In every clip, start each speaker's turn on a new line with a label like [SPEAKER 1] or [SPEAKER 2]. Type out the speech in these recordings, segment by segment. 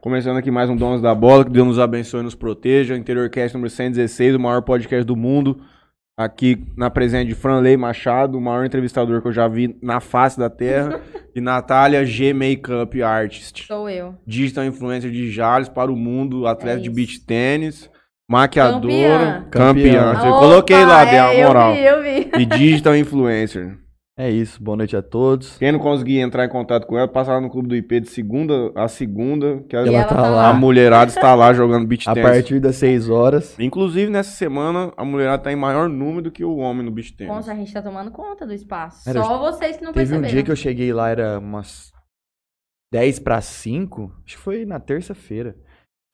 [SPEAKER 1] Começando aqui mais um Donos da Bola, que Deus nos abençoe e nos proteja. Interiorcast número 116, o maior podcast do mundo. Aqui na presença de Franley Machado, o maior entrevistador que eu já vi na face da terra. e Natália G. Makeup Artist.
[SPEAKER 2] Sou eu.
[SPEAKER 1] Digital influencer de Jales para o mundo, atleta de beach tênis, maquiadora, campeã.
[SPEAKER 3] Campeã.
[SPEAKER 1] Eu coloquei lá, dei a moral.
[SPEAKER 2] É, eu vi, eu vi.
[SPEAKER 1] E digital influencer.
[SPEAKER 3] É isso, boa noite a todos.
[SPEAKER 1] Quem não conseguir entrar em contato com ela, passa lá no clube do IP de segunda a segunda, que é
[SPEAKER 3] Ela,
[SPEAKER 1] a,
[SPEAKER 2] E ela
[SPEAKER 3] tá,
[SPEAKER 2] tá
[SPEAKER 1] a
[SPEAKER 3] lá
[SPEAKER 1] mulherada está lá jogando beach
[SPEAKER 3] a
[SPEAKER 1] tennis.
[SPEAKER 3] partir das 6 horas.
[SPEAKER 1] Inclusive, nessa semana, a mulherada tá em maior número do que o homem no beach tennis.
[SPEAKER 2] Nossa, a gente tá tomando conta do espaço.
[SPEAKER 3] Era-
[SPEAKER 2] Só vocês que não
[SPEAKER 3] Teve um
[SPEAKER 2] perceberam.
[SPEAKER 3] dia que eu cheguei lá, era umas 10 para 5, acho que foi na terça-feira.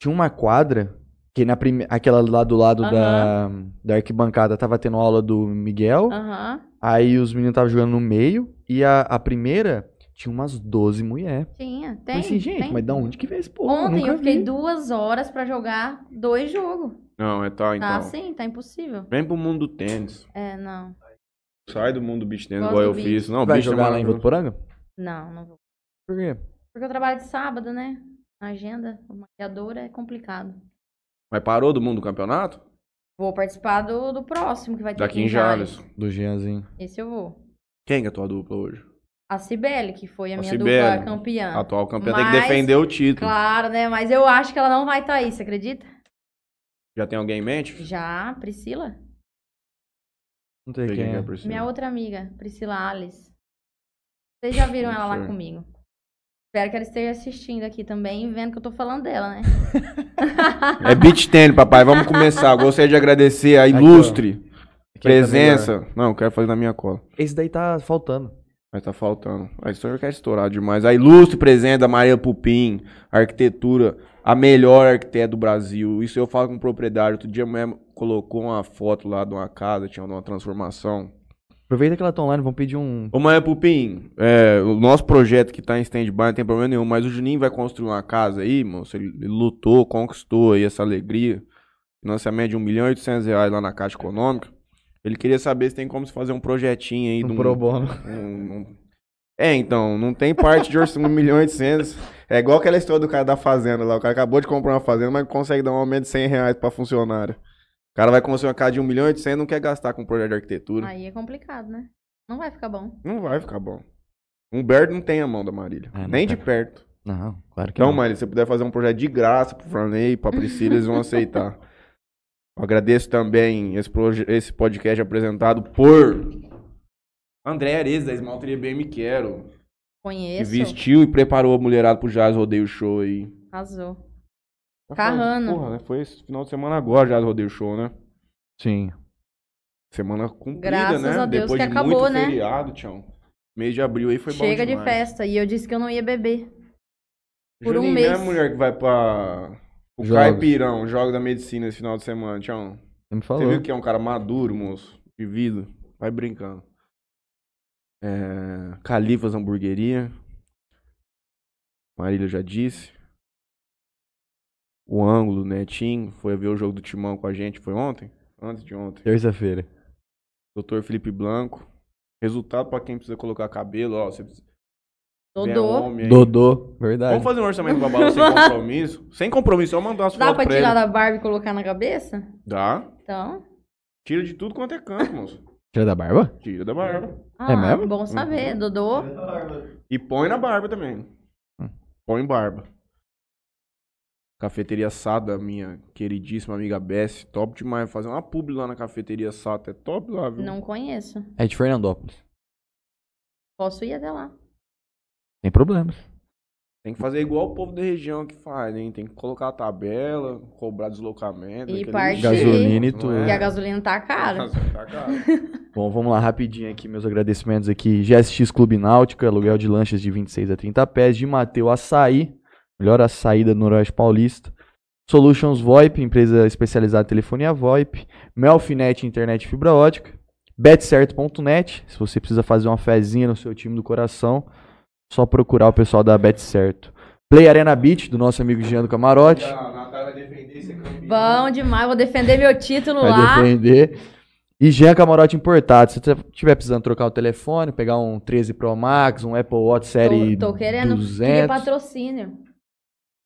[SPEAKER 3] Tinha uma quadra, que na prime... aquela lá do lado da... da arquibancada tava tendo aula do Miguel,
[SPEAKER 2] Ah. Aham,
[SPEAKER 3] aí os meninos estavam jogando no meio, e a, a primeira tinha umas 12 mulheres.
[SPEAKER 2] tinha. Tem,
[SPEAKER 3] Falei assim, gente,
[SPEAKER 2] tem.
[SPEAKER 3] mas da onde que veio esse povo?
[SPEAKER 2] Ontem
[SPEAKER 3] Nunca
[SPEAKER 2] eu fiquei
[SPEAKER 3] vi.
[SPEAKER 2] duas horas pra jogar dois jogos.
[SPEAKER 1] Não, é tá, então.
[SPEAKER 2] Tá assim, tá impossível.
[SPEAKER 1] Vem pro mundo do tênis.
[SPEAKER 2] É, não.
[SPEAKER 1] Sai do mundo do beach tennis,
[SPEAKER 2] Gosto
[SPEAKER 1] igual eu
[SPEAKER 2] do
[SPEAKER 1] fiz. Não,
[SPEAKER 3] Vai
[SPEAKER 1] beach
[SPEAKER 3] jogar lá em
[SPEAKER 1] maravilhoso.
[SPEAKER 3] Votuporanga?
[SPEAKER 2] Não, não vou.
[SPEAKER 3] Por quê?
[SPEAKER 2] Porque eu trabalho de sábado, né? A agenda, a maquiadora é complicado.
[SPEAKER 1] Mas parou do mundo do campeonato?
[SPEAKER 2] Vou participar do, do próximo que vai ter
[SPEAKER 1] Daqui
[SPEAKER 2] aqui
[SPEAKER 1] em Jales.
[SPEAKER 3] Do Jeanzinho.
[SPEAKER 2] Esse eu vou.
[SPEAKER 1] Quem é a tua dupla hoje?
[SPEAKER 2] A Cibele, que foi a
[SPEAKER 1] A
[SPEAKER 2] minha
[SPEAKER 1] Cibele.
[SPEAKER 2] dupla campeã.
[SPEAKER 1] A atual campeã tem que
[SPEAKER 2] Tá. Mas-
[SPEAKER 1] defender o título.
[SPEAKER 2] Claro, né? Mas eu acho que ela não vai estar aí, você acredita?
[SPEAKER 1] Já tem alguém em mente?
[SPEAKER 2] Já, Priscila?
[SPEAKER 3] Não sei
[SPEAKER 1] Sei
[SPEAKER 3] quem
[SPEAKER 1] que
[SPEAKER 3] é.
[SPEAKER 1] por cima.
[SPEAKER 2] Minha outra amiga, Priscila Alice. Vocês já viram
[SPEAKER 1] Não
[SPEAKER 2] ela lá
[SPEAKER 1] sei.
[SPEAKER 2] comigo. Espero que ela esteja assistindo aqui também e vendo que eu tô falando dela, né?
[SPEAKER 1] É beach tennis, papai. Vamos começar. Gostaria de agradecer a
[SPEAKER 3] ó.
[SPEAKER 1] ilustre
[SPEAKER 3] Quem tá melhor.
[SPEAKER 1] presença. Não, quero fazer na minha cola.
[SPEAKER 3] Esse daí tá faltando.
[SPEAKER 1] Mas tá faltando. A história quer estourar demais. A ilustre presente da Maria Pupim, a arquitetura, a melhor arquiteta do Brasil. Isso eu falo com propriedade. Outro dia mesmo colocou uma foto lá de uma casa, tinha uma transformação.
[SPEAKER 3] Aproveita que ela tá online, vamos pedir um.
[SPEAKER 1] Ô Maria Pupim, é, o nosso projeto que tá em stand-by não tem problema nenhum, mas o Juninho vai construir uma casa aí, moço. Ele ele lutou, conquistou aí essa alegria. Financiamento de 1 milhão e 800 reais lá na Caixa Econômica. Ele queria saber se tem como se fazer um projetinho aí de
[SPEAKER 3] um
[SPEAKER 1] um-
[SPEAKER 3] pro bono.
[SPEAKER 1] Um- um- É, então, não tem parte de orçamento 1 milhão e 800. É igual aquela história do cara da fazenda lá. O cara acabou de comprar uma fazenda, mas consegue dar um aumento de 100 reais pra funcionário. O cara vai construir uma casa de 1 milhão e 800 não quer gastar com um projeto de arquitetura.
[SPEAKER 2] aí é complicado, né? Não vai ficar bom.
[SPEAKER 1] Não vai ficar bom. Humberto não tem a mão da Marília.
[SPEAKER 3] É, não
[SPEAKER 1] nem de
[SPEAKER 3] tem.
[SPEAKER 1] perto.
[SPEAKER 3] Não, claro que
[SPEAKER 1] Então,
[SPEAKER 3] não.
[SPEAKER 1] Marília, se você puder fazer um projeto de graça pro Franley e pra Priscila, eles vão aceitar. Eu agradeço também esse, proje- esse podcast apresentado por André Ares, da Esmalteria Bem Me Quero. que
[SPEAKER 2] Conheço.
[SPEAKER 1] vestiu e preparou a mulherada pro Jazz Rodeio Show aí.
[SPEAKER 2] Arrasou. Carrano.
[SPEAKER 1] Porra, né? Foi esse final de semana agora, Jazz Rodeio Show, né?
[SPEAKER 3] Sim.
[SPEAKER 1] Semana cumprida,
[SPEAKER 2] Graças
[SPEAKER 1] né?
[SPEAKER 2] a Deus
[SPEAKER 1] Depois
[SPEAKER 2] que
[SPEAKER 1] de
[SPEAKER 2] acabou,
[SPEAKER 1] muito
[SPEAKER 2] né?
[SPEAKER 1] feriado, Tião. Mês de abril aí foi bom
[SPEAKER 2] Chega de
[SPEAKER 1] demais.
[SPEAKER 2] festa. E eu disse que eu não ia beber. por um
[SPEAKER 1] Juninho,
[SPEAKER 2] mês.
[SPEAKER 1] não é a mulher que vai pra... O
[SPEAKER 3] Jogos.
[SPEAKER 1] Caipirão, Jogos da Medicina esse final de semana, Tião.
[SPEAKER 3] Você me
[SPEAKER 1] Você
[SPEAKER 3] falou.
[SPEAKER 1] viu que é um cara maduro, moço? De vida. Vai brincando. É... Califas Hamburgueria. Marília já disse. O ângulo, Netinho, foi ver o jogo do Timão com a gente. Foi ontem? Antes de ontem.
[SPEAKER 3] Terça-feira.
[SPEAKER 1] Doutor Felipe Blanco. Resultado pra quem precisa colocar cabelo, ó. Você precisa... vem
[SPEAKER 2] Dodô.
[SPEAKER 1] homem aí.
[SPEAKER 3] Dodô, verdade.
[SPEAKER 1] Vamos fazer um orçamento pra bala sem compromisso. sem compromisso, só mandar as
[SPEAKER 2] Dá
[SPEAKER 1] fotos
[SPEAKER 2] pra
[SPEAKER 1] pra
[SPEAKER 2] tirar
[SPEAKER 1] ele.
[SPEAKER 2] da barba e colocar na cabeça?
[SPEAKER 1] Dá.
[SPEAKER 2] Então.
[SPEAKER 1] Tira de tudo quanto é canto, moço.
[SPEAKER 3] Tira da barba?
[SPEAKER 1] Tira da barba.
[SPEAKER 2] Ah,
[SPEAKER 3] É mesmo?
[SPEAKER 2] bom
[SPEAKER 1] Uhum.
[SPEAKER 2] saber.
[SPEAKER 1] É
[SPEAKER 2] Dodô.
[SPEAKER 1] E põe na barba também.
[SPEAKER 3] Hum.
[SPEAKER 1] Põe barba. Cafeteria Sada, minha queridíssima amiga Bess. Top demais. Fazer uma publi lá na cafeteria Sada. É top lá, viu?
[SPEAKER 2] Não conheço.
[SPEAKER 3] É de Fernandópolis.
[SPEAKER 2] Posso ir até lá.
[SPEAKER 3] Tem problemas.
[SPEAKER 1] Tem que fazer igual o povo da região que faz, hein? Tem que colocar a tabela, cobrar deslocamento.
[SPEAKER 2] E
[SPEAKER 1] aquele-
[SPEAKER 2] parte-
[SPEAKER 3] Gasolina e tudo.
[SPEAKER 1] Não
[SPEAKER 2] Porque
[SPEAKER 1] é?
[SPEAKER 2] a gasolina tá cara.
[SPEAKER 1] Nossa, tá caro.
[SPEAKER 3] Bom, vamos lá rapidinho aqui, meus agradecimentos aqui. GSX Clube Náutica, aluguel de lanchas de 26 a 30 pés. De Mateu Açaí, melhor açaí da Noroeste Paulista. Solutions VoIP, empresa especializada em telefonia VoIP. Melfinet, internet fibra ótica. Betcerto.net, se você precisa fazer uma fezinha no seu time do coração, só procurar o pessoal da Betcerto. Play Arena Beach, do nosso amigo Jean do Camarote.
[SPEAKER 1] A Natália defender esse campeão.
[SPEAKER 2] Bom demais, vou defender meu título lá.
[SPEAKER 3] Vai defender. E Jean Camarote importado. Se você tiver precisando trocar o telefone, pegar um 13 Pro Max, um Apple Watch série
[SPEAKER 2] Tô, tô querendo. Queria
[SPEAKER 3] 200.
[SPEAKER 2] patrocínio.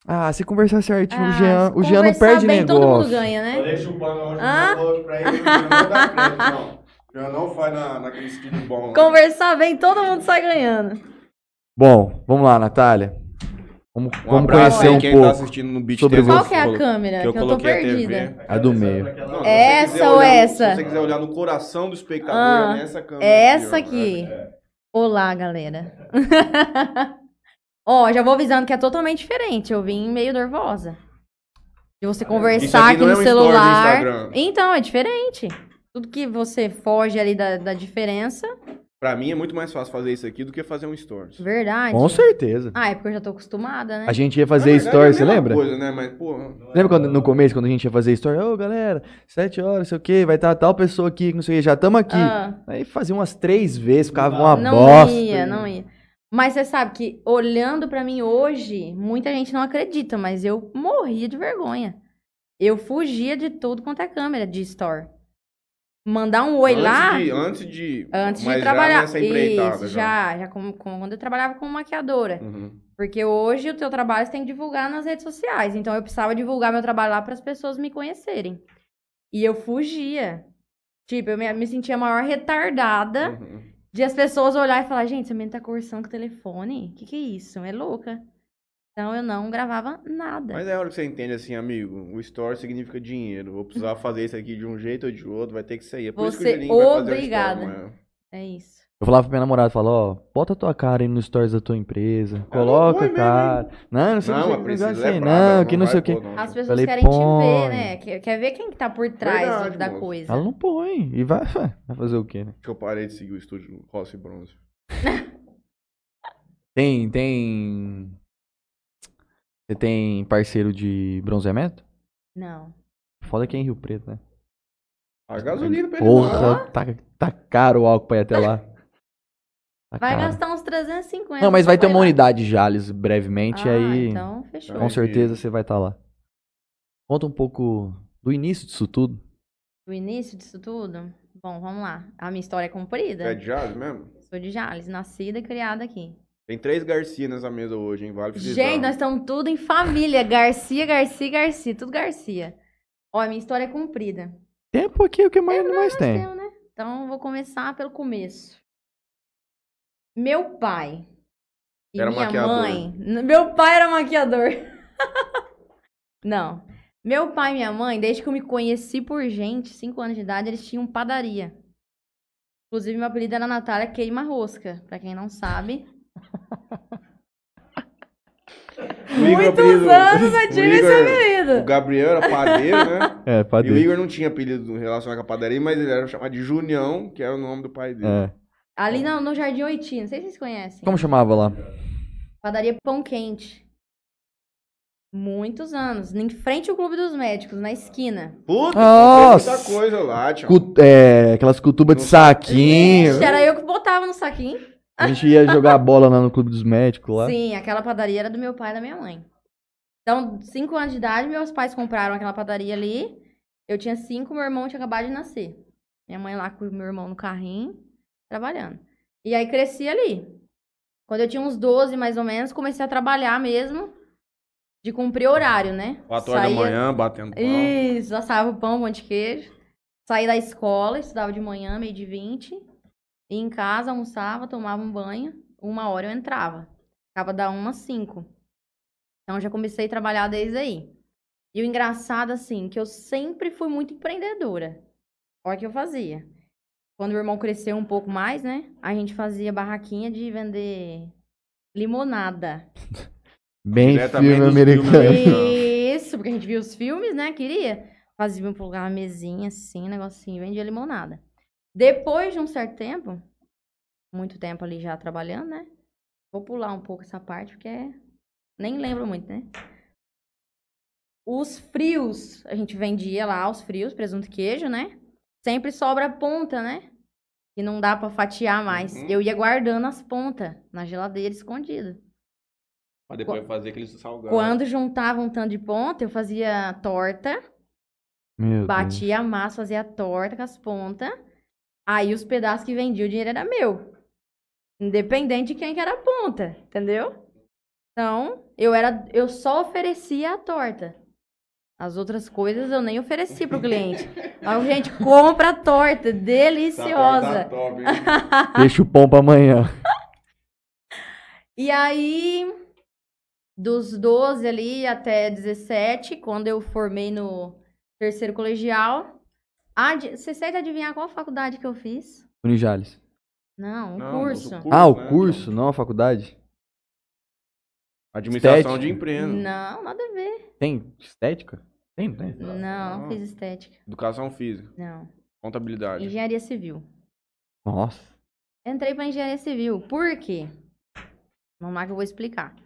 [SPEAKER 3] Ah, se conversar certinho,
[SPEAKER 2] Ah,
[SPEAKER 3] o Jean, o
[SPEAKER 2] se
[SPEAKER 3] Jean não
[SPEAKER 2] conversar
[SPEAKER 3] perde
[SPEAKER 2] bem,
[SPEAKER 3] negócio.
[SPEAKER 2] todo mundo ganha, né?
[SPEAKER 1] Falei chupando hoje,
[SPEAKER 2] Ah?
[SPEAKER 1] ah? falou pra ele, não dá crédito, não. Já não faz na, naquele sentido bom. né?
[SPEAKER 2] Conversar bem, todo mundo sai ganhando.
[SPEAKER 3] Bom, vamos lá, Natália. Vamos,
[SPEAKER 1] Um
[SPEAKER 3] vamos
[SPEAKER 1] abraço
[SPEAKER 3] conhecer
[SPEAKER 1] aí
[SPEAKER 3] um
[SPEAKER 1] quem tá
[SPEAKER 3] pouco.
[SPEAKER 1] assistindo no Beat
[SPEAKER 3] sobre
[SPEAKER 1] TV.
[SPEAKER 2] Qual
[SPEAKER 3] você
[SPEAKER 2] que é a
[SPEAKER 1] colo-
[SPEAKER 2] câmera? Que eu, tô
[SPEAKER 1] coloquei a
[SPEAKER 2] perdida.
[SPEAKER 1] TV.
[SPEAKER 3] A do meio.
[SPEAKER 1] Não, se você
[SPEAKER 2] Essa
[SPEAKER 1] quiser
[SPEAKER 2] ou
[SPEAKER 1] olhar no-
[SPEAKER 2] essa?
[SPEAKER 1] Se você quiser olhar no coração do espectador,
[SPEAKER 2] Ah,
[SPEAKER 1] é nessa câmera.
[SPEAKER 2] É essa
[SPEAKER 1] ó.
[SPEAKER 2] aqui.
[SPEAKER 1] é.
[SPEAKER 2] Olá, galera. Ó, já vou avisando que é totalmente diferente. Eu vim meio nervosa. De você
[SPEAKER 1] Isso
[SPEAKER 2] conversar
[SPEAKER 1] aqui
[SPEAKER 2] aqui,
[SPEAKER 1] não é
[SPEAKER 2] no
[SPEAKER 1] um story do
[SPEAKER 2] celular.
[SPEAKER 1] Instagram.
[SPEAKER 2] então, é diferente. Tudo que você foge ali da, da diferença.
[SPEAKER 1] Pra mim é muito mais fácil fazer isso aqui do que fazer um stories.
[SPEAKER 2] Verdade.
[SPEAKER 3] Com certeza.
[SPEAKER 2] Ah, é porque eu já tô acostumada, né?
[SPEAKER 3] A gente ia
[SPEAKER 1] Na
[SPEAKER 3] fazer
[SPEAKER 1] verdade,
[SPEAKER 3] story,
[SPEAKER 1] é a
[SPEAKER 3] você
[SPEAKER 1] mesma
[SPEAKER 3] lembra?
[SPEAKER 1] Coisa, né? Mas, pô,
[SPEAKER 3] Lembra quando, no começo, quando a gente ia fazer story? Ô, galera, sete horas, sei o quê, vai estar tal pessoa aqui, não sei o quê, já estamos aqui.
[SPEAKER 2] Ah,
[SPEAKER 3] Aí fazia umas três vezes, ficava
[SPEAKER 1] Não.
[SPEAKER 3] uma
[SPEAKER 2] não
[SPEAKER 3] bosta.
[SPEAKER 2] ia, não ia. Mas você sabe que, olhando pra mim hoje, muita gente não acredita, mas eu morria de vergonha. Eu fugia de tudo quanto é câmera de store. Mandar um oi
[SPEAKER 1] antes
[SPEAKER 2] lá.
[SPEAKER 1] De, antes de,
[SPEAKER 2] Antes
[SPEAKER 1] mas
[SPEAKER 2] de trabalhar.
[SPEAKER 1] Já nessa empreitada, já.
[SPEAKER 2] Isso, já, já como, como quando eu trabalhava como maquiadora.
[SPEAKER 1] Uhum.
[SPEAKER 2] Porque hoje o teu trabalho você tem que divulgar nas redes sociais. Então eu precisava divulgar meu trabalho lá para as pessoas me conhecerem. E eu fugia. Tipo, eu me, me sentia a maior retardada
[SPEAKER 1] uhum.
[SPEAKER 2] de as pessoas olhar e falar: gente, essa menina tá conversando com o telefone? O que, que é isso? É louca. Então eu não gravava nada.
[SPEAKER 1] Mas é a hora que você entende assim, amigo, o story significa dinheiro. Vou precisar fazer isso aqui de um jeito ou de outro, vai ter que sair. É por isso que o
[SPEAKER 2] Você-
[SPEAKER 1] Juninho vai fazer o
[SPEAKER 2] obrigada.
[SPEAKER 1] story, mano.
[SPEAKER 2] É isso.
[SPEAKER 3] Eu falava pra minha namorada, falava, ó, bota a tua cara aí no stories da tua empresa, coloca
[SPEAKER 1] põe
[SPEAKER 3] a
[SPEAKER 1] mesmo,
[SPEAKER 3] cara. Não, não sei
[SPEAKER 1] Não,
[SPEAKER 3] o
[SPEAKER 1] a
[SPEAKER 3] que, não sei o que,
[SPEAKER 1] Priscila é
[SPEAKER 3] assim,
[SPEAKER 1] braba,
[SPEAKER 3] não, que não
[SPEAKER 1] vai
[SPEAKER 3] sei o que.
[SPEAKER 1] pôr, não.
[SPEAKER 2] As pessoas
[SPEAKER 3] Falei,
[SPEAKER 2] querem te
[SPEAKER 3] "Põe."
[SPEAKER 2] ver, né? Quer, quer ver quem que tá por trás do-
[SPEAKER 1] Verdade,
[SPEAKER 2] da
[SPEAKER 1] moço.
[SPEAKER 2] coisa.
[SPEAKER 3] Ela não põe, e vai, vai fazer o quê, né?
[SPEAKER 1] Que eu parei de seguir o estúdio Roça e Bronze.
[SPEAKER 3] Tem, tem... Você tem parceiro de bronzeamento?
[SPEAKER 2] Não.
[SPEAKER 3] Foda que é em Rio Preto, né?
[SPEAKER 1] A gasolina né? pra ele não.
[SPEAKER 3] Porra, tá, tá caro o álcool pra ir até lá. Tá
[SPEAKER 2] Vai
[SPEAKER 3] caro.
[SPEAKER 2] gastar uns 350.
[SPEAKER 3] Não, mas
[SPEAKER 2] só
[SPEAKER 3] vai ter
[SPEAKER 2] pra ir
[SPEAKER 3] uma
[SPEAKER 2] lá.
[SPEAKER 3] unidade de Jales brevemente,
[SPEAKER 2] Ah,
[SPEAKER 3] aí
[SPEAKER 2] então fechou.
[SPEAKER 3] com certeza você vai estar lá. Conta um pouco do início disso tudo.
[SPEAKER 2] O início disso tudo? Bom, vamos lá. A minha história é comprida.
[SPEAKER 1] É de Jazz mesmo?
[SPEAKER 2] Sou de Jales, nascida e criada aqui.
[SPEAKER 1] Tem três Garcia nessa mesa hoje, hein? Vale precisar.
[SPEAKER 2] Gente, nós estamos tudo em família. Garcia, Garcia, Garcia. Tudo Garcia. Ó, a minha história é comprida.
[SPEAKER 3] Tempo aqui é o que mais, mais tem.
[SPEAKER 2] Seu, né? Então, eu vou começar pelo começo. Meu pai e
[SPEAKER 1] Era
[SPEAKER 2] minha
[SPEAKER 1] maquiador.
[SPEAKER 2] mãe... N- Meu pai era maquiador. Não. Meu pai e minha mãe, desde que eu me conheci por gente, 5 anos de idade, eles tinham padaria. Inclusive, meu apelido era Natália Queima Rosca, pra quem não sabe.
[SPEAKER 1] Igor
[SPEAKER 2] Muitos
[SPEAKER 1] apelido-
[SPEAKER 2] anos eu
[SPEAKER 1] o
[SPEAKER 2] tive esse
[SPEAKER 1] Igor- um. O
[SPEAKER 2] apelido.
[SPEAKER 1] Gabriel era padeiro, né?
[SPEAKER 3] É,
[SPEAKER 1] E o
[SPEAKER 3] padre.
[SPEAKER 1] Igor não tinha apelido relacionado com a padaria, mas ele era chamado de Junião, que era o nome do pai dele.
[SPEAKER 3] É.
[SPEAKER 2] Ali no, no Jardim Oitinho, não sei se vocês conhecem.
[SPEAKER 3] Como chamava lá?
[SPEAKER 2] Padaria Pão Quente. Muitos anos. Em frente ao Clube dos Médicos, na esquina.
[SPEAKER 1] Puta,
[SPEAKER 3] Nossa!
[SPEAKER 1] tem muita coisa lá, tchau.
[SPEAKER 3] Cu- é, aquelas cutubas de saquinho.
[SPEAKER 2] Ixi, era eu que botava no saquinho.
[SPEAKER 3] A gente ia jogar bola lá no Clube dos Médicos lá.
[SPEAKER 2] Sim, aquela padaria era do meu pai e da minha mãe. Então, cinco anos de idade, meus pais compraram aquela padaria ali. Eu tinha cinco, meu irmão tinha acabado de nascer. Minha mãe lá com o meu irmão no carrinho, trabalhando. E aí cresci ali. Quando eu tinha uns 12, mais ou menos, comecei a trabalhar mesmo. De cumprir horário, né?
[SPEAKER 1] 4 horas
[SPEAKER 2] Saía-
[SPEAKER 1] da manhã, batendo pau.
[SPEAKER 2] Isso, assava o pão, pão de queijo. Saía da escola, estudava de manhã, meio de 20. Ia em casa, almoçava, tomava um banho. Uma hora eu entrava. Ficava da 1 às 5. Então já comecei a trabalhar desde aí. E o engraçado, assim, que eu sempre fui muito empreendedora. Olha o que eu fazia. Quando o irmão cresceu um pouco mais, né? A gente fazia barraquinha de vender limonada.
[SPEAKER 3] Bem
[SPEAKER 1] Diretamente
[SPEAKER 3] filme
[SPEAKER 1] dos
[SPEAKER 3] americano.
[SPEAKER 1] filmes.
[SPEAKER 2] Isso, porque a gente via os filmes, né? Queria. Fazia pra lugar uma mesinha assim, um negocinho, vendia limonada. Depois de um certo tempo, muito tempo ali já trabalhando, né? Vou pular um pouco essa parte, porque é- nem lembro muito, né? Os frios, a gente vendia lá os frios, presunto e queijo, né? Sempre sobra a ponta, né? Que não dá pra fatiar mais.
[SPEAKER 1] Uhum.
[SPEAKER 2] Eu ia guardando as pontas na geladeira escondida.
[SPEAKER 1] Pra depois fazer aquele salgado.
[SPEAKER 2] Quando juntava um tanto de ponta, eu fazia torta,
[SPEAKER 3] Meu Deus.
[SPEAKER 2] batia a massa, fazia a torta com as pontas. Aí os pedaços que vendia, o dinheiro era meu. Independente de quem que era a ponta, entendeu? Então, eu era, eu só oferecia a torta. As outras coisas eu nem ofereci pro cliente. Mas, gente, compra a torta, deliciosa.
[SPEAKER 1] Tá top, hein?
[SPEAKER 3] Deixa o pão pra amanhã.
[SPEAKER 2] E aí, dos 12 ali até 17, quando eu formei no terceiro colegial, adi- você aceita adivinhar qual faculdade que eu fiz?
[SPEAKER 3] Unijales.
[SPEAKER 2] Não, um
[SPEAKER 1] Não,
[SPEAKER 2] curso.
[SPEAKER 1] mas o
[SPEAKER 3] Ah,
[SPEAKER 1] né?
[SPEAKER 3] o curso, não a faculdade?
[SPEAKER 1] Administração de
[SPEAKER 3] Estética.
[SPEAKER 1] emprego.
[SPEAKER 2] Não, nada a ver.
[SPEAKER 3] Tem estética? Tem, tem.
[SPEAKER 2] Não,
[SPEAKER 1] não.
[SPEAKER 2] não fiz estética.
[SPEAKER 1] Educação física.
[SPEAKER 2] Não.
[SPEAKER 1] Contabilidade.
[SPEAKER 2] Engenharia civil.
[SPEAKER 3] Nossa.
[SPEAKER 2] Entrei pra engenharia civil. Por quê? Vamos lá que eu vou explicar.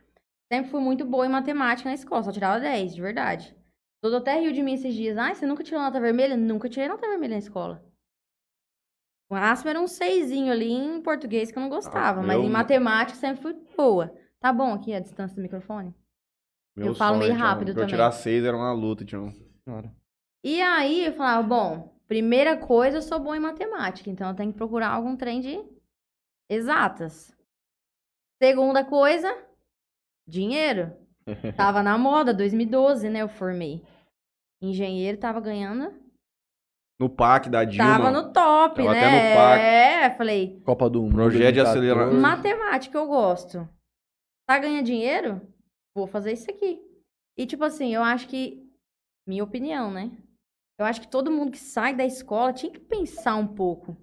[SPEAKER 2] Sempre fui muito boa em matemática na escola, só tirava 10, de verdade. Todo até riu de mim esses dias. Ai, você nunca tirou nota vermelha? Nunca tirei nota vermelha na escola. O máximo era um seisinho ali em português que eu não gostava,
[SPEAKER 1] Ah,
[SPEAKER 2] mas
[SPEAKER 1] eu-
[SPEAKER 2] em matemática sempre fui boa. Tá bom aqui a distância do microfone? eu falo meio
[SPEAKER 1] Tião,
[SPEAKER 2] rápido
[SPEAKER 1] pra eu
[SPEAKER 2] também.
[SPEAKER 1] tirar seis era uma luta, Tião.
[SPEAKER 2] E aí eu falava, bom, primeira coisa, eu sou boa em matemática, então eu tenho que procurar algum trem de exatas. Segunda coisa, dinheiro. Tava na moda, 2012, né? Eu formei. Engenheiro tava ganhando.
[SPEAKER 1] No PAC da Dilma.
[SPEAKER 2] Tava no top,
[SPEAKER 1] Tava
[SPEAKER 2] né?
[SPEAKER 1] até no par.
[SPEAKER 2] É, falei,
[SPEAKER 3] Copa do Mundo.
[SPEAKER 1] Projeto de
[SPEAKER 3] 2014.
[SPEAKER 1] aceleração.
[SPEAKER 2] matemática eu gosto. Tá ganhando dinheiro? Vou fazer isso aqui. E tipo assim, eu acho que minha opinião, né? Eu acho que todo mundo que sai da escola tinha que pensar um pouco.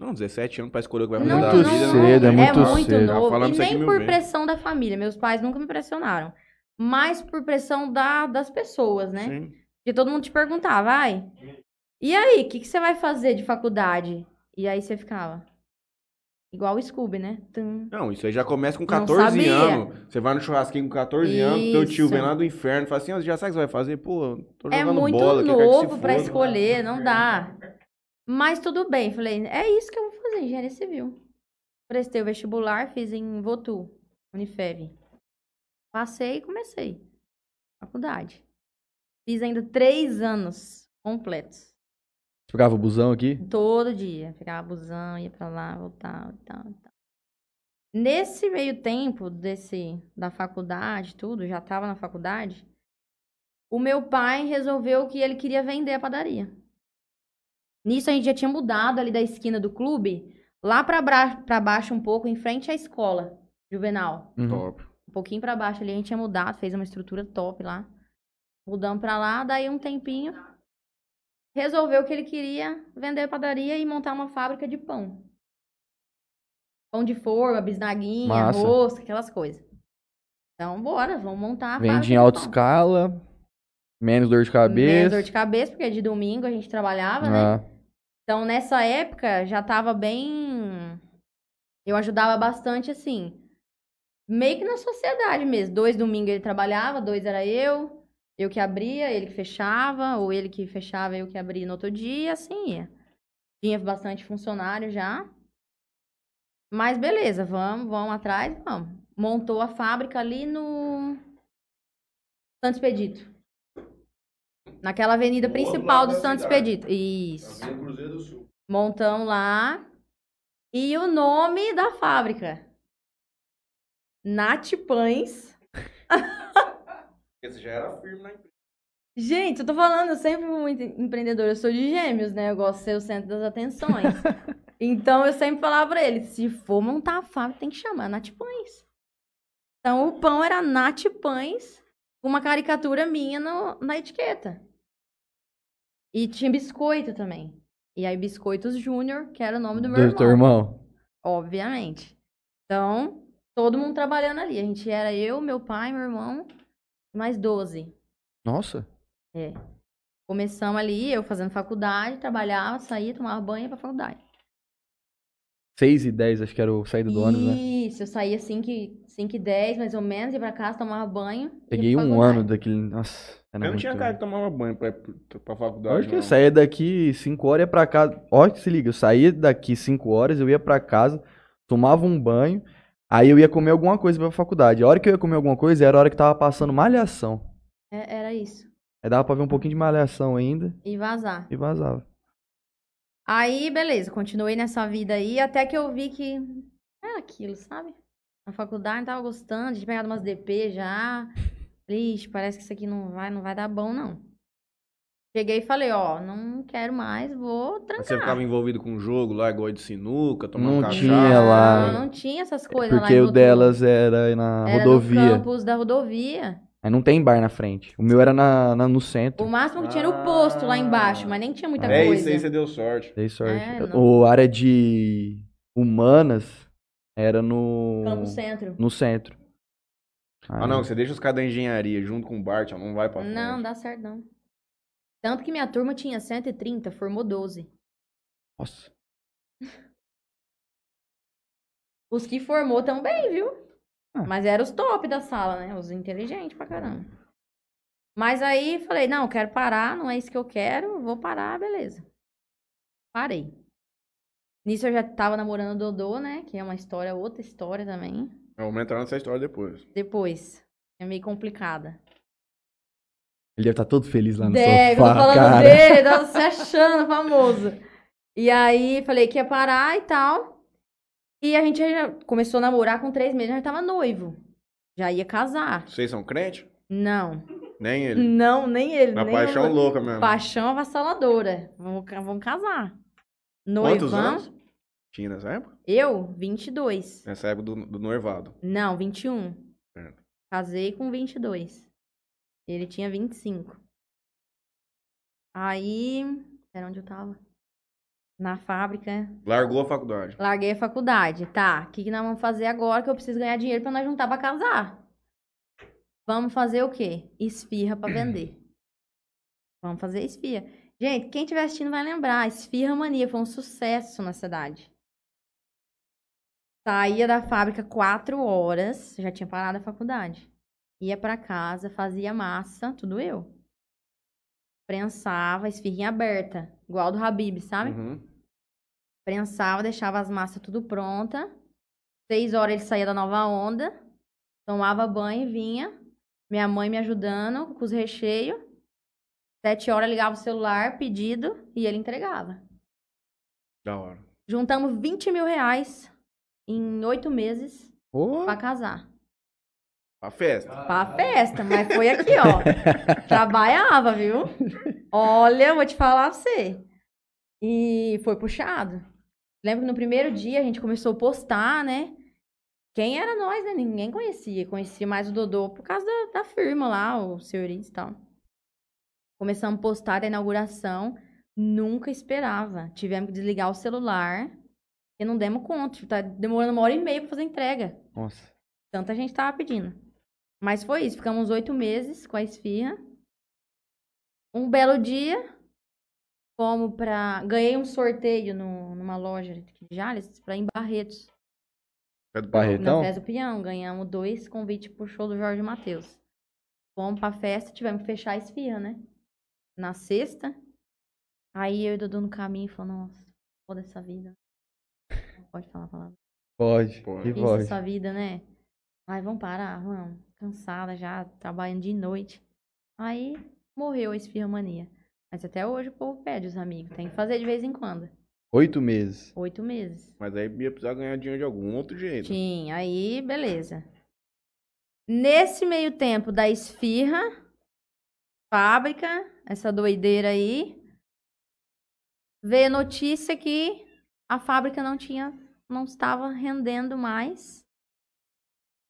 [SPEAKER 1] Não, 17 anos pra escolher o que vai fazer
[SPEAKER 2] Não,
[SPEAKER 1] da
[SPEAKER 3] Muito
[SPEAKER 1] vida.
[SPEAKER 2] não,
[SPEAKER 3] cedo, é
[SPEAKER 2] é
[SPEAKER 3] muito
[SPEAKER 2] muito,
[SPEAKER 3] cedo.
[SPEAKER 1] Tá
[SPEAKER 2] novo.
[SPEAKER 1] falando
[SPEAKER 2] E
[SPEAKER 1] isso aqui
[SPEAKER 2] nem
[SPEAKER 1] mil
[SPEAKER 2] por
[SPEAKER 1] vezes.
[SPEAKER 2] pressão da família. Meus pais nunca me pressionaram. Mas por pressão da, das pessoas, né?
[SPEAKER 1] Sim.
[SPEAKER 2] Porque todo mundo te perguntava, vai. E aí, o que, que você vai fazer de faculdade? E aí você ficava. Igual o Scooby, né? Tum.
[SPEAKER 1] Não, isso aí já começa com
[SPEAKER 2] Não
[SPEAKER 1] 14
[SPEAKER 2] sabia.
[SPEAKER 1] anos. Você vai no churrasquinho com 14 anos, teu tio
[SPEAKER 2] Isso.
[SPEAKER 1] vem lá do inferno e fala assim, ó, você já sabe o que você vai fazer? Pô, tô
[SPEAKER 2] É
[SPEAKER 1] jogando
[SPEAKER 2] muito
[SPEAKER 1] bola, quer que
[SPEAKER 2] novo
[SPEAKER 1] se
[SPEAKER 2] pra
[SPEAKER 1] foda.
[SPEAKER 2] escolher, não dá. Mas tudo bem, falei, é isso que eu vou fazer, engenharia civil. Prestei o vestibular, fiz em Votu, Unifev. Passei e comecei. Faculdade. Fiz ainda três anos completos.
[SPEAKER 3] Você pegava o busão aqui?
[SPEAKER 2] Todo dia. Ficava busão, ia pra lá, voltava e tal, e tal. Nesse meio tempo desse, da faculdade, tudo, já tava na faculdade, o meu pai resolveu que ele queria vender a padaria. Nisso a gente já tinha mudado ali da esquina do clube, lá pra, bra- pra baixo um pouco, em frente à escola juvenal
[SPEAKER 3] Uhum.
[SPEAKER 1] Top.
[SPEAKER 2] um pouquinho pra baixo ali, a gente tinha mudado, fez uma estrutura top lá. Mudamos pra lá, daí um tempinho resolveu que ele queria vender a padaria e montar uma fábrica de pão. Pão de forma, bisnaguinha,
[SPEAKER 3] Massa.
[SPEAKER 2] rosca, aquelas coisas. Então, bora, vamos montar a fábrica
[SPEAKER 3] Vende em
[SPEAKER 2] de
[SPEAKER 3] alta
[SPEAKER 2] pão.
[SPEAKER 3] escala, menos dor de cabeça.
[SPEAKER 2] Menos dor de cabeça, porque de domingo a gente trabalhava, né?
[SPEAKER 3] Ah,
[SPEAKER 2] Então, nessa época, já tava bem. Eu ajudava bastante, assim. Meio que na sociedade mesmo. Dois domingos ele trabalhava, dois era eu. Eu que abria, ele que fechava. Ou ele que fechava, eu que abria no outro dia. Assim ia. Tinha bastante funcionário já. Mas beleza, vamos, vamos atrás, vamos. Montou a fábrica ali no. Santo Expedito. Naquela avenida
[SPEAKER 1] Do
[SPEAKER 2] principal
[SPEAKER 1] outro lado
[SPEAKER 2] do
[SPEAKER 1] da
[SPEAKER 2] Santo
[SPEAKER 1] cidade.
[SPEAKER 2] Expedito. Isso.
[SPEAKER 1] Cruzeiro do Sul.
[SPEAKER 2] Montão lá. E o nome da fábrica? Nath Pães.
[SPEAKER 1] Porque você já era firme né? na empresa.
[SPEAKER 2] Gente, eu tô falando, eu sempre fui muito empreendedora. Eu sou de gêmeos, né? Eu gosto de ser o centro das atenções. então eu sempre falava pra ele: se for montar a fábrica, tem que chamar Nath Pães. Então o pão era Nath Pães, com uma caricatura minha no- na etiqueta. E tinha biscoito também. E aí, Biscoitos Júnior, que era o nome do meu
[SPEAKER 3] do teu
[SPEAKER 2] irmão.
[SPEAKER 3] irmão.
[SPEAKER 2] Obviamente. Então, todo mundo trabalhando ali. A gente era eu, meu pai, meu irmão, mais 12.
[SPEAKER 3] Nossa.
[SPEAKER 2] Começamos ali, eu fazendo faculdade, trabalhava, saía, tomava banho e ia pra faculdade.
[SPEAKER 3] 6 e 10, acho que era o saída do ônibus, né?
[SPEAKER 2] Isso, eu saía 5 e, 5 e 10, mais ou menos, ia pra casa, tomava banho. ia pra
[SPEAKER 3] Peguei um
[SPEAKER 2] faculdade.
[SPEAKER 3] ano daquele. Nossa, era
[SPEAKER 1] Eu não
[SPEAKER 3] muito
[SPEAKER 1] tinha
[SPEAKER 3] ruim.
[SPEAKER 1] cara que tomava banho pra, pra faculdade.
[SPEAKER 3] Lógico que é eu
[SPEAKER 1] não.
[SPEAKER 3] saía daqui 5 horas e ia pra casa. Ó, se liga, eu saía daqui 5 horas, eu ia pra casa, tomava um banho, aí eu ia comer alguma coisa pra faculdade. A hora que eu ia comer alguma coisa era a hora que tava passando malhação.
[SPEAKER 2] É, era isso.
[SPEAKER 3] Aí dava
[SPEAKER 2] Hum.
[SPEAKER 3] pra ver um pouquinho de malhação ainda
[SPEAKER 2] E vazar.
[SPEAKER 3] e vazava.
[SPEAKER 2] Aí, beleza, continuei nessa vida aí, até que eu vi que era é aquilo, sabe? na faculdade, não tava gostando, tinha pegado umas DP já. Falei, Ixi, parece que isso aqui não vai, não vai dar bom, não. Cheguei e falei, ó, não quero mais, vou trancar.
[SPEAKER 1] Você ficava envolvido com o jogo lá, igual de sinuca, tomando
[SPEAKER 3] Não
[SPEAKER 1] cachaça.
[SPEAKER 3] tinha lá. É
[SPEAKER 2] Não, não tinha essas coisas lá.
[SPEAKER 3] Porque
[SPEAKER 2] em
[SPEAKER 3] o
[SPEAKER 2] Botucatu.
[SPEAKER 3] delas era na
[SPEAKER 2] Era no
[SPEAKER 3] rodovia.
[SPEAKER 2] campus da rodovia.
[SPEAKER 3] Aí não tem bar na frente. O meu era na, na- no
[SPEAKER 2] O
[SPEAKER 3] centro.
[SPEAKER 2] máximo que tinha era o posto lá embaixo, mas nem tinha muita
[SPEAKER 1] É
[SPEAKER 2] coisa.
[SPEAKER 1] isso aí, você deu sorte.
[SPEAKER 3] Dei sorte.
[SPEAKER 2] É, não.
[SPEAKER 3] o área de humanas era no.
[SPEAKER 2] Campo Centro.
[SPEAKER 3] No centro.
[SPEAKER 1] Ah, não, você deixa os caras da engenharia junto com o Bart, ó, não vai pra frente.
[SPEAKER 2] Não, dá certo não. Tanto que minha turma tinha 130, formou 12.
[SPEAKER 3] Nossa.
[SPEAKER 2] Os que formou também, viu?
[SPEAKER 3] Ah.
[SPEAKER 2] Mas eram os top da sala, né? Os inteligentes pra caramba. Mas aí falei, não, quero parar, não é isso que eu quero, vou parar, beleza. Parei. Nisso eu já tava namorando o Dodô, né? Que é uma história, outra história também.
[SPEAKER 1] Eu vou entrar nessa história depois.
[SPEAKER 2] Depois. É meio complicada.
[SPEAKER 3] Ele deve estar todo feliz lá no
[SPEAKER 2] Deve, eu tô
[SPEAKER 3] sofá,
[SPEAKER 2] falando
[SPEAKER 3] cara.
[SPEAKER 2] dele, tava se achando famoso. E aí, falei que ia parar e tal. E a gente já começou a namorar com três meses, já tava noivo. Já ia casar.
[SPEAKER 1] Vocês são crente?
[SPEAKER 2] Não,
[SPEAKER 1] Nem ele.
[SPEAKER 2] não, nem ele.
[SPEAKER 1] Na
[SPEAKER 2] nem
[SPEAKER 1] paixão
[SPEAKER 2] eu.
[SPEAKER 1] louca né? mesmo.
[SPEAKER 2] Paixão avassaladora. Vamos, ca- vamos casar.
[SPEAKER 1] Quantos
[SPEAKER 2] Noivão,
[SPEAKER 1] anos? Tinha nessa época?
[SPEAKER 2] eu, 22.
[SPEAKER 1] Nessa época do, do noivado.
[SPEAKER 2] Não, 21.
[SPEAKER 1] Certo.
[SPEAKER 2] Casei com 22. Ele tinha 25. Aí, era onde eu tava? Na fábrica.
[SPEAKER 1] Largou a faculdade.
[SPEAKER 2] Larguei a faculdade. Tá, o que, que nós vamos fazer agora que eu preciso ganhar dinheiro pra nós juntar pra casar? Vamos fazer o quê? Esfirra pra vender. Vamos fazer esfirra. Gente, quem estiver assistindo vai lembrar. Esfirra Mania foi um sucesso na cidade. Saía da fábrica quatro horas, já tinha parado a faculdade. Ia pra casa, fazia massa, tudo eu. Prensava, esfirrinha aberta, igual a do Habib, sabe?
[SPEAKER 1] Uhum.
[SPEAKER 2] prensava, deixava as massas tudo pronta. Seis horas ele saía da nova onda, tomava banho e vinha. Minha mãe me ajudando com os recheios. Sete horas ligava o celular, pedido, e ele entregava.
[SPEAKER 1] Da hora.
[SPEAKER 2] Juntamos 20 mil reais em oito meses
[SPEAKER 3] Ô,
[SPEAKER 2] pra casar.
[SPEAKER 1] Pra festa.
[SPEAKER 2] Pra festa, mas foi aqui, ó. Trabalhava, viu? Olha, vou te falar pra você. E foi puxado. Lembro que no primeiro dia a gente começou a postar, né? Quem era nós, né? Ninguém conhecia. Conhecia mais o Dodô por causa da, da firma lá, o senhorito e tal. Começamos a postar da inauguração. Nunca esperava. Tivemos que desligar o celular. E não demos conta. Tipo, Tá demorando uma hora e meia pra fazer a entrega.
[SPEAKER 3] Nossa.
[SPEAKER 2] Tanta gente tava pedindo. Mas foi isso. Ficamos oito meses com a esfirra. Um belo dia, fomos pra. Ganhei um sorteio no- numa loja de Jales pra ir em Barretos.
[SPEAKER 1] É do
[SPEAKER 3] Barreto. Então?
[SPEAKER 2] Na festa do Peão. Ganhamos dois convites pro show do Jorge Matheus. Fomos pra festa, tivemos que fechar a esfirra, né? Na sexta. Aí eu e o Dudu no caminho falamos, nossa, foda essa vida. Não pode falar a palavra.
[SPEAKER 3] Pode.
[SPEAKER 1] Pode.
[SPEAKER 3] Que
[SPEAKER 1] Isso,
[SPEAKER 2] Isso,
[SPEAKER 3] pode.
[SPEAKER 2] sua vida, né? Ai, vamos parar, vamos. Cansada já, trabalhando de noite. Aí morreu a esfirromania. Mas até hoje o povo pede os amigos. Tem que fazer de vez em quando.
[SPEAKER 3] Oito meses.
[SPEAKER 2] Oito meses.
[SPEAKER 1] Mas aí ia precisar ganhar dinheiro de algum outro jeito.
[SPEAKER 2] Tinha, aí beleza. Nesse meio tempo da esfirra, fábrica, essa doideira aí, veio a notícia que a fábrica não tinha, não estava rendendo mais.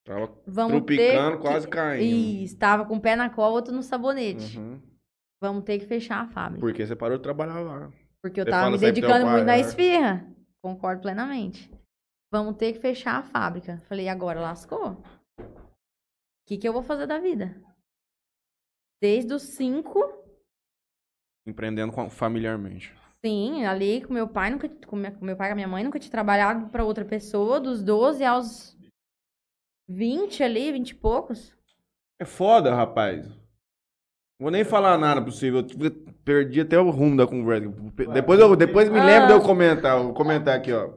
[SPEAKER 1] Tava
[SPEAKER 2] Vamos
[SPEAKER 1] Trupicando,
[SPEAKER 2] ter que-
[SPEAKER 1] quase caindo.
[SPEAKER 2] Ih, estava com o pé na cova, outro no sabonete.
[SPEAKER 1] Uhum.
[SPEAKER 2] Vamos ter que fechar a fábrica.
[SPEAKER 1] Porque você parou de trabalhar lá.
[SPEAKER 2] Porque eu
[SPEAKER 1] Você
[SPEAKER 2] tava
[SPEAKER 1] fala
[SPEAKER 2] me
[SPEAKER 1] sempre
[SPEAKER 2] dedicando
[SPEAKER 1] ao
[SPEAKER 2] muito na
[SPEAKER 1] pai, né?
[SPEAKER 2] esfirra. Concordo plenamente. Vamos ter que fechar a fábrica. Falei, agora lascou. O que, que eu vou fazer da vida? Desde os cinco,
[SPEAKER 1] Empreendendo com- familiarmente.
[SPEAKER 2] sim, ali com meu pai, nunca, com, minha- com meu pai e com a minha mãe, nunca tinha trabalhado para outra pessoa, dos 12 aos 20 ali, 20 e poucos.
[SPEAKER 1] É foda, rapaz. Vou nem falar nada pra você. Eu tive- perdi até o rumo da conversa. Pe- Depois, eu, depois me lembro de eu comentar. Vou comentar aqui, ó.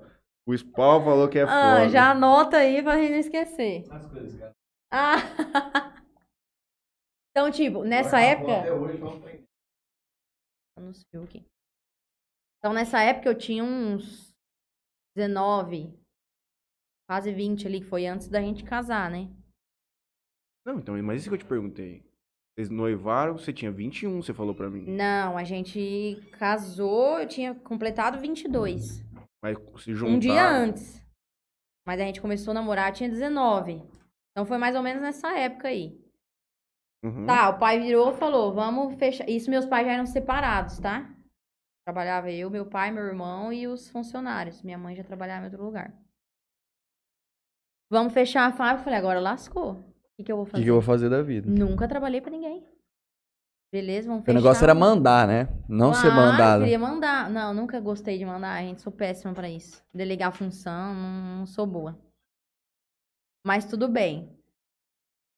[SPEAKER 1] O Spawn falou que é
[SPEAKER 2] Ah. ah,
[SPEAKER 1] foda.
[SPEAKER 2] já anota aí pra gente não esquecer. Ah! Então, tipo, nessa época. Eu não sei o que. Então, nessa época eu tinha uns 19 Fase 20 ali, que foi antes da gente casar, né?
[SPEAKER 1] Não, então, mas isso que eu te perguntei. Vocês noivaram, você tinha 21, você falou pra mim.
[SPEAKER 2] Não, a gente casou, eu tinha completado 22.
[SPEAKER 1] Mas se juntaram.
[SPEAKER 2] Um dia antes. Mas a gente começou a namorar, tinha 19. Então foi mais ou menos nessa época aí.
[SPEAKER 1] Uhum.
[SPEAKER 2] Tá, o pai virou e falou, vamos fechar. Isso meus pais já eram separados, tá? Trabalhava eu, meu pai, meu irmão e os funcionários. Minha mãe já trabalhava em outro lugar. Vamos fechar a fábrica. Eu falei, agora lascou. O que, que eu vou
[SPEAKER 3] O que,
[SPEAKER 2] fazer?
[SPEAKER 3] que eu vou fazer da vida?
[SPEAKER 2] Nunca trabalhei pra ninguém. Beleza, vamos
[SPEAKER 3] Porque o
[SPEAKER 2] fechar.
[SPEAKER 3] negócio era mandar, né? Não ser
[SPEAKER 2] Claro,
[SPEAKER 3] mandado.
[SPEAKER 2] queria mandar. Não, nunca gostei de mandar, gente. Sou péssima pra isso. Delegar função, não, não sou boa. Mas tudo bem.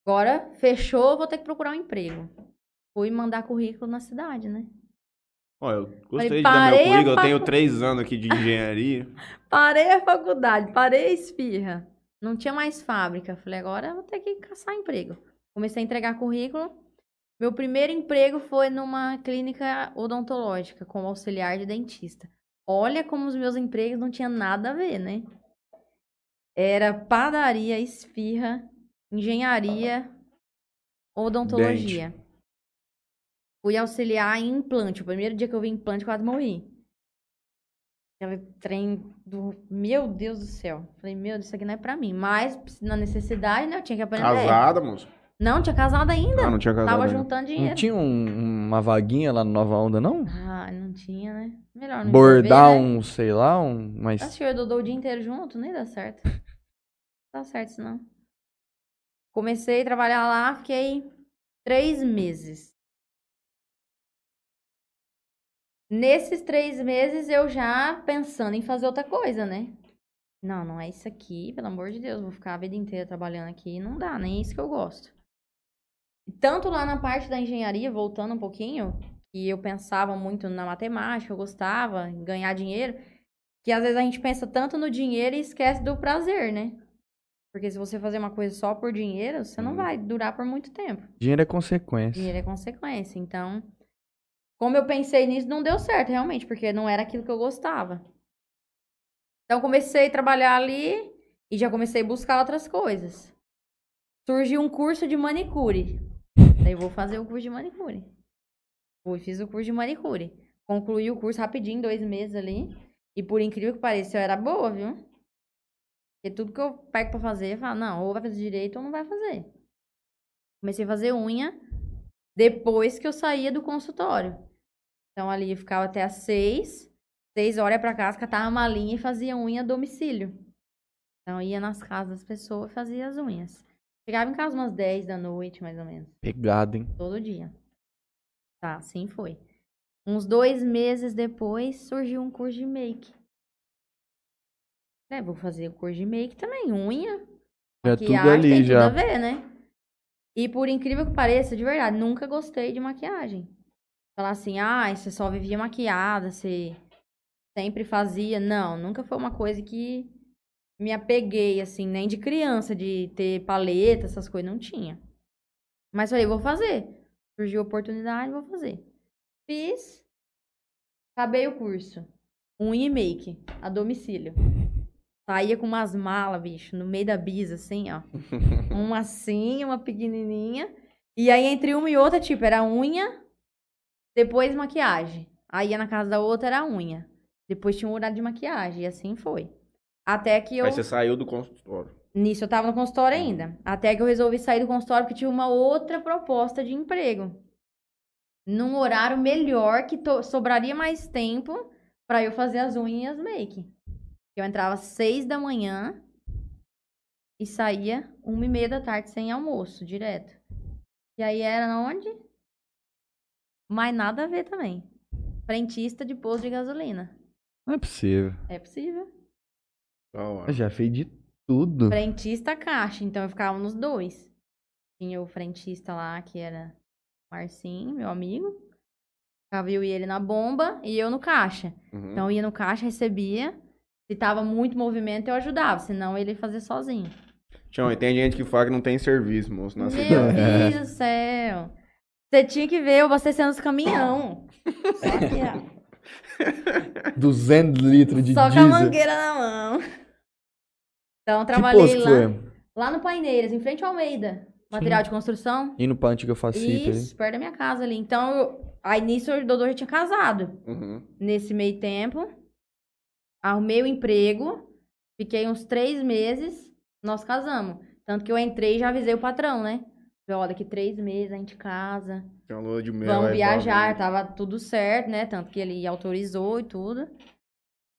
[SPEAKER 2] Agora, fechou, vou ter que procurar um emprego. Fui mandar currículo na cidade, né?
[SPEAKER 1] Ó, eu gostei de
[SPEAKER 2] Falei,
[SPEAKER 1] dar meu
[SPEAKER 2] parei a
[SPEAKER 1] currículo, eu tenho
[SPEAKER 2] facu-
[SPEAKER 1] três anos aqui de engenharia.
[SPEAKER 2] Parei a faculdade, parei a espirra. Não tinha mais fábrica. Falei, agora eu vou ter que caçar emprego. Comecei a entregar currículo. Meu primeiro emprego foi numa clínica odontológica, como auxiliar de dentista. Olha como os meus empregos não tinham nada a ver, né? Era padaria, espirra, engenharia, odontologia. Fui auxiliar em implante. O primeiro dia que eu vi implante, quase morri. Aquele trem do. Meu Deus do céu. Falei, meu, Deus, isso aqui não é pra mim. Mas, na necessidade, né? Eu tinha que aprender.
[SPEAKER 1] Casada, moço.
[SPEAKER 2] Não, tinha casado ainda.
[SPEAKER 1] Ah, não tinha casado.
[SPEAKER 2] Tava
[SPEAKER 1] ainda.
[SPEAKER 2] juntando dinheiro.
[SPEAKER 3] Não tinha um- uma vaguinha lá no Nova Onda, não?
[SPEAKER 2] Ah, não tinha, né? Melhor não envolver,
[SPEAKER 3] Bordar
[SPEAKER 2] né? Assim.
[SPEAKER 3] um, sei lá, um. Mas.
[SPEAKER 2] Nossa, eu e o Dodô o dia inteiro junto, nem dá certo. dá certo isso não. Comecei a trabalhar lá, fiquei três meses. Nesses três meses eu já pensando em fazer outra coisa, né? Não, não é isso aqui, pelo amor de Deus, vou ficar a vida inteira trabalhando aqui, não dá, nem isso que eu gosto. Tanto lá na parte da engenharia, voltando um pouquinho, que eu pensava muito na matemática, eu gostava, em ganhar dinheiro, que às vezes a gente pensa tanto no dinheiro e esquece do prazer, né? Porque se você fazer uma coisa só por dinheiro, você não
[SPEAKER 1] Uhum.
[SPEAKER 2] vai durar por muito tempo.
[SPEAKER 3] Dinheiro é consequência.
[SPEAKER 2] Dinheiro é consequência. Então, como eu pensei nisso, não deu certo, realmente, porque não era aquilo que eu gostava. Então, comecei a trabalhar ali e já comecei a buscar outras coisas. Surgiu um curso de manicure. Daí, eu vou fazer o curso de manicure. Fui, fiz o curso de manicure. Concluí o curso rapidinho, dois meses ali. E por incrível que pareça, eu era boa, viu? Porque tudo que eu pego pra fazer, eu falo, não, ou vai fazer direito ou não vai fazer. Comecei a fazer unha depois que eu saía do consultório. Então ali eu ficava até às seis, seis horas ia pra casa, catava a malinha e fazia unha a domicílio. Então eu ia nas casas das pessoas e fazia as unhas. Chegava em casa umas 10 da noite, mais ou menos,
[SPEAKER 3] Pegado, hein?
[SPEAKER 2] todo dia. Tá, assim foi. Uns dois meses depois surgiu um curso de make. É, vou fazer o curso de make também, unha,
[SPEAKER 3] Já é
[SPEAKER 2] que
[SPEAKER 3] tudo
[SPEAKER 2] arte
[SPEAKER 3] ali,
[SPEAKER 2] tem
[SPEAKER 3] já.
[SPEAKER 2] tudo a ver, né? E por incrível que pareça, de verdade, nunca gostei de maquiagem. Falar assim, ah, você só vivia maquiada, você sempre fazia. Não, nunca foi uma coisa que me apeguei, assim, nem de criança, de ter paleta, essas coisas, não tinha. Mas falei, vou fazer. Surgiu a oportunidade, vou fazer. Fiz, acabei o curso. Um e make, a domicílio. Saía com umas malas, bicho, no meio da bisa, assim, ó. uma assim, uma pequenininha. E aí, entre uma e outra, tipo, era unha, depois maquiagem. Aí, ia na casa da outra, era unha. Depois tinha um horário de maquiagem, e assim foi. Até que eu...
[SPEAKER 1] Aí você saiu do consultório.
[SPEAKER 2] Nisso eu tava no consultório ainda. Até que eu resolvi sair do consultório porque tinha uma outra proposta de emprego. Num horário melhor que to- sobraria mais tempo pra eu fazer as unhas make. Eu entrava às seis da manhã e saía uma e meia da tarde sem almoço, direto. E aí era onde? Mas nada a ver também. Frentista de posto de gasolina.
[SPEAKER 3] Não é possível.
[SPEAKER 2] É possível.
[SPEAKER 1] Da hora.
[SPEAKER 3] Eu já fez de tudo.
[SPEAKER 2] Frentista caixa, então eu ficava nos dois. Tinha o frentista lá, que era Marcinho, meu amigo. Ficava eu e ele na bomba e eu no caixa.
[SPEAKER 1] Uhum.
[SPEAKER 2] Então eu ia no caixa, recebia. Se tava muito movimento, eu ajudava, senão ele fazia sozinho.
[SPEAKER 1] Tião, e tem gente que fala que não tem serviço, moço, na
[SPEAKER 2] Meu
[SPEAKER 1] cidade.
[SPEAKER 3] É.
[SPEAKER 2] Deus do céu. Você tinha que ver eu abastecendo os caminhão. Só, que, ó,
[SPEAKER 3] 200 litros de
[SPEAKER 2] só com a
[SPEAKER 3] diesel.
[SPEAKER 2] mangueira na mão. Então eu
[SPEAKER 3] que
[SPEAKER 2] trabalhei
[SPEAKER 3] posto é?
[SPEAKER 2] lá,
[SPEAKER 3] que foi?
[SPEAKER 2] lá no Paineiras, em frente ao Almeida. Material de construção.
[SPEAKER 3] Indo pra antiga facita. ali.
[SPEAKER 2] Isso, perto da minha casa ali. Então, eu, aí nisso o Dodô já tinha casado.
[SPEAKER 1] Uhum.
[SPEAKER 2] Nesse meio tempo, arrumei o emprego, fiquei uns três meses, nós casamos. Tanto que eu entrei e já avisei o patrão, né? Falei, ó, daqui três meses a gente casa,
[SPEAKER 1] Tem uma lua de mel. é
[SPEAKER 2] vamos
[SPEAKER 1] aí,
[SPEAKER 2] viajar,
[SPEAKER 1] provavelmente.
[SPEAKER 2] tava tudo certo, né? Tanto que ele autorizou e tudo.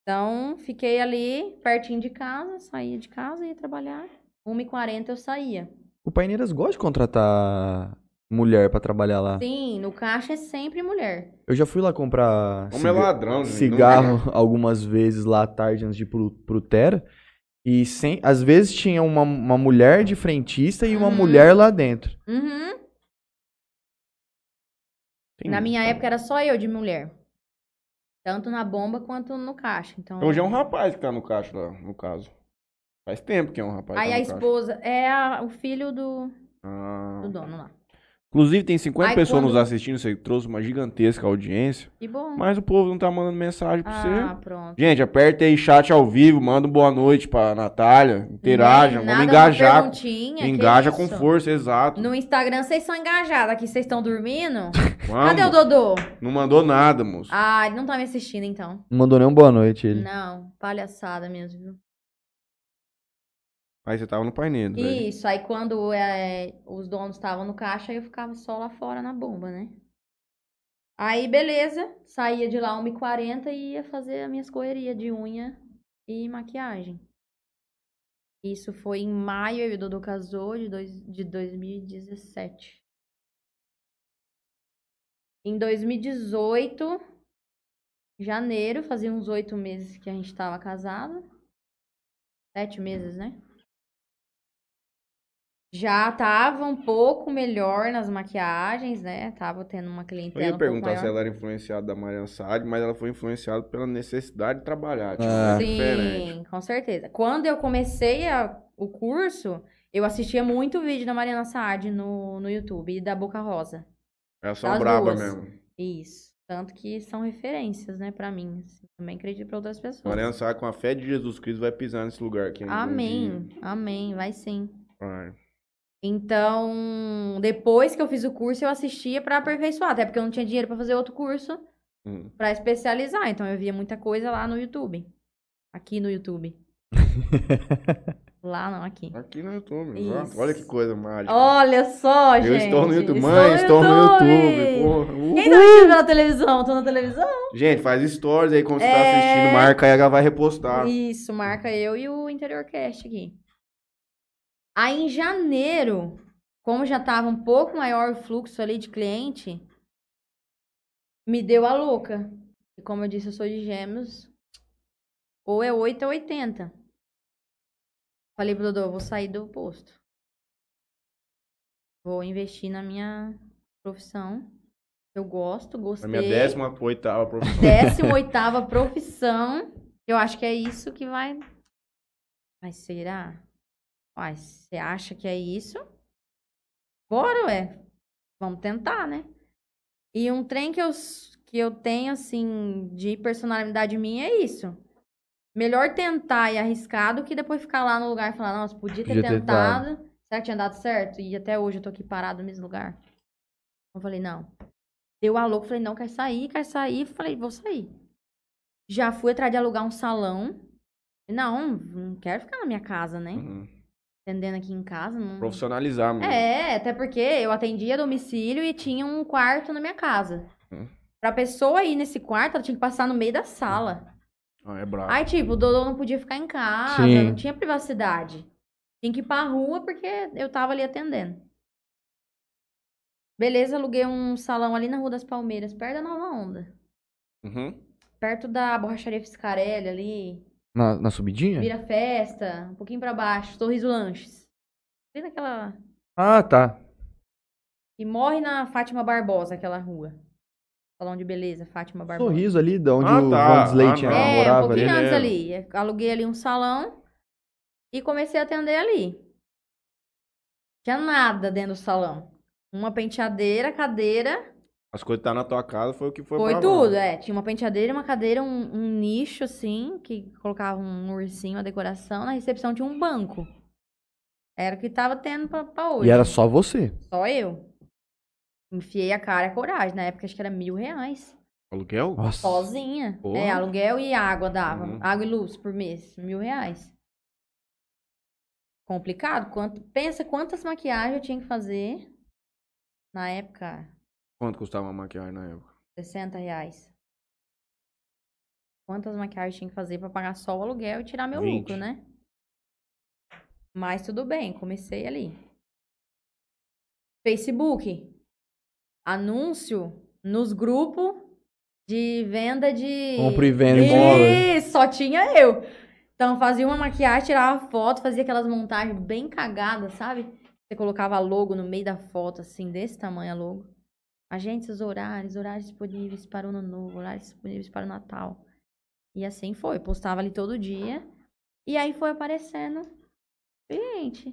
[SPEAKER 2] Então, fiquei ali pertinho de casa, saía de casa, ia trabalhar. 1h40 eu saía.
[SPEAKER 3] O Paineiras gosta de contratar mulher pra trabalhar lá.
[SPEAKER 2] Sim, no caixa é sempre mulher.
[SPEAKER 3] Eu já fui lá comprar
[SPEAKER 1] Como é
[SPEAKER 3] ciga-
[SPEAKER 1] ladrão, gente, não-
[SPEAKER 3] cigarro algumas vezes lá à tarde antes de ir pro, pro Terra. E sem, às vezes tinha uma, uma mulher de frentista e uma
[SPEAKER 2] Uhum.
[SPEAKER 3] mulher lá dentro.
[SPEAKER 2] Uhum.
[SPEAKER 1] Tem-
[SPEAKER 2] Na minha época era só eu de mulher. Tanto na bomba quanto no caixa. Então,
[SPEAKER 1] Hoje é um rapaz que tá no caixa lá, no caso. Faz tempo que é um rapaz. que
[SPEAKER 2] aí
[SPEAKER 1] tá
[SPEAKER 2] a
[SPEAKER 1] no caixa.
[SPEAKER 2] esposa é a- o filho do,
[SPEAKER 1] Ah.
[SPEAKER 2] do dono lá.
[SPEAKER 1] Inclusive, tem 50
[SPEAKER 2] Aí,
[SPEAKER 1] pessoas
[SPEAKER 2] quando-
[SPEAKER 1] nos assistindo. Você trouxe uma gigantesca audiência.
[SPEAKER 2] E bom.
[SPEAKER 1] Mas o povo não tá mandando mensagem pra
[SPEAKER 2] ah,
[SPEAKER 1] você.
[SPEAKER 2] pronto.
[SPEAKER 1] Gente, aperta aí chat ao vivo, manda um boa noite pra Natália. Interajam,
[SPEAKER 2] Não,
[SPEAKER 1] vamos
[SPEAKER 2] nada, uma
[SPEAKER 1] engajar.
[SPEAKER 2] perguntinha, que
[SPEAKER 1] Engaja com
[SPEAKER 2] isso?
[SPEAKER 1] força, exato.
[SPEAKER 2] No Instagram vocês são engajados. Aqui vocês estão dormindo?
[SPEAKER 1] Vamos.
[SPEAKER 2] Cadê o Dodô?
[SPEAKER 1] Não mandou nada, moço.
[SPEAKER 2] Ah, ele não tá me assistindo então.
[SPEAKER 3] Não mandou nem um boa noite ele.
[SPEAKER 2] Não, palhaçada mesmo, viu?
[SPEAKER 1] Aí você tava no painel, né? velho.
[SPEAKER 2] Isso, aí quando é, os donos estavam no caixa, eu ficava só lá fora na bomba, né? Aí, beleza, saía de lá 1h40 e ia fazer as minhas correrias de unha e maquiagem. Isso foi em maio, eu e o Dodô casou, de, dois, de 2017. Em 2018, janeiro, fazia uns oito meses que a gente estava casado. Sete meses, né? Já tava um pouco melhor nas maquiagens, né? Tava tendo uma
[SPEAKER 1] Eu
[SPEAKER 2] clientela
[SPEAKER 1] ia
[SPEAKER 2] um pouco
[SPEAKER 1] perguntar
[SPEAKER 2] maior.
[SPEAKER 1] se ela era influenciada da Mariana Saad, mas ela foi influenciada pela necessidade de trabalhar. Tipo,
[SPEAKER 3] Ah.
[SPEAKER 1] é diferente.
[SPEAKER 2] Sim, com certeza. Quando eu comecei a- o curso, eu assistia muito vídeo da Mariana Saad no, no YouTube e da Boca Rosa.
[SPEAKER 1] Elas são
[SPEAKER 2] Das
[SPEAKER 1] é braba
[SPEAKER 2] duas.
[SPEAKER 1] mesmo.
[SPEAKER 2] Isso. Tanto que são referências, né, pra mim. assim. Também acredito pra outras pessoas.
[SPEAKER 1] Mariana Saad, com a fé de Jesus Cristo, vai pisar nesse lugar aqui. ainda um
[SPEAKER 2] Amém.
[SPEAKER 1] dia.
[SPEAKER 2] Amém, vai sim.
[SPEAKER 1] Vai.
[SPEAKER 2] Então, depois que eu fiz o curso, eu assistia pra aperfeiçoar, até porque eu não tinha dinheiro pra fazer outro curso
[SPEAKER 1] Hum.
[SPEAKER 2] pra especializar, então eu via muita coisa lá no YouTube. Aqui no YouTube. lá não, aqui.
[SPEAKER 1] Aqui no YouTube.
[SPEAKER 2] Isso.
[SPEAKER 1] ó. Olha que coisa mágica.
[SPEAKER 2] Olha só,
[SPEAKER 1] Eu
[SPEAKER 2] gente.
[SPEAKER 1] estou no YouTube. Mãe, estou no YouTube. porra. Uh.
[SPEAKER 2] Quem tá assistindo pela televisão? Tô na televisão?
[SPEAKER 1] Gente, faz stories aí quando você tá
[SPEAKER 2] É.
[SPEAKER 1] assistindo, marca aí, ela vai repostar.
[SPEAKER 2] Isso, marca eu e o Interior Cast aqui. Aí em janeiro, como já tava um pouco maior o fluxo ali de cliente, me deu a louca. E como eu disse, eu sou de gêmeos. Ou é 8 ou 80. Falei pro Dodô, eu vou sair do posto. Vou investir na minha profissão. Eu gosto,
[SPEAKER 1] Na
[SPEAKER 2] gostei.
[SPEAKER 1] minha décima oitava profissão.
[SPEAKER 2] 18 profissão. Eu acho que é isso que vai. Mas será? Uai, você acha que é isso? Bora, ué. Vamos tentar, né? E um trem que eu, s- que eu tenho, assim, de personalidade minha é isso. Melhor tentar e arriscar do que depois ficar lá no lugar e falar, nossa, podia ter
[SPEAKER 3] Podia ter
[SPEAKER 2] tentado. Será que tinha dado certo? E até hoje eu tô aqui parado no mesmo lugar. Eu falei, não. Deu a louco, falei, não, quer sair, quer sair. Falei, vou sair. Já fui atrás de alugar um salão. Não, não quero ficar na minha casa, né?
[SPEAKER 1] Uhum.
[SPEAKER 2] Atendendo aqui em casa. Não...
[SPEAKER 1] Profissionalizar mesmo.
[SPEAKER 2] É, até porque eu atendia domicílio e tinha um quarto na minha casa.
[SPEAKER 1] Hum.
[SPEAKER 2] Pra pessoa ir nesse quarto, ela tinha que passar no meio da sala.
[SPEAKER 1] Ah, é brabo.
[SPEAKER 2] Aí, tipo, o Dodô não podia ficar em casa,
[SPEAKER 3] Sim.
[SPEAKER 2] não tinha privacidade. Tinha que ir pra rua porque eu tava ali atendendo. Beleza, aluguei um salão ali na Rua das Palmeiras, perto da Nova Onda.
[SPEAKER 1] Uhum.
[SPEAKER 2] Perto da borracharia Fiscarelli ali.
[SPEAKER 3] Na, na subidinha?
[SPEAKER 2] Vira festa, um pouquinho pra baixo, Sorriso Lanches. Bem naquela
[SPEAKER 3] Ah, tá.
[SPEAKER 2] E morre na Fátima Barbosa, aquela rua. Salão de beleza, Fátima Barbosa.
[SPEAKER 3] Sorriso ali, de onde
[SPEAKER 1] Ah,
[SPEAKER 3] o
[SPEAKER 1] tá.
[SPEAKER 3] Vandes Leite
[SPEAKER 1] Ah, não.
[SPEAKER 2] É, um
[SPEAKER 3] morava
[SPEAKER 2] pouquinho
[SPEAKER 3] ali.
[SPEAKER 1] né?
[SPEAKER 2] antes ali. Aluguei ali um salão e comecei a atender ali. Tinha nada dentro do salão. Uma penteadeira, cadeira
[SPEAKER 1] As coisas que tá na tua casa foi o que foi
[SPEAKER 2] Foi
[SPEAKER 1] pra
[SPEAKER 2] tudo,
[SPEAKER 1] lá.
[SPEAKER 2] é. Tinha uma penteadeira, uma cadeira, um, um nicho, assim, que colocava um ursinho, uma decoração. Na recepção tinha um banco. Era o que tava tendo pra, pra hoje.
[SPEAKER 3] E era só você.
[SPEAKER 2] Só eu. Enfiei a cara e a coragem. Na época acho que era mil reais.
[SPEAKER 1] Aluguel?
[SPEAKER 3] Nossa.
[SPEAKER 2] Sozinha.
[SPEAKER 1] Porra.
[SPEAKER 2] É, aluguel e água dava.
[SPEAKER 1] Uhum.
[SPEAKER 2] Água e luz por mês. Mil reais. Complicado. Quanto, pensa quantas maquiagens eu tinha que fazer. Na época,
[SPEAKER 1] Quanto custava uma maquiagem na época?
[SPEAKER 2] 60 reais. Quantas maquiagens tinha que fazer pra pagar só o aluguel e tirar meu
[SPEAKER 1] 20.
[SPEAKER 2] lucro, né? Mas tudo bem, comecei ali. Facebook. Anúncio nos grupos de venda de.
[SPEAKER 3] Compra e venda de imóvel.
[SPEAKER 2] Isso, só tinha eu. Então fazia uma maquiagem, tirava foto, fazia aquelas montagens bem cagadas, sabe? Você colocava logo no meio da foto, assim, desse tamanho a logo. Agências, horários, horários disponíveis para o ano novo, horários disponíveis para o Natal. E assim foi. Postava ali todo dia. E aí foi aparecendo cliente.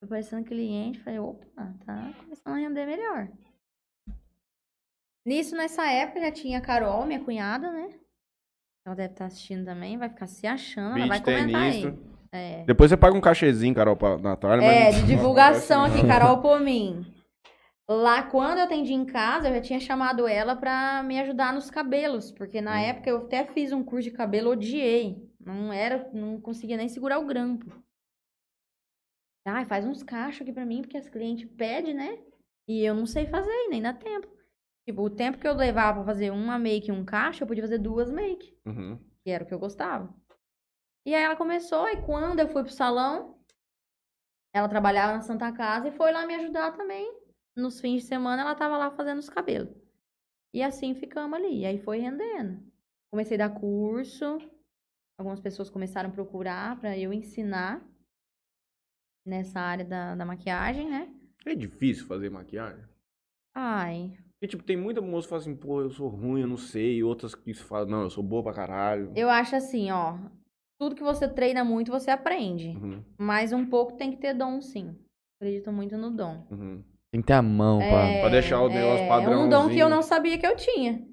[SPEAKER 2] Foi aparecendo cliente. Falei, opa, tá começando a render melhor. Nisso, nessa época, já tinha a Carol, minha cunhada, né? Ela deve estar assistindo também, vai ficar se achando, ela vai
[SPEAKER 1] Beach
[SPEAKER 2] comentar aí.
[SPEAKER 1] tenista.
[SPEAKER 2] É.
[SPEAKER 1] Depois você paga um cachezinho, Carol, pra Natália. mas
[SPEAKER 2] É,
[SPEAKER 1] não-
[SPEAKER 2] de divulgação aqui, Carol Pomin. Lá, quando eu atendi em casa, eu já tinha chamado ela pra me ajudar nos cabelos, porque na
[SPEAKER 1] Hum.
[SPEAKER 2] época eu até fiz um curso de cabelo, odiei. Não era, não conseguia nem segurar o grampo. Ai, faz uns cachos aqui pra mim, porque as clientes pedem, né? E eu não sei fazer, e nem dá tempo. Tipo, o tempo que eu levava pra fazer uma make e um cacho, eu podia fazer duas make,
[SPEAKER 1] Uhum.
[SPEAKER 2] que era o que eu gostava. E aí ela começou, e quando eu fui pro salão, ela trabalhava na Santa Casa e foi lá me ajudar também. Nos fins de semana ela tava lá fazendo os cabelos. E assim ficamos ali. E aí foi rendendo. Comecei a dar curso. Algumas pessoas começaram a procurar pra eu ensinar nessa área da, da maquiagem, né?
[SPEAKER 1] É difícil fazer maquiagem.
[SPEAKER 2] Ai,
[SPEAKER 1] Porque, tipo, tem muita moça que fala assim, pô, eu sou ruim, eu não sei. E outras que falam, não, eu sou boa pra caralho.
[SPEAKER 2] eu acho assim, ó. Tudo que você treina muito, você aprende.
[SPEAKER 1] Uhum,
[SPEAKER 2] Mas um pouco tem que ter dom, sim. Acredito muito no dom.
[SPEAKER 1] uhum.
[SPEAKER 3] Tem que ter a mão, pá.
[SPEAKER 1] Pra deixar o negócio
[SPEAKER 2] É um dom que
[SPEAKER 1] padrãozinho.
[SPEAKER 2] eu não sabia que eu tinha.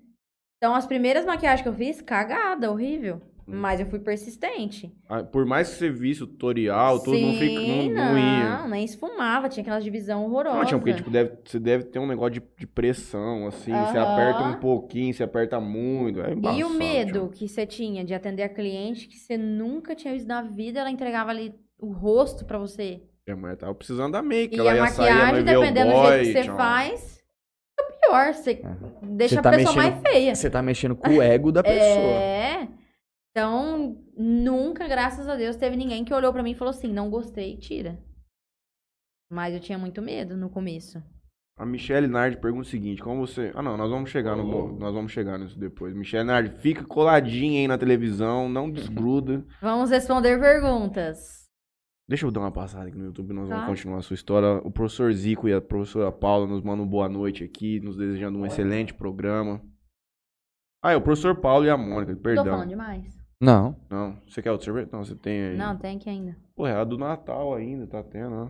[SPEAKER 2] Então, as primeiras maquiagens que eu fiz, cagada, horrível.
[SPEAKER 1] Hum.
[SPEAKER 2] Mas eu fui persistente.
[SPEAKER 1] Ah, Por mais que você visse Ah, o tutorial, tudo não fica. Não,
[SPEAKER 2] Sim,
[SPEAKER 1] não ia.
[SPEAKER 2] não, nem esfumava, tinha aquelas divisão
[SPEAKER 1] Não,
[SPEAKER 2] horrorosa.
[SPEAKER 1] tinha, porque, tipo, deve, você deve ter um negócio de, de pressão, assim. Você
[SPEAKER 2] Aham.
[SPEAKER 1] aperta um pouquinho, você aperta muito. É
[SPEAKER 2] E
[SPEAKER 1] embaçado,
[SPEAKER 2] o medo
[SPEAKER 1] tio.
[SPEAKER 2] que você tinha de atender a cliente que você nunca tinha visto na vida, ela entregava ali o rosto pra você.
[SPEAKER 1] Minha mulher É, tava precisando da make.
[SPEAKER 2] E
[SPEAKER 1] ela
[SPEAKER 2] a
[SPEAKER 1] ia sair, ela
[SPEAKER 2] maquiagem,
[SPEAKER 1] ia ver o
[SPEAKER 2] dependendo do
[SPEAKER 1] boy,
[SPEAKER 2] jeito que você
[SPEAKER 1] tchau.
[SPEAKER 2] faz, é o pior. Você deixa
[SPEAKER 3] Você
[SPEAKER 2] a
[SPEAKER 3] tá
[SPEAKER 2] pessoa
[SPEAKER 3] mexendo-
[SPEAKER 2] mais feia.
[SPEAKER 3] Você tá mexendo com o ego da pessoa.
[SPEAKER 2] É. Então, nunca, graças a Deus, teve ninguém que olhou pra mim e falou assim: não gostei, tira. Mas eu tinha muito medo no começo.
[SPEAKER 1] A Michelle Nardi pergunta o seguinte: como você. Ah, não, nós vamos chegar no. Nós vamos chegar nisso depois. Michelle Nardi, fica coladinha aí na televisão, não desgruda.
[SPEAKER 2] Vamos responder perguntas.
[SPEAKER 1] Deixa eu dar uma passada aqui no YouTube, nós vamos
[SPEAKER 2] Tá.
[SPEAKER 1] continuar a sua história. O professor Zico e a professora Paula nos mandam um boa noite aqui, nos desejando um excelente programa. Ah, é o professor Paulo e a Mônica,
[SPEAKER 2] Tô
[SPEAKER 1] perdão.
[SPEAKER 2] falando demais.
[SPEAKER 3] Não.
[SPEAKER 1] Não, você quer outro sorvete? Não, você tem aí.
[SPEAKER 2] Não, tem aqui ainda.
[SPEAKER 1] Pô, é a do Natal ainda, tá tendo, ó.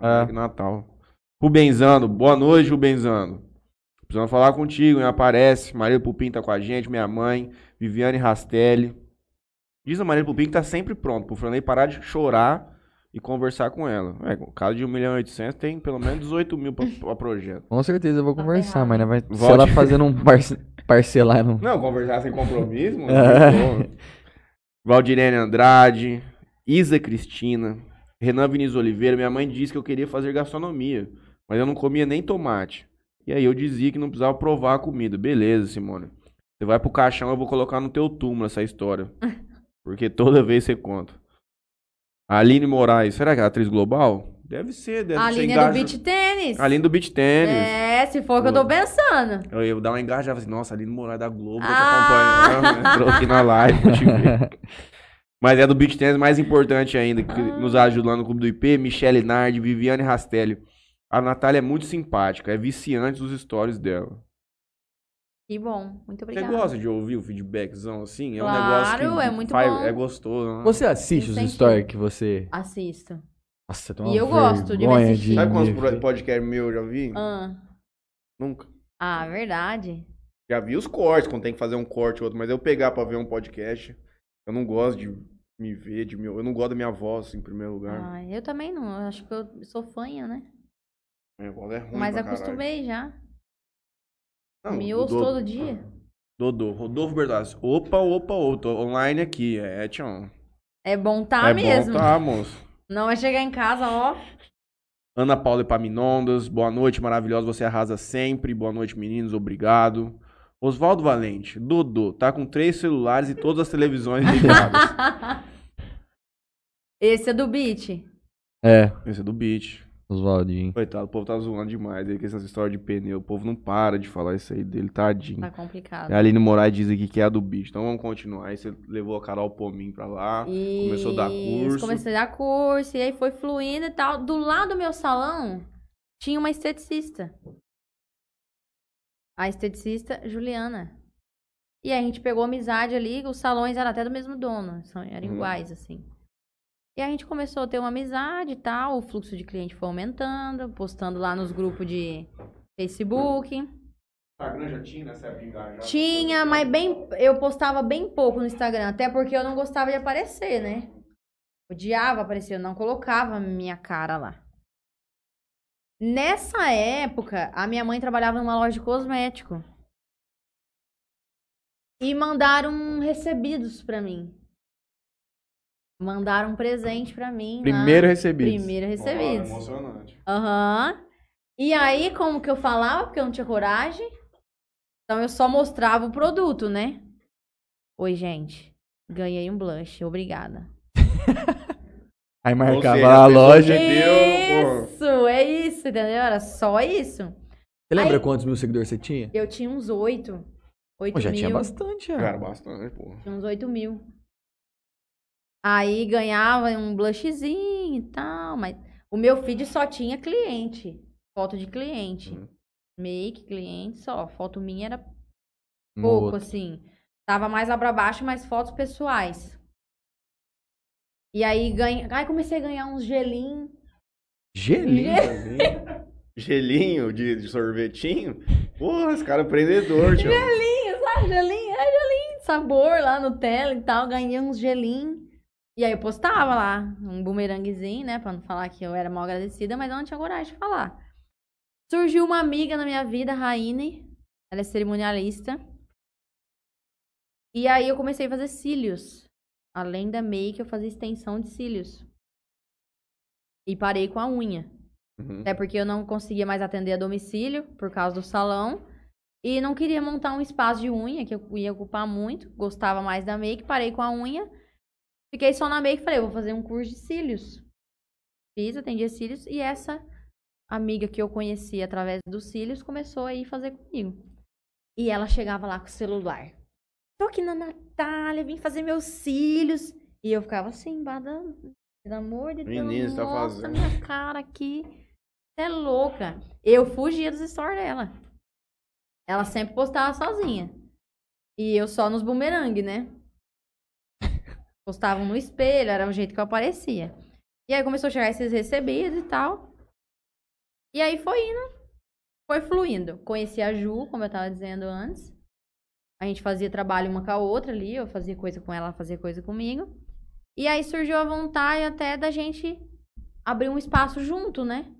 [SPEAKER 3] Ah.
[SPEAKER 1] Ah. Natal. Rubenzano, boa noite, Rubenzano. Precisamos falar contigo, hein? Aparece. Maria Pupim tá com a gente, minha mãe, Viviane Rastelli. Diz a Maria Pupim que tá sempre pronto pro Franley parar de chorar e conversar com ela. É, com o caso de 1 milhão e 800 tem pelo menos 18 mil pra, pra projeto.
[SPEAKER 3] Com certeza eu vou
[SPEAKER 2] Tá
[SPEAKER 3] conversar,
[SPEAKER 2] ferrado.
[SPEAKER 3] mas não vai. Se
[SPEAKER 1] Volte.
[SPEAKER 3] ela fazendo um parce- parcelar não.
[SPEAKER 1] Não, conversar sem compromisso, mano.
[SPEAKER 3] É.
[SPEAKER 1] Valdirene Andrade, Isa Cristina, Renan Vinícius Oliveira. Minha mãe disse que eu queria fazer gastronomia, mas eu não comia nem tomate. E aí eu dizia que não precisava provar a comida. Beleza, Simone. Você vai pro caixão, eu vou colocar no teu túmulo essa história. Porque toda vez você conta. Aline Moraes, será que é atriz global? Deve ser, deve ser.
[SPEAKER 2] A linha do
[SPEAKER 1] engaja-
[SPEAKER 2] beach tênis.
[SPEAKER 1] Aline do Beach Tennis.
[SPEAKER 2] É, se for o que eu tô pensando.
[SPEAKER 1] Eu ia dar uma engajada, assim, nossa, ali no Moraes da Globo, tá te
[SPEAKER 2] Ah!
[SPEAKER 1] acompanhando, entrou aqui na live pra te ver. Mas é do Beach Tennis mais importante ainda, que
[SPEAKER 2] Ah.
[SPEAKER 1] nos ajuda lá no Clube do IP, Michele Nardi, Viviane Rastelli. A Natália é muito simpática, é viciante os stories dela.
[SPEAKER 2] Que bom. Muito
[SPEAKER 1] Você
[SPEAKER 2] obrigada.
[SPEAKER 1] gosta de ouvir o feedbackzão assim? É um
[SPEAKER 2] Claro,
[SPEAKER 1] negócio que
[SPEAKER 2] é muito
[SPEAKER 1] faz-
[SPEAKER 2] bom.
[SPEAKER 1] É gostoso, né?
[SPEAKER 3] Você assiste os
[SPEAKER 2] Incentivo.
[SPEAKER 3] stories que você.
[SPEAKER 2] Assisto.
[SPEAKER 3] Nossa,
[SPEAKER 2] E eu gosto de me
[SPEAKER 3] vergonha
[SPEAKER 2] assistir.
[SPEAKER 1] Sabe quantos podcasts meu eu já vi?
[SPEAKER 2] Ah,
[SPEAKER 1] Nunca.
[SPEAKER 2] Ah, verdade.
[SPEAKER 1] Já vi os cortes, quando tem que fazer um corte ou outro, mas eu pegar pra ver um podcast, eu não gosto de me ver, de me... eu não gosto da minha voz, assim, em primeiro lugar.
[SPEAKER 2] Ah, eu também não. Eu acho que eu sou fanha, né?
[SPEAKER 1] Minha voz é ruim
[SPEAKER 2] Mas
[SPEAKER 1] pra caralho.
[SPEAKER 2] acostumei já.
[SPEAKER 1] Não,
[SPEAKER 2] Me
[SPEAKER 1] o
[SPEAKER 2] ouço
[SPEAKER 1] Dodô-
[SPEAKER 2] todo dia.
[SPEAKER 1] Dodô, Rodolfo Bertazzi. Opa, opa, opa, tô online aqui. É, tchau.
[SPEAKER 2] É bom tá
[SPEAKER 1] é
[SPEAKER 2] mesmo.
[SPEAKER 1] bom, tá, moço.
[SPEAKER 2] Não vai chegar em casa, ó.
[SPEAKER 1] Ana Paula Epaminondas, boa noite, maravilhosa, você arrasa sempre. Boa noite, meninos, obrigado. Oswaldo Valente, Dodô, tá com três celulares e todas as televisões ligadas.
[SPEAKER 2] Esse é do beat.
[SPEAKER 3] É,
[SPEAKER 1] Esse é do beat.
[SPEAKER 3] Oswaldinho.
[SPEAKER 1] Coitado, o povo tá zoando demais aí com essas histórias de pneu. O povo não para de falar isso aí dele, tadinho.
[SPEAKER 2] Tá complicado.
[SPEAKER 1] A Aline Moraes diz aqui que é a do bicho. Então vamos continuar. Aí você levou a Carol Pomin pra lá.
[SPEAKER 2] E
[SPEAKER 1] Começou a dar curso.
[SPEAKER 2] Comecei a dar curso, e aí foi fluindo e tal. Do lado do meu salão, tinha uma esteticista. A esteticista Juliana. E aí a gente pegou amizade ali, os salões eram até do mesmo dono, são- eram
[SPEAKER 1] Uhum.
[SPEAKER 2] iguais, assim. E a gente começou a ter uma amizade e tal, o fluxo de cliente foi aumentando, postando lá nos grupos de Facebook.
[SPEAKER 1] Instagram já um tinha né? nessa época
[SPEAKER 2] Tinha, mas bem, eu postava bem pouco no Instagram, até porque eu não gostava de aparecer, né? Odiava aparecer, eu não colocava minha cara lá. Nessa época, a minha mãe trabalhava numa loja de cosmético. E mandaram recebidos pra mim. Mandaram um presente pra mim. lá.
[SPEAKER 3] Primeiro recebido.
[SPEAKER 2] Primeiro recebidos.
[SPEAKER 1] emocionante.
[SPEAKER 2] Aham. E aí, como que eu falava? Porque eu não tinha coragem. Então eu só mostrava o produto, né? Oi, gente. Ganhei um blush, obrigada.
[SPEAKER 3] Aí
[SPEAKER 1] Ou
[SPEAKER 3] marcava
[SPEAKER 1] seja,
[SPEAKER 3] a
[SPEAKER 1] as pessoas-
[SPEAKER 3] loja.
[SPEAKER 1] deu,
[SPEAKER 2] isso, é isso, entendeu? Era só isso.
[SPEAKER 4] Você lembra quantos mil seguidores você tinha?
[SPEAKER 2] Eu tinha uns oito. Oito
[SPEAKER 3] Pô, já
[SPEAKER 2] mil.
[SPEAKER 3] tinha bastante, já.
[SPEAKER 1] Cara, bastante, pô.
[SPEAKER 2] Tinha uns 8 mil. Aí ganhava um blushzinho e tal, mas o meu feed só tinha cliente. Foto de cliente.
[SPEAKER 1] Uhum.
[SPEAKER 2] Make, cliente, só. Foto minha era
[SPEAKER 3] No
[SPEAKER 2] pouco,
[SPEAKER 3] Um outro.
[SPEAKER 2] assim. Tava mais lá pra baixo, mas fotos pessoais. E aí ganha... aí comecei a ganhar uns gelinhos.
[SPEAKER 3] Gelinho.
[SPEAKER 1] Gelinho de, de sorvetinho? Porra, esse cara é empreendedor, tio.
[SPEAKER 2] gelinho, sabe? Gelinho, é gelinho. Sabor lá no tela e tal. Ganhei uns gelinho. E aí eu postava lá um bumeranguezinho, né? Pra não falar que eu era mal agradecida, mas eu não tinha coragem de falar. Surgiu uma amiga na minha vida, a Raine. Ela é cerimonialista. E aí eu comecei a fazer cílios. Além da make, eu fazia extensão de cílios. E parei com a unha.
[SPEAKER 1] Uhum.
[SPEAKER 2] Até porque eu não conseguia mais atender a domicílio por causa do salão. E não queria montar um espaço de unha, que eu ia ocupar muito. Gostava mais da make, parei com a unha. Fiquei só na make e falei, vou fazer um curso de cílios. Fiz, atendi a cílios. E essa amiga que eu conheci através dos cílios começou a ir fazer comigo. E ela chegava lá com o celular. Tô aqui na Natália, vim fazer meus cílios. E eu ficava assim, badando. Pelo amor de Deus,
[SPEAKER 1] Menina, você tá
[SPEAKER 2] mostra
[SPEAKER 1] fazendo.
[SPEAKER 2] minha cara aqui. Você é louca. Eu fugia dos stories dela. Ela sempre postava sozinha. E eu só nos bumerangue, né? Postavam no espelho, era o jeito que eu aparecia. E aí começou a chegar esses recebidos e tal. E aí foi indo. Foi fluindo. Conheci a Ju, como eu tava dizendo antes. A gente fazia trabalho uma com a outra ali, eu fazia coisa com ela, ela fazia coisa comigo. E aí surgiu a vontade até da gente abrir um espaço junto, né?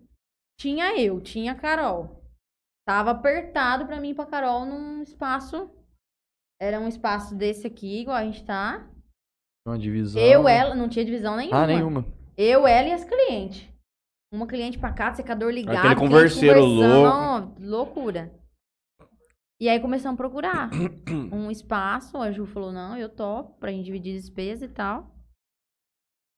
[SPEAKER 2] Tinha eu, tinha a Carol. Tava apertado pra mim e pra Carol num espaço. Era um espaço desse aqui, igual a gente tá.
[SPEAKER 3] Uma divisão. né?
[SPEAKER 2] Eu, ela, não tinha divisão nenhuma.
[SPEAKER 3] Ah, nenhuma.
[SPEAKER 2] Eu, ela e as clientes. Uma cliente pra cá, secador ligado.
[SPEAKER 1] Aquele
[SPEAKER 2] cliente
[SPEAKER 1] converseiro
[SPEAKER 2] conversando, Loucura. E aí começamos a procurar um espaço. A Ju falou, não, eu topo pra gente dividir despesa e tal.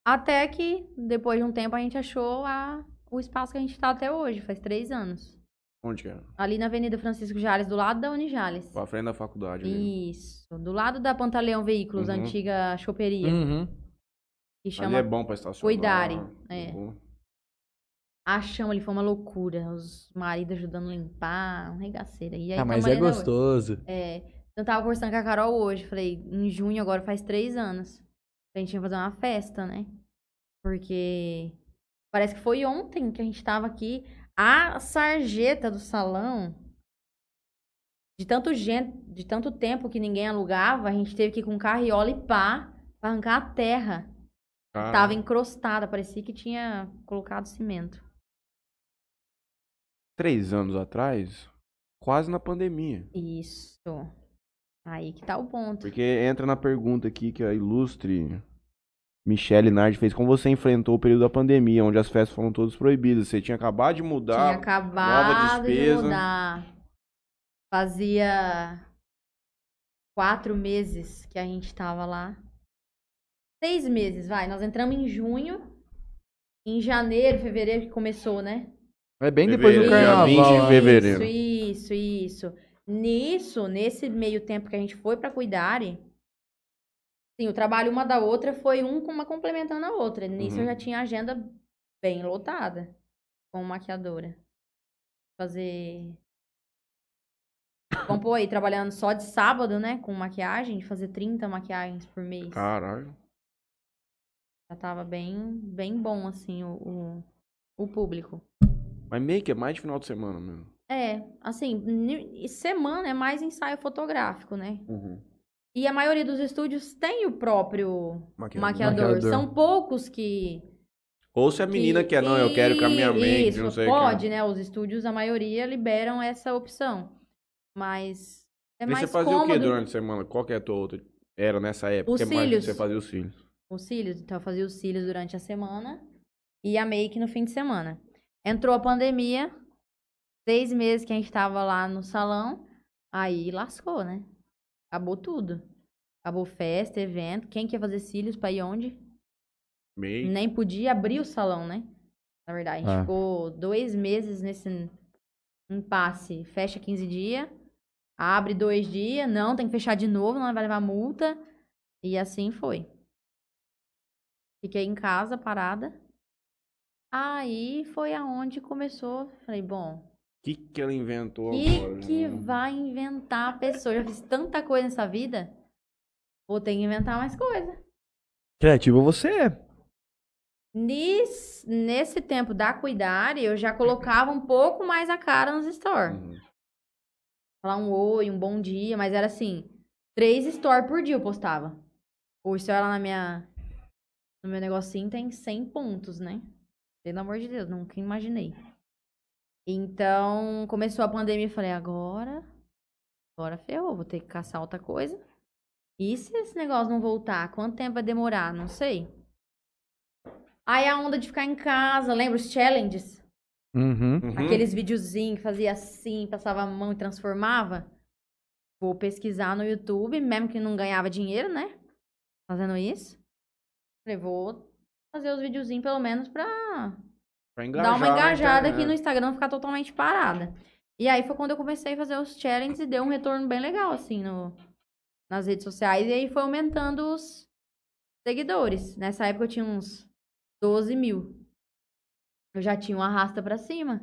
[SPEAKER 2] Até que, depois de um tempo, a gente achou a- o espaço que a gente tá até hoje. Faz três anos.
[SPEAKER 1] Onde que é?
[SPEAKER 2] Ali na Avenida Francisco Jales, do lado da Unijales.
[SPEAKER 1] Pra frente da faculdade. ali.
[SPEAKER 2] Isso. Do lado da Pantaleão Veículos,
[SPEAKER 1] Uhum. Hum,
[SPEAKER 2] antiga choperia.
[SPEAKER 3] Uhum.
[SPEAKER 2] Que
[SPEAKER 1] Ali
[SPEAKER 2] chama
[SPEAKER 1] é bom pra estacionar.
[SPEAKER 2] Cuidarem, é.
[SPEAKER 1] Uhum.
[SPEAKER 2] A chama ali foi uma loucura. Os maridos ajudando a limpar, um regaceira. E aí,
[SPEAKER 4] Ah,
[SPEAKER 2] tamo
[SPEAKER 4] mas
[SPEAKER 2] ali
[SPEAKER 4] é
[SPEAKER 2] até hoje.
[SPEAKER 4] gostoso.
[SPEAKER 2] É. Eu tava conversando com a Carol hoje. Falei, em junho agora faz três anos. A gente ia fazer uma festa, né? Porque parece que foi ontem que a gente tava aqui. A sarjeta do salão de tanto gente, de tanto tempo que ninguém alugava, a gente teve que ir com carriola e pá pra arrancar a terra.
[SPEAKER 4] Ah.
[SPEAKER 1] Cara,
[SPEAKER 2] Tava encrostada, parecia que tinha colocado cimento.
[SPEAKER 1] Três anos atrás, quase na pandemia.
[SPEAKER 2] Isso. Aí que tá o ponto.
[SPEAKER 1] Porque entra na pergunta aqui que a ilustre Michelle Nardi fez. Como você enfrentou o período da pandemia, onde as festas foram todas proibidas? Você tinha acabado de
[SPEAKER 2] Tinha
[SPEAKER 1] mudar.
[SPEAKER 2] acabado de
[SPEAKER 1] despesa.
[SPEAKER 2] mudar. Fazia quatro meses que a gente tava lá. Seis meses, vai. Nós entramos em junho. Em janeiro, fevereiro que começou, né?
[SPEAKER 3] É bem depois do
[SPEAKER 1] Fevereiro,
[SPEAKER 3] carnaval.
[SPEAKER 1] dia 20 de
[SPEAKER 3] né?
[SPEAKER 1] fevereiro.
[SPEAKER 2] Isso, isso, isso. Nisso, nesse meio tempo que a gente foi pra cuidarem, sim, o trabalho uma da outra foi um com uma complementando a outra. Nisso eu
[SPEAKER 1] Uhum.
[SPEAKER 2] já tinha a agenda bem lotada com maquiadora. Fazer Vamos pôr aí, trabalhando só de sábado, né? Com maquiagem, de fazer 30 maquiagens por mês.
[SPEAKER 1] Caralho.
[SPEAKER 2] Já tava bem, bem bom, assim, o, o, o público.
[SPEAKER 1] Mas meio que é mais de final de semana mesmo.
[SPEAKER 2] É, assim, ni- semana é mais ensaio fotográfico, né? E a maioria dos estúdios tem o próprio
[SPEAKER 1] Maquiagem.
[SPEAKER 2] maquiador.
[SPEAKER 3] Maquiador.
[SPEAKER 2] São poucos que.
[SPEAKER 1] Ou se a menina quer, não, eu quero com a minha mãe, que
[SPEAKER 2] Isso,
[SPEAKER 1] não sei o que.
[SPEAKER 2] pode, né? Os estúdios, a maioria, liberam essa opção. Mas é
[SPEAKER 1] E você
[SPEAKER 2] mais
[SPEAKER 1] fazia
[SPEAKER 2] cômodo.
[SPEAKER 1] o que durante a semana? Qual que é a tua outra? Era nessa época?
[SPEAKER 2] Os
[SPEAKER 1] que é mais
[SPEAKER 2] cílios.
[SPEAKER 1] Você fazia os cílios.
[SPEAKER 2] Os cílios. Então, eu fazia os cílios durante a semana e a make no fim de semana. Entrou a pandemia, seis meses que a gente tava lá no salão, aí lascou, né? Acabou tudo. Acabou festa, evento. Quem quer fazer cílios pra ir onde?
[SPEAKER 1] Meio.
[SPEAKER 2] Nem podia abrir o salão, né? Na verdade, a gente
[SPEAKER 3] É.
[SPEAKER 2] ficou dois meses nesse impasse. Fecha 15 dias, abre dois dias, não, tem que fechar de novo, não vai levar multa. E assim foi. Fiquei em casa, parada. Aí foi aonde começou. Falei, bom,
[SPEAKER 1] O que, que ela inventou
[SPEAKER 2] o
[SPEAKER 1] agora?
[SPEAKER 2] que, que
[SPEAKER 1] né?
[SPEAKER 2] vai inventar a pessoa? Já fiz tanta coisa nessa vida, vou ter que inventar mais coisa.
[SPEAKER 3] Criativo você é.
[SPEAKER 2] Nis- nesse tempo da Cuidare, eu já colocava um pouco mais a cara nos stores.
[SPEAKER 1] Uhum.
[SPEAKER 2] Falar um oi, um bom dia, mas era assim, três stories por dia eu postava. O story lá na minha, no meu negocinho tem 100 pontos, né? Pelo amor de Deus, nunca imaginei. Então, começou a pandemia, eu falei, agora, agora ferrou, vou ter que caçar outra coisa. E se esse negócio não voltar? Quanto tempo vai demorar? Não sei. Aí a onda de ficar em casa, lembra os challenges?
[SPEAKER 3] Uhum.
[SPEAKER 1] Uhum.
[SPEAKER 2] Aqueles videozinhos que fazia assim, passava a mão e transformava. Vou pesquisar no YouTube, mesmo que não ganhava dinheiro, né? Fazendo isso. Falei, vou fazer os videozinhos pelo menos pra
[SPEAKER 1] Pra
[SPEAKER 2] dar
[SPEAKER 1] engajar né? na
[SPEAKER 2] uma engajada aqui
[SPEAKER 1] internet.
[SPEAKER 2] no Instagram, não ficar totalmente parada. E aí foi quando eu comecei a fazer os challenges e deu um retorno bem legal, assim, no, nas redes sociais. E aí foi aumentando os seguidores. Nessa época eu tinha uns 12 mil. Eu já tinha um arrasta pra cima.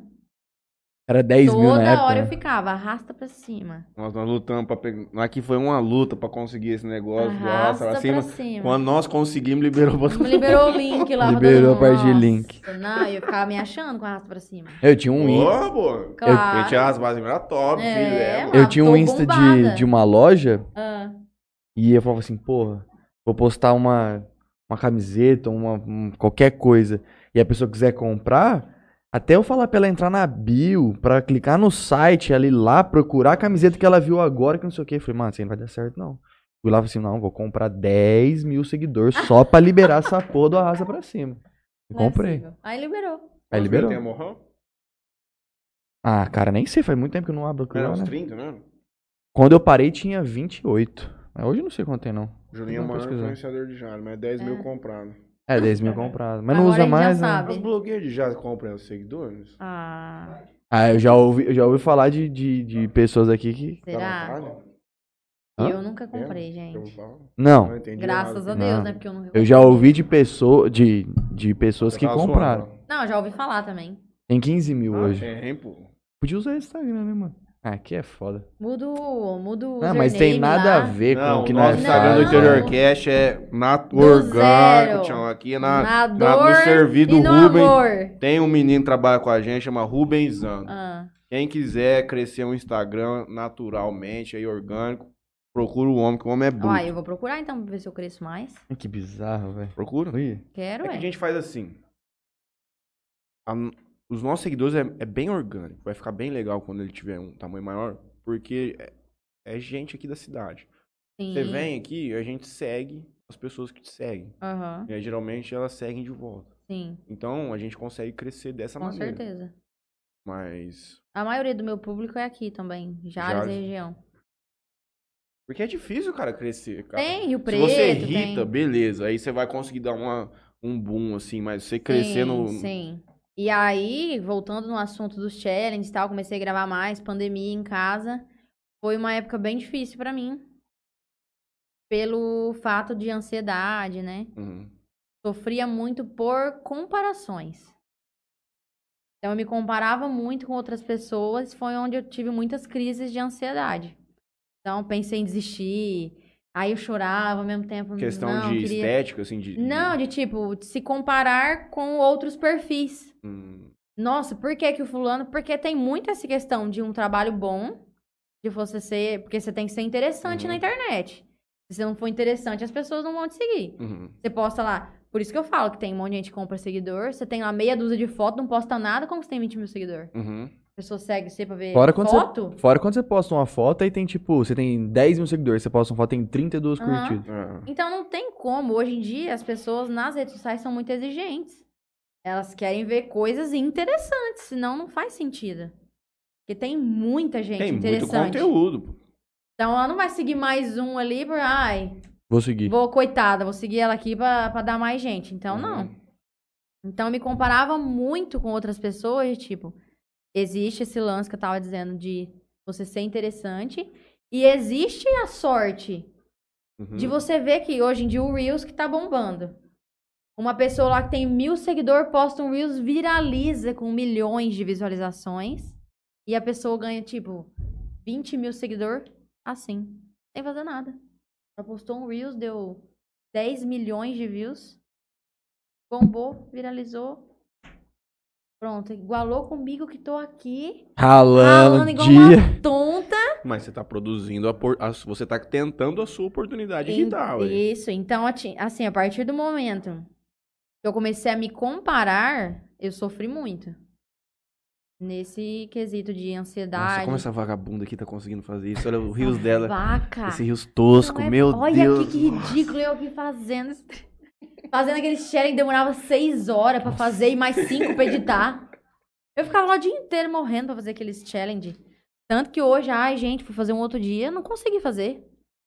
[SPEAKER 3] Era 10
[SPEAKER 2] Toda
[SPEAKER 3] mil na época.
[SPEAKER 2] hora eu
[SPEAKER 3] né?
[SPEAKER 2] ficava, arrasta pra cima.
[SPEAKER 1] Nós, nós lutamos pra pegar. Aqui foi uma luta pra conseguir esse negócio do arrasta pra cima.
[SPEAKER 2] cima.
[SPEAKER 1] Quando nós conseguimos, liberou pra
[SPEAKER 2] Me liberou o link lá. pra
[SPEAKER 3] Liberou
[SPEAKER 2] todo
[SPEAKER 3] a parte de
[SPEAKER 2] mundo.
[SPEAKER 3] link.
[SPEAKER 2] Nossa, Não, eu ficava me achando com arrasta pra cima.
[SPEAKER 3] Eu tinha um Insta.
[SPEAKER 1] Ô, pô.
[SPEAKER 2] Claro.
[SPEAKER 1] A gente as bases era top,
[SPEAKER 2] É,
[SPEAKER 1] filho.
[SPEAKER 2] mano.
[SPEAKER 3] Eu tinha
[SPEAKER 2] tô
[SPEAKER 3] um Insta
[SPEAKER 2] bombada.
[SPEAKER 3] de, de uma loja
[SPEAKER 2] Ah,
[SPEAKER 3] e eu falava assim, porra, vou postar uma, uma camiseta, uma, um- qualquer coisa, e a pessoa quiser comprar, até eu falar pra ela entrar na bio, pra clicar no site, ela ir lá, procurar a camiseta que ela viu agora, que não sei o quê. Eu falei, mano, isso aí não vai dar certo, não. Fui lá e falei assim, não, vou comprar 10 mil seguidores só pra liberar essa porra do arrasa pra cima. E
[SPEAKER 2] não é
[SPEAKER 3] comprei.
[SPEAKER 2] possível. Aí liberou.
[SPEAKER 3] Aí liberou.
[SPEAKER 1] Tem amorrão?
[SPEAKER 3] Ah, cara, nem sei, faz muito tempo que eu não abro aquilo
[SPEAKER 1] Era
[SPEAKER 3] lá,
[SPEAKER 1] uns
[SPEAKER 3] né?
[SPEAKER 1] 30, né?
[SPEAKER 3] Quando eu parei tinha 28. Mas É, hoje eu não sei quanto tem, não.
[SPEAKER 1] Juninho é o
[SPEAKER 3] Vamos
[SPEAKER 1] maior
[SPEAKER 3] pesquisar.
[SPEAKER 1] influenciador de Jara, mas 10 mil comprado.
[SPEAKER 3] É, 10 mil comprado. Mas não
[SPEAKER 2] Ah, Agora
[SPEAKER 3] usa
[SPEAKER 2] a gente já
[SPEAKER 3] mais, né?
[SPEAKER 2] sabe.
[SPEAKER 1] Os blogueiros de Jara compram os seguidores?
[SPEAKER 2] Ah,
[SPEAKER 3] Ah, eu já ouvi, eu já ouvi falar de, de, de pessoas aqui que.
[SPEAKER 1] Dá
[SPEAKER 2] será?
[SPEAKER 1] vontade?
[SPEAKER 3] Hã?
[SPEAKER 2] Eu nunca comprei,
[SPEAKER 1] É, Eu vou
[SPEAKER 2] gente.
[SPEAKER 1] falar. Não
[SPEAKER 3] Não,
[SPEAKER 1] entendi
[SPEAKER 2] Graças a
[SPEAKER 1] errado.
[SPEAKER 2] Deus,
[SPEAKER 3] Não.
[SPEAKER 2] né? Porque eu nunca
[SPEAKER 3] eu
[SPEAKER 2] comprei.
[SPEAKER 3] já ouvi de, pessoa, de, de pessoas que
[SPEAKER 1] Tava tá zoando,
[SPEAKER 3] compraram.
[SPEAKER 1] ó.
[SPEAKER 2] Não, já ouvi falar também.
[SPEAKER 3] Tem 15 mil
[SPEAKER 1] Ah,
[SPEAKER 3] hoje.
[SPEAKER 1] tem, pô.
[SPEAKER 3] Podia usar esse Instagram, né, mano? Ah, aqui é foda.
[SPEAKER 2] Mudo, mudo o
[SPEAKER 3] Ah, mas tem
[SPEAKER 2] username
[SPEAKER 3] nada
[SPEAKER 2] lá.
[SPEAKER 3] a ver com
[SPEAKER 1] Não,
[SPEAKER 3] o
[SPEAKER 1] o
[SPEAKER 3] que
[SPEAKER 1] nosso
[SPEAKER 3] nós
[SPEAKER 1] Instagram do
[SPEAKER 3] faz,
[SPEAKER 1] Interior
[SPEAKER 3] né?
[SPEAKER 1] Cash é na
[SPEAKER 2] Do zero.
[SPEAKER 1] orgânico, tchau. Aqui é na,
[SPEAKER 2] Na
[SPEAKER 1] no
[SPEAKER 2] dor
[SPEAKER 1] servir do
[SPEAKER 2] e no
[SPEAKER 1] Rubem.
[SPEAKER 2] amor.
[SPEAKER 1] Tem um menino que trabalha com a gente, chama Rubens Zano.
[SPEAKER 2] Ah,
[SPEAKER 1] Quem quiser crescer um Instagram naturalmente, aí orgânico, procura o homem, que o homem é bruto.
[SPEAKER 2] Uai, eu vou procurar então pra ver se eu cresço mais.
[SPEAKER 3] Ai, Que bizarro, velho.
[SPEAKER 1] Procura.
[SPEAKER 3] Ui.
[SPEAKER 2] Quero,
[SPEAKER 1] É que
[SPEAKER 2] é.
[SPEAKER 1] a gente faz assim. A n- os nossos seguidores é, é bem orgânico. Vai ficar bem legal quando ele tiver um tamanho maior, porque é, é gente aqui da cidade.
[SPEAKER 2] Sim.
[SPEAKER 1] Você vem aqui, a gente segue as pessoas que te seguem.
[SPEAKER 2] Aham,
[SPEAKER 1] E aí, geralmente elas seguem de volta.
[SPEAKER 2] sim.
[SPEAKER 1] Então a gente consegue crescer dessa
[SPEAKER 2] Com
[SPEAKER 1] maneira.
[SPEAKER 2] certeza.
[SPEAKER 1] Mas.
[SPEAKER 2] A maioria do meu público é aqui também. Jales e
[SPEAKER 1] Jales.
[SPEAKER 2] região.
[SPEAKER 1] Porque é difícil, cara, crescer. Cara.
[SPEAKER 2] Tem Rio
[SPEAKER 1] Se
[SPEAKER 2] Preto,
[SPEAKER 1] você irrita,
[SPEAKER 2] tem.
[SPEAKER 1] beleza. Aí você vai conseguir dar uma, um boom, assim, mas você crescer
[SPEAKER 2] sim,
[SPEAKER 1] no.
[SPEAKER 2] Sim. E aí, voltando no assunto dos challenges e tal, comecei a gravar mais, pandemia em casa. Foi uma época bem difícil pra mim. Pelo fato de ansiedade, né?
[SPEAKER 1] Uhum.
[SPEAKER 2] Sofria muito por comparações. Então, eu me comparava muito com outras pessoas. Foi onde eu tive muitas crises de ansiedade. Então, pensei em desistir. Aí eu chorava ao mesmo tempo.
[SPEAKER 1] Questão
[SPEAKER 2] não,
[SPEAKER 1] de
[SPEAKER 2] queria...
[SPEAKER 1] estética, assim, de. de-
[SPEAKER 2] Não, de tipo, de se comparar com outros perfis.
[SPEAKER 1] Hum,
[SPEAKER 2] Nossa, por que que o fulano? Porque tem muito essa questão de um trabalho bom, de você ser. Porque você tem que ser interessante
[SPEAKER 1] Uhum.
[SPEAKER 2] na internet. Se você não for interessante, as pessoas não vão te seguir.
[SPEAKER 1] uhum.
[SPEAKER 2] Você posta lá. Por isso que eu falo que tem um monte de gente que compra seguidor. Você tem lá meia dúzia de foto, não posta nada, como você tem 20 mil seguidor?
[SPEAKER 1] Uhum.
[SPEAKER 2] A pessoa segue você pra ver
[SPEAKER 3] Fora quando você-
[SPEAKER 2] foto?
[SPEAKER 3] Fora quando você posta uma foto, aí tem tipo, você tem 10 mil seguidores, você posta uma foto, tem 32
[SPEAKER 2] Aham.
[SPEAKER 3] curtidas.
[SPEAKER 1] É.
[SPEAKER 2] Então não tem como. Hoje em dia as pessoas nas redes sociais são muito exigentes. Elas querem ver coisas interessantes, senão não faz sentido. Porque tem muita gente
[SPEAKER 1] Tem muito
[SPEAKER 2] interessante.
[SPEAKER 1] conteúdo. pô.
[SPEAKER 2] Então ela não vai seguir mais um ali por, ai,
[SPEAKER 3] Vou seguir.
[SPEAKER 2] vou coitada, vou seguir ela aqui pra, pra dar mais gente. Então não.
[SPEAKER 1] Uhum.
[SPEAKER 2] Então eu me comparava muito com outras pessoas, de tipo, existe esse lance que eu tava dizendo de você ser interessante e existe a sorte
[SPEAKER 1] Uhum.
[SPEAKER 2] de você ver que hoje em dia o Reels que tá bombando. Uma pessoa lá que tem mil seguidores posta um Reels, viraliza com milhões de visualizações. E a pessoa ganha, tipo, 20 mil seguidores assim. Sem fazer nada. Ela postou um Reels, deu 10 milhões de views. Bombou, viralizou. Pronto, igualou comigo que tô aqui.
[SPEAKER 3] Ralando
[SPEAKER 2] Falando
[SPEAKER 3] o
[SPEAKER 2] igual
[SPEAKER 3] dia.
[SPEAKER 2] uma tonta.
[SPEAKER 1] Mas você tá produzindo a, por... a su- Você tá tentando a sua oportunidade É digital.
[SPEAKER 2] Ent-
[SPEAKER 1] aí.
[SPEAKER 2] Isso, então, ati- assim, a partir do momento que eu comecei a me comparar, eu sofri muito. Nesse quesito de ansiedade.
[SPEAKER 1] Nossa, como essa vagabunda aqui tá conseguindo fazer isso? Olha o rios dela.
[SPEAKER 2] Vaca.
[SPEAKER 1] Esse rios
[SPEAKER 2] Não
[SPEAKER 1] tosco,
[SPEAKER 2] é-
[SPEAKER 1] meu
[SPEAKER 2] Olha
[SPEAKER 1] Deus.
[SPEAKER 2] aqui que ridículo eu aqui fazendo. esse- Fazendo aquele sharing que demorava seis horas pra fazer e mais cinco pra editar. Eu ficava lá o dia inteiro morrendo pra fazer aqueles challenge. Tanto que hoje, ai, gente, fui fazer um outro dia, não consegui fazer.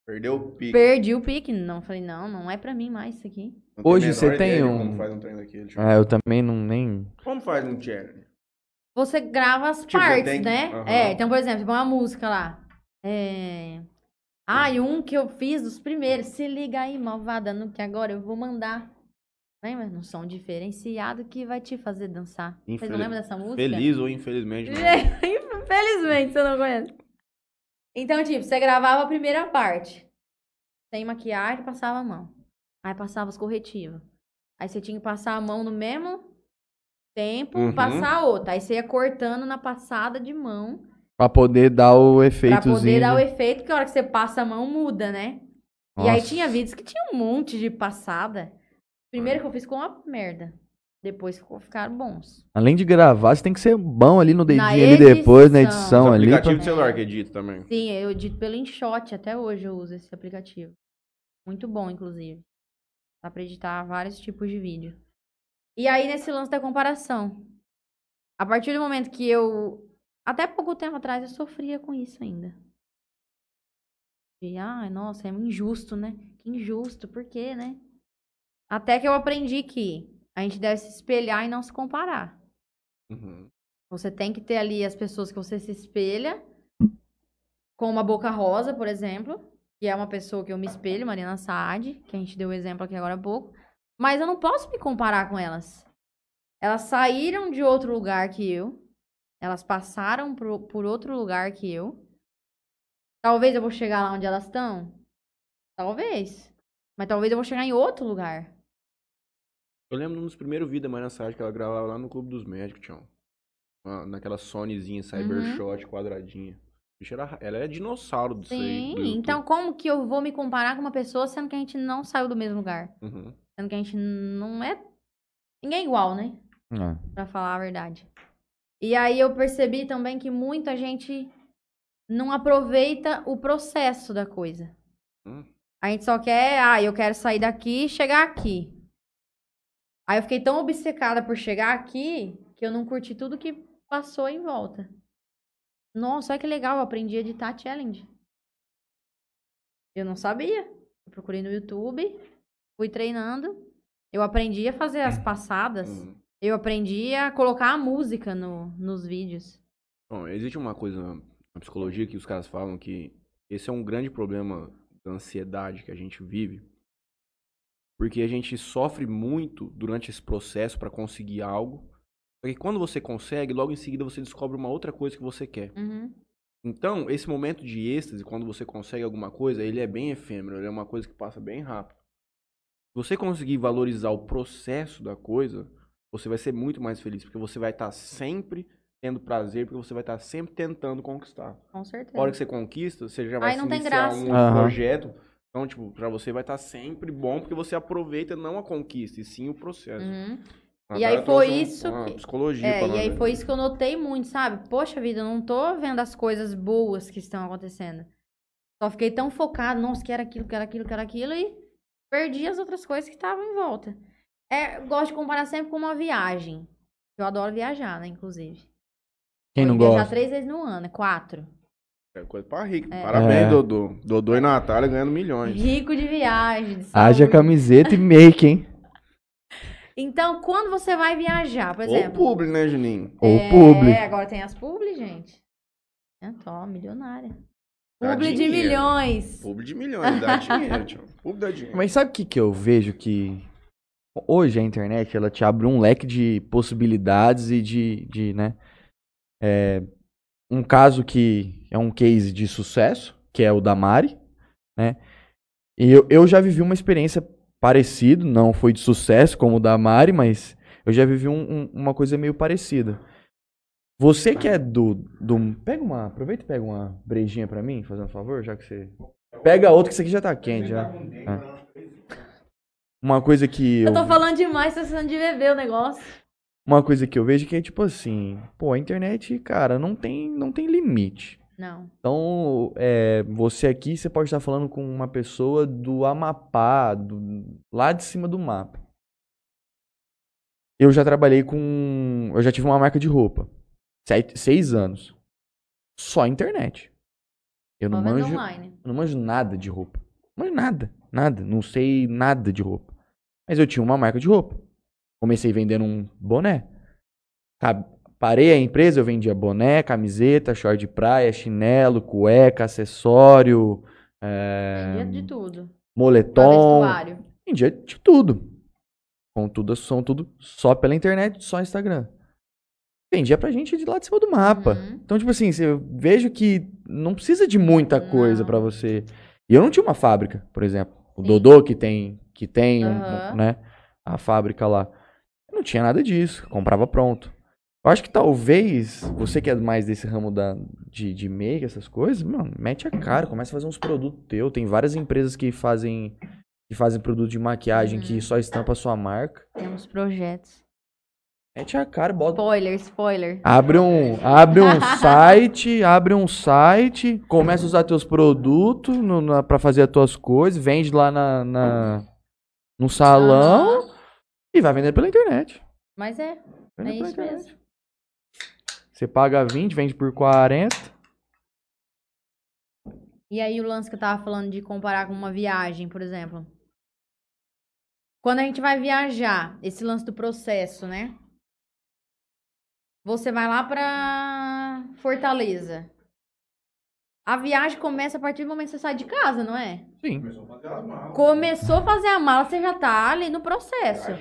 [SPEAKER 1] Perdeu o pique.
[SPEAKER 2] Perdi o pique. Não, falei, não, não é pra mim mais isso aqui.
[SPEAKER 1] Não tenho
[SPEAKER 3] Hoje
[SPEAKER 1] a
[SPEAKER 3] você
[SPEAKER 1] menor
[SPEAKER 3] tem
[SPEAKER 1] ideia de
[SPEAKER 3] um-
[SPEAKER 1] Como faz um trem daquele. Deixa eu
[SPEAKER 3] Ah, eu também não nem.
[SPEAKER 1] ver. Como faz um challenge?
[SPEAKER 2] você grava as
[SPEAKER 1] Tipo,
[SPEAKER 2] partes,
[SPEAKER 1] tem que-
[SPEAKER 2] né?
[SPEAKER 1] Aham.
[SPEAKER 2] É, então, por exemplo, tem uma música lá. É... Ah, e um que eu fiz dos primeiros. Se liga aí, malvada, no que agora eu vou mandar. Lembra? Um som diferenciado que vai te fazer dançar. Vocês não
[SPEAKER 1] Infeliz-
[SPEAKER 2] lembram dessa música?
[SPEAKER 1] Feliz ou infelizmente. né? não.
[SPEAKER 2] Infelizmente, você não conhece. Então, tipo, você gravava a primeira parte. Sem maquiagem, passava a mão. Aí passava os corretivos. Aí você tinha que passar a mão no mesmo tempo,
[SPEAKER 1] Uhum.
[SPEAKER 2] passar a outra. Aí você ia cortando na passada de mão
[SPEAKER 3] Pra poder dar o
[SPEAKER 2] pra
[SPEAKER 3] efeitozinho. né?
[SPEAKER 2] poder dar o
[SPEAKER 3] de-
[SPEAKER 2] efeito, que a hora que você passa a mão muda, né? E aí
[SPEAKER 3] Nossa.
[SPEAKER 2] tinha vídeos que tinha um monte de passada. Primeiro que eu fiz ficou uma merda. Depois ficou, ficaram bons.
[SPEAKER 3] Além de gravar, você tem que ser bom ali no dedinho
[SPEAKER 2] Na
[SPEAKER 3] ali depois, na
[SPEAKER 2] edição.
[SPEAKER 3] edição
[SPEAKER 1] Esse
[SPEAKER 3] ali.
[SPEAKER 1] aplicativo
[SPEAKER 3] pra-
[SPEAKER 1] de celular que edita também.
[SPEAKER 2] Sim, eu edito pelo InShot, até hoje eu uso esse aplicativo. Muito bom, inclusive. Dá pra editar vários tipos de vídeo. E aí, nesse lance da comparação. A partir do momento que eu. Até pouco tempo atrás eu sofria com isso ainda. E, ai, nossa, é injusto, né? Que injusto, por quê, né? Até que eu aprendi que a gente deve se espelhar e não se comparar.
[SPEAKER 1] Uhum.
[SPEAKER 2] Você tem que ter ali as pessoas que você se espelha, como a Boca Rosa, por exemplo, que é uma pessoa que eu me espelho, Marina Saad, que a gente deu o exemplo aqui agora há pouco. Mas eu não posso me comparar com elas. Elas saíram de outro lugar que eu. Elas passaram por, por outro lugar que eu. Talvez eu vou chegar lá onde elas estão. Talvez. Mas talvez eu vou chegar em outro lugar.
[SPEAKER 1] Eu lembro num dos primeiros vídeos da Marina Sade que ela gravava lá no Clube dos Médicos, Tião. ah, naquela
[SPEAKER 2] Uhum.
[SPEAKER 1] Sonyzinha Cybershot quadradinha. Bicho, era- ela é dinossauro disso aí.
[SPEAKER 2] Sim,
[SPEAKER 1] do YouTube.
[SPEAKER 2] então como que eu vou me comparar com uma pessoa sendo que a gente não saiu do mesmo lugar?
[SPEAKER 1] Uhum.
[SPEAKER 2] Sendo que a gente não é. Ninguém é igual, né?
[SPEAKER 3] Ah,
[SPEAKER 2] Pra falar a verdade. E aí eu percebi também que muita gente não aproveita o processo da coisa.
[SPEAKER 1] Hum.
[SPEAKER 2] A gente só quer, ah, eu quero sair daqui e chegar aqui. Aí eu fiquei tão obcecada por chegar aqui que eu não curti tudo que passou em volta. Nossa, olha que legal, eu aprendi a editar challenge. Eu não sabia. Eu procurei no YouTube, fui treinando. Eu aprendi a fazer as passadas.
[SPEAKER 1] Uhum.
[SPEAKER 2] Eu aprendi a colocar a música no, nos vídeos.
[SPEAKER 1] Bom, existe uma coisa na psicologia que os caras falam que esse é um grande problema da ansiedade que a gente vive. Porque a gente sofre muito durante esse processo pra conseguir algo. Porque quando você consegue, logo em seguida você descobre uma outra coisa que você quer.
[SPEAKER 2] Uhum.
[SPEAKER 1] Então, esse momento de êxtase, quando você consegue alguma coisa, ele é bem efêmero, ele é uma coisa que passa bem rápido. Se você conseguir valorizar o processo da coisa, você vai ser muito mais feliz, porque você vai estar sempre tendo prazer, porque você vai estar sempre tentando conquistar.
[SPEAKER 2] Com
[SPEAKER 1] A hora que
[SPEAKER 2] certeza.
[SPEAKER 1] você conquista, você já vai
[SPEAKER 2] Tá. Aí
[SPEAKER 1] se
[SPEAKER 2] não tem
[SPEAKER 1] iniciar
[SPEAKER 2] graça.
[SPEAKER 1] um
[SPEAKER 3] Aham.
[SPEAKER 1] projeto. Então, tipo, pra você vai estar sempre bom, porque você aproveita não a conquista, e sim o processo.
[SPEAKER 2] Uhum.
[SPEAKER 1] A
[SPEAKER 2] E
[SPEAKER 1] Tara
[SPEAKER 2] aí foi
[SPEAKER 1] trouxe um-
[SPEAKER 2] isso
[SPEAKER 1] uma
[SPEAKER 2] que-
[SPEAKER 1] psicologia
[SPEAKER 2] É,
[SPEAKER 1] pra nós,
[SPEAKER 2] e aí
[SPEAKER 1] né?
[SPEAKER 2] foi isso que eu notei muito, sabe? Poxa vida, eu não tô vendo as coisas boas que estão acontecendo. Só fiquei tão focado, nossa, quero aquilo, quero aquilo, quero aquilo, e perdi as outras coisas que estavam em volta. É, eu gosto de comparar sempre com uma viagem. Eu adoro viajar, né, inclusive.
[SPEAKER 3] Quem não
[SPEAKER 2] Gosto de viajar
[SPEAKER 3] gosta?
[SPEAKER 2] três vezes no ano, é quatro.
[SPEAKER 1] É coisa pra rico. Parabéns,
[SPEAKER 3] É.
[SPEAKER 1] Dodô. Dodô e Natália ganhando milhões.
[SPEAKER 2] Rico de viagem, de
[SPEAKER 3] Haja
[SPEAKER 2] saúde.
[SPEAKER 3] camiseta e make, hein?
[SPEAKER 2] Então, quando você vai viajar, por
[SPEAKER 1] Ou
[SPEAKER 2] exemplo...
[SPEAKER 1] publi, né, Juninho?
[SPEAKER 3] Ou
[SPEAKER 2] É,
[SPEAKER 3] publi.
[SPEAKER 2] agora tem as publi, gente. É, tô, milionária.
[SPEAKER 1] Dá
[SPEAKER 2] Publi de
[SPEAKER 1] dinheiro.
[SPEAKER 2] milhões.
[SPEAKER 1] Publi de milhões, dá dinheiro, tio. Publi dá dinheiro.
[SPEAKER 3] Mas sabe o que, que eu vejo que hoje a internet ela te abre um leque de possibilidades e de, de né? É, um caso que é um case de sucesso, que é o da Mari, né? E eu, eu já vivi uma experiência parecida, não foi de sucesso como o da Mari, mas eu já vivi um- um- uma coisa meio parecida. Você que é do, do. Pega uma. Aproveita e pega uma brejinha pra mim, fazendo um favor, já que você. Pega outra que isso aqui já tá quente, já. Ah. Uma coisa que eu,
[SPEAKER 2] Eu tô falando demais, tô precisando de beber o negócio.
[SPEAKER 3] uma coisa que eu vejo que é tipo assim, pô, a internet, cara, não tem não tem limite.
[SPEAKER 2] Não.
[SPEAKER 3] Então, é, você aqui, você pode estar falando com uma pessoa do Amapá, do- lá de cima do mapa. Eu já trabalhei com, eu já tive uma marca de roupa, sete- seis anos, só internet. Eu não
[SPEAKER 2] Pelo menos
[SPEAKER 3] manjo,
[SPEAKER 2] é online.
[SPEAKER 3] eu não manjo nada de roupa. Não manjo nada, nada. Não sei nada de roupa. Mas eu tinha uma marca de roupa. Comecei vendendo um boné. Ca- Parei a empresa, eu vendia boné, camiseta, short de praia, chinelo, cueca, acessório, é,
[SPEAKER 2] Tem dia de tudo. Pra
[SPEAKER 3] moletom.
[SPEAKER 2] vestuário.
[SPEAKER 3] Vendia de tudo. Contudo, são tudo só pela internet, só Instagram. Vendia pra gente de lá de cima do mapa.
[SPEAKER 2] Uhum.
[SPEAKER 3] Então, tipo assim, eu vejo que não precisa de muita coisa
[SPEAKER 2] Não.
[SPEAKER 3] pra você. E eu não tinha uma fábrica, por exemplo. O
[SPEAKER 2] Sim.
[SPEAKER 3] Dodô que tem, que tem, um-
[SPEAKER 2] Aham.
[SPEAKER 3] um, né, a fábrica lá. Eu não tinha nada disso, comprava pronto. Eu acho que talvez você que é mais desse ramo da, de, de make, essas coisas, mano, mete a cara, começa a fazer uns produtos teu. Tem várias empresas que fazem que fazem produto de maquiagem
[SPEAKER 2] Uhum.
[SPEAKER 3] que só estampa a sua marca.
[SPEAKER 2] Temos projetos.
[SPEAKER 3] Mete a cara, bota
[SPEAKER 2] Spoiler, spoiler.
[SPEAKER 3] Abre um, abre um site, abre um site, começa a usar teus produtos no- na- pra fazer as tuas coisas, vende lá na, na- no salão
[SPEAKER 2] Aham.
[SPEAKER 3] e vai vender pela internet.
[SPEAKER 2] Mas é,
[SPEAKER 3] Vende
[SPEAKER 2] é
[SPEAKER 3] pela
[SPEAKER 2] isso
[SPEAKER 3] internet.
[SPEAKER 2] mesmo.
[SPEAKER 3] Você paga 20, vende por 40.
[SPEAKER 2] E aí o lance que eu tava falando de comparar com uma viagem, por exemplo. Quando a gente vai viajar, esse lance do processo, né? Você vai lá pra Fortaleza. A viagem começa a partir do momento que você sai de casa, não é?
[SPEAKER 3] Sim.
[SPEAKER 2] Começou a fazer a mala, você já tá ali no processo.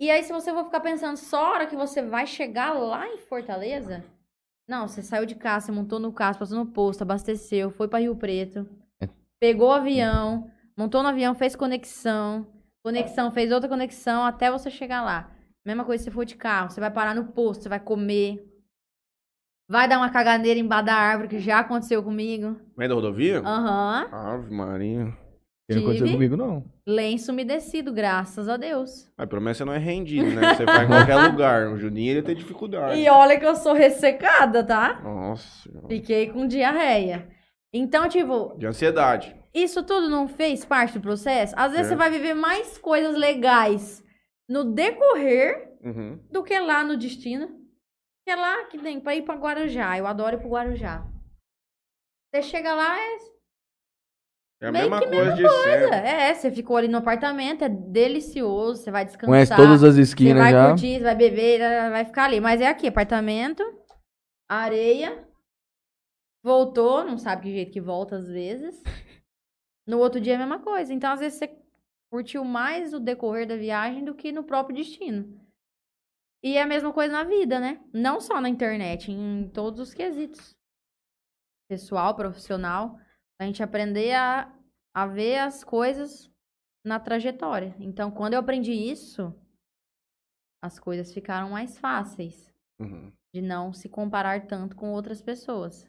[SPEAKER 2] E aí, se você for ficar pensando só a hora que você vai chegar lá em Fortaleza, não, você saiu de casa, você montou no carro, você passou no posto, abasteceu, foi pra Rio Preto, pegou o avião, montou no avião, fez conexão, conexão, fez outra conexão até você chegar lá. Mesma coisa se você for de carro, você vai parar no posto, você vai comer, Vai dar uma caganeira embaixo da árvore, que já aconteceu comigo.
[SPEAKER 1] Vem é da rodovia?
[SPEAKER 2] Aham.
[SPEAKER 1] Ave Maria.
[SPEAKER 3] Que não aconteceu
[SPEAKER 2] Tive. Então
[SPEAKER 3] comigo, não.
[SPEAKER 2] Lenço umedecido, graças a Deus.
[SPEAKER 1] Mas pelo menos você não é rendido, né? Você vai em qualquer lugar. O Juninho, ele tem dificuldade.
[SPEAKER 2] E olha que eu sou ressecada, tá?
[SPEAKER 1] Nossa. senhora.
[SPEAKER 2] Fiquei com diarreia. Então, tipo,
[SPEAKER 1] De ansiedade.
[SPEAKER 2] isso tudo não fez parte do processo? Às vezes
[SPEAKER 1] É.
[SPEAKER 2] você vai viver mais coisas legais no decorrer
[SPEAKER 1] Uhum.
[SPEAKER 2] do que lá no destino. Que é lá que tem pra ir pra Guarujá. Eu adoro ir pro Guarujá. Você chega lá, é,
[SPEAKER 1] É a
[SPEAKER 2] Meio
[SPEAKER 1] mesma
[SPEAKER 2] que
[SPEAKER 1] coisa de sempre.
[SPEAKER 2] é, você ficou ali no apartamento, é delicioso, você vai descansar.
[SPEAKER 3] Conhece todas as
[SPEAKER 2] tá. Você
[SPEAKER 3] esquinas
[SPEAKER 2] vai
[SPEAKER 3] já.
[SPEAKER 2] curtir, você vai beber, lá, lá, vai ficar ali. Mas é aqui, apartamento, areia. Voltou, não sabe que jeito que volta às vezes. No outro dia é a mesma coisa. Então, às vezes, você curtiu mais o decorrer da viagem do que no próprio destino. E é a mesma coisa na vida, né? Não só na internet, em todos os quesitos. Pessoal, profissional. A gente aprender a, a ver as coisas na trajetória. Então, quando eu aprendi isso, as coisas ficaram mais fáceis
[SPEAKER 1] Uhum.
[SPEAKER 2] de não se comparar tanto com outras pessoas.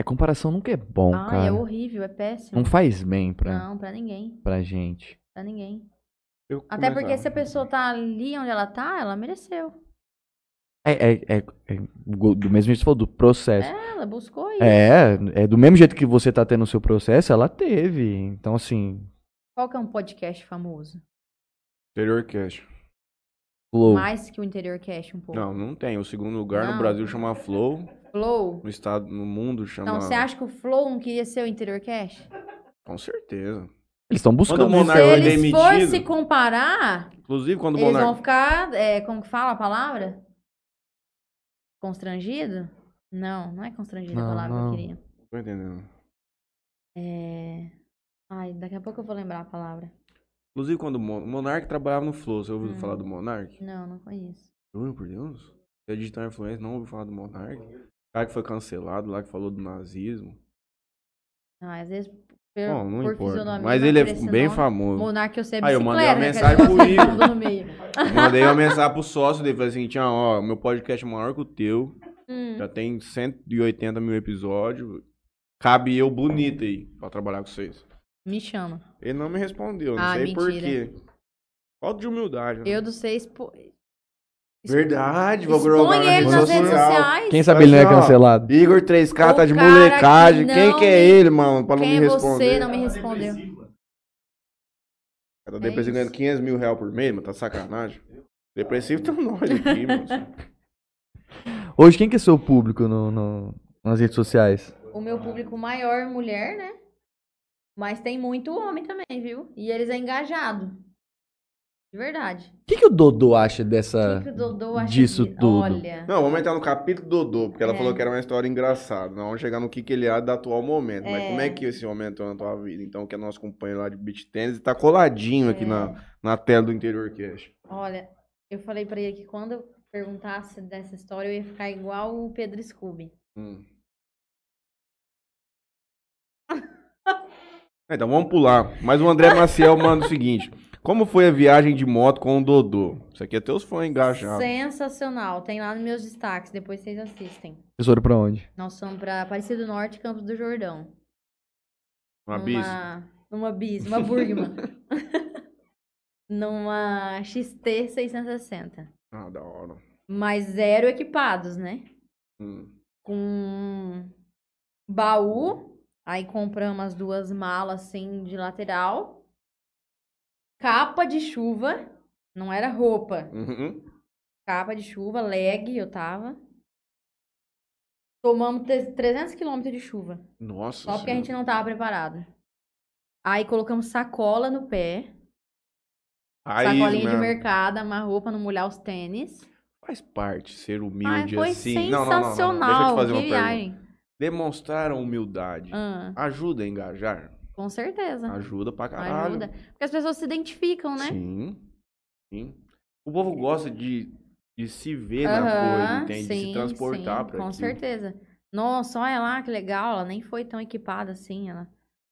[SPEAKER 3] É comparação nunca é bom,
[SPEAKER 2] ah,
[SPEAKER 3] cara. Um né?
[SPEAKER 2] é horrível, é péssimo.
[SPEAKER 3] Não faz bem pra,
[SPEAKER 2] Não, pra ninguém,
[SPEAKER 3] pra gente.
[SPEAKER 2] pra ninguém.
[SPEAKER 1] Eu
[SPEAKER 2] Até
[SPEAKER 1] começava.
[SPEAKER 2] porque se a pessoa tá ali onde ela tá, ela mereceu.
[SPEAKER 3] É, é, é, é go- do mesmo jeito que você falou, do processo.
[SPEAKER 2] Ela buscou isso.
[SPEAKER 3] É, é do mesmo jeito que você tá tendo o seu processo, ela teve. Então, assim,
[SPEAKER 2] Qual que é um podcast famoso?
[SPEAKER 1] Interior Cash.
[SPEAKER 3] flow.
[SPEAKER 2] Mais que o Interior Cast um pouco.
[SPEAKER 1] Não, não tem. O segundo lugar
[SPEAKER 2] Não.
[SPEAKER 1] no Brasil chama Flow.
[SPEAKER 2] Flow.
[SPEAKER 1] No estado, no mundo chama...
[SPEAKER 2] Então, você acha que o Flow não queria ser o Interior Cast?
[SPEAKER 1] Com certeza.
[SPEAKER 3] Eles estão buscando.
[SPEAKER 1] Quando o
[SPEAKER 3] isso
[SPEAKER 2] Se
[SPEAKER 1] Monark
[SPEAKER 3] aí.
[SPEAKER 1] foi
[SPEAKER 2] eles forem
[SPEAKER 1] demitido...
[SPEAKER 2] se comparar,
[SPEAKER 1] Inclusive, quando o
[SPEAKER 2] eles vão
[SPEAKER 1] Monark...
[SPEAKER 2] ficar, é, como que fala a palavra? Constrangido? Não, não é constrangido
[SPEAKER 3] Não,
[SPEAKER 2] a palavra que
[SPEAKER 3] não.
[SPEAKER 2] eu queria.
[SPEAKER 1] Não tô entendendo.
[SPEAKER 2] É... Ai, daqui a pouco eu vou lembrar a palavra.
[SPEAKER 1] Inclusive, quando o Mon- o Monark trabalhava no Flow. Você ouviu
[SPEAKER 2] Hum.
[SPEAKER 1] falar do Monark?
[SPEAKER 2] Não, não conheço.
[SPEAKER 1] Juro por Deus. Você é digital influencer, não ouviu falar do Monark? O cara que foi cancelado lá, que falou do nazismo.
[SPEAKER 2] Ah, às vezes, per-
[SPEAKER 1] Bom, não
[SPEAKER 2] por
[SPEAKER 1] importa.
[SPEAKER 2] fisionomia,
[SPEAKER 1] Mas
[SPEAKER 2] não
[SPEAKER 1] ele é
[SPEAKER 2] aparece
[SPEAKER 1] bem
[SPEAKER 2] nome.
[SPEAKER 1] famoso.
[SPEAKER 2] Monarca, eu sei
[SPEAKER 1] Aí, eu mandei
[SPEAKER 2] bicicleta,
[SPEAKER 1] uma
[SPEAKER 2] né, que
[SPEAKER 1] mensagem
[SPEAKER 2] é
[SPEAKER 1] pro
[SPEAKER 2] negócio
[SPEAKER 1] Igor.
[SPEAKER 2] que tá no meio.
[SPEAKER 1] Mandei uma mensagem pro sócio dele, falei assim, Tião, ó, meu podcast é maior que o teu,
[SPEAKER 2] Hum.
[SPEAKER 1] já tem 180 mil episódios, cabe eu bonito aí pra trabalhar com vocês.
[SPEAKER 2] Me chama.
[SPEAKER 1] Ele não me respondeu, não
[SPEAKER 2] Ah,
[SPEAKER 1] sei por
[SPEAKER 2] mentira.
[SPEAKER 1] quê. Falta de humildade. né?
[SPEAKER 2] Eu do sei expo...
[SPEAKER 1] Verdade, vou
[SPEAKER 2] Expõe
[SPEAKER 1] colocar na
[SPEAKER 2] ele
[SPEAKER 1] rede
[SPEAKER 2] nas redes
[SPEAKER 1] social.
[SPEAKER 2] sociais.
[SPEAKER 3] Quem sabe ele não é
[SPEAKER 1] Assim, ó,
[SPEAKER 3] cancelado?
[SPEAKER 1] Igor 3K
[SPEAKER 2] O
[SPEAKER 1] tá de
[SPEAKER 2] cara que
[SPEAKER 1] molecagem, quem
[SPEAKER 2] não
[SPEAKER 1] que é
[SPEAKER 2] me-
[SPEAKER 1] ele, mano, pra não
[SPEAKER 2] Quem
[SPEAKER 1] me
[SPEAKER 2] é você
[SPEAKER 1] responder?
[SPEAKER 2] não me respondeu.
[SPEAKER 1] Cada Tá
[SPEAKER 2] É
[SPEAKER 1] depressivo ganhando
[SPEAKER 2] isso. Ah,
[SPEAKER 1] 500 mil reais por mês, mano, tá sacanagem. Depressivo tem um nós aqui, mano.
[SPEAKER 3] Hoje, quem que é seu público no, no- nas redes sociais?
[SPEAKER 2] O meu público maior é mulher, né? Mas tem muito homem também, viu? E eles é engajado. De verdade.
[SPEAKER 4] O que, que o Dodô acha
[SPEAKER 2] O
[SPEAKER 4] dessa.
[SPEAKER 2] que que o Dodô acha
[SPEAKER 3] É, disso
[SPEAKER 2] de-
[SPEAKER 3] tudo.
[SPEAKER 2] Olha.
[SPEAKER 1] Não, vamos entrar no capítulo do Dodô, porque ela
[SPEAKER 2] É.
[SPEAKER 1] falou que era uma história engraçada. Não, vamos chegar no que, que ele é do atual momento. Mas
[SPEAKER 2] É.
[SPEAKER 1] como é que esse homem entrou na tua vida? Então, que é nosso companheiro lá de beach tênis, tá coladinho aqui
[SPEAKER 2] É.
[SPEAKER 1] na, na tela do interior cash.
[SPEAKER 2] Olha, eu falei pra ele que quando eu perguntasse dessa história, eu ia ficar igual o Pedro Scooby.
[SPEAKER 1] Hum. É, Então vamos pular. Mas o André Maciel manda o seguinte: Como foi a viagem de moto com o Dodô? Isso aqui é teus fãs engajados.
[SPEAKER 2] Sensacional. Tem lá nos meus destaques, depois vocês assistem.
[SPEAKER 3] Vocês foram pra onde?
[SPEAKER 2] Nós somos pra Aparecida do Norte, Campos do Jordão.
[SPEAKER 1] Uma
[SPEAKER 2] numa,
[SPEAKER 1] bis?
[SPEAKER 2] Numa bis, uma Burgman. numa XT 660.
[SPEAKER 1] Ah, da hora.
[SPEAKER 2] Mas zero equipados, né?
[SPEAKER 1] Hum.
[SPEAKER 2] com baú. Aí compramos as duas malas assim de lateral. Capa de chuva, não era roupa.
[SPEAKER 1] Uhum.
[SPEAKER 2] Capa de chuva, leg eu tava. Tomamos tre- 300 quilômetros de chuva,
[SPEAKER 1] Nossa.
[SPEAKER 2] só porque a
[SPEAKER 1] Senhora.
[SPEAKER 2] gente não tava preparado. Aí colocamos sacola no pé,
[SPEAKER 1] Raiz
[SPEAKER 2] sacolinha de
[SPEAKER 1] mesmo.
[SPEAKER 2] mercado, amarrar roupa, não molhar os tênis.
[SPEAKER 1] Faz parte ser
[SPEAKER 2] Ai,
[SPEAKER 1] humilde
[SPEAKER 2] foi
[SPEAKER 1] assim. Não, não, não, não. Deixa eu
[SPEAKER 2] sensacional,
[SPEAKER 1] te fazer
[SPEAKER 2] que
[SPEAKER 1] uma pergunta.
[SPEAKER 2] viagem.
[SPEAKER 1] Demonstrar a humildade
[SPEAKER 2] Ah,
[SPEAKER 1] ajuda a engajar?
[SPEAKER 2] com certeza.
[SPEAKER 1] Ajuda pra caralho.
[SPEAKER 2] Ajuda. né? Porque as pessoas se identificam, né?
[SPEAKER 1] Sim. Sim. O povo gosta de, de se ver na
[SPEAKER 2] Aham,
[SPEAKER 1] coisa, entende? de se transportar
[SPEAKER 2] sim,
[SPEAKER 1] pra
[SPEAKER 2] Com
[SPEAKER 1] aquilo.
[SPEAKER 2] certeza. Nossa, olha lá que legal, ela nem foi tão equipada assim, ela.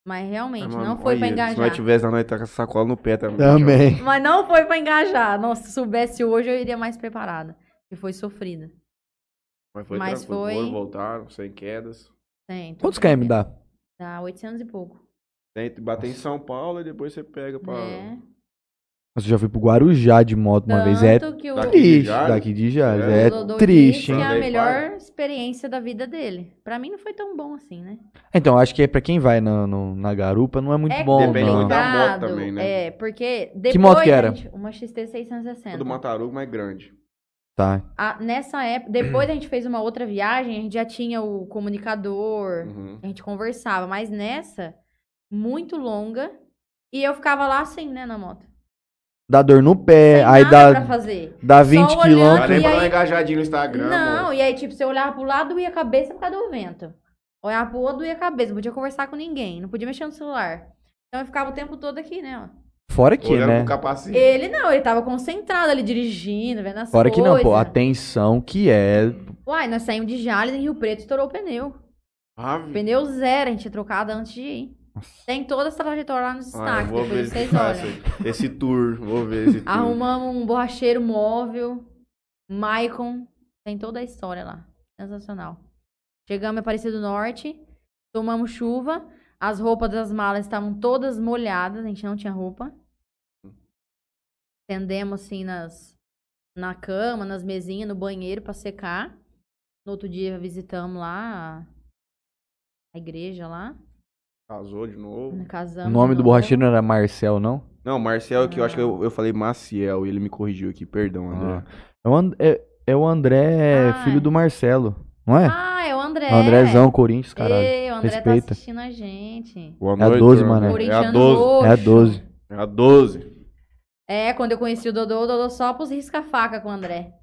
[SPEAKER 2] Mas
[SPEAKER 1] Ah,
[SPEAKER 2] realmente
[SPEAKER 1] mano,
[SPEAKER 2] não foi pra
[SPEAKER 1] olha,
[SPEAKER 2] engajar.
[SPEAKER 1] Se nós tivesse, nós tá com essa sacola no pé também.
[SPEAKER 2] Mas não foi pra engajar. Nossa, se soubesse hoje eu iria mais preparada, que foi sofrida.
[SPEAKER 1] Mas foi
[SPEAKER 2] Mas
[SPEAKER 1] tranquilo,
[SPEAKER 2] foi-
[SPEAKER 1] foram, voltaram, sem quedas.
[SPEAKER 2] Tem. tudo
[SPEAKER 4] Quantos
[SPEAKER 2] bem.
[SPEAKER 4] KM dá?
[SPEAKER 2] Dá 800 e pouco.
[SPEAKER 1] Tem, bater em São Paulo e depois você pega pra.
[SPEAKER 2] É.
[SPEAKER 3] Mas eu já fui pro Guarujá de moto uma vez. É
[SPEAKER 2] Tanto que o,
[SPEAKER 1] Daqui
[SPEAKER 3] triste.
[SPEAKER 1] Jales?
[SPEAKER 3] Daqui de Jales.
[SPEAKER 1] É.
[SPEAKER 3] É,
[SPEAKER 2] o Dodô
[SPEAKER 3] triste,
[SPEAKER 2] disse que
[SPEAKER 3] hein?
[SPEAKER 2] é a
[SPEAKER 1] Andei
[SPEAKER 2] melhor experiência da vida dele. Pra mim não foi tão bom assim, né?
[SPEAKER 3] Então, acho que é pra quem vai na, no- na garupa não é muito
[SPEAKER 2] é
[SPEAKER 3] bom,
[SPEAKER 1] Depende
[SPEAKER 3] não.
[SPEAKER 1] muito da- moto
[SPEAKER 2] complicado,
[SPEAKER 1] também, né?
[SPEAKER 2] É, porque depois...
[SPEAKER 3] moto que era?
[SPEAKER 2] a gente- uma
[SPEAKER 1] O
[SPEAKER 2] XT660.
[SPEAKER 1] do Matarugo, mas é grande.
[SPEAKER 3] Tá.
[SPEAKER 2] Ah, nessa época, depois a gente fez uma outra viagem, a gente já tinha o comunicador,
[SPEAKER 1] Uhum.
[SPEAKER 2] a gente conversava, mas nessa, muito longa, e eu ficava lá assim, né, na moto.
[SPEAKER 3] Dá dor no pé,
[SPEAKER 2] Sem
[SPEAKER 3] É, aí
[SPEAKER 2] nada pra
[SPEAKER 3] dá,
[SPEAKER 2] fazer.
[SPEAKER 3] dá
[SPEAKER 2] olhando
[SPEAKER 3] 20
[SPEAKER 1] Mas
[SPEAKER 2] e
[SPEAKER 1] nem
[SPEAKER 3] quilômetros.
[SPEAKER 1] pra
[SPEAKER 2] aí-
[SPEAKER 1] dar uma engajadinha no Instagram.
[SPEAKER 2] Não,
[SPEAKER 1] pô.
[SPEAKER 2] e aí, tipo, você olhava pro lado, doía a cabeça por causa do vento. Olhava pro outro, doía a cabeça, não podia conversar com ninguém, não podia mexer no celular. Então eu ficava o tempo todo aqui, né, ó.
[SPEAKER 3] Fora que,
[SPEAKER 1] Olhando
[SPEAKER 3] né?
[SPEAKER 1] pro capacete.
[SPEAKER 2] Ele não, ele tava concentrado ali, dirigindo, vendo as
[SPEAKER 3] Fora que
[SPEAKER 2] coisas.
[SPEAKER 3] não, pô. A tensão que é.
[SPEAKER 2] Uai, nós saímos de Jales, em Rio Preto, estourou o pneu.
[SPEAKER 1] Ave.
[SPEAKER 2] Pneu zero, a gente tinha trocado antes de ir. Tem toda essa trajetória lá nos
[SPEAKER 1] Ah, eu
[SPEAKER 2] destaques,
[SPEAKER 1] vou ver
[SPEAKER 2] depois vocês
[SPEAKER 1] esse,
[SPEAKER 2] olham.
[SPEAKER 1] esse, esse tour. Vou ver esse tour.
[SPEAKER 2] Arrumamos um borracheiro móvel, Maicon, tem toda a história lá. Sensacional. Chegamos em Aparecida do Norte, tomamos chuva, as roupas das malas estavam todas molhadas, a gente não tinha roupa. Tendemos assim nas, na cama, nas mesinhas, no banheiro pra secar. No outro dia visitamos lá a, a igreja lá. né,
[SPEAKER 1] Casou de novo.
[SPEAKER 3] O
[SPEAKER 2] Casamos.
[SPEAKER 3] nome do
[SPEAKER 2] novo.
[SPEAKER 3] borracheiro não era Marcel, não?
[SPEAKER 1] Não, Marcel, que eu acho que eu, eu falei Maciel e ele me corrigiu aqui. Perdão, André.
[SPEAKER 3] É o, And- é- é o André,
[SPEAKER 2] Ah.
[SPEAKER 3] filho do Marcelo, não é?
[SPEAKER 2] Ah, é o André.
[SPEAKER 3] O Andrézão, Corinthians, caralho. É
[SPEAKER 2] Ei, o André
[SPEAKER 3] Respeita.
[SPEAKER 2] tá assistindo a gente.
[SPEAKER 1] Boa
[SPEAKER 3] É a
[SPEAKER 1] noite,
[SPEAKER 3] 12,
[SPEAKER 1] turma.
[SPEAKER 3] mané.
[SPEAKER 1] É a
[SPEAKER 2] Corintiano
[SPEAKER 1] 12.
[SPEAKER 2] roxo.
[SPEAKER 3] É a 12.
[SPEAKER 1] É a 12.
[SPEAKER 2] É, quando eu conheci o Dodô, o Dodô só pôs risca-faca com o André.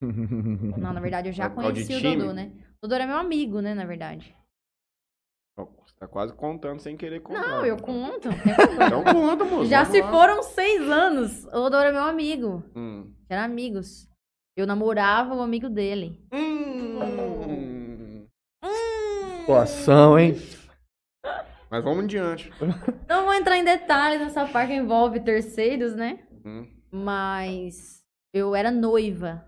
[SPEAKER 2] Não, na verdade, eu já
[SPEAKER 1] Por causa É, de
[SPEAKER 2] conheci o
[SPEAKER 1] time?
[SPEAKER 2] Dodô, né? O Dodô era meu amigo, né, na verdade.
[SPEAKER 1] Ó, Você tá quase contando sem querer contar.
[SPEAKER 2] Não, eu
[SPEAKER 1] Ah,
[SPEAKER 2] conto.
[SPEAKER 1] Então conta, moço.
[SPEAKER 2] já
[SPEAKER 1] vamos
[SPEAKER 2] se
[SPEAKER 1] lá.
[SPEAKER 2] foram seis anos. O Dodô era meu amigo.
[SPEAKER 1] Hum.
[SPEAKER 2] Era amigos. Eu namorava o amigo dele.
[SPEAKER 1] Hum.
[SPEAKER 3] Situação, hein?
[SPEAKER 1] Mas vamos adiante.
[SPEAKER 2] Não vou entrar em detalhes nessa parte que envolve terceiros, né?
[SPEAKER 1] Uhum.
[SPEAKER 2] Mas eu era noiva.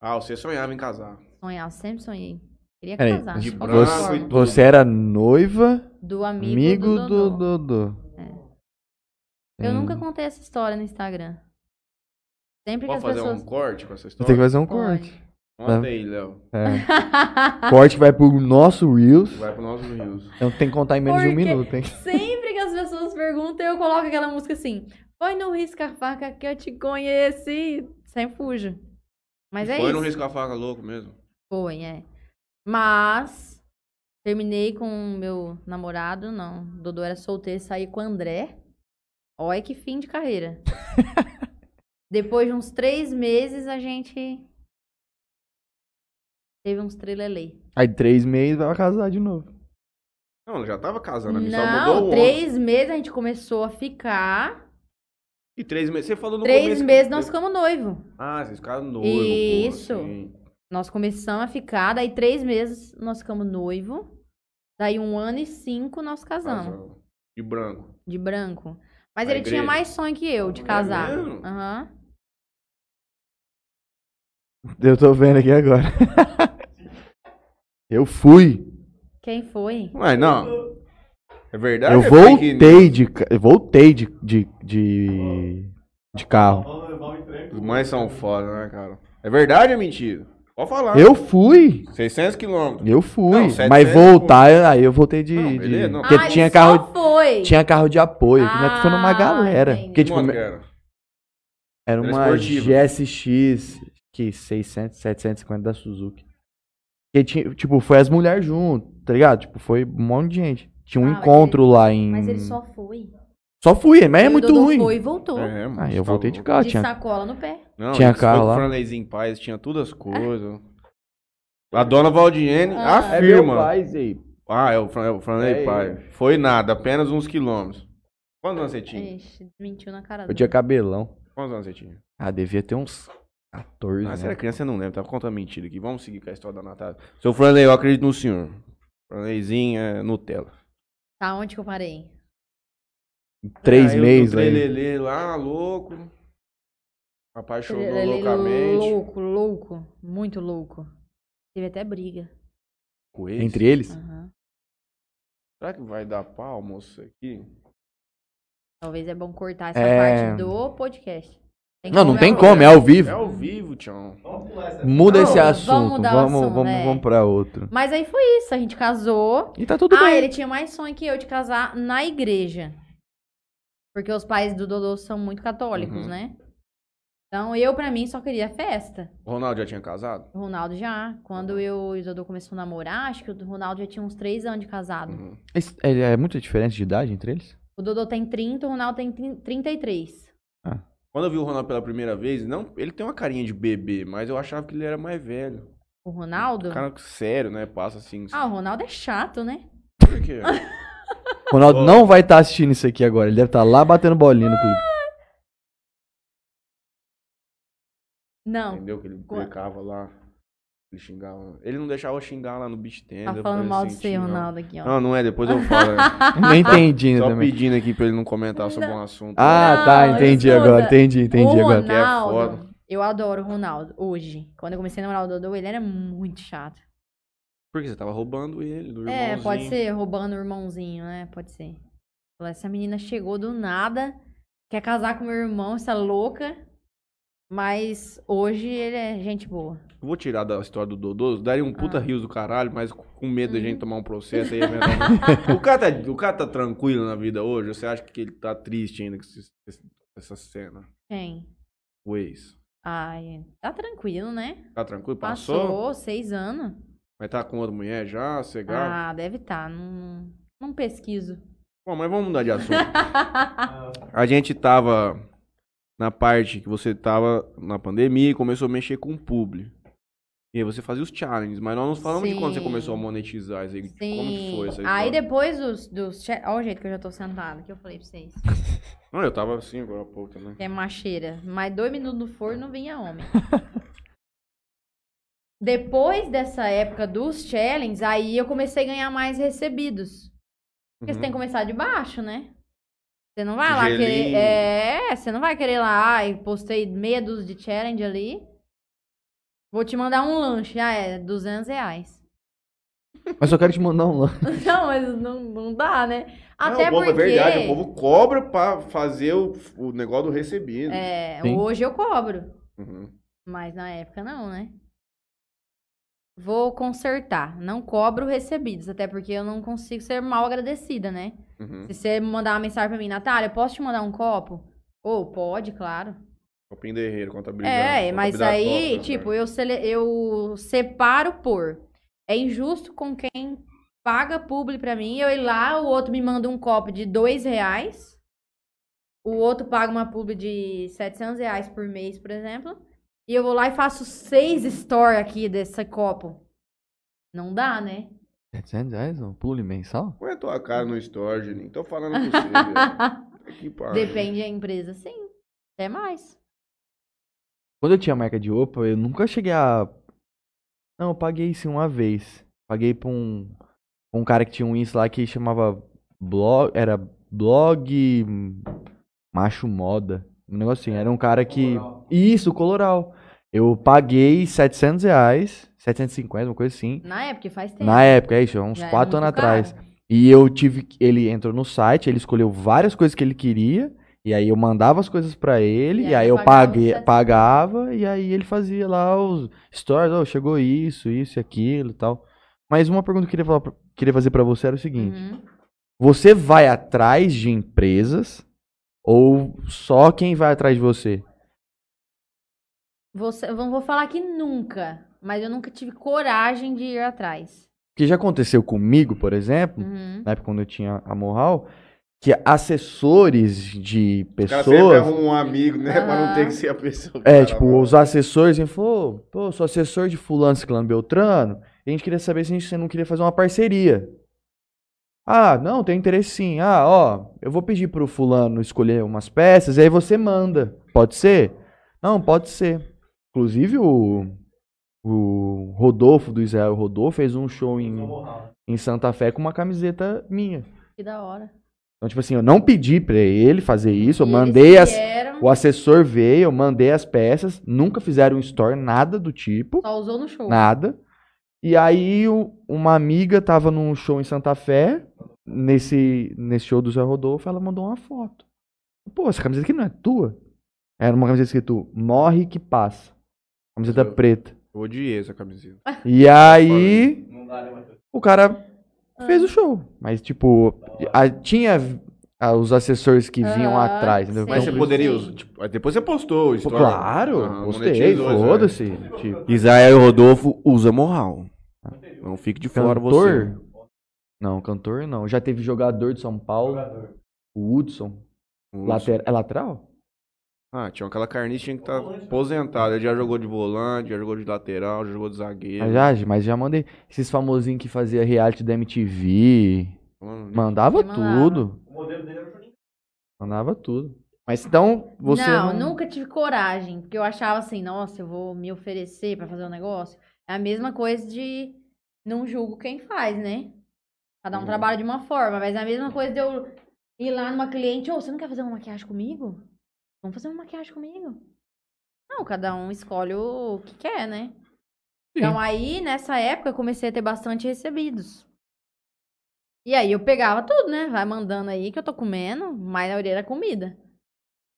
[SPEAKER 1] Ah, você sonhava em casar.
[SPEAKER 2] Sonhar, sempre sonhei. Queria
[SPEAKER 3] Peraí,
[SPEAKER 2] casar.
[SPEAKER 1] de
[SPEAKER 2] de qualquer
[SPEAKER 1] branco
[SPEAKER 2] forma.
[SPEAKER 1] e tudo.
[SPEAKER 3] Você era noiva,
[SPEAKER 2] Do amigo,
[SPEAKER 3] amigo
[SPEAKER 2] do
[SPEAKER 3] do
[SPEAKER 2] Dodô.
[SPEAKER 3] Dodô.
[SPEAKER 2] Eu
[SPEAKER 3] Hum.
[SPEAKER 2] nunca contei essa história no Instagram. Sempre que
[SPEAKER 1] Pode
[SPEAKER 2] as
[SPEAKER 1] fazer
[SPEAKER 2] pessoas.
[SPEAKER 1] um corte com essa
[SPEAKER 3] Você tem que
[SPEAKER 1] história?
[SPEAKER 3] fazer um
[SPEAKER 2] Pode.
[SPEAKER 3] corte.
[SPEAKER 1] Conta aí, Léo.
[SPEAKER 3] É. Corte que vai pro nosso Reels.
[SPEAKER 1] Vai pro nosso Rios.
[SPEAKER 3] Então tem que contar em menos de um
[SPEAKER 2] Porque-
[SPEAKER 3] minuto, hein?
[SPEAKER 2] Sempre que as pessoas perguntam, eu coloco aquela música assim. Foi no risca faca que eu te conheci. Sem fujo. Mas é
[SPEAKER 1] Foi
[SPEAKER 2] isso.
[SPEAKER 1] no risco a faca louco mesmo.
[SPEAKER 2] Foi, é. Mas. Terminei com o meu namorado, não. Dodô era solteiro, saí com o André. Olha que fim de carreira. Depois de uns três meses, a gente. Teve uns trelelei.
[SPEAKER 3] Aí três meses vai casar de novo.
[SPEAKER 1] Não, ela já tava casando, a mim só mudou
[SPEAKER 2] Não,
[SPEAKER 1] o ano.
[SPEAKER 2] três meses a gente começou a ficar.
[SPEAKER 1] E três meses. Você falou no
[SPEAKER 2] três
[SPEAKER 1] começo. que-
[SPEAKER 2] meses nós ficamos noivo.
[SPEAKER 1] Ah, vocês ficaram noivo.
[SPEAKER 2] Isso.
[SPEAKER 1] Pô, assim.
[SPEAKER 2] Nós começamos a ficar, daí três meses nós ficamos noivo. Daí um ano e cinco nós casamos,
[SPEAKER 1] Casal. De branco.
[SPEAKER 2] de branco. Mas
[SPEAKER 1] Na
[SPEAKER 2] ele tinha
[SPEAKER 1] igreja?
[SPEAKER 2] mais sonho que eu
[SPEAKER 3] Ah,
[SPEAKER 2] de
[SPEAKER 1] É
[SPEAKER 2] casar.
[SPEAKER 1] mesmo?
[SPEAKER 2] Aham.
[SPEAKER 3] Eu tô vendo aqui agora. Eu fui.
[SPEAKER 2] Quem foi?
[SPEAKER 1] Mas não. É verdade?
[SPEAKER 3] Eu
[SPEAKER 1] é fake news?
[SPEAKER 3] voltei de. ca- Eu voltei de. de. de, de carro.
[SPEAKER 1] Os mães são foda, né, cara? É verdade ou é mentira? Pode falar.
[SPEAKER 3] Eu fui.
[SPEAKER 1] 600 quilômetros.
[SPEAKER 3] Eu fui.
[SPEAKER 1] Não, sete
[SPEAKER 3] Mas
[SPEAKER 1] vezes,
[SPEAKER 3] voltar, aí eu voltei de.
[SPEAKER 1] Não,
[SPEAKER 3] de-
[SPEAKER 1] beleza, não.
[SPEAKER 3] porque
[SPEAKER 2] ah,
[SPEAKER 3] tinha
[SPEAKER 2] ele
[SPEAKER 3] carro.
[SPEAKER 2] só foi.
[SPEAKER 3] Tinha carro de apoio. que nós fomos uma
[SPEAKER 2] Ah,
[SPEAKER 3] galera.
[SPEAKER 2] entendi.
[SPEAKER 3] Porque, tipo,
[SPEAKER 1] Quanto
[SPEAKER 3] me-
[SPEAKER 1] que era?
[SPEAKER 3] era uma
[SPEAKER 1] Esportiva.
[SPEAKER 3] GSX. Que 600, 750 da Suzuki. Que tinha, tipo, foi as mulheres junto, tá ligado? Tipo, foi um monte de gente. Tinha um
[SPEAKER 2] Ah, mas
[SPEAKER 3] encontro lá em.
[SPEAKER 2] Mas ele só foi.
[SPEAKER 3] Só fui, mas Hum. é
[SPEAKER 2] E o
[SPEAKER 3] muito
[SPEAKER 2] Dodô
[SPEAKER 3] ruim.
[SPEAKER 2] foi e voltou.
[SPEAKER 1] É, mano,
[SPEAKER 3] Ah,
[SPEAKER 1] você
[SPEAKER 3] eu
[SPEAKER 1] tá
[SPEAKER 3] voltei de
[SPEAKER 1] louco.
[SPEAKER 3] carro.
[SPEAKER 2] de
[SPEAKER 3] Tinha,
[SPEAKER 2] sacola no pé.
[SPEAKER 1] Não,
[SPEAKER 3] Tinha
[SPEAKER 1] eles
[SPEAKER 3] carro
[SPEAKER 1] foi com
[SPEAKER 3] lá.
[SPEAKER 1] o Franleizinho Paz, tinha todas as coisas. A dona Valdiene
[SPEAKER 2] Ah.
[SPEAKER 3] É
[SPEAKER 1] afirma.
[SPEAKER 3] meu pai, Zé.
[SPEAKER 1] ah, é o, Fran, é o Franley
[SPEAKER 3] É
[SPEAKER 1] Paz. Foi nada, apenas uns quilômetros. Quantos anos você tinha?
[SPEAKER 2] Ixi, mentiu na cara
[SPEAKER 3] Eu
[SPEAKER 2] dele.
[SPEAKER 3] tinha cabelão.
[SPEAKER 1] Quantos anos você tinha?
[SPEAKER 3] Ah, devia ter uns 14,
[SPEAKER 1] Ah,
[SPEAKER 3] né?
[SPEAKER 1] você era criança, você não lembra. Tava contando mentira aqui. Vamos seguir com a história da Natália. Seu Franley, eu acredito no senhor. Franleizinho é Nutella.
[SPEAKER 2] Tá, onde que eu parei?
[SPEAKER 3] Três
[SPEAKER 1] Aí eu do
[SPEAKER 3] meses aí.
[SPEAKER 1] trelelê lá, louco. Apaixonou
[SPEAKER 2] Ele- ele
[SPEAKER 1] loucamente.
[SPEAKER 2] louco, louco. Muito louco. Teve até briga.
[SPEAKER 1] Com esse.
[SPEAKER 3] Entre eles?
[SPEAKER 2] Aham.
[SPEAKER 1] Será que vai dar pau, moço, aqui?
[SPEAKER 2] Talvez é bom cortar essa
[SPEAKER 3] É.
[SPEAKER 2] parte do podcast. Tem um
[SPEAKER 3] Não, não
[SPEAKER 2] como,
[SPEAKER 3] tem
[SPEAKER 2] ao
[SPEAKER 3] como, é ao vivo.
[SPEAKER 1] É ao vivo, Tião.
[SPEAKER 3] Muda
[SPEAKER 2] Não,
[SPEAKER 3] esse
[SPEAKER 2] vamos
[SPEAKER 3] assunto,
[SPEAKER 2] mudar o
[SPEAKER 3] vamos,
[SPEAKER 2] assunto,
[SPEAKER 3] vamos,
[SPEAKER 2] é.
[SPEAKER 3] vamos pra outro.
[SPEAKER 2] Mas aí foi isso, a gente casou.
[SPEAKER 3] E tá tudo
[SPEAKER 2] ah,
[SPEAKER 3] bem.
[SPEAKER 2] ele tinha mais sonho que eu de casar na igreja. Porque os pais do Dodô são muito católicos,
[SPEAKER 1] Uhum.
[SPEAKER 2] né? Então eu, pra mim, só queria festa.
[SPEAKER 1] O Ronaldo já tinha casado?
[SPEAKER 2] O Ronaldo já. Quando eu e o Dodô começou a namorar, acho que o Ronaldo já tinha uns três anos de casado.
[SPEAKER 1] Uhum.
[SPEAKER 3] Esse- É, é muita diferença de idade entre eles?
[SPEAKER 2] O Dodô tem 30, o Ronaldo tem 30 33.
[SPEAKER 1] Quando eu vi o Ronaldo pela primeira vez, não, ele tem uma carinha de bebê, mas eu achava que ele era mais velho.
[SPEAKER 2] O Ronaldo?
[SPEAKER 1] Cara sério, né? Passa assim.
[SPEAKER 2] Ah, o Ronaldo é chato, né?
[SPEAKER 1] Por quê?
[SPEAKER 3] Ronaldo
[SPEAKER 1] Ô.
[SPEAKER 3] não vai estar assistindo isso aqui agora. Ele deve estar lá batendo bolinha no clube.
[SPEAKER 2] Não.
[SPEAKER 1] Entendeu? Que ele
[SPEAKER 2] Qual-
[SPEAKER 1] brincava lá. Ele xingava. Ele não deixava eu xingar lá no beat tender.
[SPEAKER 2] Tá
[SPEAKER 1] eu
[SPEAKER 2] falando
[SPEAKER 1] falei
[SPEAKER 2] mal de
[SPEAKER 1] assim,
[SPEAKER 2] você,
[SPEAKER 1] "Tião,
[SPEAKER 2] Ronaldo, aqui, ó.
[SPEAKER 1] Não, não é, depois eu falo. né?
[SPEAKER 3] Não entendi
[SPEAKER 1] Só
[SPEAKER 3] também.
[SPEAKER 1] pedindo aqui pra ele não comentar sobre um assunto.
[SPEAKER 3] Ah,
[SPEAKER 2] Não,
[SPEAKER 3] tá, entendi
[SPEAKER 2] escuta.
[SPEAKER 3] agora, entendi, entendi
[SPEAKER 2] o
[SPEAKER 3] agora.
[SPEAKER 1] Que é
[SPEAKER 2] Ronaldo,
[SPEAKER 1] foda.
[SPEAKER 2] eu adoro o Ronaldo hoje. Quando eu comecei a namorar o Dodô, ele era muito chato.
[SPEAKER 1] Porque você tava roubando ele, do
[SPEAKER 2] É,
[SPEAKER 1] irmãozinho.
[SPEAKER 2] pode ser roubando o irmãozinho, né? Pode ser. Falou, Essa menina chegou do nada, quer casar com meu irmão, essa louca. Mas hoje ele é gente boa.
[SPEAKER 1] Eu vou tirar da história do Dodô, daria um puta
[SPEAKER 2] Ah.
[SPEAKER 1] rios do caralho, mas com medo da
[SPEAKER 2] Uhum.
[SPEAKER 1] gente tomar um processo aí. eventualmente. o, cara tá, o cara tá tranquilo na vida hoje? Ou Você acha que ele tá triste ainda com esse- esse- essa cena?
[SPEAKER 2] Quem?
[SPEAKER 1] O ex.
[SPEAKER 2] Ai, tá tranquilo, né?
[SPEAKER 1] Tá tranquilo? Passou?
[SPEAKER 2] Passou, seis anos.
[SPEAKER 1] Mas tá com outra mulher já, cegado?
[SPEAKER 2] Ah, deve tá. Não, não pesquiso.
[SPEAKER 1] Bom, mas vamos mudar de assunto. A gente tava na parte que você tava na pandemia e começou a mexer com o publi. E aí você fazia os challenges, mas nós não falamos de quando você
[SPEAKER 2] Sim.
[SPEAKER 1] começou a monetizar isso aí. de Como que foi isso aí?
[SPEAKER 2] Aí depois dos. dos che- Olha o jeito que eu já tô sentada, que eu falei pra vocês.
[SPEAKER 1] Não, eu tava assim agora há pouco também.
[SPEAKER 2] Que é macheira. Mas dois minutos no forno vinha homem. Depois dessa época dos challenges, aí eu comecei a ganhar mais recebidos. Porque você
[SPEAKER 1] Uhum.
[SPEAKER 2] tem que começar de baixo, né? Você não vai lá querer.
[SPEAKER 1] Gelinho.
[SPEAKER 2] É, você não vai querer lá, ai, postei meia dúzia de challenge ali. Vou te mandar um lanche. Ah, é, 200 reais.
[SPEAKER 3] Mas só quero te mandar um lan-
[SPEAKER 2] Não, mas não, não dá, né?
[SPEAKER 1] Não,
[SPEAKER 2] Até
[SPEAKER 1] o povo
[SPEAKER 2] porque.
[SPEAKER 1] É verdade, o povo cobra pra fazer o, o negócio do recebido.
[SPEAKER 2] é,
[SPEAKER 3] Sim.
[SPEAKER 2] hoje eu cobro.
[SPEAKER 1] Uhum.
[SPEAKER 2] Mas na época não, né? Vou consertar. Não cobro recebidos, até porque eu não consigo ser mal agradecida, né?
[SPEAKER 1] Uhum.
[SPEAKER 2] Se você mandar uma mensagem pra mim, Natália, posso te mandar um copo? Ou pode, claro.
[SPEAKER 1] Copinho derreiro, contabilidade.
[SPEAKER 2] É, mas
[SPEAKER 1] contabilidade
[SPEAKER 2] aí,
[SPEAKER 1] top, né,
[SPEAKER 2] tipo,
[SPEAKER 1] cara?
[SPEAKER 2] eu, sele- eu separo por. É injusto com quem paga publi pra mim. Eu ir lá, o outro me manda um copo de dois reais. O outro paga uma publi de 700 reais por mês, por exemplo. E eu vou lá e faço seis store aqui desse copo. Não dá, né?
[SPEAKER 3] 700 reais, um pulo mensal?
[SPEAKER 1] Põe a tua cara no story, Juninho. Tô falando com você, velho. Que pariu.
[SPEAKER 2] Depende da empresa, sim. Até mais.
[SPEAKER 3] Quando eu tinha a marca de roupa, eu nunca cheguei a. Não, eu paguei sim uma vez. Paguei pra um, pra um cara que tinha um Insta lá que chamava blog. Era blog hum, macho moda. Um negócio assim. Era um cara que. Isso, coloral. Eu paguei 700 reais, 750, uma coisa assim.
[SPEAKER 2] Na época, faz tempo.
[SPEAKER 3] Na época, é isso, uns
[SPEAKER 2] Já era
[SPEAKER 3] 4
[SPEAKER 2] muito
[SPEAKER 3] anos atrás.
[SPEAKER 2] caro.
[SPEAKER 3] E eu tive. que- Ele entrou no site, ele escolheu várias coisas que ele queria. E aí eu mandava as coisas pra ele,
[SPEAKER 2] E aí
[SPEAKER 3] e, aí
[SPEAKER 2] eu
[SPEAKER 3] eu
[SPEAKER 2] pagava os
[SPEAKER 3] paguei,
[SPEAKER 2] 700.
[SPEAKER 3] pagava, e aí ele fazia lá os stories, ó, chegou isso, isso e aquilo e tal. Mas uma pergunta que eu queria, falar pra- queria fazer pra você era o seguinte:
[SPEAKER 2] Uhum.
[SPEAKER 3] você vai atrás de empresas ou só quem vai atrás de você?
[SPEAKER 2] Você, eu não vou falar que nunca, mas eu nunca tive coragem de ir atrás.
[SPEAKER 3] Porque já aconteceu comigo, por exemplo,
[SPEAKER 2] Uhum.
[SPEAKER 3] na época quando eu tinha a Moral, que assessores de
[SPEAKER 1] O cara sempre
[SPEAKER 3] pessoas.
[SPEAKER 1] arruma um amigo, né? Pra não
[SPEAKER 2] Aham.
[SPEAKER 1] ter que ser a pessoa. que
[SPEAKER 3] É,
[SPEAKER 1] tá
[SPEAKER 3] tipo,
[SPEAKER 1] na
[SPEAKER 3] os assessores, ele falou, pô, sou assessor de fulano, ciclano, beltrano, e a gente queria saber se a gente se não queria fazer uma parceria. Ah, não, tem interesse sim. Ah, ó, eu vou pedir pro fulano escolher umas peças, e aí você manda. Pode ser? Não, pode ser. Inclusive, o, o Rodolfo, do Israel Rodolfo, fez um show em, em Santa Fé com uma camiseta minha.
[SPEAKER 2] Que da hora.
[SPEAKER 3] Então, tipo assim, eu não pedi pra ele fazer isso, eu
[SPEAKER 2] E
[SPEAKER 3] mandei
[SPEAKER 2] eles
[SPEAKER 3] as.
[SPEAKER 2] vieram,
[SPEAKER 3] O assessor veio, eu mandei as peças, nunca fizeram um store, nada do tipo,
[SPEAKER 2] Só usou no show.
[SPEAKER 3] nada. E aí o- uma amiga tava num show em Santa Fé, nesse, nesse show do Zé Rodolfo, ela mandou uma foto. Pô, essa camiseta aqui não é tua? Era uma camiseta escrito Morre que passa. Camiseta
[SPEAKER 1] Seu.
[SPEAKER 3] preta.
[SPEAKER 1] Eu odiei essa camiseta.
[SPEAKER 3] E aí o cara
[SPEAKER 2] Ah.
[SPEAKER 3] fez o show. Mas tipo, a- tinha ah, os assessores que vinham
[SPEAKER 2] Ah,
[SPEAKER 3] atrás. entendeu?
[SPEAKER 2] sim.
[SPEAKER 1] Mas
[SPEAKER 3] Então,
[SPEAKER 1] você
[SPEAKER 2] Sim.
[SPEAKER 1] poderia usar. Tipo, aí depois você postou o
[SPEAKER 3] Pô,
[SPEAKER 1] story.
[SPEAKER 3] Claro,
[SPEAKER 1] Aham,
[SPEAKER 3] gostei,
[SPEAKER 1] monetizou,
[SPEAKER 3] foda-se. Tipo,
[SPEAKER 1] Israel Rodolfo usa moral. Não fique de fora
[SPEAKER 3] Tipo, cantor? Não, cantor não. Já teve jogador de São Paulo. O Hudson.
[SPEAKER 1] você.
[SPEAKER 3] Later... É lateral?
[SPEAKER 1] Ah, tinha aquela carniça tinha que estar aposentada. Ele já jogou de volante, já jogou de lateral, já jogou de zagueiro.
[SPEAKER 3] Mas Ah, já, mas já mandei. Esses famosinhos que fazia reality da MTV.
[SPEAKER 1] Mano,
[SPEAKER 3] Mandava
[SPEAKER 2] Ele mandava.
[SPEAKER 3] tudo. Mandava tudo. Mas então, você.
[SPEAKER 2] não, nunca tive coragem, porque eu achava assim, nossa, eu vou me oferecer pra fazer um negócio. É a mesma coisa de não julgo quem faz, né? Cada um
[SPEAKER 1] Uhum.
[SPEAKER 2] trabalha de uma forma, mas é a mesma coisa de eu ir lá numa cliente, ô, você não quer fazer uma maquiagem comigo? Vamos fazer uma maquiagem comigo. Não, cada um escolhe o que quer, né? Então aí, nessa época, eu comecei a ter bastante recebidos. E aí eu pegava tudo, né? Vai mandando aí que eu tô comendo, mas na maioria era comida.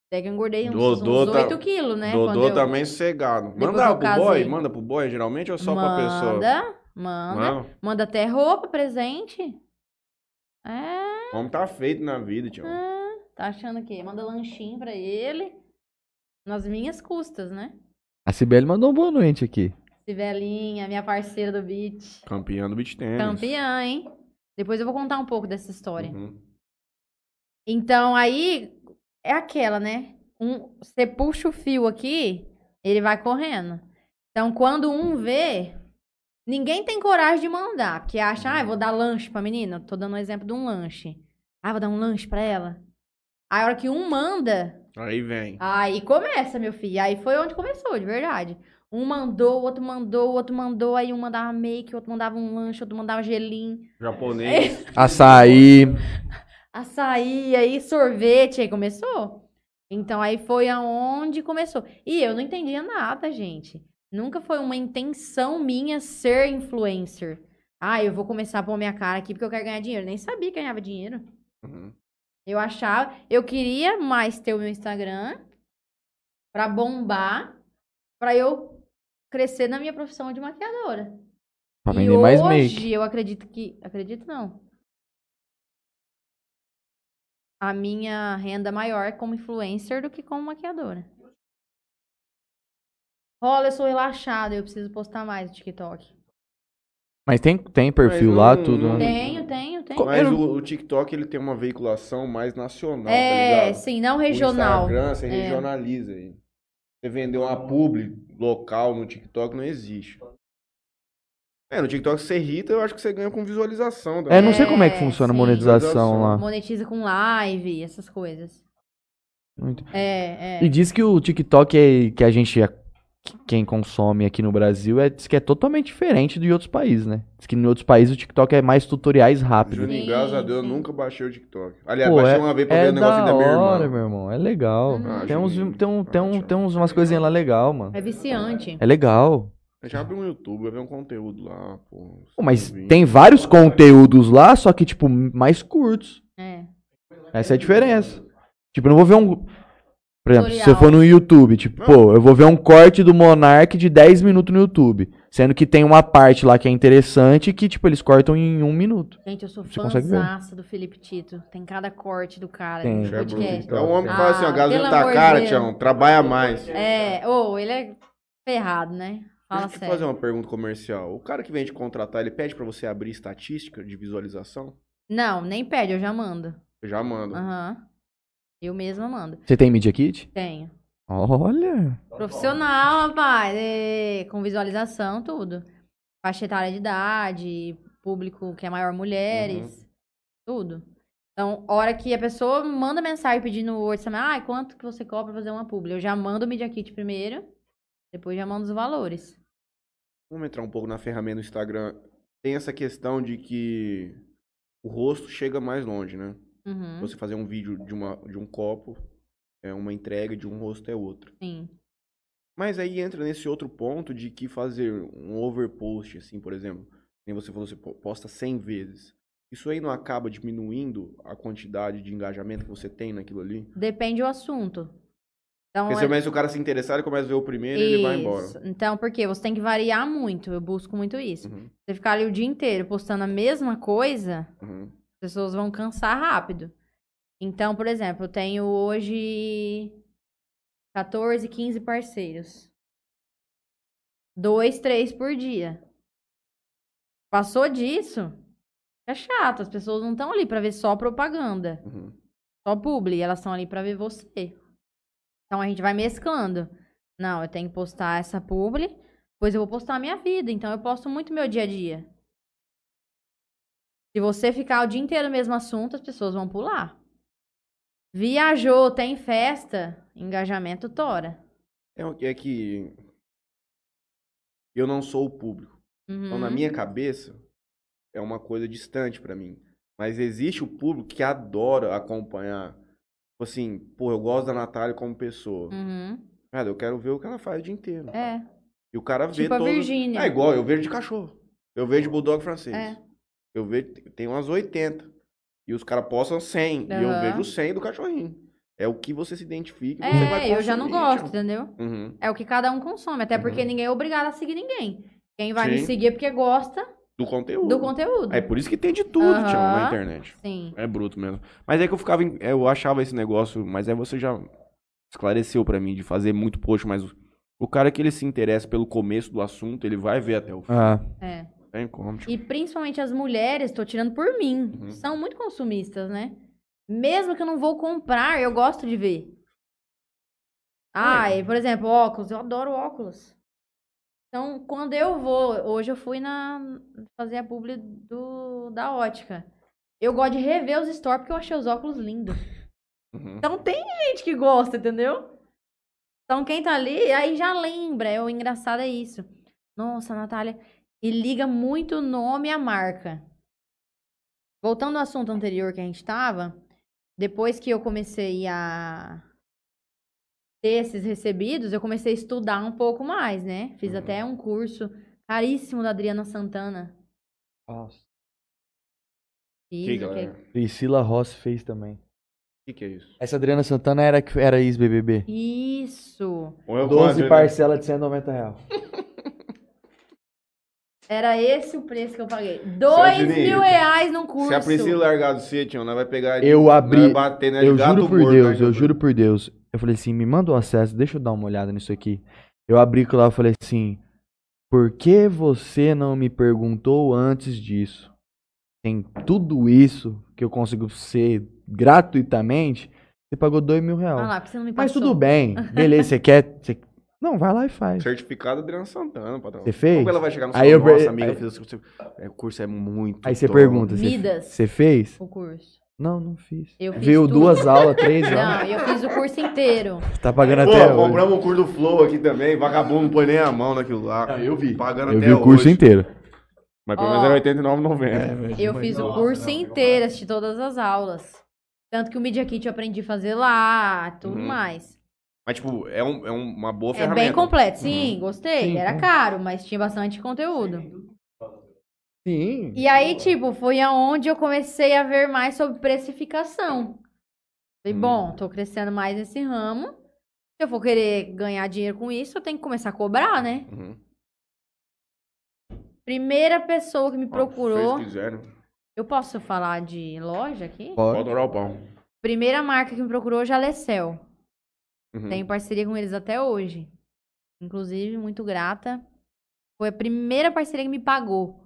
[SPEAKER 2] Até que eu engordei uns, uns
[SPEAKER 1] Dodô tá-
[SPEAKER 2] 8 quilos, né?
[SPEAKER 1] Dodô
[SPEAKER 2] quando eu...
[SPEAKER 1] também cegado.
[SPEAKER 2] Depois
[SPEAKER 1] Manda
[SPEAKER 2] eu
[SPEAKER 1] pro boy?
[SPEAKER 2] casei.
[SPEAKER 1] Manda pro boy, geralmente, ou só pra pessoa?
[SPEAKER 2] Manda, manda.
[SPEAKER 1] Não,
[SPEAKER 2] Manda até roupa, presente. É,
[SPEAKER 1] como tá feito na vida, tio.
[SPEAKER 2] tá achando o quê? Manda lanchinho pra ele. Nas minhas custas, né?
[SPEAKER 3] A Cibele mandou um boa noite aqui.
[SPEAKER 2] Cibelinha, minha parceira do beat.
[SPEAKER 1] Campeã do beat tênis.
[SPEAKER 2] Campeã, hein? Depois eu vou contar um pouco dessa história.
[SPEAKER 1] Uhum.
[SPEAKER 2] Então aí é aquela, né? Um, você puxa o fio aqui, ele vai correndo. Então quando um vê, ninguém tem coragem de mandar, porque acha, ah, eu vou dar lanche pra menina. Tô dando um exemplo de um lanche. Ah, vou dar um lanche pra ela. Aí a hora que um manda,
[SPEAKER 1] Aí vem.
[SPEAKER 2] Aí começa, meu filho. Aí foi onde começou, de verdade. Um mandou, o outro mandou, o outro mandou, aí um mandava make, o outro mandava um lanche, o outro mandava gelinho,
[SPEAKER 1] Japonês.
[SPEAKER 3] Açaí.
[SPEAKER 2] açaí, aí sorvete, aí começou. Então aí foi aonde começou. E eu não entendia nada, gente. Nunca foi uma intenção minha ser influencer. Ah, eu vou começar a pôr minha cara aqui porque eu quero ganhar dinheiro. Nem sabia que ganhava dinheiro.
[SPEAKER 1] Uhum.
[SPEAKER 2] Eu achava, eu queria mais ter o meu Instagram pra bombar, pra eu crescer na minha profissão de maquiadora.
[SPEAKER 3] Pra
[SPEAKER 2] e
[SPEAKER 3] vender
[SPEAKER 2] hoje
[SPEAKER 3] mais make.
[SPEAKER 2] eu acredito que, acredito não. A minha renda maior é como influencer do que como maquiadora. Olha, eu sou relaxada, eu preciso postar mais no TikTok.
[SPEAKER 3] Mas tem, tem perfil
[SPEAKER 1] Mas
[SPEAKER 3] lá,
[SPEAKER 1] não-
[SPEAKER 3] tudo.
[SPEAKER 1] não-
[SPEAKER 3] né?
[SPEAKER 2] Tenho, tenho, tenho.
[SPEAKER 3] Co-
[SPEAKER 1] Mas
[SPEAKER 3] eu não-
[SPEAKER 1] o, o TikTok, ele tem uma veiculação mais nacional, tá
[SPEAKER 2] É,
[SPEAKER 1] ligado?
[SPEAKER 2] sim, não
[SPEAKER 1] O
[SPEAKER 2] regional.
[SPEAKER 1] Instagram, você
[SPEAKER 2] É.
[SPEAKER 1] regionaliza aí. Você vender uma publi local no TikTok não existe. É, no TikTok você irrita, eu acho que você ganha com visualização também.
[SPEAKER 3] É, não sei como é que
[SPEAKER 2] É,
[SPEAKER 3] funciona a
[SPEAKER 2] sim.
[SPEAKER 3] monetização lá.
[SPEAKER 2] Monetiza com live, essas coisas.
[SPEAKER 3] Muito.
[SPEAKER 2] É, é.
[SPEAKER 3] E diz que o TikTok é, que a gente, é- que quem consome aqui no Brasil, é, diz que é totalmente diferente de outros países, né? Diz que em outros países o TikTok é mais tutoriais rápidos.
[SPEAKER 1] Juninho,
[SPEAKER 2] Sim,
[SPEAKER 1] graças a Deus, eu
[SPEAKER 2] sim.
[SPEAKER 1] nunca baixei o TikTok. Aliás,
[SPEAKER 3] Pô,
[SPEAKER 1] baixei uma vez pra ver
[SPEAKER 3] É
[SPEAKER 1] o um negócio
[SPEAKER 3] da
[SPEAKER 1] da minha irmã.
[SPEAKER 3] hora, meu irmão. É legal.
[SPEAKER 1] Ah,
[SPEAKER 3] tem, uns,
[SPEAKER 1] Juninho.
[SPEAKER 3] tem, um, tem, um,
[SPEAKER 1] Ah,
[SPEAKER 3] tem uns- umas coisinhas lá legal, mano.
[SPEAKER 2] É viciante.
[SPEAKER 3] É legal.
[SPEAKER 1] Já abre um YouTube, vai ver um conteúdo lá, pô.
[SPEAKER 3] Pô, mas
[SPEAKER 1] Você
[SPEAKER 3] tem vários conteúdos lá, só que, tipo, mais curtos.
[SPEAKER 2] É.
[SPEAKER 3] Essa é a diferença. Tipo, eu não vou ver um. Por exemplo, se eu
[SPEAKER 2] Tutorial.
[SPEAKER 3] for no YouTube, tipo,
[SPEAKER 1] Não.
[SPEAKER 3] pô, eu vou ver um corte do Monark de 10 minutos no YouTube. Sendo que tem uma parte lá que é interessante que, tipo, eles cortam em um minuto.
[SPEAKER 2] Gente, eu sou
[SPEAKER 3] Você consegue
[SPEAKER 2] fãzaça do Felipe Tito. Tem cada corte do cara
[SPEAKER 3] Tem.
[SPEAKER 2] no
[SPEAKER 1] Já É, bruto.
[SPEAKER 2] podcast.
[SPEAKER 1] é um homem que fala assim, ó,
[SPEAKER 2] Ah,
[SPEAKER 1] gasolina
[SPEAKER 2] pelo
[SPEAKER 1] tá
[SPEAKER 2] amor de
[SPEAKER 1] cara,
[SPEAKER 2] Deus.
[SPEAKER 1] Tião, trabalha mais.
[SPEAKER 2] É, ô, ele é ferrado, né? Fala
[SPEAKER 1] Deixa eu te fazer um-
[SPEAKER 2] sério.
[SPEAKER 1] uma pergunta comercial. O cara que vem te contratar, ele pede pra você abrir estatística de visualização?
[SPEAKER 2] Não, nem pede, eu já mando.
[SPEAKER 1] Eu já mando.
[SPEAKER 2] Aham. Eu mesma mando.
[SPEAKER 3] Você tem Media Kit?
[SPEAKER 2] Tenho.
[SPEAKER 3] Olha.
[SPEAKER 1] Então tá.
[SPEAKER 2] Profissional, rapaz. é, com visualização, tudo. Faixa etária de idade, público que é maior mulheres,
[SPEAKER 1] Uhum.
[SPEAKER 2] tudo. Então, hora que a pessoa manda mensagem pedindo o orçamento, ah, quanto que você cobra pra fazer uma publi? Eu já mando o Media Kit primeiro, depois já mando os valores.
[SPEAKER 1] Vamos entrar um pouco na ferramenta do Instagram. Tem essa questão de que o rosto chega mais longe, né?
[SPEAKER 2] Uhum,
[SPEAKER 1] Você fazer um vídeo de, uma, de um copo é uma entrega, de um rosto é outro.
[SPEAKER 2] Sim.
[SPEAKER 1] Mas aí entra nesse outro ponto de que fazer um overpost, assim, por exemplo, nem você falou, você po- posta 100 vezes. Isso aí não acaba diminuindo a quantidade de engajamento que você tem naquilo ali?
[SPEAKER 2] Depende do assunto. Então,
[SPEAKER 1] Porque
[SPEAKER 2] é-
[SPEAKER 1] se começa o cara se interessar, ele começa a ver o primeiro e ele vai embora.
[SPEAKER 2] Isso. Então, porque você tem que variar muito. Eu busco muito isso.
[SPEAKER 1] Uhum,
[SPEAKER 2] Você ficar ali o dia inteiro postando a mesma coisa,
[SPEAKER 1] uhum.
[SPEAKER 2] as pessoas vão cansar rápido. Então, por exemplo, eu tenho hoje 14, 15 parceiros. Dois, três por dia. Passou disso, é chato. As pessoas não estão ali pra ver só propaganda.
[SPEAKER 1] Uhum.
[SPEAKER 2] só publi, elas estão ali pra ver você. Então a gente vai mesclando. Não, eu tenho que postar essa publi, pois eu vou postar a minha vida, então eu posto muito meu dia a dia. Se você ficar o dia inteiro no mesmo assunto, as pessoas vão pular. Viajou, tem festa, engajamento tora.
[SPEAKER 1] É, o- é que eu não sou o público.
[SPEAKER 2] Uhum.
[SPEAKER 1] Então, na minha cabeça, é uma coisa distante pra mim. Mas existe o público que adora acompanhar. Tipo assim, pô, eu gosto da Natália como pessoa.
[SPEAKER 2] Uhum.
[SPEAKER 1] Cara, eu quero ver o que ela faz o dia inteiro.
[SPEAKER 2] É,
[SPEAKER 1] E o cara vê
[SPEAKER 2] tipo
[SPEAKER 1] Tá
[SPEAKER 2] a
[SPEAKER 1] todo...
[SPEAKER 2] Virgínia.
[SPEAKER 1] É igual, eu vejo de cachorro. Eu vejo de bulldog francês.
[SPEAKER 2] É.
[SPEAKER 1] Eu vejo, tem umas 80. E os caras postam 100. E eu
[SPEAKER 2] Aham.
[SPEAKER 1] vejo 100 do cachorrinho. É o que você se identifica e você vai
[SPEAKER 2] É, eu já não
[SPEAKER 1] consumir,
[SPEAKER 2] gosto,
[SPEAKER 1] tchau.
[SPEAKER 2] entendeu?
[SPEAKER 1] Uhum.
[SPEAKER 2] É o que cada um consome, até porque
[SPEAKER 1] Uhum.
[SPEAKER 2] ninguém é obrigado a seguir ninguém. Quem vai me
[SPEAKER 1] Sim.
[SPEAKER 2] seguir é porque gosta
[SPEAKER 1] Do conteúdo.
[SPEAKER 2] do conteúdo.
[SPEAKER 1] É por isso que tem de tudo, tchau, na
[SPEAKER 2] Aham.
[SPEAKER 1] internet.
[SPEAKER 2] Sim.
[SPEAKER 1] É bruto mesmo. Mas é que eu ficava. em- Eu achava esse negócio, mas aí você já esclareceu pra mim de fazer muito post, mas o, o cara que ele se interessa pelo começo do assunto, ele vai ver até o fim.
[SPEAKER 3] Ah,
[SPEAKER 2] É.
[SPEAKER 1] Não Tem como, tipo.
[SPEAKER 2] E principalmente as mulheres, tô tirando por mim,
[SPEAKER 1] Uhum.
[SPEAKER 2] são muito consumistas, né? Mesmo que eu não vou comprar, eu gosto de ver. Ai, por exemplo, óculos, eu adoro óculos. Então, quando eu vou, hoje eu fui na fazer a publi do da ótica. Eu gosto de rever os stories porque eu achei os óculos lindos.
[SPEAKER 1] Uhum.
[SPEAKER 2] Então tem gente que gosta, entendeu? Então quem tá ali, aí já lembra. É, O engraçado é isso. Nossa, Natália. E liga muito o nome à marca. Voltando ao assunto anterior que a gente tava, depois que eu comecei a ter esses recebidos, eu comecei a estudar um pouco mais, né? Fiz
[SPEAKER 1] Uhum.
[SPEAKER 2] até um curso caríssimo da Adriana Santana.
[SPEAKER 3] Nossa.
[SPEAKER 2] Fiz
[SPEAKER 1] Que,
[SPEAKER 2] aquele-
[SPEAKER 1] galera? O
[SPEAKER 3] Priscila Ross fez também.
[SPEAKER 1] que, que é isso?
[SPEAKER 3] Essa Adriana Santana era, era ex-BBB.
[SPEAKER 2] Isso!
[SPEAKER 1] Ou eu
[SPEAKER 3] 12
[SPEAKER 1] gosto, né?
[SPEAKER 3] parcelas de 190 reais.
[SPEAKER 2] Era esse o preço que eu paguei. Dois
[SPEAKER 1] Juninho,
[SPEAKER 2] mil reais num curso.
[SPEAKER 1] Se a Priscila largar do sítio, nós vai pegar.
[SPEAKER 3] Eu abri-
[SPEAKER 1] nós vai bater, né, de
[SPEAKER 3] Eu
[SPEAKER 1] gato
[SPEAKER 3] juro por
[SPEAKER 1] morto,
[SPEAKER 3] Deus,
[SPEAKER 1] né?
[SPEAKER 3] eu juro por Deus. Eu falei assim, me manda o acesso, deixa eu dar uma olhada nisso aqui. Eu abri lá e falei assim, por que você não me perguntou antes disso? Tem tudo isso que eu consigo ser gratuitamente, você pagou dois mil
[SPEAKER 2] Olha
[SPEAKER 3] reais.
[SPEAKER 2] Ah, lá, porque você não me
[SPEAKER 3] Mas
[SPEAKER 2] passou.
[SPEAKER 3] tudo bem, beleza, você quer... você- Não, vai lá e faz.
[SPEAKER 1] Certificado Adriano Santana, patrão.
[SPEAKER 3] Você fez?
[SPEAKER 1] Como ela vai chegar no
[SPEAKER 3] Aí
[SPEAKER 1] seu
[SPEAKER 3] eu per-
[SPEAKER 1] Nossa, amiga,
[SPEAKER 3] aí-
[SPEAKER 1] fez o seu- é, o curso é muito.
[SPEAKER 3] Aí você
[SPEAKER 1] top."
[SPEAKER 3] pergunta, você-
[SPEAKER 2] Midas.
[SPEAKER 3] você fez?
[SPEAKER 2] O curso.
[SPEAKER 3] Não, não fiz.
[SPEAKER 2] Eu fiz
[SPEAKER 3] Veio
[SPEAKER 2] tudo.
[SPEAKER 3] duas aulas, três aulas.
[SPEAKER 2] Não, eu fiz o curso inteiro.
[SPEAKER 3] Tá pagando até
[SPEAKER 1] Pô,
[SPEAKER 3] hoje.
[SPEAKER 1] compramos o curso do Flow aqui também. Vagabundo não põe nem a mão naquilo lá.
[SPEAKER 3] Não, eu vi.
[SPEAKER 1] Pagando
[SPEAKER 3] Eu
[SPEAKER 1] um até
[SPEAKER 3] vi o curso
[SPEAKER 1] hoje.
[SPEAKER 3] inteiro. É.
[SPEAKER 1] Mas
[SPEAKER 2] Ó.
[SPEAKER 1] pelo menos era 89,90.
[SPEAKER 2] Eu fiz o curso inteiro, assisti todas as aulas. Tanto que o Media Kit eu aprendi a fazer lá, tudo
[SPEAKER 1] Uhum.
[SPEAKER 2] mais.
[SPEAKER 1] Mas, tipo, é, um- é um- uma boa
[SPEAKER 2] É
[SPEAKER 1] ferramenta. Uhum.
[SPEAKER 2] bem completo, sim, gostei.
[SPEAKER 3] Sim,
[SPEAKER 2] Era
[SPEAKER 3] é.
[SPEAKER 2] caro, mas tinha bastante conteúdo.
[SPEAKER 3] Sim.
[SPEAKER 2] E aí, tipo, foi aonde eu comecei a ver mais sobre precificação. Falei,
[SPEAKER 1] Hum.
[SPEAKER 2] bom, tô crescendo mais nesse ramo. Se eu for querer ganhar dinheiro com isso, eu tenho que começar a cobrar, né?
[SPEAKER 1] Uhum.
[SPEAKER 2] Primeira pessoa que me
[SPEAKER 1] Fez o
[SPEAKER 2] procurou.
[SPEAKER 1] que quiser, né?
[SPEAKER 2] Eu posso falar de loja aqui?
[SPEAKER 1] Pode adorar o pão.
[SPEAKER 2] Primeira marca que me procurou é Jalecel.
[SPEAKER 1] Uhum.
[SPEAKER 2] Tenho parceria com eles até hoje. Inclusive, muito grata. Foi a primeira parceria que me pagou.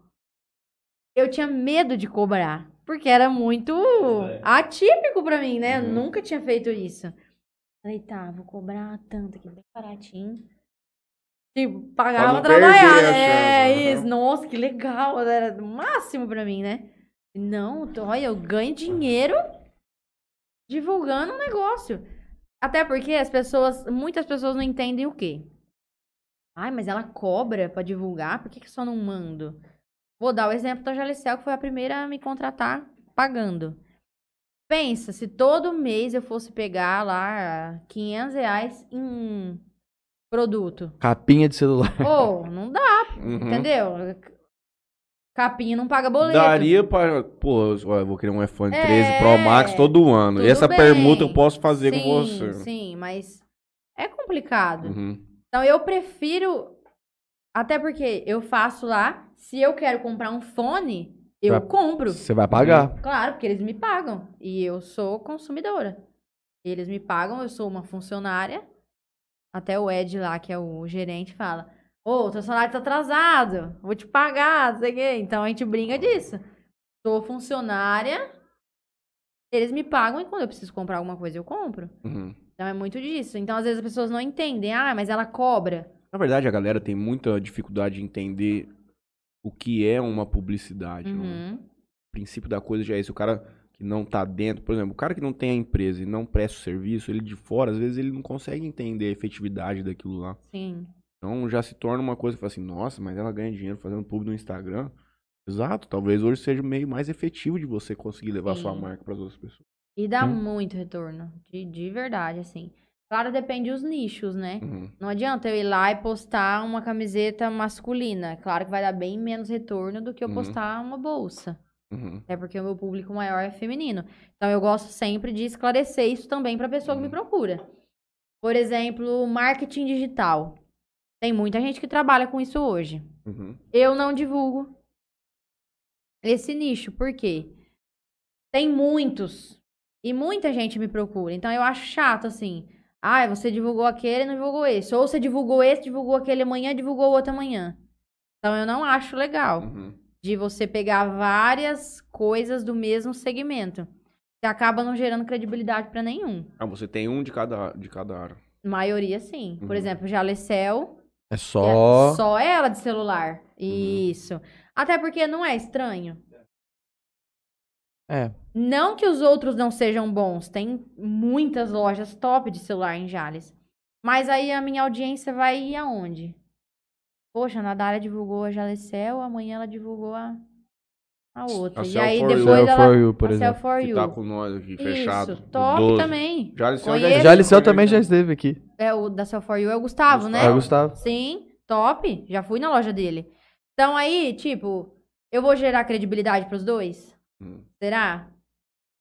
[SPEAKER 2] Eu tinha medo de cobrar, porque era muito atípico pra mim, né?
[SPEAKER 1] é. Uhum.
[SPEAKER 2] Nunca tinha feito isso. Falei, tá, vou cobrar tanto aqui, bem baratinho. Tipo,
[SPEAKER 1] Pra
[SPEAKER 2] pagava
[SPEAKER 1] não
[SPEAKER 2] trabalhar,
[SPEAKER 1] perder a
[SPEAKER 2] né?
[SPEAKER 1] chance,
[SPEAKER 2] É
[SPEAKER 1] né?
[SPEAKER 2] isso. Nossa, que legal. Era o máximo pra mim, né? Não, tô- olha, eu ganho dinheiro divulgando um negócio. Até porque as pessoas, muitas pessoas não entendem o quê? Ai, mas ela cobra pra divulgar, por que, que eu só não mando? Vou dar o exemplo da Jalecel, que foi a primeira a me contratar pagando. Pensa, se todo mês eu fosse pegar lá 500 reais em produto.
[SPEAKER 3] Capinha de celular.
[SPEAKER 2] Ou, não dá,
[SPEAKER 1] Uhum.
[SPEAKER 2] entendeu? Capinha não paga boleto.
[SPEAKER 1] Daria pra. Pô, ó, eu vou querer um iPhone 13
[SPEAKER 2] É,
[SPEAKER 1] Pro Max todo ano. E
[SPEAKER 2] tudo
[SPEAKER 1] essa
[SPEAKER 2] bem.
[SPEAKER 1] permuta eu posso fazer
[SPEAKER 2] sim,
[SPEAKER 1] com você.
[SPEAKER 2] Sim, mas é complicado.
[SPEAKER 1] Uhum.
[SPEAKER 2] Então eu prefiro. Até porque eu faço lá. Se eu quero comprar um fone, eu
[SPEAKER 3] Pra-
[SPEAKER 2] compro.
[SPEAKER 3] Você vai
[SPEAKER 1] Uhum.
[SPEAKER 3] pagar.
[SPEAKER 2] Claro, porque eles me pagam. E eu sou consumidora. Eles me pagam, eu sou uma funcionária. Até o Ed lá, que é o gerente, fala: Ô, teu salário tá atrasado, vou te pagar, não sei o quê. Então a gente brinca disso. Sou funcionária, eles me pagam e quando eu preciso comprar alguma coisa, eu compro.
[SPEAKER 1] Uhum.
[SPEAKER 2] Então é muito disso. Então às vezes as pessoas não entendem. Ah, mas ela cobra.
[SPEAKER 1] Na verdade, a galera tem muita dificuldade de entender o que é uma publicidade. né?
[SPEAKER 2] Uhum.
[SPEAKER 1] O princípio da coisa já é esse. O cara que não tá dentro, por exemplo, o cara que não tem a empresa e não presta o serviço, ele de fora, às vezes ele não consegue entender a efetividade daquilo lá.
[SPEAKER 2] Sim.
[SPEAKER 1] Então já se torna uma coisa que fala assim, nossa, mas ela ganha dinheiro fazendo pub no Instagram. Exato, talvez hoje seja o meio mais efetivo de você conseguir levar
[SPEAKER 2] Sim.
[SPEAKER 1] sua marca para as outras pessoas.
[SPEAKER 2] E dá
[SPEAKER 3] Sim.
[SPEAKER 2] muito retorno. De, de verdade, assim. Claro, depende dos nichos, né?
[SPEAKER 1] Uhum.
[SPEAKER 2] Não adianta eu ir lá e postar uma camiseta masculina. Claro que vai dar bem menos retorno do que eu
[SPEAKER 1] Uhum.
[SPEAKER 2] postar uma bolsa.
[SPEAKER 1] Uhum.
[SPEAKER 2] Até porque o meu público maior é feminino. Então eu gosto sempre de esclarecer isso também para a pessoa que me
[SPEAKER 1] Uhum.
[SPEAKER 2] procura. Por exemplo, marketing digital. Tem muita gente que trabalha com isso hoje.
[SPEAKER 1] Uhum.
[SPEAKER 2] Eu não divulgo esse nicho, por quê? Tem muitos. E muita gente me procura. Então eu acho chato assim. Ah, você divulgou aquele e não divulgou esse. Ou você divulgou esse, divulgou aquele amanhã, divulgou outro amanhã. Então eu não acho legal
[SPEAKER 1] Uhum.
[SPEAKER 2] de você pegar várias coisas do mesmo segmento. Você acaba não gerando credibilidade pra nenhum.
[SPEAKER 1] Ah, você tem um de cada, de cada área.
[SPEAKER 2] Maioria sim. Por
[SPEAKER 1] Uhum.
[SPEAKER 2] exemplo, Jalecel,
[SPEAKER 3] É
[SPEAKER 2] é
[SPEAKER 3] só.
[SPEAKER 2] Só ela de celular. Isso. Até porque não é estranho.
[SPEAKER 3] É.
[SPEAKER 2] Não que os outros não sejam bons. Tem muitas lojas top de celular em Jales. Mas aí a minha audiência vai ir aonde? Poxa, a Nadália divulgou a Jalecel, amanhã ela divulgou a, a
[SPEAKER 1] A
[SPEAKER 2] outra. e
[SPEAKER 1] Cell
[SPEAKER 2] aí
[SPEAKER 1] for You.
[SPEAKER 2] depois
[SPEAKER 3] Sell
[SPEAKER 2] ela.
[SPEAKER 3] for you, por
[SPEAKER 2] a Cell
[SPEAKER 3] exemplo.
[SPEAKER 2] for
[SPEAKER 1] que
[SPEAKER 2] you.
[SPEAKER 1] tá com nós aqui, fechado.
[SPEAKER 2] Isso, top
[SPEAKER 1] 12.
[SPEAKER 2] também.
[SPEAKER 1] Já Liceu
[SPEAKER 2] Conheço.
[SPEAKER 3] Já Liceu também já esteve aqui.
[SPEAKER 2] É, o da Cell for You é o Gustavo, né?
[SPEAKER 3] É, Gustavo.
[SPEAKER 2] Sim, top. Já fui na loja dele. Então aí, tipo, eu vou gerar credibilidade pros dois?
[SPEAKER 1] Hum.
[SPEAKER 2] Será?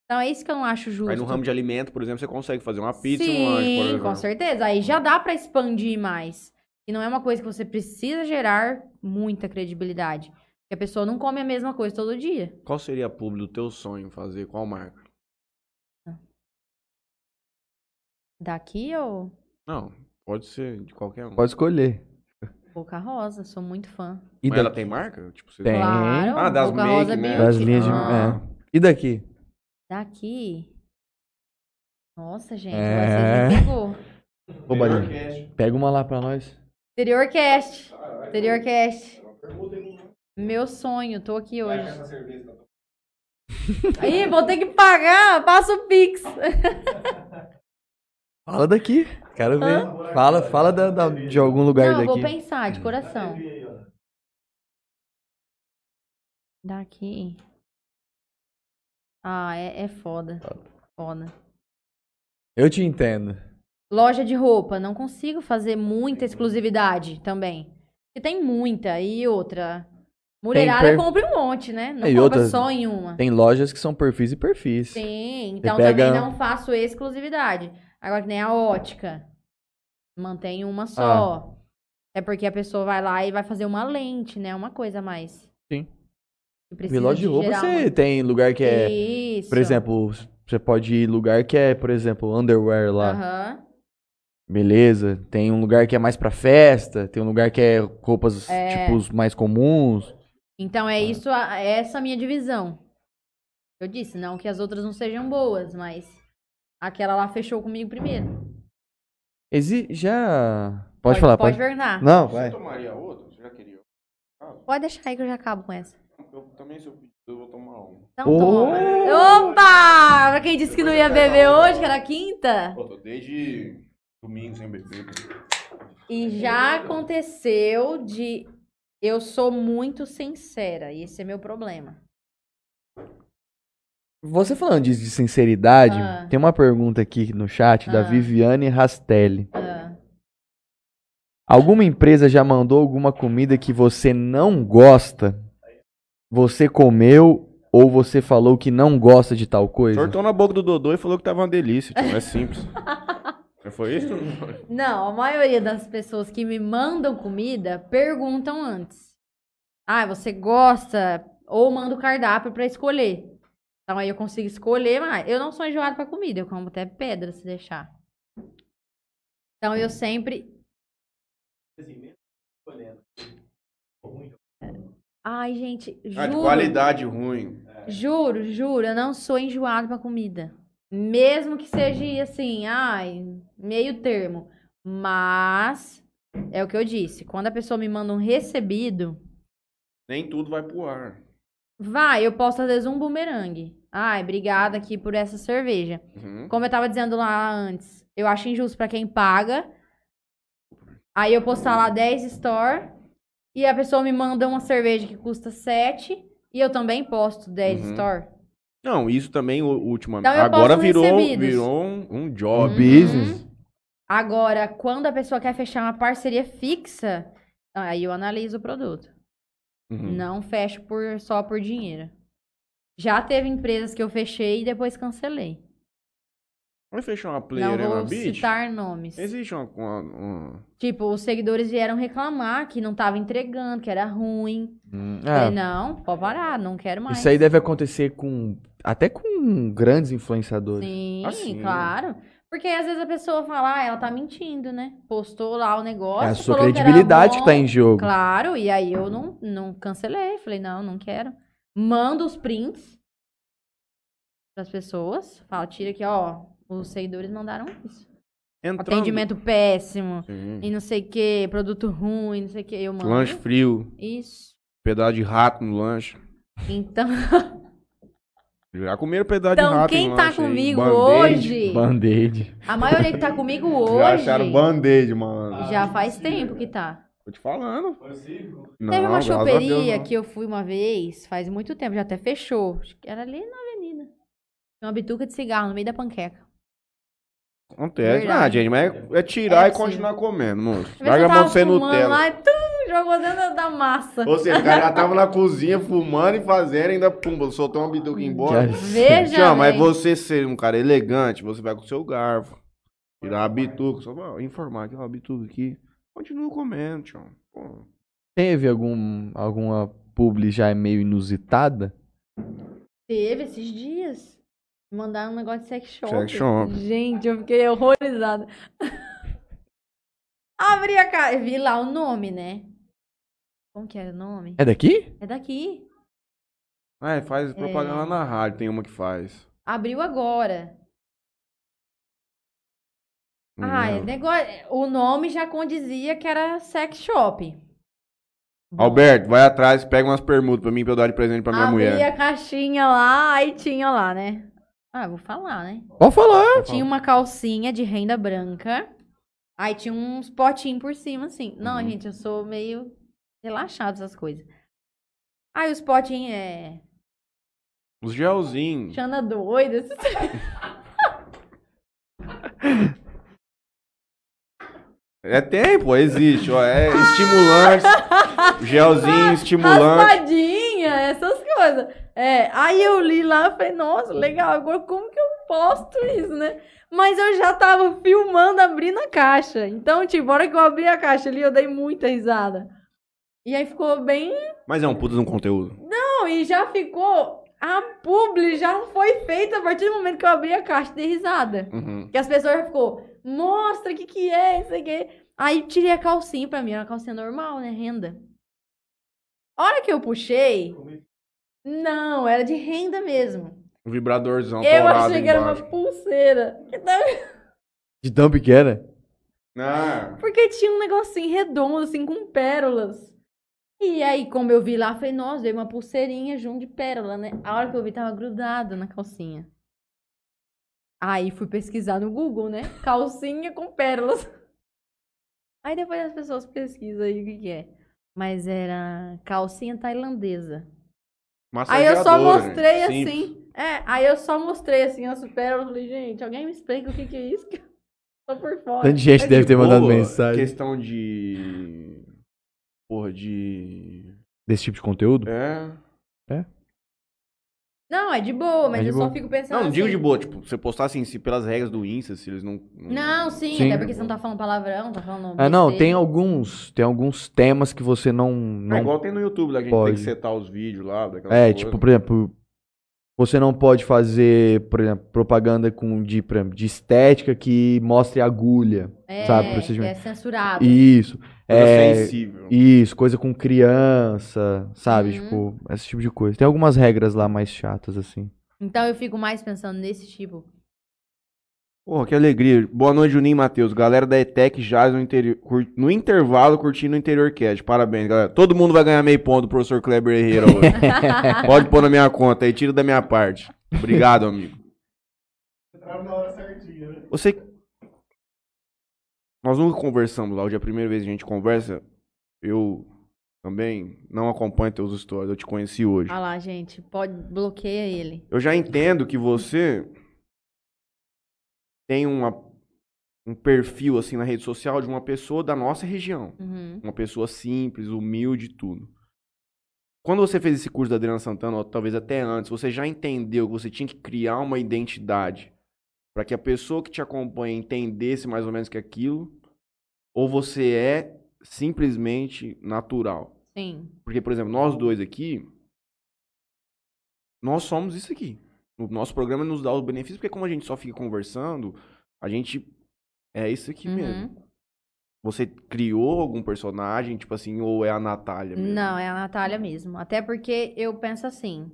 [SPEAKER 2] Então é isso que eu não acho justo.
[SPEAKER 1] Aí no ramo de alimento, por exemplo, você consegue fazer uma pizza e
[SPEAKER 2] Sim,
[SPEAKER 1] um lanche, por exemplo.
[SPEAKER 2] com certeza. Aí já dá pra expandir mais. E não é uma coisa que você precisa gerar muita credibilidade. Porque a pessoa não come a mesma coisa todo dia.
[SPEAKER 1] Qual seria a pub do teu sonho fazer? Qual marca?
[SPEAKER 2] Daqui eu,
[SPEAKER 1] Não, pode ser de qualquer um.
[SPEAKER 3] Pode escolher.
[SPEAKER 2] Boca Rosa, sou muito fã.
[SPEAKER 3] E
[SPEAKER 1] Mas ela
[SPEAKER 3] daqui?
[SPEAKER 1] tem marca? Tipo, você-
[SPEAKER 3] Tem.
[SPEAKER 2] Claro,
[SPEAKER 1] Ah, das
[SPEAKER 2] Boca
[SPEAKER 1] make,
[SPEAKER 2] Rosa é
[SPEAKER 1] né?
[SPEAKER 2] Beauty.
[SPEAKER 3] Das linhas de.
[SPEAKER 1] Ah.
[SPEAKER 3] é. E daqui?
[SPEAKER 2] Daqui. Nossa, gente,
[SPEAKER 3] É.
[SPEAKER 2] agora vocês me pegou.
[SPEAKER 3] Ô, Barinho, pega uma lá pra nós.
[SPEAKER 2] Interiorcast. Interiorcast. Meu sonho, tô aqui hoje. Ih, vou ter que pagar, passa o Pix.
[SPEAKER 3] Fala daqui. Quero ver. Fala, fala da- da- de algum lugar
[SPEAKER 2] Não, eu vou
[SPEAKER 3] daqui.
[SPEAKER 2] pensar de coração. Daqui. Ah, é, é foda. Foda.
[SPEAKER 3] Eu te entendo.
[SPEAKER 2] Loja de roupa, não consigo fazer muita exclusividade também. Porque tem muita e outra. Mulherada
[SPEAKER 3] per-
[SPEAKER 2] compra um monte, né? Não
[SPEAKER 3] E
[SPEAKER 2] compra
[SPEAKER 3] outra-
[SPEAKER 2] só em uma.
[SPEAKER 3] Tem lojas que são perfis e perfis.
[SPEAKER 2] Sim, então
[SPEAKER 3] pega-
[SPEAKER 2] também não faço exclusividade. Agora que nem a ótica. Mantém uma só.
[SPEAKER 3] Ah.
[SPEAKER 2] É porque a pessoa vai lá e vai fazer uma lente, né? Uma coisa a mais.
[SPEAKER 3] Sim.
[SPEAKER 2] Que
[SPEAKER 3] E
[SPEAKER 2] precisa
[SPEAKER 3] loja de roupa,
[SPEAKER 2] gerar
[SPEAKER 3] você
[SPEAKER 2] uma-
[SPEAKER 3] tem lugar que é.
[SPEAKER 2] né? Isso.
[SPEAKER 3] Por exemplo, você pode ir lugar que é, por exemplo, underwear lá.
[SPEAKER 2] Aham.
[SPEAKER 3] Beleza. Tem um lugar que é mais pra festa. Tem um lugar que é roupas,
[SPEAKER 2] É.
[SPEAKER 3] tipo, os mais comuns.
[SPEAKER 2] Então
[SPEAKER 3] Ah.
[SPEAKER 2] é isso, a- é essa a minha divisão. Eu disse, não que as outras não sejam boas, mas aquela lá fechou comigo primeiro.
[SPEAKER 3] Exi... Já. Pode, falar,
[SPEAKER 2] Pode
[SPEAKER 3] pode.
[SPEAKER 2] vernar.
[SPEAKER 3] Não, vai.
[SPEAKER 1] tomaria outra? Você já queria?
[SPEAKER 2] Pode deixar aí que eu já acabo com essa.
[SPEAKER 1] Eu também, se eu pedir, eu vou tomar um. uma.
[SPEAKER 2] Então
[SPEAKER 3] Ô!
[SPEAKER 2] toma. Opa! Pra quem disse que não ia beber hoje, que era quinta.
[SPEAKER 1] Pô, tô desde domingo sem beber.
[SPEAKER 2] E já aconteceu de. Eu sou muito sincera, e esse é meu problema.
[SPEAKER 3] Você falando de, de sinceridade,
[SPEAKER 2] Ah.
[SPEAKER 3] tem uma pergunta aqui no chat da
[SPEAKER 2] Ah.
[SPEAKER 3] Viviane Rastelli.
[SPEAKER 2] Ah,
[SPEAKER 3] Alguma empresa já mandou alguma comida que você não gosta? Você comeu ou você falou que não gosta de tal coisa?
[SPEAKER 1] Tortou na boca do Dodô e falou que tava uma delícia, tio. É simples. Não foi isso?
[SPEAKER 2] Não, a maioria das pessoas que me mandam comida perguntam antes. Ah, você gosta? Ou manda o cardápio pra escolher. Então aí eu consigo escolher, mas eu não sou enjoada pra comida, eu como até pedra se deixar. Então eu sempre. Ai, gente, juro.
[SPEAKER 1] Ah, de qualidade ruim.
[SPEAKER 2] Juro, juro, eu não sou enjoada pra comida. Mesmo que seja assim, ai, meio termo. Mas é o que eu disse. Quando a pessoa me manda um recebido,
[SPEAKER 1] Nem tudo vai pro ar.
[SPEAKER 2] vai, eu posto às vezes um bumerangue. Ai, obrigada aqui por essa cerveja.
[SPEAKER 1] Uhum.
[SPEAKER 2] Como eu tava dizendo lá antes, eu acho injusto pra quem paga. Aí eu postar lá 10 store e a pessoa me manda uma cerveja que custa 7 e eu também posto 10
[SPEAKER 1] Uhum.
[SPEAKER 2] store.
[SPEAKER 1] Não, isso também u- ultimamente.
[SPEAKER 2] Então eu
[SPEAKER 1] Agora
[SPEAKER 2] posso
[SPEAKER 1] virou,
[SPEAKER 2] recebidos.
[SPEAKER 1] virou um, um
[SPEAKER 3] Um
[SPEAKER 1] job.
[SPEAKER 3] business?
[SPEAKER 2] Agora, quando a pessoa quer fechar uma parceria fixa, aí eu analiso o produto.
[SPEAKER 3] Hum.
[SPEAKER 1] Uhum.
[SPEAKER 2] Não fecho por, só por dinheiro. Já teve empresas que eu fechei e depois cancelei.
[SPEAKER 1] Vamos fechar uma player
[SPEAKER 3] é
[SPEAKER 2] não
[SPEAKER 1] na
[SPEAKER 2] vou
[SPEAKER 1] beach?
[SPEAKER 2] citar nomes.
[SPEAKER 1] Existe uma. uma- uma-
[SPEAKER 2] Tipo, os seguidores vieram reclamar que não tava entregando, que era ruim.
[SPEAKER 3] Hum,
[SPEAKER 2] Falei,
[SPEAKER 3] é.
[SPEAKER 2] não, pode parar, não quero mais.
[SPEAKER 3] Isso é aí deve acontecer com. Até com grandes influenciadores.
[SPEAKER 2] Sim,
[SPEAKER 3] né?
[SPEAKER 1] Assim.
[SPEAKER 2] claro. Porque às vezes a pessoa fala, ah, ela tá mentindo, né? Postou lá o negócio.
[SPEAKER 3] é a sua
[SPEAKER 2] falou era
[SPEAKER 3] credibilidade que tá
[SPEAKER 2] bom.
[SPEAKER 3] em jogo.
[SPEAKER 2] Claro, e aí eu não, não cancelei. Falei, não, não quero. Mando os prints pras pessoas. Fala, tira aqui, ó. Os seguidores mandaram isso.
[SPEAKER 1] Entrando.
[SPEAKER 2] Atendimento péssimo.
[SPEAKER 1] Sim.
[SPEAKER 2] E não sei o que, produto ruim, não sei o que. Eu mando.
[SPEAKER 1] Hum. Lanche frio,
[SPEAKER 2] Isso.
[SPEAKER 1] pedaço de rato no lanche.
[SPEAKER 2] Então,
[SPEAKER 1] Já comeram pedaço de
[SPEAKER 2] então
[SPEAKER 1] rato
[SPEAKER 2] quem
[SPEAKER 1] em
[SPEAKER 2] tá
[SPEAKER 1] lanche, hein?
[SPEAKER 2] comigo
[SPEAKER 1] Band-Aid.
[SPEAKER 2] hoje,
[SPEAKER 3] Band-aid.
[SPEAKER 2] a maioria que tá comigo
[SPEAKER 1] Já
[SPEAKER 2] hoje,
[SPEAKER 1] acharam band-aid, mano.
[SPEAKER 2] já faz tempo que tá.
[SPEAKER 1] Tô te falando. Não,
[SPEAKER 2] Teve uma
[SPEAKER 1] graças a Deus,
[SPEAKER 2] choperia
[SPEAKER 1] não.
[SPEAKER 2] que eu fui uma vez, faz muito tempo, já até fechou. Acho que Era ali na avenida. Tinha Uma bituca de cigarro no meio da panqueca.
[SPEAKER 1] Acontece. Ah,
[SPEAKER 2] Verdade.
[SPEAKER 1] gente, mas é tirar
[SPEAKER 2] É
[SPEAKER 1] e continuar comendo, moço.
[SPEAKER 2] Às vezes
[SPEAKER 1] Larga
[SPEAKER 2] eu
[SPEAKER 1] a mão
[SPEAKER 2] tava
[SPEAKER 1] de ser
[SPEAKER 2] fumando
[SPEAKER 1] Nutella.
[SPEAKER 2] lá e tum, jogou dentro da massa.
[SPEAKER 1] Ou seja, o cara já tava na cozinha fumando e fazendo, ainda pumba, soltou uma bituca embora.
[SPEAKER 3] Que
[SPEAKER 2] Veja,
[SPEAKER 1] Tchau, mas
[SPEAKER 2] bem.
[SPEAKER 1] você ser um cara elegante, você vai com o seu garfo, tirar a bituca, só pra informar que é uma bituca aqui. Continua comendo, tchau. Pô,
[SPEAKER 3] Teve algum, alguma publi já meio inusitada?
[SPEAKER 2] Teve esses dias. Mandaram um negócio de sex shop.
[SPEAKER 1] Sex shop.
[SPEAKER 2] Gente, eu fiquei horrorizada. Abri a cara. Vi lá o nome, né? Como que era o nome?
[SPEAKER 3] É daqui?
[SPEAKER 2] É daqui.
[SPEAKER 1] Ah, é, faz propaganda na rádio, tem uma que faz.
[SPEAKER 2] Abriu agora.
[SPEAKER 1] Não
[SPEAKER 2] Ah,
[SPEAKER 1] lembro.
[SPEAKER 2] negócio... o nome já condizia que era sex shop. Bom,
[SPEAKER 1] Alberto, vai atrás, pega umas permutas pra mim pra eu dar de presente pra minha
[SPEAKER 2] abri
[SPEAKER 1] mulher.
[SPEAKER 2] a caixinha lá, aí tinha lá, né? Ah, eu vou falar, né?
[SPEAKER 3] Pode falar.
[SPEAKER 2] Tinha uma calcinha de renda branca. Aí tinha uns potinhos por cima, assim. Não,
[SPEAKER 1] Uhum.
[SPEAKER 2] gente, eu sou meio relaxado essas coisas. Aí os potinhos é.
[SPEAKER 1] Os gelzinhos.
[SPEAKER 2] Xana doida. esses-
[SPEAKER 1] É tempo, existe, ó. É estimulante. gelzinho, estimulante.
[SPEAKER 2] Raspadinha, essas coisas. É, aí eu li lá e falei, nossa, legal, agora como que eu posto isso, né? Mas eu já tava filmando, abrindo a caixa. Então, tipo, a hora que eu abri a caixa ali, eu dei muita risada. E aí ficou bem.
[SPEAKER 1] Mas é um puta de um conteúdo.
[SPEAKER 2] Não, e já ficou. A publi já foi feita a partir do momento que eu abri a caixa e dei risada.
[SPEAKER 1] Uhum.
[SPEAKER 2] Que as pessoas já ficou, mostra o que que é, isso aqui. Aí tirei a calcinha pra mim, era uma calcinha normal, né, renda. A hora que eu puxei, não, era de renda mesmo.
[SPEAKER 1] Um vibradorzão
[SPEAKER 2] eu
[SPEAKER 1] dourado
[SPEAKER 2] achei que era uma
[SPEAKER 1] embaixo.
[SPEAKER 2] pulseira. Então,
[SPEAKER 3] De tão pequena.
[SPEAKER 1] Ah,
[SPEAKER 2] Porque tinha um negocinho redondo, assim, com pérolas. E aí, como eu vi lá, falei, nossa, veio uma pulseirinha junto de pérola, né? A hora que eu vi, tava grudado na calcinha. Aí fui pesquisar no Google, né? Calcinha com pérolas. Aí depois as pessoas pesquisam aí o que, que é. Mas era calcinha tailandesa. Aí eu só
[SPEAKER 1] massageadora,
[SPEAKER 2] mostrei
[SPEAKER 1] é gente. Simples.
[SPEAKER 2] assim. É, aí eu só mostrei assim a supera, eu falei, gente, alguém me explica o que que é isso que eu tô por fora.
[SPEAKER 3] Tanta gente
[SPEAKER 1] É
[SPEAKER 3] deve
[SPEAKER 1] de
[SPEAKER 3] ter mandado
[SPEAKER 1] boa,
[SPEAKER 3] mensagem.
[SPEAKER 1] Questão de. Porra, de.
[SPEAKER 3] Desse tipo de conteúdo?
[SPEAKER 1] É.
[SPEAKER 2] Não, é de boa, mas
[SPEAKER 3] É de
[SPEAKER 2] eu
[SPEAKER 3] boa.
[SPEAKER 2] só fico pensando
[SPEAKER 1] Não, não
[SPEAKER 2] assim.
[SPEAKER 1] digo de boa, tipo, você postar assim, se pelas regras do Insta, se eles não.
[SPEAKER 2] Não, sim,
[SPEAKER 3] Sim.
[SPEAKER 2] até porque você não tá falando palavrão, tá falando
[SPEAKER 3] Ah, não,
[SPEAKER 2] besteira.
[SPEAKER 3] tem alguns, tem alguns temas que você não.
[SPEAKER 1] É
[SPEAKER 3] não
[SPEAKER 1] igual tem no YouTube, lá que a gente
[SPEAKER 3] pode.
[SPEAKER 1] tem que setar os vídeos lá. daquelas
[SPEAKER 3] é,
[SPEAKER 1] coisas.
[SPEAKER 3] tipo, por exemplo, você não pode fazer, por exemplo, propaganda com, de, por exemplo, de estética que mostre agulha.
[SPEAKER 2] é,
[SPEAKER 3] um, sabe, procedimento.
[SPEAKER 2] É censurado.
[SPEAKER 3] Isso.
[SPEAKER 1] Coisa
[SPEAKER 3] É,
[SPEAKER 1] sensível.
[SPEAKER 3] Isso, coisa com criança, sabe?
[SPEAKER 2] Uhum.
[SPEAKER 3] Tipo, esse tipo de coisa. Tem algumas regras lá mais chatas, assim.
[SPEAKER 2] Então eu fico mais pensando nesse tipo.
[SPEAKER 1] Porra, que alegria. Boa noite, Juninho e Matheus. Galera da ETEC jaz no, interi- cur- no intervalo curtindo o Interior Cast. Parabéns, galera. Todo mundo vai ganhar meio ponto do professor Kleber Herrera hoje. Pode pôr na minha conta aí, tira da minha parte. Obrigado, amigo. Você. Nós nunca conversamos lá. Hoje é a primeira vez que a gente conversa. Eu também não acompanho teus stories. Eu te conheci hoje.
[SPEAKER 2] Olha lá, gente, pode bloqueia ele.
[SPEAKER 1] Eu já entendo que você tem uma, um perfil assim na rede social de uma pessoa da nossa região,
[SPEAKER 2] Uhum.
[SPEAKER 1] uma pessoa simples, humilde, e tudo. Quando você fez esse curso da Adriana Santana, ou talvez até antes, você já entendeu que você tinha que criar uma identidade para que a pessoa que te acompanha entendesse mais ou menos que aquilo, ou você é simplesmente natural?
[SPEAKER 2] Sim.
[SPEAKER 1] Porque, por exemplo, nós dois aqui, nós somos isso aqui. O nosso programa nos dá os benefícios, porque como a gente só fica conversando, a gente é isso aqui mesmo.
[SPEAKER 2] Uhum.
[SPEAKER 1] Você criou algum personagem, tipo assim, ou é a Natália mesmo?
[SPEAKER 2] Não, é a Natália mesmo. Até porque eu penso assim: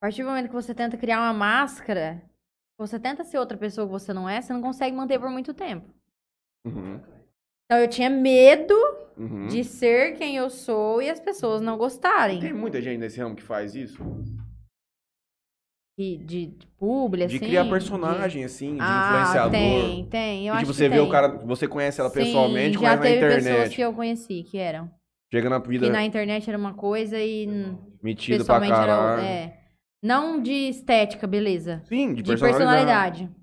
[SPEAKER 2] a partir do momento que você tenta criar uma máscara, você tenta ser outra pessoa que você não é, você não consegue manter por muito tempo.
[SPEAKER 1] Uhum,
[SPEAKER 2] Então eu tinha medo
[SPEAKER 1] uhum.
[SPEAKER 2] de ser quem eu sou e as pessoas não gostarem.
[SPEAKER 1] Tem muita gente nesse ramo que faz isso?
[SPEAKER 2] De, de, de publi,
[SPEAKER 1] de
[SPEAKER 2] assim.
[SPEAKER 1] criar
[SPEAKER 2] de-
[SPEAKER 1] personagem, assim, de
[SPEAKER 2] Ah,
[SPEAKER 1] influenciador.
[SPEAKER 2] tem, tem. Eu
[SPEAKER 1] e
[SPEAKER 2] acho
[SPEAKER 1] tipo,
[SPEAKER 2] que
[SPEAKER 1] você vê
[SPEAKER 2] tem.
[SPEAKER 1] o cara, você conhece ela
[SPEAKER 2] Sim,
[SPEAKER 1] pessoalmente,
[SPEAKER 2] já
[SPEAKER 1] conhece na
[SPEAKER 2] teve pessoas
[SPEAKER 1] internet.
[SPEAKER 2] que eu conheci que eram.
[SPEAKER 1] Chega na
[SPEAKER 2] Que
[SPEAKER 1] vida
[SPEAKER 2] na internet era uma coisa e hum,
[SPEAKER 1] metida pra
[SPEAKER 2] pessoalmente era
[SPEAKER 1] caralho.
[SPEAKER 2] outra. É. Não de estética, beleza.
[SPEAKER 1] Sim, de,
[SPEAKER 2] De personalidade.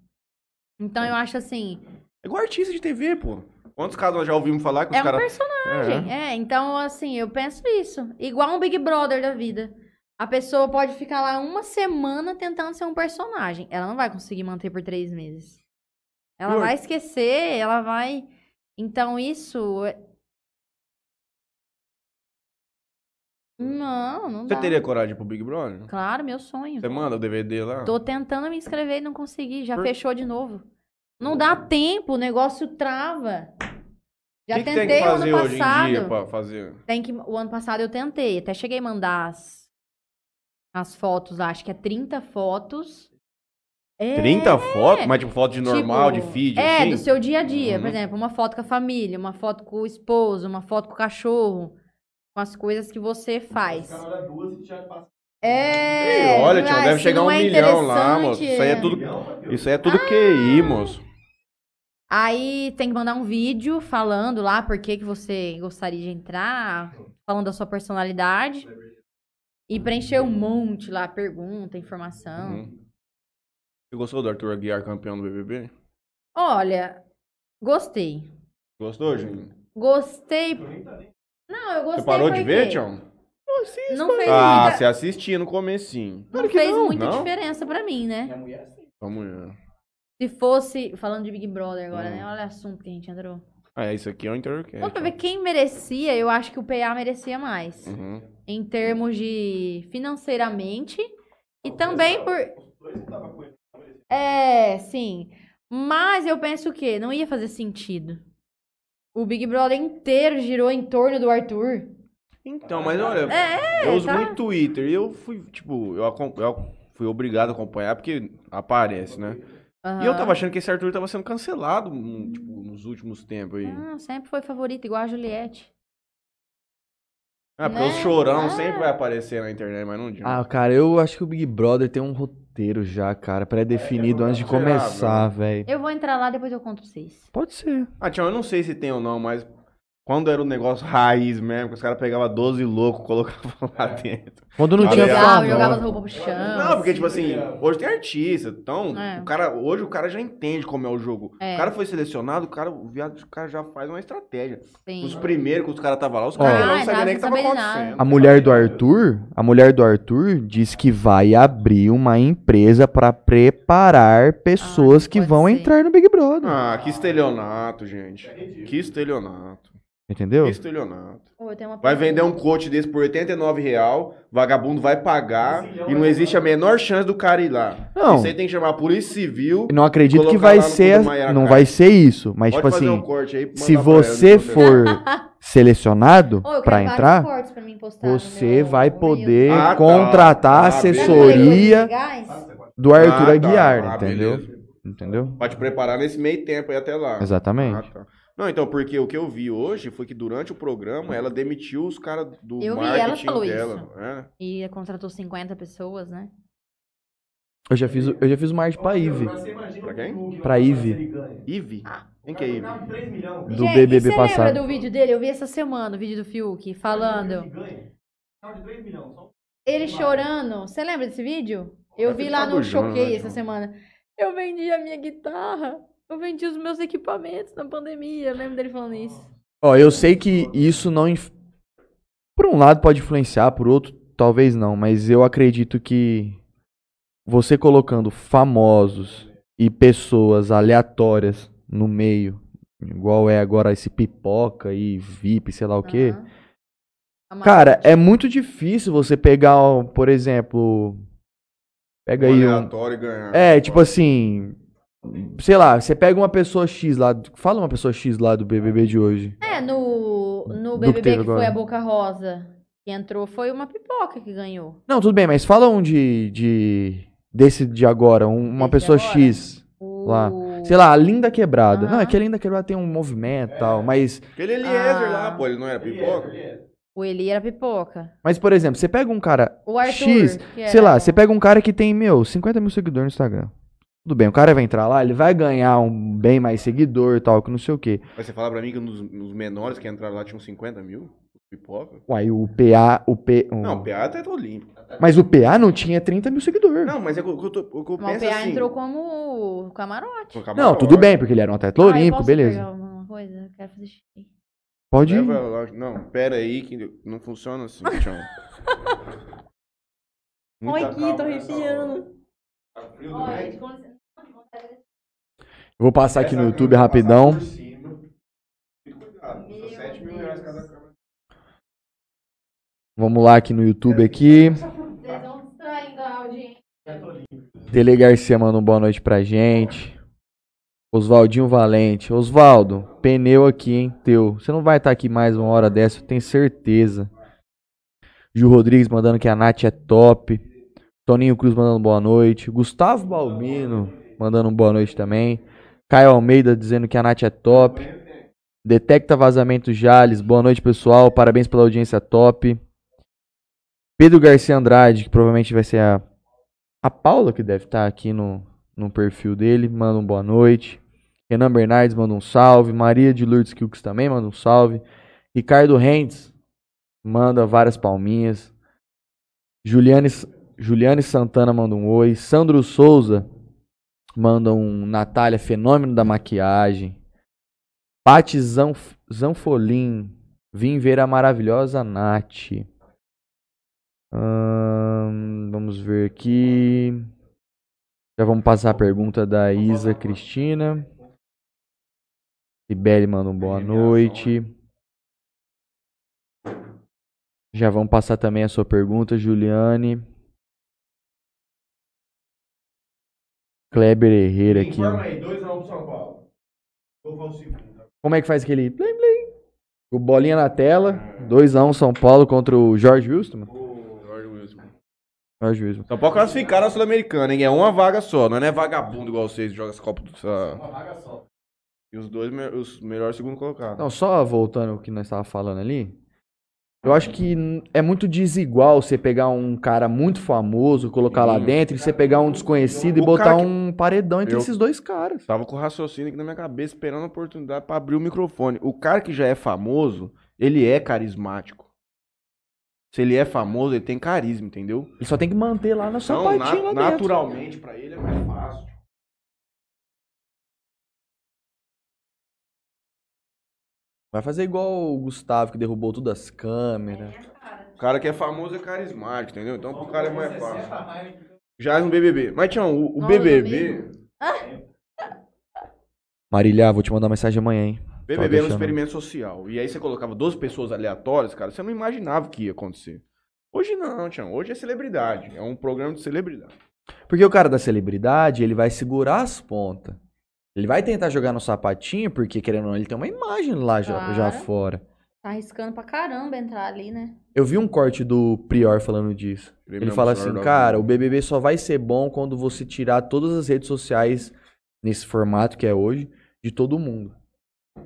[SPEAKER 2] Então eu acho assim,
[SPEAKER 1] É igual artista de TV, pô. Quantos casos nós já ouvimos falar que
[SPEAKER 2] é
[SPEAKER 1] os
[SPEAKER 2] um
[SPEAKER 1] caras.
[SPEAKER 2] personagem. É. então assim, eu penso isso. Igual um Big Brother da vida. A pessoa pode ficar lá uma semana tentando ser um personagem. Ela não vai conseguir manter por três meses. Ela
[SPEAKER 1] Pior.
[SPEAKER 2] vai esquecer, ela vai. Então isso. é- Não, não
[SPEAKER 1] Você
[SPEAKER 2] dá.
[SPEAKER 1] teria coragem de ir pro Big Brother?
[SPEAKER 2] Claro, meu sonho.
[SPEAKER 1] Você manda o DVD lá?
[SPEAKER 2] Tô tentando me inscrever e não consegui. Já
[SPEAKER 1] Por-
[SPEAKER 2] fechou de novo. Não dá tempo, o negócio trava. Já
[SPEAKER 1] que que
[SPEAKER 2] tentei
[SPEAKER 1] tem que
[SPEAKER 2] o ano
[SPEAKER 1] fazer hoje
[SPEAKER 2] passado.
[SPEAKER 1] em dia pra fazer?
[SPEAKER 2] Tem que... O ano passado eu tentei. Até cheguei a mandar as, as fotos lá. Acho que é 30 fotos. É,
[SPEAKER 1] 30 fotos? Mas tipo, foto de
[SPEAKER 2] tipo,
[SPEAKER 1] normal, de feed,
[SPEAKER 2] É,
[SPEAKER 1] assim?
[SPEAKER 2] do seu dia a dia. Por
[SPEAKER 1] Uhum.
[SPEAKER 2] exemplo, uma foto com a família, uma foto com o esposo, uma foto com o cachorro. Com as coisas que você faz. É.
[SPEAKER 1] Ei, olha,
[SPEAKER 2] não
[SPEAKER 1] tio,
[SPEAKER 2] é-
[SPEAKER 1] deve
[SPEAKER 2] se
[SPEAKER 1] chegar
[SPEAKER 2] não
[SPEAKER 1] um
[SPEAKER 2] é
[SPEAKER 1] milhão lá,
[SPEAKER 2] interessante, Ah,
[SPEAKER 1] moço. Isso aí é tudo, isso aí é tudo QI, moço.
[SPEAKER 2] Aí tem que mandar um vídeo falando lá por que, que você gostaria de entrar, falando da sua personalidade. E preencher um monte lá, pergunta, informação.
[SPEAKER 1] Uhum. Você gostou do Arthur Aguiar, campeão do BBB?
[SPEAKER 2] Olha, gostei.
[SPEAKER 1] Gostou, gente?
[SPEAKER 2] Gostei. Não, eu gostei.
[SPEAKER 1] Você parou de
[SPEAKER 2] porque um
[SPEAKER 1] ver, Tião?
[SPEAKER 2] Não fez
[SPEAKER 1] Ah,
[SPEAKER 2] muita,
[SPEAKER 1] você assistia no comecinho.
[SPEAKER 2] não fez
[SPEAKER 1] não,
[SPEAKER 2] muita
[SPEAKER 1] não.
[SPEAKER 2] diferença pra mim, né?
[SPEAKER 1] Vamos ver.
[SPEAKER 2] Se fosse. Falando de Big Brother agora,
[SPEAKER 1] Hum.
[SPEAKER 2] né? Olha o assunto que a gente entrou.
[SPEAKER 1] Ah, é, isso aqui é um intercast.
[SPEAKER 2] Vamos pra ver quem merecia, eu acho que o PA merecia mais.
[SPEAKER 1] Uhum.
[SPEAKER 2] em termos de financeiramente e também por é sim mas eu penso que não ia fazer sentido o Big Brother inteiro girou em torno do Arthur
[SPEAKER 1] Então, mas olha,
[SPEAKER 2] É,
[SPEAKER 1] eu uso
[SPEAKER 2] tá.
[SPEAKER 1] muito Twitter e eu fui, tipo, eu, acom- eu fui obrigado a acompanhar porque aparece, né? E eu
[SPEAKER 2] Aham.
[SPEAKER 1] tava achando que esse Arthur tava sendo cancelado hum, tipo, nos últimos tempos aí.
[SPEAKER 2] Ah, sempre foi favorita igual a Juliette
[SPEAKER 1] Ah, porque os
[SPEAKER 2] né?
[SPEAKER 1] chorão
[SPEAKER 2] Ah.
[SPEAKER 1] sempre vai aparecer na internet, mas não de
[SPEAKER 3] Ah, cara, eu acho que o Big Brother tem um roteiro já, cara,
[SPEAKER 2] É,
[SPEAKER 3] pré-definido antes de
[SPEAKER 1] Será,
[SPEAKER 3] começar, velho.
[SPEAKER 2] eu vou entrar lá depois eu conto pra vocês
[SPEAKER 3] Pode ser.
[SPEAKER 1] Ah, Tião, eu não sei se tem ou não, mas Quando era o negócio raiz mesmo, que os caras pegavam 12 loucos, colocavam lá dentro.
[SPEAKER 3] Quando não
[SPEAKER 1] Ah,
[SPEAKER 3] tinha
[SPEAKER 1] legal,
[SPEAKER 2] Jogava,
[SPEAKER 3] fama.
[SPEAKER 2] jogava as roupas pro chão.
[SPEAKER 1] Não, porque, tipo assim, hoje tem artista, então,
[SPEAKER 2] Ah, É.
[SPEAKER 1] o cara, hoje o cara já entende como é o jogo.
[SPEAKER 2] É.
[SPEAKER 1] O cara foi selecionado, o cara, o viado, o cara já faz uma estratégia.
[SPEAKER 2] Sim.
[SPEAKER 1] Os primeiros que os caras estavam lá, os
[SPEAKER 3] Ó.
[SPEAKER 1] caras não
[SPEAKER 2] Ah,
[SPEAKER 1] sabiam nem o que
[SPEAKER 2] exato,
[SPEAKER 1] tava
[SPEAKER 2] não sabia de nada.
[SPEAKER 1] acontecendo.
[SPEAKER 3] A mulher do Arthur, a mulher do Arthur diz que vai abrir uma empresa pra preparar pessoas
[SPEAKER 2] Ah,
[SPEAKER 3] que
[SPEAKER 2] pode
[SPEAKER 3] vão
[SPEAKER 2] ser.
[SPEAKER 3] entrar no Big Brother.
[SPEAKER 1] Ah, que estelionato, gente. Que estelionato.
[SPEAKER 3] Entendeu?
[SPEAKER 1] Que estelionato.
[SPEAKER 2] Ô, eu tenho uma
[SPEAKER 1] Vai vender
[SPEAKER 2] pergunta.
[SPEAKER 1] um coach desse por R$ 89 real, vagabundo vai pagar e não existe a menor chance do cara ir lá.
[SPEAKER 3] Não.
[SPEAKER 1] Isso aí tem que chamar a polícia civil.
[SPEAKER 3] Não acredito que
[SPEAKER 1] Colocar
[SPEAKER 3] vai
[SPEAKER 1] lá no
[SPEAKER 3] ser,
[SPEAKER 1] fundo do Maiara
[SPEAKER 3] não
[SPEAKER 1] Card.
[SPEAKER 3] vai ser isso, mas
[SPEAKER 1] Pode
[SPEAKER 3] tipo
[SPEAKER 1] fazer
[SPEAKER 3] assim,
[SPEAKER 1] um corte aí. e
[SPEAKER 3] se
[SPEAKER 1] mandar pra ela,
[SPEAKER 3] você
[SPEAKER 1] se
[SPEAKER 3] for selecionado
[SPEAKER 2] Ô, eu quero né?
[SPEAKER 3] pra
[SPEAKER 2] vários
[SPEAKER 3] entrar,
[SPEAKER 2] cortes pra mim postar no
[SPEAKER 3] você
[SPEAKER 2] meu né?
[SPEAKER 3] vai
[SPEAKER 2] reel.
[SPEAKER 3] poder
[SPEAKER 1] Ah, tá.
[SPEAKER 3] contratar a
[SPEAKER 1] Ah,
[SPEAKER 3] assessoria
[SPEAKER 2] Sabe como é que eu vou ligar?
[SPEAKER 3] do Arthur
[SPEAKER 1] Ah, tá.
[SPEAKER 3] Aguiar,
[SPEAKER 1] Ah,
[SPEAKER 3] entendeu?
[SPEAKER 1] beleza.
[SPEAKER 3] Entendeu?
[SPEAKER 1] Pode preparar nesse meio tempo aí até lá.
[SPEAKER 3] Exatamente.
[SPEAKER 1] Ah, tá. Não, então, porque o que eu vi hoje foi que durante o programa ela demitiu os caras do
[SPEAKER 2] Eu vi, ela
[SPEAKER 1] marketing
[SPEAKER 2] falou
[SPEAKER 1] dela.
[SPEAKER 2] isso.
[SPEAKER 1] né?
[SPEAKER 2] E contratou 50 pessoas, né?
[SPEAKER 3] Eu já fiz, o- eu já fiz uma arte pra Ive,
[SPEAKER 1] Pra quem?
[SPEAKER 3] pra Ive.
[SPEAKER 1] Ive?
[SPEAKER 2] Ah,
[SPEAKER 1] Quem que é Ive?
[SPEAKER 3] Do
[SPEAKER 2] Gente,
[SPEAKER 3] BBB
[SPEAKER 2] você
[SPEAKER 3] passado.
[SPEAKER 2] lembra do vídeo dele? Eu vi essa semana o vídeo do Fiuk falando. Ele chorando. Você lembra desse vídeo? Eu
[SPEAKER 1] Deve
[SPEAKER 2] vi
[SPEAKER 1] ter
[SPEAKER 2] lá
[SPEAKER 1] ficado
[SPEAKER 2] no
[SPEAKER 1] jogando,
[SPEAKER 2] Choquei
[SPEAKER 1] né,
[SPEAKER 2] essa
[SPEAKER 1] João?
[SPEAKER 2] semana. Eu vendi a minha guitarra. Eu vendi os meus equipamentos na pandemia. Eu lembro dele falando isso.
[SPEAKER 3] Ó, eu sei que isso não. inf- Por um lado pode influenciar, por outro, talvez não, mas eu acredito que você colocando famosos e pessoas aleatórias no meio, igual é agora esse pipoca e VIP, sei lá o quê.
[SPEAKER 2] Aham. Amado.
[SPEAKER 3] Cara, é muito difícil você pegar, ó, por exemplo. Pega aí um.
[SPEAKER 1] aleatório e ganhar.
[SPEAKER 3] É, tipo assim. Sei lá, você pega uma pessoa X lá. do- Fala uma pessoa X lá do BBB de hoje.
[SPEAKER 2] É, no, no
[SPEAKER 3] Do que
[SPEAKER 2] BBB que,
[SPEAKER 3] teve
[SPEAKER 2] foi
[SPEAKER 3] agora.
[SPEAKER 2] a Boca Rosa que entrou, foi uma pipoca que ganhou.
[SPEAKER 3] Não, tudo bem, mas fala um de. de desse de agora, um- uma
[SPEAKER 2] Desse
[SPEAKER 3] pessoa
[SPEAKER 2] agora?
[SPEAKER 3] X.
[SPEAKER 2] O...
[SPEAKER 3] Lá. Sei lá, a Linda Quebrada. Não, é
[SPEAKER 2] Aham.
[SPEAKER 3] que a Linda Quebrada tem um movimento e tal,
[SPEAKER 1] É.
[SPEAKER 3] mas.
[SPEAKER 1] Aquele Eliezer
[SPEAKER 2] Ah.
[SPEAKER 1] lá, pô, ele não era
[SPEAKER 2] é.
[SPEAKER 1] pipoca?
[SPEAKER 2] O Eli era pipoca.
[SPEAKER 3] Mas, por exemplo, você pega um cara.
[SPEAKER 2] O Arthur.
[SPEAKER 3] X,
[SPEAKER 2] que
[SPEAKER 3] Sei
[SPEAKER 2] era-
[SPEAKER 3] lá, você pega um cara que tem, meu, 50 mil seguidores no Instagram. Tudo bem, o cara vai entrar lá, ele vai ganhar um bem mais seguidor e tal, que não sei o quê.
[SPEAKER 1] Mas você fala pra mim que nos, nos menores que entraram lá tinham 50 mil? Pipoca?
[SPEAKER 3] Uai, o PA, o P. o-
[SPEAKER 1] Não, o PA até tá olímpico.
[SPEAKER 3] Mas o PA não tinha 30 mil seguidores. Não,
[SPEAKER 1] Não, mas é que eu, que eu tô- o que eu
[SPEAKER 2] Mas
[SPEAKER 1] penso
[SPEAKER 2] o PA
[SPEAKER 1] assim...
[SPEAKER 2] entrou como o camarote.
[SPEAKER 1] com a maior
[SPEAKER 3] tudo
[SPEAKER 1] ordem.
[SPEAKER 3] bem, porque ele era um atleta
[SPEAKER 2] Ah, eu
[SPEAKER 3] olímpico,
[SPEAKER 2] posso
[SPEAKER 3] beleza.
[SPEAKER 2] pegar alguma coisa? Eu quero fazer xixi.
[SPEAKER 3] Pode ir.
[SPEAKER 1] Leva lá- Não, pera aí que não funciona assim, Tião.
[SPEAKER 2] Põe
[SPEAKER 1] Muita
[SPEAKER 2] aqui,
[SPEAKER 1] calma,
[SPEAKER 2] tô
[SPEAKER 1] né?
[SPEAKER 2] recheando.
[SPEAKER 1] Tá frio,
[SPEAKER 2] Ó,
[SPEAKER 1] né?
[SPEAKER 2] gente, com licença. Não, não, não.
[SPEAKER 3] Vou passar aqui no
[SPEAKER 1] Essa
[SPEAKER 3] YouTube
[SPEAKER 1] câmera
[SPEAKER 3] rapidão.
[SPEAKER 1] passar por cima. Fica cuidado, custa
[SPEAKER 2] Meu
[SPEAKER 1] 7 mil
[SPEAKER 2] Deus.
[SPEAKER 1] reais cada câmera.
[SPEAKER 3] Vamos lá aqui no YouTube aqui.
[SPEAKER 2] Vocês vão distraindo a audiência.
[SPEAKER 3] Tele Garcia manda um boa noite pra gente. Oswaldinho Valente. Oswaldo, pneu aqui, hein, teu. Você não vai estar aqui mais uma hora dessa, eu tenho certeza. Gil Rodrigues mandando que a Nath é top. Toninho Cruz mandando boa noite. Gustavo Balbino mandando um boa noite também. Caio Almeida dizendo que a Nath é top. Detecta Vazamento Jales. Boa noite, pessoal. Parabéns pela audiência top. Pedro Garcia Andrade, que provavelmente vai ser a a Paula, que deve estar aqui no, no perfil dele, manda um boa noite. Renan Bernardes manda um salve. Maria de Lourdes Kilks também manda um salve. Ricardo Rentes manda várias palminhas. Juliane, S- Juliane Santana manda um oi. Sandro Souza manda um Natália, fenômeno da maquiagem. Pati Zanf, Zanfolim, vim ver a maravilhosa Nath. Ahn, vamos ver aqui. Já vamos passar a pergunta da Isa Cristina. Sibeli manda um boa noite. Já vamos passar também a sua pergunta, Juliane. Kleber Herrera aqui. ó.
[SPEAKER 1] aí, 2x1 pro São Paulo. Vou falsificar.
[SPEAKER 3] Como é que faz aquele plim plim? O bolinha na tela, 2x1 São Paulo contra o Jorge Wilson.
[SPEAKER 1] Jorge Wilson.
[SPEAKER 3] Jorge Wilson.
[SPEAKER 1] Só pode classificar na Sul-Americana, hein? É uma vaga só, não é vagabundo igual vocês que joga esse copo do. Essa... Uma vaga só. E os dois me- os melhores segundo colocados.
[SPEAKER 3] Não, só voltando o que nós estávamos falando ali.
[SPEAKER 5] Eu acho que n- é muito desigual você pegar um cara muito famoso, colocar lá
[SPEAKER 1] Sim.
[SPEAKER 5] dentro, e você pegar um desconhecido e
[SPEAKER 1] O
[SPEAKER 5] botar
[SPEAKER 1] cara que-
[SPEAKER 5] um paredão entre
[SPEAKER 1] Eu-
[SPEAKER 5] esses dois caras.
[SPEAKER 1] Tava com o raciocínio aqui na minha cabeça, esperando a oportunidade pra abrir o microfone. O cara que já é famoso, ele é carismático. Se ele é famoso, ele tem carisma, entendeu?
[SPEAKER 5] Ele só tem que manter lá na sua
[SPEAKER 1] Então,
[SPEAKER 5] patinha
[SPEAKER 1] na-
[SPEAKER 5] lá dentro.
[SPEAKER 1] naturalmente, pra ele é mais fácil.
[SPEAKER 3] Vai fazer igual o Gustavo que derrubou todas as câmeras.
[SPEAKER 1] O cara que é famoso é carismático, entendeu? Então, pro cara é mais fácil. Já é no BBB. Mas, Tião, o, o
[SPEAKER 2] Nossa,
[SPEAKER 1] BBB...
[SPEAKER 3] ah,
[SPEAKER 5] Marília, vou te mandar mensagem amanhã, hein?
[SPEAKER 2] é
[SPEAKER 1] BBB era um
[SPEAKER 5] deixando.
[SPEAKER 1] experimento social. E aí você colocava 12 pessoas aleatórias, cara, você não imaginava o que ia acontecer. Hoje não, Tião. Hoje é celebridade. É um programa de celebridade.
[SPEAKER 3] Porque o cara da celebridade, ele vai segurar as pontas. Ele vai tentar jogar no sapatinho, porque querendo ou não, ele tem uma imagem lá já,
[SPEAKER 2] Claro.
[SPEAKER 3] já fora.
[SPEAKER 2] Tá arriscando pra caramba entrar ali, né?
[SPEAKER 3] Eu vi um corte do Prior falando disso. Ele fala
[SPEAKER 1] é
[SPEAKER 3] assim, cara, o BBB só vai ser bom quando você tirar todas as redes sociais nesse formato que é hoje de todo mundo.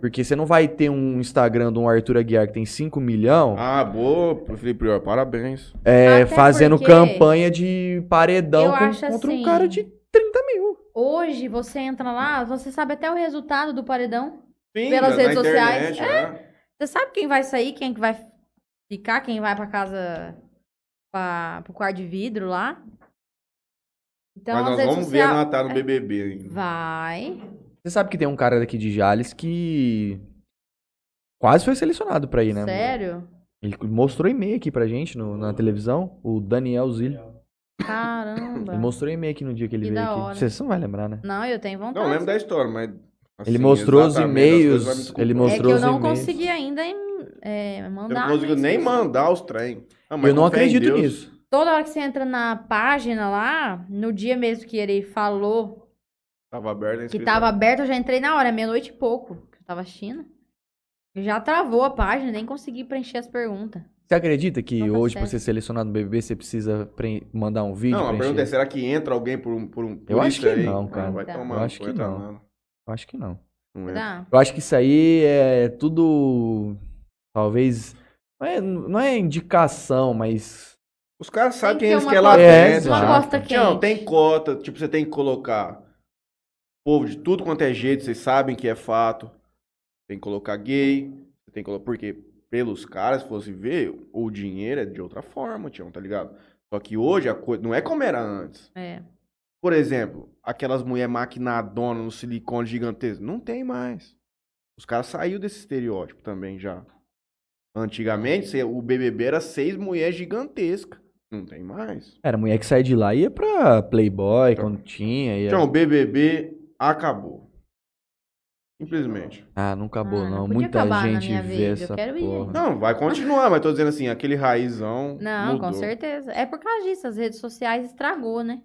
[SPEAKER 3] Porque você não vai ter um Instagram de um Arthur Aguiar que tem 5 milhões
[SPEAKER 1] Ah, boa, Felipe Prior, parabéns.
[SPEAKER 3] é,
[SPEAKER 2] Até
[SPEAKER 3] fazendo
[SPEAKER 2] porque-
[SPEAKER 3] campanha de paredão
[SPEAKER 2] Eu
[SPEAKER 3] com-
[SPEAKER 2] acho
[SPEAKER 3] contra
[SPEAKER 2] assim-
[SPEAKER 3] um cara de 30 mil.
[SPEAKER 2] Hoje você entra lá, você sabe até o resultado do paredão.
[SPEAKER 1] Sim,
[SPEAKER 2] Pelas
[SPEAKER 1] na
[SPEAKER 2] redes
[SPEAKER 1] internet,
[SPEAKER 2] sociais, é,
[SPEAKER 1] né?
[SPEAKER 2] Você sabe quem vai sair, quem que vai ficar, quem vai pra casa, pra, pro quarto de vidro lá. Então,
[SPEAKER 1] Mas
[SPEAKER 2] as
[SPEAKER 1] nós
[SPEAKER 2] redes é
[SPEAKER 1] vamos ver né? a
[SPEAKER 2] sociais-
[SPEAKER 1] Natália no BBB ainda.
[SPEAKER 2] Vai.
[SPEAKER 3] Você sabe que tem um cara daqui de Jales que quase foi selecionado pra ir, né?
[SPEAKER 2] Sério?
[SPEAKER 3] Ele mostrou e-mail aqui pra gente no- na televisão, o Daniel Zilli.
[SPEAKER 2] Caramba.
[SPEAKER 3] Ele mostrou e-mail aqui no dia que ele
[SPEAKER 2] Que
[SPEAKER 3] veio
[SPEAKER 2] da
[SPEAKER 3] aqui.
[SPEAKER 2] hora.
[SPEAKER 3] Você você não vai lembrar, né?
[SPEAKER 2] Não, eu tenho vontade.
[SPEAKER 1] Não, lembro da história, mas. assim,
[SPEAKER 3] Ele mostrou os
[SPEAKER 1] exatamente, as
[SPEAKER 3] e-mails,
[SPEAKER 1] coisas vai me desculpar.
[SPEAKER 3] ele
[SPEAKER 2] É que
[SPEAKER 3] mostrou
[SPEAKER 2] eu
[SPEAKER 3] os
[SPEAKER 2] não
[SPEAKER 3] e-mails.
[SPEAKER 2] consegui ainda em- é,
[SPEAKER 1] Eu
[SPEAKER 2] mandar.
[SPEAKER 1] não consigo
[SPEAKER 2] mas-
[SPEAKER 1] nem mandar os trem. Ah, mas
[SPEAKER 3] Eu não
[SPEAKER 1] com fé em
[SPEAKER 3] acredito
[SPEAKER 1] Deus.
[SPEAKER 3] nisso.
[SPEAKER 2] Toda hora que você entra na página lá, no dia mesmo que ele falou
[SPEAKER 1] Tava aberto a
[SPEAKER 2] que
[SPEAKER 1] inscrição.
[SPEAKER 2] tava aberto, eu já entrei na hora, meia-noite e pouco, que eu tava assistindo. Já travou a página, nem consegui preencher as perguntas.
[SPEAKER 3] Você acredita que
[SPEAKER 2] Não tá
[SPEAKER 3] hoje, pra
[SPEAKER 2] certo.
[SPEAKER 3] você ser selecionado no BBB, você precisa preen- mandar um vídeo?
[SPEAKER 1] Não, a
[SPEAKER 3] preencher?
[SPEAKER 1] pergunta é: será que entra alguém por um. Por um por
[SPEAKER 3] Eu acho
[SPEAKER 1] isso
[SPEAKER 3] que
[SPEAKER 1] aí?
[SPEAKER 3] não,
[SPEAKER 1] Ah,
[SPEAKER 3] cara.
[SPEAKER 1] Vai
[SPEAKER 2] Tá.
[SPEAKER 1] tomar,
[SPEAKER 3] Eu
[SPEAKER 1] no
[SPEAKER 3] acho
[SPEAKER 1] cu,
[SPEAKER 3] que
[SPEAKER 1] entra
[SPEAKER 3] não. Eu acho que não.
[SPEAKER 1] Não é. entra.
[SPEAKER 2] Tá?
[SPEAKER 3] Eu acho que isso aí é tudo. Talvez. Não é, não é indicação, mas.
[SPEAKER 1] Os caras sabem quem
[SPEAKER 2] Tem que
[SPEAKER 1] eles
[SPEAKER 2] ter
[SPEAKER 1] querem
[SPEAKER 2] uma
[SPEAKER 1] lá
[SPEAKER 3] cota- É,
[SPEAKER 1] dentro.
[SPEAKER 3] uma
[SPEAKER 1] Thiago.
[SPEAKER 2] cota
[SPEAKER 1] Thiago,
[SPEAKER 2] quente.
[SPEAKER 1] tem cota, tipo, você tem que colocar povo de tudo quanto é jeito, vocês sabem que é fato. Tem que colocar gay, você tem que colocar. Porque pelos caras, se fosse ver, o dinheiro é de outra forma, Tião, tá ligado? Só que hoje a coisa não é como era antes.
[SPEAKER 2] É.
[SPEAKER 1] Por exemplo, aquelas mulheres maquinadonas no silicone gigantesco, não tem mais. Os caras saíram desse estereótipo também já. Antigamente, você- o BBB era seis mulheres gigantescas. Não tem mais.
[SPEAKER 3] Era mulher que saía de lá e ia pra Playboy
[SPEAKER 1] Tá.
[SPEAKER 3] quando tinha. Ia...
[SPEAKER 1] Então, o BBB acabou. Simplesmente.
[SPEAKER 3] Ah, não acabou,
[SPEAKER 2] Ah, não
[SPEAKER 3] não.
[SPEAKER 2] podia
[SPEAKER 3] Muita
[SPEAKER 2] acabar na
[SPEAKER 3] gente
[SPEAKER 2] minha
[SPEAKER 3] vê
[SPEAKER 2] vez, eu
[SPEAKER 3] essa
[SPEAKER 2] quero ir.
[SPEAKER 3] porra.
[SPEAKER 1] Não, vai continuar, mas tô dizendo assim, aquele raizão.
[SPEAKER 2] Não,
[SPEAKER 1] mudou.
[SPEAKER 2] com certeza. É por causa disso, as redes sociais estragou, né?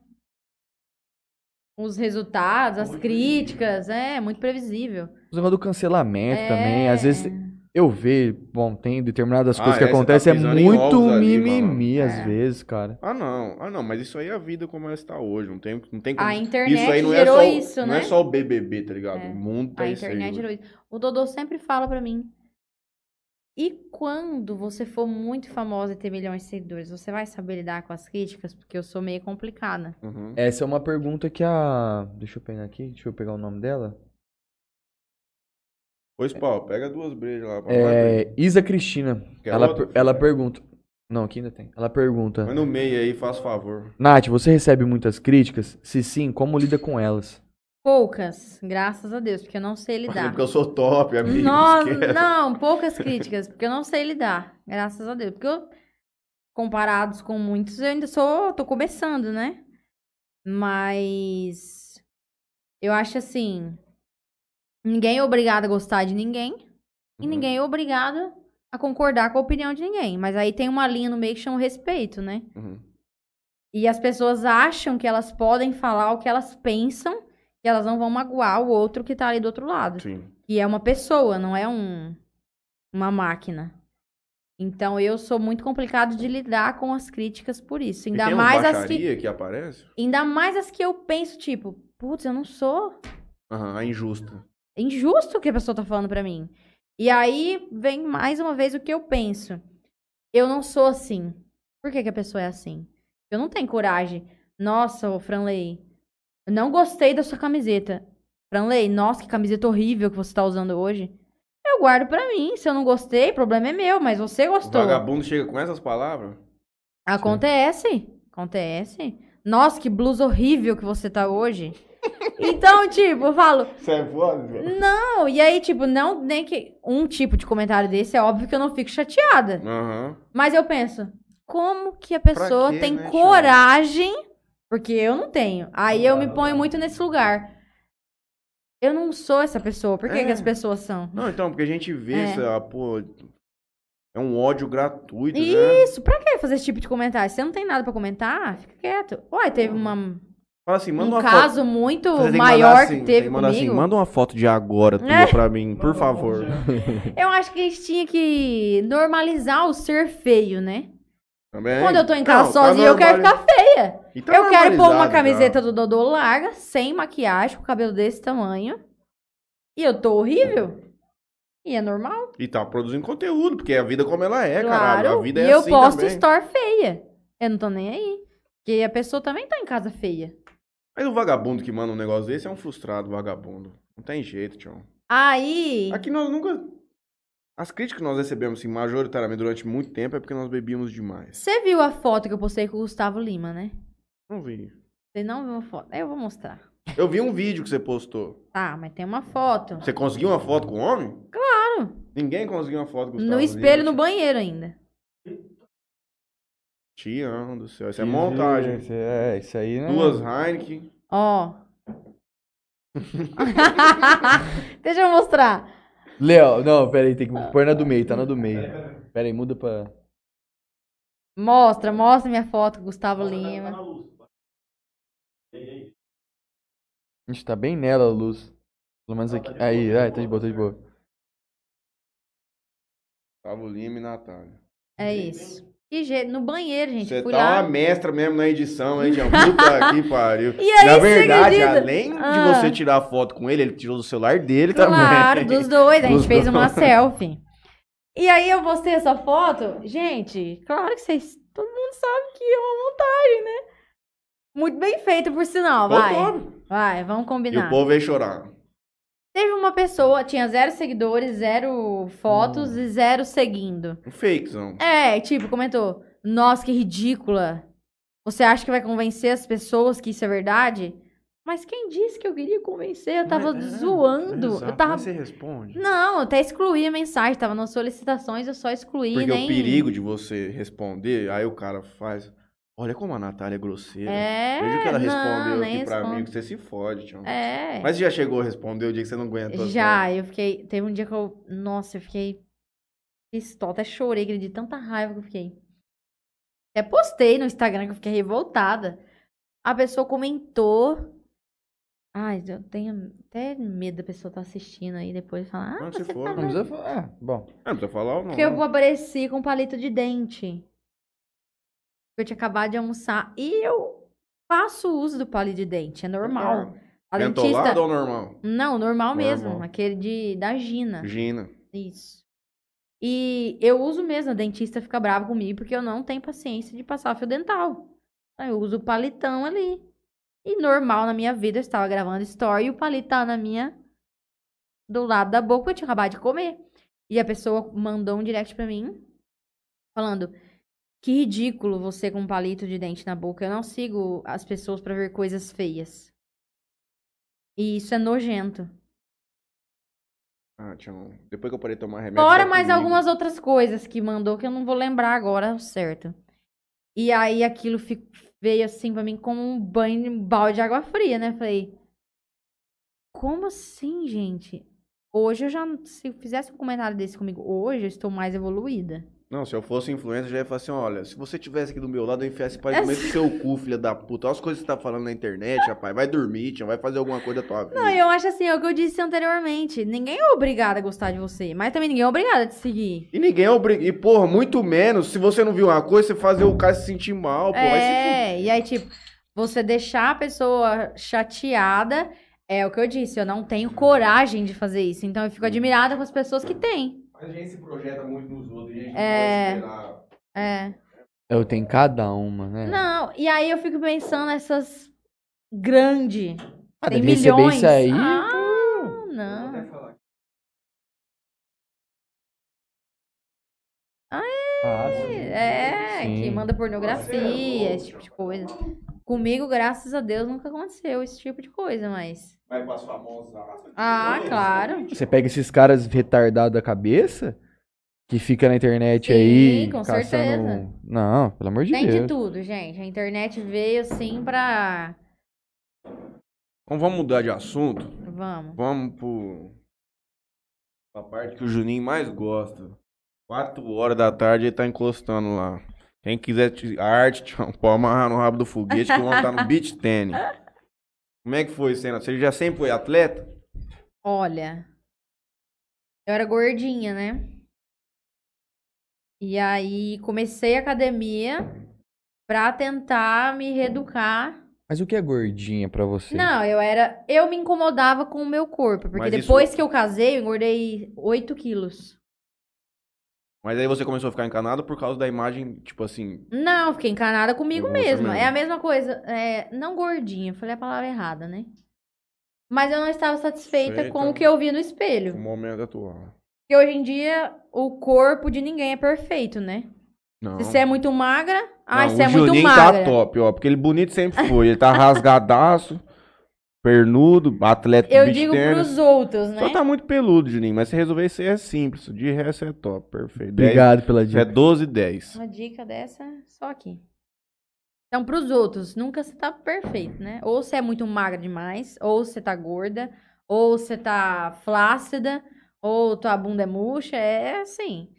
[SPEAKER 2] Os resultados, as críticas, é muito previsível.
[SPEAKER 3] O negócio do cancelamento
[SPEAKER 2] É.
[SPEAKER 3] também. Às vezes eu vejo, bom, tem determinadas
[SPEAKER 1] Ah,
[SPEAKER 3] coisas que
[SPEAKER 1] é, você tá
[SPEAKER 3] acontecem, é
[SPEAKER 1] pisando em
[SPEAKER 3] muito
[SPEAKER 1] ovos ali,
[SPEAKER 3] mimimi,
[SPEAKER 2] mano.
[SPEAKER 3] às
[SPEAKER 2] É.
[SPEAKER 3] vezes, cara.
[SPEAKER 1] Ah, não. Ah, não, mas isso aí é a vida como ela está hoje. Não tem, não tem como.
[SPEAKER 2] A internet
[SPEAKER 1] isso aí não
[SPEAKER 2] gerou
[SPEAKER 1] é só, o-
[SPEAKER 2] isso,
[SPEAKER 1] não
[SPEAKER 2] né?
[SPEAKER 1] é só o BBB, tá ligado?
[SPEAKER 2] É.
[SPEAKER 1] O mundo tá
[SPEAKER 2] A
[SPEAKER 1] isso aí
[SPEAKER 2] internet
[SPEAKER 1] hoje.
[SPEAKER 2] gerou isso. O Dodô sempre fala pra mim. E quando você for muito famosa e ter milhões de seguidores, você vai saber lidar com as críticas? Porque eu sou meio complicada.
[SPEAKER 1] Uhum.
[SPEAKER 3] Essa é uma pergunta que a. Deixa eu pegar aqui, deixa eu pegar o nome dela.
[SPEAKER 1] Pois, pau, pega duas brejas lá. pra nós,
[SPEAKER 3] É. Isa Cristina.
[SPEAKER 1] Quer
[SPEAKER 3] Ela,
[SPEAKER 1] outra?
[SPEAKER 3] per- ela pergunta. Não, aqui ainda tem. Ela pergunta.
[SPEAKER 1] Mas no meio aí, faz favor.
[SPEAKER 3] Nath, você recebe muitas críticas? Se sim, como lida com elas?
[SPEAKER 2] Poucas, graças a Deus, porque eu não sei
[SPEAKER 1] Mas é
[SPEAKER 2] lidar.
[SPEAKER 1] Porque eu sou top, amigo.
[SPEAKER 2] Nossa,
[SPEAKER 1] esquece.
[SPEAKER 2] não, poucas críticas, porque eu não sei lidar, graças a Deus. Porque eu, comparados com muitos, eu ainda sou, tô começando, né? Mas eu acho assim, ninguém é obrigado a gostar de ninguém e
[SPEAKER 1] Uhum.
[SPEAKER 2] ninguém é obrigado a concordar com a opinião de ninguém. Mas aí tem uma linha no meio que chama respeito, né?
[SPEAKER 1] Uhum.
[SPEAKER 2] E as pessoas acham que elas podem falar o que elas pensam, que elas não vão magoar o outro que tá ali do outro lado
[SPEAKER 1] Sim.
[SPEAKER 2] que é uma pessoa, não é um uma máquina. Então eu sou muito complicado de lidar com as críticas por isso,
[SPEAKER 1] E
[SPEAKER 2] ainda
[SPEAKER 1] tem uma
[SPEAKER 2] mais as que
[SPEAKER 1] baixaria que aparece?
[SPEAKER 2] ainda mais as que eu penso tipo, putz, eu não sou
[SPEAKER 1] Aham, a injusta.
[SPEAKER 2] é injusto o que a pessoa tá falando pra mim. E aí vem mais uma vez o que eu penso. eu não sou assim. Por que, que a pessoa é assim? Eu não tenho coragem. Nossa, ô Franley, eu não gostei da sua camiseta. Franley, nossa, que camiseta horrível que você tá usando hoje. Eu guardo pra mim. Se eu não gostei, o problema é meu, mas você
[SPEAKER 1] O
[SPEAKER 2] gostou.
[SPEAKER 1] vagabundo chega com essas palavras?
[SPEAKER 2] Acontece, acontece. Nossa, que blusa horrível que você tá hoje. Então, tipo, eu falo,
[SPEAKER 1] Você é foda, velho.
[SPEAKER 2] não, e aí, tipo, não, nem que um tipo de comentário desse, é óbvio que eu não fico chateada.
[SPEAKER 1] Aham.
[SPEAKER 2] Mas eu penso, como que a pessoa
[SPEAKER 1] quê,
[SPEAKER 2] tem
[SPEAKER 1] né, Thiago?
[SPEAKER 2] coragem? Porque eu não tenho. Aí eu me ponho muito nesse lugar. Eu não sou essa pessoa. Por que,
[SPEAKER 1] É.
[SPEAKER 2] que as pessoas são?
[SPEAKER 1] Não, então, porque a gente vê
[SPEAKER 2] É.
[SPEAKER 1] essa, pô. É um ódio gratuito, né?
[SPEAKER 2] Isso, pra que fazer esse tipo de comentário? Se Você não tem nada pra comentar? Fica quieto. Ué, teve uma,
[SPEAKER 1] Fala assim, manda
[SPEAKER 2] um
[SPEAKER 1] uma foto.
[SPEAKER 2] caso muito
[SPEAKER 1] Você tem que mandar
[SPEAKER 2] maior
[SPEAKER 1] assim,
[SPEAKER 2] que
[SPEAKER 1] tem
[SPEAKER 2] teve
[SPEAKER 1] mandar assim,
[SPEAKER 2] comigo.
[SPEAKER 1] manda uma foto de agora tua
[SPEAKER 2] É.
[SPEAKER 1] pra mim, por favor.
[SPEAKER 2] eu acho que a gente tinha que normalizar o ser feio, né?
[SPEAKER 1] Também.
[SPEAKER 2] Quando eu tô em
[SPEAKER 1] É.
[SPEAKER 2] casa
[SPEAKER 1] Não, tá
[SPEAKER 2] sozinha, eu quero
[SPEAKER 1] normali-
[SPEAKER 2] ficar feia.
[SPEAKER 1] E tá
[SPEAKER 2] eu quero pôr uma
[SPEAKER 1] normalizado,
[SPEAKER 2] camiseta do Dodô larga, sem maquiagem, com cabelo desse tamanho. E eu tô horrível. E é normal,
[SPEAKER 1] já. E tá produzindo conteúdo, porque a vida como ela é,
[SPEAKER 2] claro.
[SPEAKER 1] caralho. A vida
[SPEAKER 2] e
[SPEAKER 1] é
[SPEAKER 2] eu
[SPEAKER 1] assim
[SPEAKER 2] posto
[SPEAKER 1] também.
[SPEAKER 2] store feia. Eu não tô nem aí. Porque a pessoa também tá em casa feia.
[SPEAKER 1] Mas o vagabundo que manda um negócio desse é um frustrado vagabundo. Não tem jeito, Tião.
[SPEAKER 2] Aí.
[SPEAKER 1] Aqui nós nunca... As críticas que nós recebemos, assim, majoritariamente durante muito tempo é porque nós bebíamos demais.
[SPEAKER 2] Você viu a foto que eu postei com o Gustavo Lima, né?
[SPEAKER 1] Não vi.
[SPEAKER 2] Você não viu a foto? Eu vou mostrar.
[SPEAKER 1] Eu vi um vídeo que você postou.
[SPEAKER 2] Tá, mas tem uma foto.
[SPEAKER 1] Você conseguiu uma foto com o homem?
[SPEAKER 2] Claro.
[SPEAKER 1] Ninguém conseguiu uma foto com o
[SPEAKER 2] no
[SPEAKER 1] Gustavo
[SPEAKER 2] espelho,
[SPEAKER 1] Lima.
[SPEAKER 2] no banheiro ainda.
[SPEAKER 1] Tião do céu. Isso é montagem.
[SPEAKER 3] Isso É, isso aí, né?
[SPEAKER 1] Duas Heineken.
[SPEAKER 2] Ó. Deixa eu mostrar.
[SPEAKER 3] Léo, não, pera aí, tem que pôr na do meio, tá na do meio. Pera aí, muda pra.
[SPEAKER 2] Mostra, mostra minha foto com o Gustavo Lima.
[SPEAKER 3] A gente tá bem nela a luz. Pelo menos aqui. Aí, aí, tá de boa, tá de boa.
[SPEAKER 1] Gustavo Lima e Natália.
[SPEAKER 2] É isso. Que jeito. No banheiro, gente.
[SPEAKER 1] Você
[SPEAKER 2] eu
[SPEAKER 1] tá
[SPEAKER 2] Fui lá.
[SPEAKER 1] uma mestra mesmo na edição, hein, Tião? Puta que pariu.
[SPEAKER 2] E aí,
[SPEAKER 1] Na
[SPEAKER 2] você
[SPEAKER 1] verdade,
[SPEAKER 2] acredita?
[SPEAKER 1] além
[SPEAKER 2] Ah.
[SPEAKER 1] de você tirar foto com ele, ele tirou do celular dele
[SPEAKER 2] Claro,
[SPEAKER 1] também.
[SPEAKER 2] dos dois. A gente
[SPEAKER 1] Dos
[SPEAKER 2] fez uma
[SPEAKER 1] dois.
[SPEAKER 2] selfie. E aí eu postei essa foto. Gente, claro que vocês. Todo mundo sabe que é uma montagem, né? Muito bem feita, por sinal.
[SPEAKER 1] Pô,
[SPEAKER 2] Vai.
[SPEAKER 1] pobre.
[SPEAKER 2] Vai, vamos
[SPEAKER 1] E
[SPEAKER 2] combinar.
[SPEAKER 1] o povo veio chorar.
[SPEAKER 2] Teve uma pessoa, tinha zero seguidores,
[SPEAKER 1] Hum.
[SPEAKER 2] zero fotos e zero seguindo.
[SPEAKER 1] Um fakezão.
[SPEAKER 2] É, tipo, comentou: Nossa, que ridícula. Você acha que vai convencer as pessoas que isso é verdade? Mas quem disse que eu queria convencer? Eu
[SPEAKER 1] É,
[SPEAKER 2] tava zoando. eu tava.
[SPEAKER 1] você responde.
[SPEAKER 2] Não, eu até excluí a mensagem, tava nas solicitações, eu só excluí.
[SPEAKER 1] Porque
[SPEAKER 2] nem...
[SPEAKER 1] o perigo de você responder, aí o cara faz. Olha como a Natália é grosseira.
[SPEAKER 2] É.
[SPEAKER 1] Veja o que ela
[SPEAKER 2] não,
[SPEAKER 1] respondeu
[SPEAKER 2] nem
[SPEAKER 1] aqui pra
[SPEAKER 2] respondo.
[SPEAKER 1] mim, que você se fode, Tião.
[SPEAKER 2] É.
[SPEAKER 1] Mas já chegou a responder o dia que você não aguentou.
[SPEAKER 2] Já, eu fiquei. Teve um dia que eu. Nossa, eu fiquei. Pistola, até chorei, acredito, de tanta raiva que eu fiquei. Até postei no Instagram que eu fiquei revoltada. A pessoa comentou. Ai, eu tenho até medo da pessoa estar assistindo aí depois e falar. Ah,
[SPEAKER 1] Não, se
[SPEAKER 2] você
[SPEAKER 1] for,
[SPEAKER 2] tá
[SPEAKER 1] não
[SPEAKER 3] Não
[SPEAKER 2] doido."
[SPEAKER 3] precisa falar. É, bom.
[SPEAKER 1] É, não precisa falar ou não.
[SPEAKER 2] Porque eu apareci com palito de dente. Eu tinha acabado de almoçar. E eu faço uso do palito de dente, é normal. A
[SPEAKER 1] Mentolado
[SPEAKER 2] dentista.
[SPEAKER 1] ou normal?
[SPEAKER 2] Não, normal mesmo.
[SPEAKER 1] Normal.
[SPEAKER 2] Aquele de, da Gina.
[SPEAKER 1] Gina.
[SPEAKER 2] Isso. E eu uso mesmo, a dentista fica brava comigo porque eu não tenho paciência de passar fio dental. Então eu uso o palitão ali. E normal na minha vida, eu estava gravando story e o palito tá na minha. do lado da boca, eu tinha acabado de comer. E a pessoa mandou um direct pra mim, falando: Que ridículo você com um palito de dente na boca. Eu não sigo as pessoas pra ver coisas feias. E isso é nojento.
[SPEAKER 1] Ah, Tião. Depois que eu parei de tomar remédio.
[SPEAKER 2] Fora
[SPEAKER 1] só
[SPEAKER 2] mais
[SPEAKER 1] comigo.
[SPEAKER 2] algumas outras coisas que mandou que eu não vou lembrar agora, ao certo. E aí aquilo fi- veio assim pra mim como um banho, um balde de água fria, né? Falei, como assim, gente? Hoje eu já, se eu fizesse um comentário desse comigo, hoje eu estou mais evoluída.
[SPEAKER 1] Não, se eu fosse influencer, eu já ia falar assim: olha, se você tivesse aqui do meu lado, eu enfiasse pra
[SPEAKER 2] É
[SPEAKER 1] dentro do seu cu, filha da puta. Olha as coisas que você tá falando na internet, rapaz. Vai dormir, Tião. Vai fazer alguma coisa da tua vida.
[SPEAKER 2] Não, eu acho assim, é o que eu disse anteriormente. Ninguém é obrigado a gostar de você, mas também ninguém é obrigado a te seguir.
[SPEAKER 1] E ninguém obriga. E, porra, muito menos, se você não viu uma coisa, você fazer o cara se sentir mal, pô. Vai se
[SPEAKER 2] É, e aí, tipo, você deixar a pessoa chateada é o que eu disse. Eu não tenho coragem de fazer isso.
[SPEAKER 4] Uhum.
[SPEAKER 2] Então eu fico admirada com as pessoas que têm.
[SPEAKER 1] Mas a gente se projeta muito nos outros, a gente não
[SPEAKER 2] É.
[SPEAKER 1] pode esperar
[SPEAKER 2] É.
[SPEAKER 4] Eu tenho cada uma, né?
[SPEAKER 2] Não, e aí eu fico pensando nessas grande.
[SPEAKER 4] Ah,
[SPEAKER 2] tem
[SPEAKER 4] deve receber
[SPEAKER 2] milhões.
[SPEAKER 4] isso aí.
[SPEAKER 2] Ah, não.
[SPEAKER 4] Ah,
[SPEAKER 2] É,
[SPEAKER 4] Sim.
[SPEAKER 2] que manda pornografia, esse tipo de coisa. Comigo, graças a Deus, nunca aconteceu esse tipo de coisa, mas.
[SPEAKER 1] Vai com as famosas lá.
[SPEAKER 2] Ah, claro.
[SPEAKER 4] Você pega esses caras retardados da cabeça que fica na internet
[SPEAKER 2] Sim,
[SPEAKER 4] aí.
[SPEAKER 2] com
[SPEAKER 4] caçando-
[SPEAKER 2] certeza.
[SPEAKER 4] Não, pelo amor de
[SPEAKER 2] Tem de
[SPEAKER 4] Deus.
[SPEAKER 2] tudo, gente. A internet veio assim pra.
[SPEAKER 1] Então vamos mudar de assunto.
[SPEAKER 2] Vamos.
[SPEAKER 1] Vamos pro. Pra parte que o Juninho mais gosta. 4 horas da tarde ele tá encostando lá. Quem quiser te- a arte, tchau, pode amarrar no rabo do foguete que vão estar no beach tênis. Como é que foi, Senna? Você já sempre foi atleta?
[SPEAKER 2] Olha, eu era gordinha, né? E aí comecei a academia pra tentar me reeducar.
[SPEAKER 4] Mas o que é gordinha pra você?
[SPEAKER 2] Não, eu era. Eu me incomodava com o meu corpo. Porque
[SPEAKER 1] Mas isso-
[SPEAKER 2] depois que eu casei, eu engordei 8 quilos.
[SPEAKER 1] Mas aí você começou a ficar encanado por causa da imagem, tipo assim.
[SPEAKER 2] Não, fiquei encanada comigo
[SPEAKER 1] Com você
[SPEAKER 2] mesma.
[SPEAKER 1] mesma.
[SPEAKER 2] É a mesma coisa. é, não gordinha, falei a palavra errada, né? Mas eu não estava satisfeita
[SPEAKER 1] Satisfeita.
[SPEAKER 2] com o que eu vi no espelho.
[SPEAKER 1] O momento atual.
[SPEAKER 2] Porque hoje em dia o corpo de ninguém é perfeito, né?
[SPEAKER 1] Não.
[SPEAKER 2] Se você é muito magra, ai,
[SPEAKER 1] Então, Não,
[SPEAKER 2] você
[SPEAKER 1] o
[SPEAKER 2] é muito
[SPEAKER 1] Juninho
[SPEAKER 2] magra.
[SPEAKER 1] tá top, ó. Porque ele bonito sempre foi. Ele tá rasgadaço, pernudo, atleta de
[SPEAKER 2] eu
[SPEAKER 1] beach
[SPEAKER 2] digo
[SPEAKER 1] tennis.
[SPEAKER 2] pros outros, né?
[SPEAKER 1] Só tá muito peludo, Juninho, mas se resolver isso aí é simples. De resto é top, perfeito.
[SPEAKER 4] Obrigado pela
[SPEAKER 1] 10, é
[SPEAKER 4] dica.
[SPEAKER 1] 12 e 10.
[SPEAKER 2] Uma dica dessa, só aqui. Então, pros outros, nunca você tá perfeito, né? Ou você é muito magra demais, ou você tá gorda, ou você tá flácida, ou tua bunda é murcha, é assim.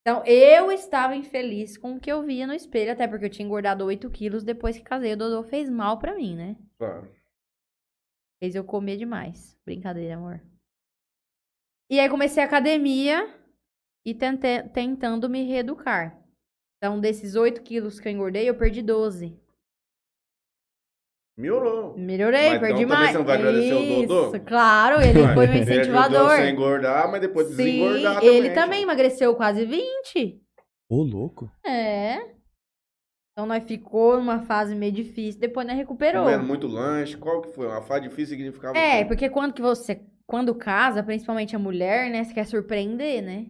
[SPEAKER 2] Então, eu estava infeliz com o que eu via no espelho, até porque eu tinha engordado 8 quilos depois que casei. O Dodô fez mal pra mim, né? Fez eu comer demais. Brincadeira, amor. E aí comecei a academia e tente- tentando me reeducar. Então, desses 8 quilos que eu engordei, eu perdi 12.
[SPEAKER 1] Melhorou.
[SPEAKER 2] Melhorei,
[SPEAKER 1] Mas
[SPEAKER 2] perdi
[SPEAKER 1] então também
[SPEAKER 2] mais.
[SPEAKER 1] você não vai agradecer o Dodô?
[SPEAKER 2] Isso, claro, ele foi meu incentivador.
[SPEAKER 1] Sem engordar, mas depois
[SPEAKER 2] Sim,
[SPEAKER 1] desengordar tipo,
[SPEAKER 2] ele também emagreceu quase 20.
[SPEAKER 4] Ô, louco.
[SPEAKER 2] É. Então, nós ficou numa fase meio difícil, depois nós recuperou.
[SPEAKER 1] Comendo muito lanche. Qual que foi? Uma fase difícil significava
[SPEAKER 2] É,
[SPEAKER 1] o quê?
[SPEAKER 2] porque quando que você, quando casa, principalmente a mulher, né, você quer surpreender, né?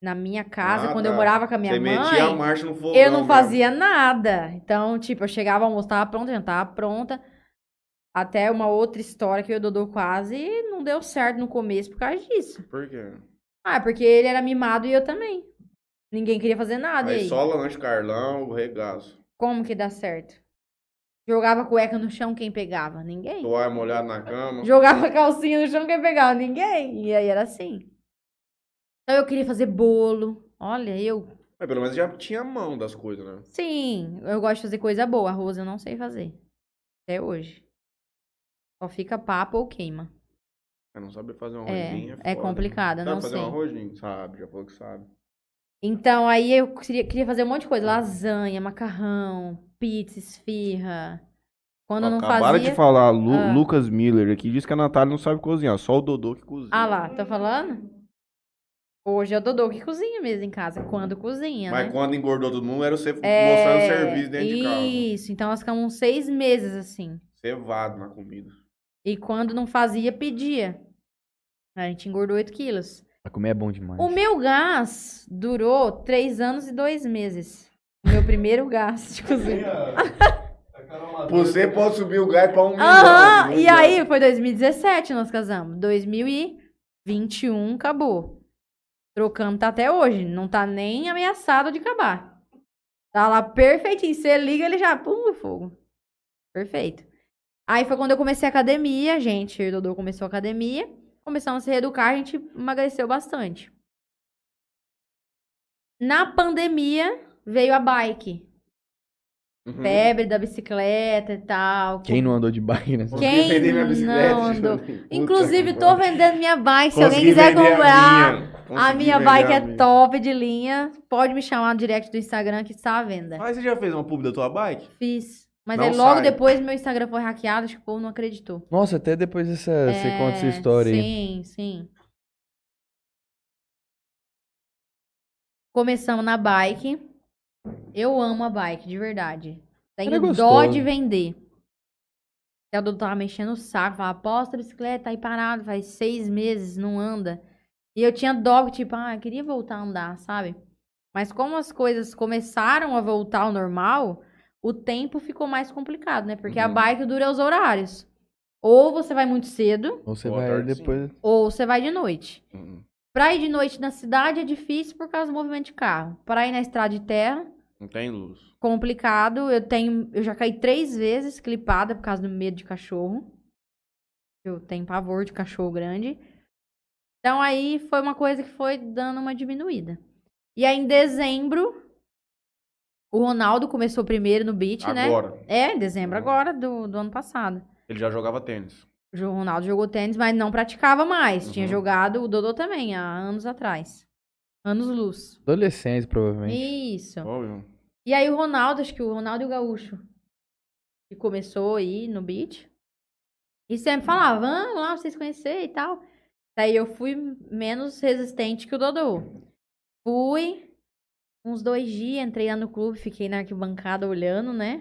[SPEAKER 2] Na minha casa,
[SPEAKER 1] Ah,
[SPEAKER 2] quando
[SPEAKER 1] tá.
[SPEAKER 2] eu morava com a minha
[SPEAKER 1] Você
[SPEAKER 2] mãe,
[SPEAKER 1] metia a marcha no fogão.
[SPEAKER 2] eu não
[SPEAKER 1] mesmo.
[SPEAKER 2] fazia nada. Então, tipo, eu chegava, almoçava pronta, jantava pronta. Até uma outra história que eu e o Dodô quase não deu certo no começo por causa disso.
[SPEAKER 1] Por quê?
[SPEAKER 2] Ah, porque ele era mimado e eu também. Ninguém queria fazer nada. e
[SPEAKER 1] Aí
[SPEAKER 2] aí?
[SPEAKER 1] só lanche, Carlão, o regaço.
[SPEAKER 2] Como que dá certo? Jogava cueca no chão, quem pegava? Ninguém.
[SPEAKER 1] Toalha molhada na cama.
[SPEAKER 2] Jogava calcinha no chão, quem pegava? Ninguém. E aí era assim. Então eu queria fazer bolo. Olha, eu.
[SPEAKER 1] Mas pelo menos já tinha a mão das coisas, né?
[SPEAKER 2] Sim, eu gosto de fazer coisa boa. Arroz eu não sei fazer. Até hoje. Só fica papo ou queima.
[SPEAKER 1] Mas não sabe fazer um
[SPEAKER 2] É,
[SPEAKER 1] arrozinho,
[SPEAKER 2] é
[SPEAKER 1] foda.
[SPEAKER 2] complicado, eu
[SPEAKER 1] Sabe
[SPEAKER 2] não
[SPEAKER 1] fazer
[SPEAKER 2] sei.
[SPEAKER 1] um arrozinho? Sabe, já falou que sabe.
[SPEAKER 2] Então aí eu queria, queria fazer um monte de coisa.
[SPEAKER 1] Uhum.
[SPEAKER 2] Lasanha, macarrão, pizza, esfirra. Quando eu não
[SPEAKER 1] Acabaram
[SPEAKER 2] fazia.
[SPEAKER 1] de falar, Lu-
[SPEAKER 2] Ah.
[SPEAKER 1] Lucas Miller aqui diz que a Natália não sabe cozinhar, só o Dodô que cozinha.
[SPEAKER 2] Ah lá, tá falando? Hoje é o Dodô que cozinha mesmo em casa. Quando cozinha,
[SPEAKER 1] Mas
[SPEAKER 2] né?
[SPEAKER 1] quando engordou todo mundo, era você
[SPEAKER 2] É,
[SPEAKER 1] mostrando serviço dentro de casa.
[SPEAKER 2] Isso, então nós ficamos uns seis meses assim.
[SPEAKER 1] Cevado na comida.
[SPEAKER 2] E quando não fazia, pedia. A gente engordou 8 quilos.
[SPEAKER 4] Pra comer é bom demais.
[SPEAKER 2] O meu gás durou três anos e dois meses. Meu primeiro gás de cozinha. Um
[SPEAKER 1] Você pode subir o gás pra um milhão.
[SPEAKER 2] Aham,
[SPEAKER 1] não
[SPEAKER 2] e
[SPEAKER 1] dá.
[SPEAKER 2] aí foi 2017 nós casamos. 2021 acabou. Trocando tá até hoje. Não tá nem ameaçado de acabar. Tá lá perfeitinho. Você liga, ele já. Pum, fogo. Perfeito. Aí foi quando eu comecei a academia, gente. Eu e o Dodô começou a academia. Começamos a se reeducar, a gente emagreceu bastante. Na pandemia veio a bike.
[SPEAKER 1] Uhum.
[SPEAKER 2] Febre da bicicleta e tal.
[SPEAKER 4] Quem não andou de bike nessa?
[SPEAKER 1] Consegui
[SPEAKER 2] quem
[SPEAKER 1] vender minha bicicleta,
[SPEAKER 2] não andou?
[SPEAKER 1] Juninho. Puta
[SPEAKER 2] Inclusive,
[SPEAKER 1] que
[SPEAKER 2] tô
[SPEAKER 1] pariu.
[SPEAKER 2] vendendo minha bike. Se alguém
[SPEAKER 1] Consegui
[SPEAKER 2] quiser
[SPEAKER 1] vender minha.
[SPEAKER 2] comprar, a minha,
[SPEAKER 1] Consegui vender
[SPEAKER 2] bike
[SPEAKER 1] a
[SPEAKER 2] é
[SPEAKER 1] minha.
[SPEAKER 2] top de linha. Pode me chamar no direct do Instagram que está à venda.
[SPEAKER 1] Mas você já fez uma pub da tua bike?
[SPEAKER 2] Fiz. Mas
[SPEAKER 1] Não
[SPEAKER 2] aí logo
[SPEAKER 1] sai.
[SPEAKER 2] depois meu Instagram foi hackeado, acho que o povo não acreditou.
[SPEAKER 4] Nossa, até depois dessa, você conta essa
[SPEAKER 2] É,
[SPEAKER 4] história aí.
[SPEAKER 2] Sim, sim. Começamos na bike. Eu amo a bike, de verdade. Tenho
[SPEAKER 4] Ela é
[SPEAKER 2] dó
[SPEAKER 4] gostosa.
[SPEAKER 2] de vender. O Teodoro tava mexendo o saco, falava, aposta a bicicleta, aí parado, faz seis meses, não anda. E eu tinha dó, tipo, ah, eu queria voltar a andar, sabe? Mas como as coisas começaram a voltar ao normal, o tempo ficou mais complicado, né? Porque a
[SPEAKER 1] Uhum.
[SPEAKER 2] bike dura os horários. Ou você vai muito cedo,
[SPEAKER 4] Ou você
[SPEAKER 1] Boa
[SPEAKER 4] vai
[SPEAKER 1] tarde,
[SPEAKER 4] depois.
[SPEAKER 2] ou você vai de noite.
[SPEAKER 1] Hum,
[SPEAKER 2] Pra ir de noite na cidade é difícil por causa do movimento de carro. Pra ir na estrada de terra,
[SPEAKER 1] Não tem luz.
[SPEAKER 2] complicado. Eu tenho, eu já caí três vezes clipada por causa do medo de cachorro. Eu tenho pavor de cachorro grande. Então aí foi uma coisa que foi dando uma diminuída. E aí em dezembro o Ronaldo começou primeiro no beat, né?
[SPEAKER 1] Agora.
[SPEAKER 2] É, em dezembro
[SPEAKER 1] Uhum.
[SPEAKER 2] agora do, do ano passado.
[SPEAKER 1] Ele já jogava tênis.
[SPEAKER 2] O Ronaldo jogou tênis, mas não praticava mais. Tinha
[SPEAKER 1] Uhum.
[SPEAKER 2] jogado o Dodô também há anos atrás. Anos luz.
[SPEAKER 4] Adolescente, provavelmente.
[SPEAKER 2] Isso.
[SPEAKER 1] Óbvio.
[SPEAKER 2] E aí o Ronaldo, acho que o Ronaldo e o Gaúcho, que começou aí no beat. E sempre
[SPEAKER 4] Uhum.
[SPEAKER 2] falava, vamos lá, pra vocês conhecerem e tal. Daí eu fui menos resistente que o Dodô. Fui, uns dois dias, entrei lá no clube, fiquei na arquibancada olhando, né?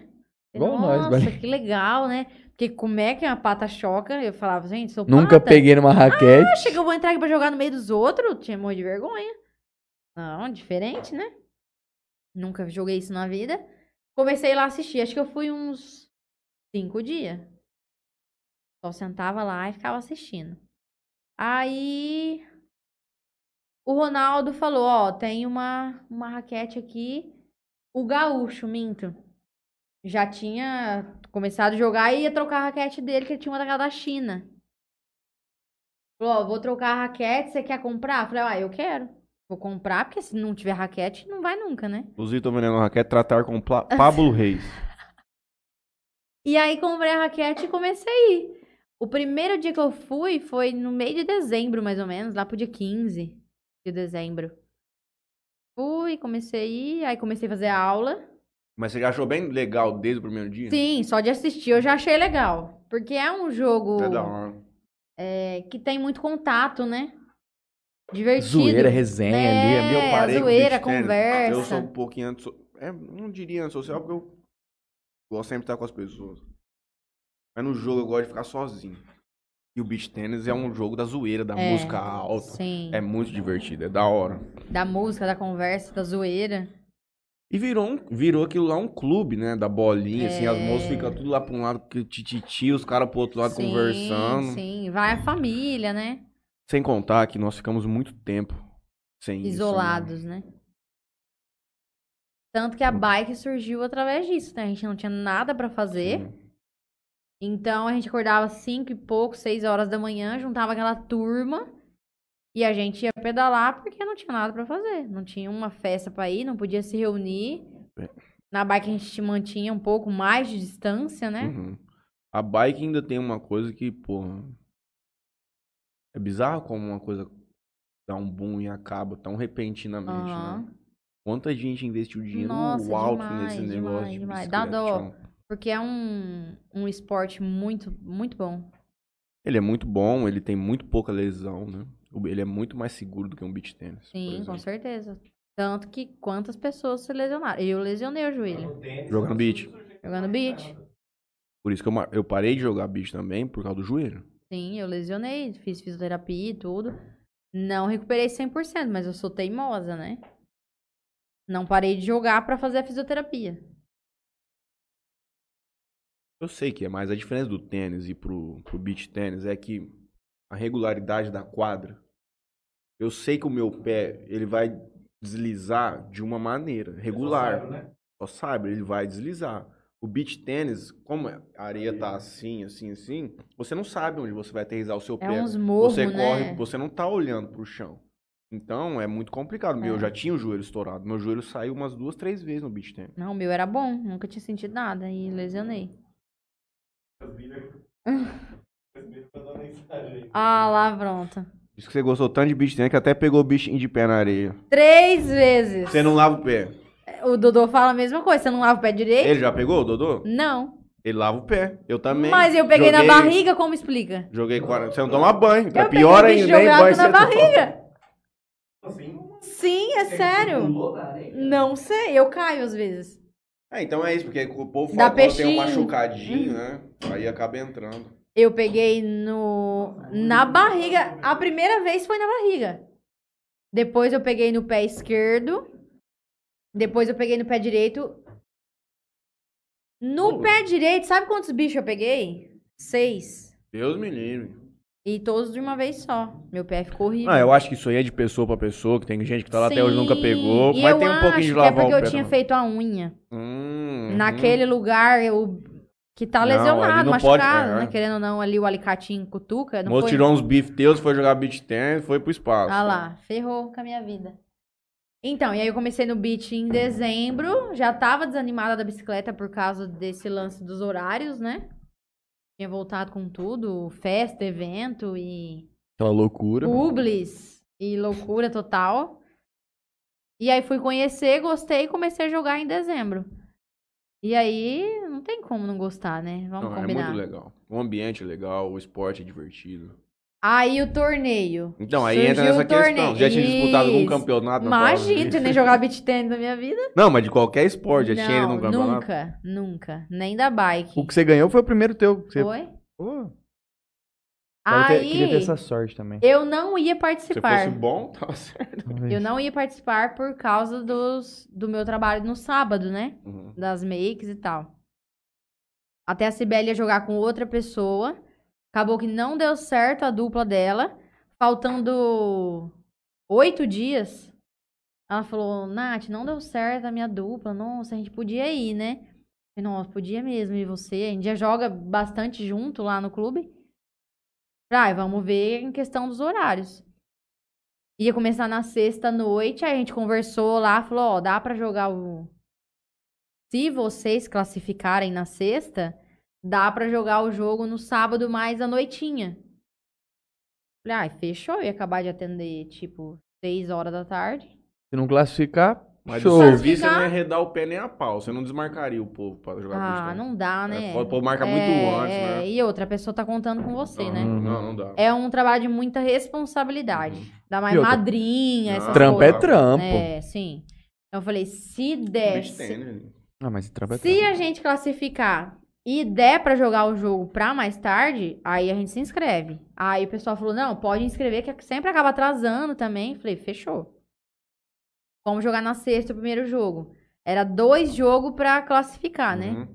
[SPEAKER 2] Falei,
[SPEAKER 4] Igual nós,
[SPEAKER 2] Nossa,
[SPEAKER 4] velho."
[SPEAKER 2] que legal, né? Porque como é que uma pata choca? Eu falava, gente, sou
[SPEAKER 4] Nunca
[SPEAKER 2] pata.
[SPEAKER 4] peguei numa raquete.
[SPEAKER 2] Achei que eu vou entrar aqui pra jogar no meio dos outros. Tinha morro de vergonha. Não, diferente, né? Nunca joguei isso na vida. Comecei lá a assistir. Acho que eu fui uns cinco dias. Só sentava lá e ficava assistindo. Aí o Ronaldo falou: Ó, tem uma, uma raquete aqui. O gaúcho, minto. Já tinha começado a jogar e ia trocar a raquete dele, que ele tinha uma daquela da China. Falou, ó, vou trocar a raquete, você quer comprar? Eu Falei, ah, eu quero. Vou comprar, porque se não tiver raquete, não vai nunca, né?
[SPEAKER 1] Luzito Veneno Raquete tratar com Pla- Pablo Reis.
[SPEAKER 2] E aí comprei a raquete e comecei a ir. O primeiro dia que eu fui foi no meio de dezembro, mais ou menos, lá pro dia 15 de dezembro. Fui, comecei a ir, aí comecei a fazer aula.
[SPEAKER 1] Mas você já achou bem legal desde o primeiro dia?
[SPEAKER 2] Sim, só de assistir eu já achei legal. Porque é um jogo
[SPEAKER 1] É da hora.
[SPEAKER 2] é, que tem muito contato, né? Divertido.
[SPEAKER 4] Zoeira, resenha
[SPEAKER 2] É,
[SPEAKER 4] ali.
[SPEAKER 2] é,
[SPEAKER 4] Meu parei.
[SPEAKER 1] com
[SPEAKER 2] zoeira,
[SPEAKER 1] beach tennis.
[SPEAKER 2] conversa.
[SPEAKER 1] Eu sou um pouquinho antisso... é, Não diria antissocial, porque eu gosto sempre de estar com as pessoas. Mas no jogo eu gosto de ficar sozinho. E o beach tênis é um jogo da zoeira, da
[SPEAKER 2] É,
[SPEAKER 1] música alta.
[SPEAKER 2] Sim.
[SPEAKER 1] É muito divertido, é da hora.
[SPEAKER 2] Da música, da conversa, da zoeira.
[SPEAKER 1] E virou, um- virou aquilo lá um clube, né? Da bolinha, assim, as
[SPEAKER 2] É.
[SPEAKER 1] moças ficam tudo lá pra um lado, que tititi, os caras pro outro lado
[SPEAKER 2] sim,
[SPEAKER 1] conversando.
[SPEAKER 2] Sim, vai a família, né?
[SPEAKER 1] Sem contar que nós ficamos muito tempo sem isso, né?
[SPEAKER 2] Isolados, né? Tanto que a
[SPEAKER 1] Hum.
[SPEAKER 2] bike surgiu através disso, né? A gente não tinha nada pra fazer.
[SPEAKER 1] Sim.
[SPEAKER 2] Então a gente acordava cinco e pouco, seis horas da manhã, juntava aquela turma e a gente ia pedalar porque não tinha nada pra fazer. Não tinha uma festa pra ir, não podia se reunir.
[SPEAKER 1] É.
[SPEAKER 2] Na bike a gente mantinha um pouco mais de distância, né?
[SPEAKER 1] Uhum. A bike ainda tem uma coisa que, porra. É bizarro como uma coisa dá um boom e acaba tão repentinamente,
[SPEAKER 2] Aham.
[SPEAKER 1] né? Quanta gente investiu dinheiro
[SPEAKER 2] Nossa,
[SPEAKER 1] alto
[SPEAKER 2] demais,
[SPEAKER 1] nesse
[SPEAKER 2] demais,
[SPEAKER 1] negócio de
[SPEAKER 2] demais. Dá
[SPEAKER 1] bicicleta,
[SPEAKER 2] dó.
[SPEAKER 1] tchau.
[SPEAKER 2] Porque é um, um esporte muito, muito bom.
[SPEAKER 1] Ele é muito bom, ele tem muito pouca lesão, né? O- Ele é muito mais seguro do que um beach tennis. por
[SPEAKER 2] Sim, com
[SPEAKER 1] exemplo.
[SPEAKER 2] certeza. Tanto que quantas pessoas se lesionaram. Eu lesionei o joelho
[SPEAKER 1] Jogando beach.
[SPEAKER 2] jogando beach.
[SPEAKER 1] Por isso que eu, ma- eu parei de jogar beach também por causa do joelho.
[SPEAKER 2] Sim, eu lesionei, fiz fisioterapia e tudo. Não recuperei 100%, mas eu sou teimosa, né? Não parei de jogar pra fazer a fisioterapia.
[SPEAKER 1] Eu sei que é, mas a diferença do tênis e pro, pro beach tênis é que a regularidade da quadra. Eu sei que o meu pé, ele vai deslizar de uma maneira regular. Só sabe, ele vai deslizar. O beach tênis, como a areia tá assim, assim, assim, você não sabe onde você vai aterrizar o seu
[SPEAKER 2] É
[SPEAKER 1] pé.
[SPEAKER 2] uns morros,
[SPEAKER 1] você
[SPEAKER 2] né?
[SPEAKER 1] corre, você não tá olhando pro chão. Então é muito complicado. Meu,
[SPEAKER 2] É.
[SPEAKER 1] eu já tinha o joelho estourado. Meu joelho saiu umas duas, três vezes no beach tennis.
[SPEAKER 2] Não, o meu era bom, nunca tinha sentido nada e lesionei. ah, lá pronto.
[SPEAKER 1] Diz que você gostou tanto de beach tennis que até pegou o bichinho de pé na areia.
[SPEAKER 2] Três vezes.
[SPEAKER 1] Você não lava o pé.
[SPEAKER 2] O Dodô fala a mesma coisa, você não lava o pé direito?
[SPEAKER 1] Ele já pegou, Dodô?
[SPEAKER 2] Não.
[SPEAKER 1] Ele lava o pé. Eu também.
[SPEAKER 2] Mas eu peguei
[SPEAKER 1] Joguei-
[SPEAKER 2] na barriga, como explica?
[SPEAKER 1] Joguei 40. Você não toma banho. É
[SPEAKER 2] eu
[SPEAKER 1] pior
[SPEAKER 2] peguei o
[SPEAKER 1] ainda, nem
[SPEAKER 2] bicho
[SPEAKER 1] banho
[SPEAKER 2] jogado
[SPEAKER 1] você
[SPEAKER 2] na
[SPEAKER 1] toma.
[SPEAKER 2] barriga. Sim, é sério. Não sei, eu caio às vezes.
[SPEAKER 1] É, então é isso, porque o povo fala
[SPEAKER 2] Dá
[SPEAKER 1] que tem um
[SPEAKER 2] peixinho.
[SPEAKER 1] machucadinho, né? Aí acaba entrando.
[SPEAKER 2] Eu peguei no na barriga. A primeira vez foi na barriga. Depois eu peguei no pé esquerdo. Depois eu peguei no pé direito. No
[SPEAKER 1] Ô.
[SPEAKER 2] pé direito, sabe quantos bichos eu peguei? Seis.
[SPEAKER 1] Deus me livre.
[SPEAKER 2] E todos de uma vez só. Meu pé ficou horrível.
[SPEAKER 1] Ah, eu acho que isso aí é de pessoa pra pessoa, que tem gente que tá lá até hoje e nunca
[SPEAKER 2] Sim,
[SPEAKER 1] pegou.
[SPEAKER 2] e
[SPEAKER 1] mas
[SPEAKER 2] eu
[SPEAKER 1] tem um pouquinho
[SPEAKER 2] acho
[SPEAKER 1] de
[SPEAKER 2] que é
[SPEAKER 1] lavar
[SPEAKER 2] porque
[SPEAKER 1] o
[SPEAKER 2] eu
[SPEAKER 1] pé.
[SPEAKER 2] tinha
[SPEAKER 1] também.
[SPEAKER 2] feito a unha.
[SPEAKER 1] Hum,
[SPEAKER 2] Naquele lugar eu, que tá
[SPEAKER 1] Não, ali
[SPEAKER 2] lesionado,
[SPEAKER 1] não pode-
[SPEAKER 2] machucado,
[SPEAKER 1] é.
[SPEAKER 2] né? Querendo ou não, ali o alicatinho cutuca.
[SPEAKER 1] hum. O
[SPEAKER 2] Não
[SPEAKER 1] moço
[SPEAKER 2] foi...
[SPEAKER 1] tirou uns bifes teus, foi jogar beat tennis, foi pro espaço.
[SPEAKER 2] Ah lá, ferrou com a minha vida. Então, e aí eu comecei no beat em dezembro, já tava desanimada da bicicleta por causa desse lance dos horários, né? Tinha voltado com tudo, festa, evento e
[SPEAKER 3] Aquela loucura.
[SPEAKER 1] Uhum.
[SPEAKER 2] publis e loucura total. E aí fui conhecer, gostei e comecei a jogar em dezembro. E aí, não tem como não gostar, né? Vamos
[SPEAKER 1] Não, é
[SPEAKER 2] combinar.
[SPEAKER 1] muito legal. O ambiente é legal, o esporte é divertido.
[SPEAKER 2] Aí o torneio.
[SPEAKER 1] Então, aí
[SPEAKER 2] Surgiu
[SPEAKER 1] entra nessa
[SPEAKER 2] o torneio.
[SPEAKER 1] questão. Já tinha disputado algum
[SPEAKER 2] Isso.
[SPEAKER 1] campeonato na
[SPEAKER 2] Imagina,
[SPEAKER 1] prova.
[SPEAKER 2] tinha nem jogar beat tênis na minha vida.
[SPEAKER 1] Não, mas de qualquer esporte, já tinha ele
[SPEAKER 2] não,
[SPEAKER 1] num campeonato.
[SPEAKER 2] nunca, nunca. Nem da bike.
[SPEAKER 3] O que você ganhou foi o primeiro teu. que Você...
[SPEAKER 2] Foi?
[SPEAKER 3] Pô, eu te- queria
[SPEAKER 2] Aí,
[SPEAKER 3] ter essa sorte também.
[SPEAKER 2] eu não ia
[SPEAKER 1] Se
[SPEAKER 2] participar.
[SPEAKER 1] fosse um bom, tava certo.
[SPEAKER 2] Eu não ia participar por causa dos, do meu trabalho no sábado, né?
[SPEAKER 1] Uhum.
[SPEAKER 2] das makes e tal. Até a Cibele ia jogar com outra pessoa. Acabou que não deu certo a dupla dela. Faltando oito dias, ela falou: Nath, não deu certo a minha dupla. Nossa, a gente podia ir, né? Eu falei, Nossa, podia mesmo. E você? A gente já joga bastante junto lá no clube. Ai, vamos ver em questão dos horários. Ia começar na sexta à noite, aí a gente conversou lá, falou, ó, dá pra jogar o, se vocês classificarem na sexta, dá pra jogar o jogo no sábado mais à noitinha. Falei, ai, fechou. Eu ia acabar de atender, tipo, seis horas da tarde.
[SPEAKER 3] Se não classificar,
[SPEAKER 1] Mas é
[SPEAKER 3] show.
[SPEAKER 1] o serviço você
[SPEAKER 2] Ficar-
[SPEAKER 1] não ia arredar o pé nem a pau. Você não desmarcaria o povo pra jogar
[SPEAKER 2] Ah,
[SPEAKER 1] beach tennis.
[SPEAKER 2] não dá, né?
[SPEAKER 1] É, o povo marca muito antes, né?
[SPEAKER 2] E outra, a pessoa tá contando com você, né?
[SPEAKER 1] Não, não, não dá.
[SPEAKER 2] É um trabalho de muita responsabilidade.
[SPEAKER 1] Uhum.
[SPEAKER 2] Dá mais
[SPEAKER 3] E outra,
[SPEAKER 2] madrinha, essas
[SPEAKER 3] Trampo é
[SPEAKER 2] coisas.
[SPEAKER 3] trampo.
[SPEAKER 2] É, sim. Então eu falei, se der,
[SPEAKER 1] Beach
[SPEAKER 2] É, se
[SPEAKER 1] tennis.
[SPEAKER 3] Ah, mas trampo é
[SPEAKER 2] Se
[SPEAKER 3] trampo.
[SPEAKER 2] a gente classificar e der pra jogar o jogo pra mais tarde, aí a gente se inscreve. Aí o pessoal falou: não, pode inscrever, que sempre acaba atrasando também. Falei, fechou. Vamos jogar na sexta o primeiro jogo. Era dois jogos pra classificar, né?
[SPEAKER 1] Uhum.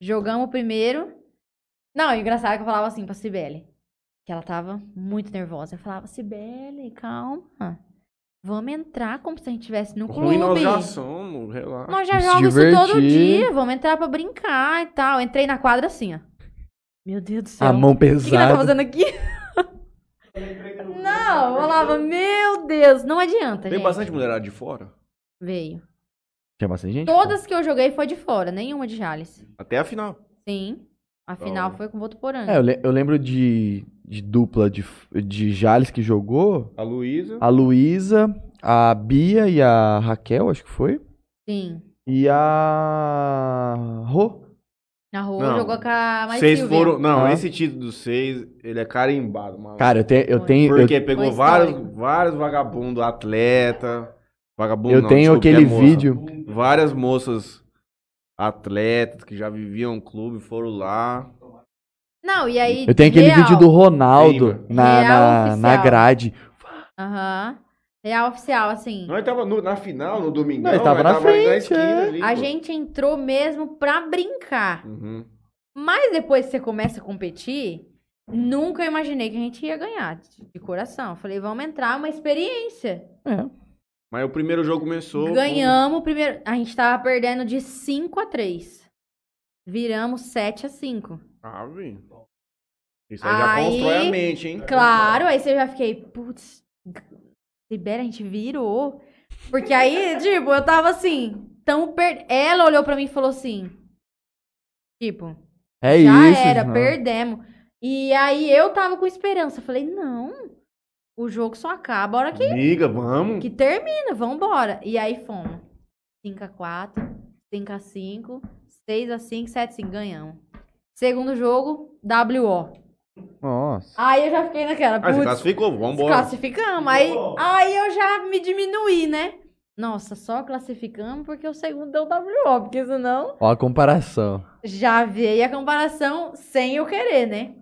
[SPEAKER 2] Jogamos o primeiro. Não, e engraçado que eu falava assim pra Cibele. Que ela tava muito nervosa. Eu falava, Cibele, calma. Vamos entrar como se a gente estivesse no Um clube.
[SPEAKER 1] Ruim nós já somos, relaxa.
[SPEAKER 2] Nós já
[SPEAKER 3] Se
[SPEAKER 2] jogamos isso todo
[SPEAKER 3] divertir.
[SPEAKER 2] dia, vamos entrar pra brincar e tal. Entrei na quadra assim, ó. Meu Deus do céu.
[SPEAKER 3] A mão
[SPEAKER 2] é O que, que nós tá
[SPEAKER 3] pesada.
[SPEAKER 2] fazendo aqui? Não, eu falava, meu Deus, não adianta,
[SPEAKER 1] Tem
[SPEAKER 2] gente.
[SPEAKER 1] bastante mulherada de fora.
[SPEAKER 2] Veio.
[SPEAKER 3] Tinha bastante assim, gente?
[SPEAKER 2] Todas que eu joguei foi de fora, nenhuma de Jales.
[SPEAKER 1] Até a final.
[SPEAKER 2] Sim, a final
[SPEAKER 1] Então-
[SPEAKER 2] foi com o Votuporanga.
[SPEAKER 3] É, eu, le- eu lembro de, de dupla de, f- de Jales que jogou.
[SPEAKER 1] A Luísa.
[SPEAKER 3] A Luísa, a Bia e a Raquel, acho que foi.
[SPEAKER 2] Sim,
[SPEAKER 3] E a. Rô.
[SPEAKER 2] na rua
[SPEAKER 1] Não.
[SPEAKER 2] jogou com a mais
[SPEAKER 1] Vocês
[SPEAKER 2] Ah, Silvia.
[SPEAKER 1] foram. Não,
[SPEAKER 3] Ah.
[SPEAKER 1] esse título dos seis, ele é carimbado, mano.
[SPEAKER 3] Cara, eu tenho. Eu
[SPEAKER 2] Foi.
[SPEAKER 3] tenho, eu,
[SPEAKER 1] Porque pegou
[SPEAKER 2] Foi
[SPEAKER 1] vários,
[SPEAKER 2] histórico.
[SPEAKER 1] vários vagabundos, atleta. Vagabundo
[SPEAKER 3] eu
[SPEAKER 1] não,
[SPEAKER 3] tenho
[SPEAKER 1] desculpa,
[SPEAKER 3] aquele
[SPEAKER 1] é moça.
[SPEAKER 3] vídeo.
[SPEAKER 1] Várias moças atletas que já viviam no clube foram lá.
[SPEAKER 2] Não, e aí.
[SPEAKER 3] Eu tenho aquele
[SPEAKER 2] real.
[SPEAKER 3] vídeo do Ronaldo
[SPEAKER 1] Lembra?
[SPEAKER 3] na,
[SPEAKER 2] Real
[SPEAKER 3] na,
[SPEAKER 2] oficial.
[SPEAKER 3] na grade.
[SPEAKER 2] Aham. Real oficial, assim.
[SPEAKER 3] é
[SPEAKER 1] Nós tava no- na final, no domingo.
[SPEAKER 3] Nós tava na frente, é.
[SPEAKER 2] A gente entrou mesmo pra brincar.
[SPEAKER 1] Uhum.
[SPEAKER 2] Mas depois que você começa a competir, nunca imaginei que a gente ia ganhar, de de coração. Eu Falei, vamos entrar, uma experiência.
[SPEAKER 1] Mas o primeiro jogo começou. com-
[SPEAKER 2] Ganhamos o primeiro. A gente tava perdendo de 5 a 3. Viramos 7 a 5.
[SPEAKER 1] Ah, vi. Isso aí, já
[SPEAKER 2] Aí-
[SPEAKER 1] constrói a mente, hein?
[SPEAKER 2] Claro, aí você já fiquei, putz, Libera, a gente virou. Porque aí, tipo, eu tava assim, tão per... Ela olhou pra mim e falou assim, tipo,
[SPEAKER 3] É
[SPEAKER 2] Já
[SPEAKER 3] isso.
[SPEAKER 2] era,
[SPEAKER 3] mano.
[SPEAKER 2] perdemos. E aí eu tava com esperança. Falei, não, o jogo só acaba a hora que,
[SPEAKER 1] Amiga, vamos.
[SPEAKER 2] que termina, vambora. E aí fomos. 5x4, 5x5, 6x5, 7x5, ganhamos. Segundo jogo, WO.
[SPEAKER 3] Nossa.
[SPEAKER 2] Aí eu já fiquei naquela,
[SPEAKER 1] Ah, você
[SPEAKER 2] putz,
[SPEAKER 1] classificou? Vambora.
[SPEAKER 2] classificamos. Aí, aí eu já me diminuí, né? Nossa, só classificamos porque o segundo deu WO, porque senão
[SPEAKER 3] Ó a comparação.
[SPEAKER 2] já veio a comparação sem eu querer, né?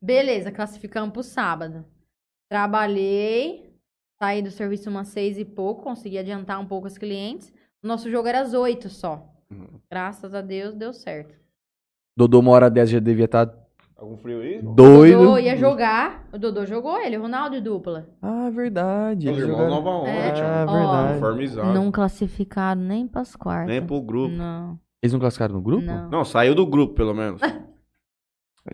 [SPEAKER 2] Beleza, classificamos pro sábado. Trabalhei, saí do serviço umas seis e pouco, consegui adiantar um pouco os clientes. Nosso jogo era às oito só.
[SPEAKER 1] Uhum.
[SPEAKER 2] Graças a Deus deu certo.
[SPEAKER 3] Dodô, uma hora 10 já devia estar
[SPEAKER 1] Algum frio aí?
[SPEAKER 2] O
[SPEAKER 3] doido.
[SPEAKER 2] Dodô ia jogar, o Dodô jogou ele, Ronaldo e dupla.
[SPEAKER 3] Ah, verdade.
[SPEAKER 1] Os
[SPEAKER 3] eles
[SPEAKER 1] irmãos
[SPEAKER 3] jogaram-
[SPEAKER 1] Nova Onda,
[SPEAKER 2] É.
[SPEAKER 1] tchau.
[SPEAKER 2] Ó.
[SPEAKER 3] verdade.
[SPEAKER 1] Uniformizado.
[SPEAKER 2] Não classificaram nem pras quartas.
[SPEAKER 1] Nem pro grupo.
[SPEAKER 2] Não,
[SPEAKER 3] Eles não classificaram no grupo?
[SPEAKER 2] não.
[SPEAKER 1] Não, saiu do grupo, pelo menos.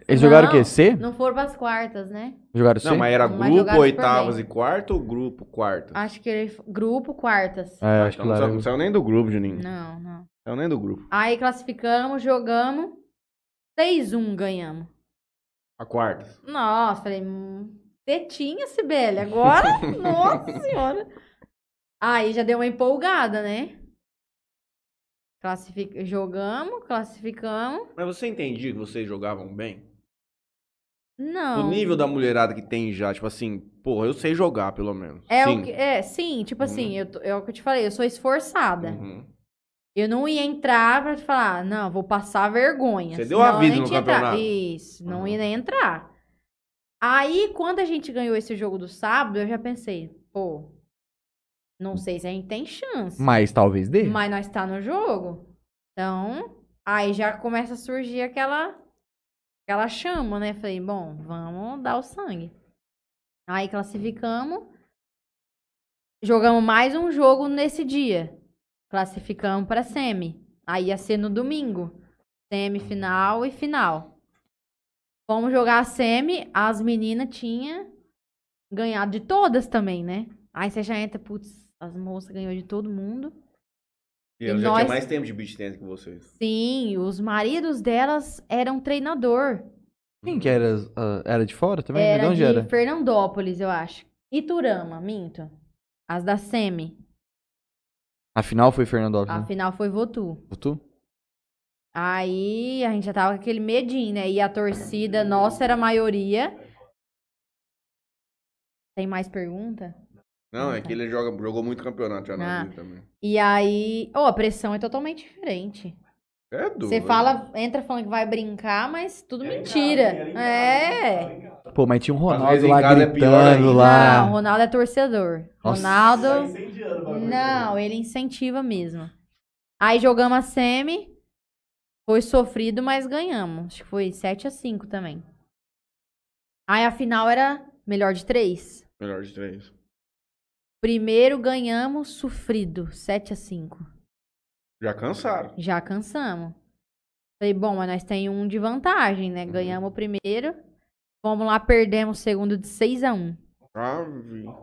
[SPEAKER 3] Eles jogaram o
[SPEAKER 2] Não.
[SPEAKER 3] quê? C?
[SPEAKER 2] Não foram pras quartas, né?
[SPEAKER 3] Jogaram C?
[SPEAKER 1] Não, mas era
[SPEAKER 2] Mas
[SPEAKER 1] grupo,
[SPEAKER 2] jogaram
[SPEAKER 1] oitavas
[SPEAKER 2] super
[SPEAKER 1] e quarto ou grupo, quarto?
[SPEAKER 2] Acho que ele... Grupo, quartas.
[SPEAKER 3] É,
[SPEAKER 1] Tá. Ah,
[SPEAKER 3] acho
[SPEAKER 1] então
[SPEAKER 3] que
[SPEAKER 1] não,
[SPEAKER 3] lá.
[SPEAKER 1] saiu, não saiu nem do grupo, Juninho.
[SPEAKER 2] Não, não.
[SPEAKER 1] Saiu nem do grupo.
[SPEAKER 2] Aí classificamos, jogamos. 6-1 ganhamos.
[SPEAKER 1] A quarta.
[SPEAKER 2] Nossa, falei, hum, tetinha, Sibeli. Agora, nossa senhora. Aí já deu uma empolgada, né? Classific... Jogamos, classificamos.
[SPEAKER 1] Mas você entendia que vocês jogavam bem?
[SPEAKER 2] Não.
[SPEAKER 1] O nível da mulherada que tem já, tipo assim, porra, eu sei jogar, pelo menos.
[SPEAKER 2] É,
[SPEAKER 1] Sim.
[SPEAKER 2] O que, é, sim, tipo assim,
[SPEAKER 1] Uhum.
[SPEAKER 2] eu, tô- é o que eu te falei, eu sou esforçada.
[SPEAKER 1] Uhum.
[SPEAKER 2] Eu não ia entrar pra te falar, não, vou passar vergonha.
[SPEAKER 1] Você deu
[SPEAKER 2] Senão eu
[SPEAKER 1] aviso
[SPEAKER 2] nem
[SPEAKER 1] no
[SPEAKER 2] tinha entrado.
[SPEAKER 1] campeonato?
[SPEAKER 2] Isso, não
[SPEAKER 1] Uhum.
[SPEAKER 2] ia nem entrar. Aí, quando a gente ganhou esse jogo do sábado, eu já pensei, pô, não sei se a gente tem chance.
[SPEAKER 3] Mas talvez dê.
[SPEAKER 2] Mas nós tá no jogo. Então, aí já começa a surgir aquela aquela chama, né? Falei, bom, vamos dar o sangue. Aí classificamos. Jogamos mais um jogo nesse dia. Classificamos pra semi. Aí ia ser no domingo. Semifinal e final. Vamos jogar a semi. As meninas tinham ganhado de todas também, né? Aí você já entra, putz, as moças ganhou de todo mundo.
[SPEAKER 1] E
[SPEAKER 2] E
[SPEAKER 1] ela já
[SPEAKER 2] nós-
[SPEAKER 1] tinha mais tempo de beat tennis que vocês.
[SPEAKER 2] Sim, os maridos delas eram treinador.
[SPEAKER 3] Quem que era? ah, Era de fora também?
[SPEAKER 2] Era
[SPEAKER 3] de
[SPEAKER 2] de
[SPEAKER 3] onde era?
[SPEAKER 2] Fernandópolis, eu acho. Iturama, minto. As da SEMI.
[SPEAKER 3] Afinal foi Fernando Alves,
[SPEAKER 2] A
[SPEAKER 3] né?
[SPEAKER 2] final foi Votu.
[SPEAKER 3] Tu?
[SPEAKER 2] Aí a gente já tava com aquele medinho, né? E a torcida nossa era a maioria. Tem mais pergunta?
[SPEAKER 1] Não, é que ele joga, jogou muito campeonato já na
[SPEAKER 2] Uhum. Ah.
[SPEAKER 1] vida também.
[SPEAKER 2] E aí. Ô, a pressão é totalmente diferente.
[SPEAKER 1] É doido.
[SPEAKER 2] Você fala, entra falando que vai brincar, mas tudo mentira. é.
[SPEAKER 3] Pô, mas tinha um
[SPEAKER 1] vezes
[SPEAKER 3] Ronaldo
[SPEAKER 1] em
[SPEAKER 3] lá
[SPEAKER 1] casa é pior
[SPEAKER 3] gritando
[SPEAKER 1] ainda.
[SPEAKER 3] lá.
[SPEAKER 2] Não, o Ronaldo é torcedor.
[SPEAKER 3] Nossa.
[SPEAKER 6] Tá
[SPEAKER 2] Ronaldo.
[SPEAKER 6] incendiando o bagulho.
[SPEAKER 2] Não, ele incentiva mesmo. Aí jogamos a semi. Foi sofrido, mas ganhamos. Acho que foi 7 a 5 também. Aí a final era melhor de três.
[SPEAKER 1] Melhor de três.
[SPEAKER 2] Primeiro ganhamos sofrido, 7 a 5.
[SPEAKER 1] Já cansaram.
[SPEAKER 2] Já cansamos. Falei, bom, mas nós tem um de vantagem,
[SPEAKER 3] Uhum.
[SPEAKER 2] né? Ganhamos o primeiro. Vamos lá, perdemos o segundo de 6 a 1.
[SPEAKER 1] Já vi. Uhum. Mas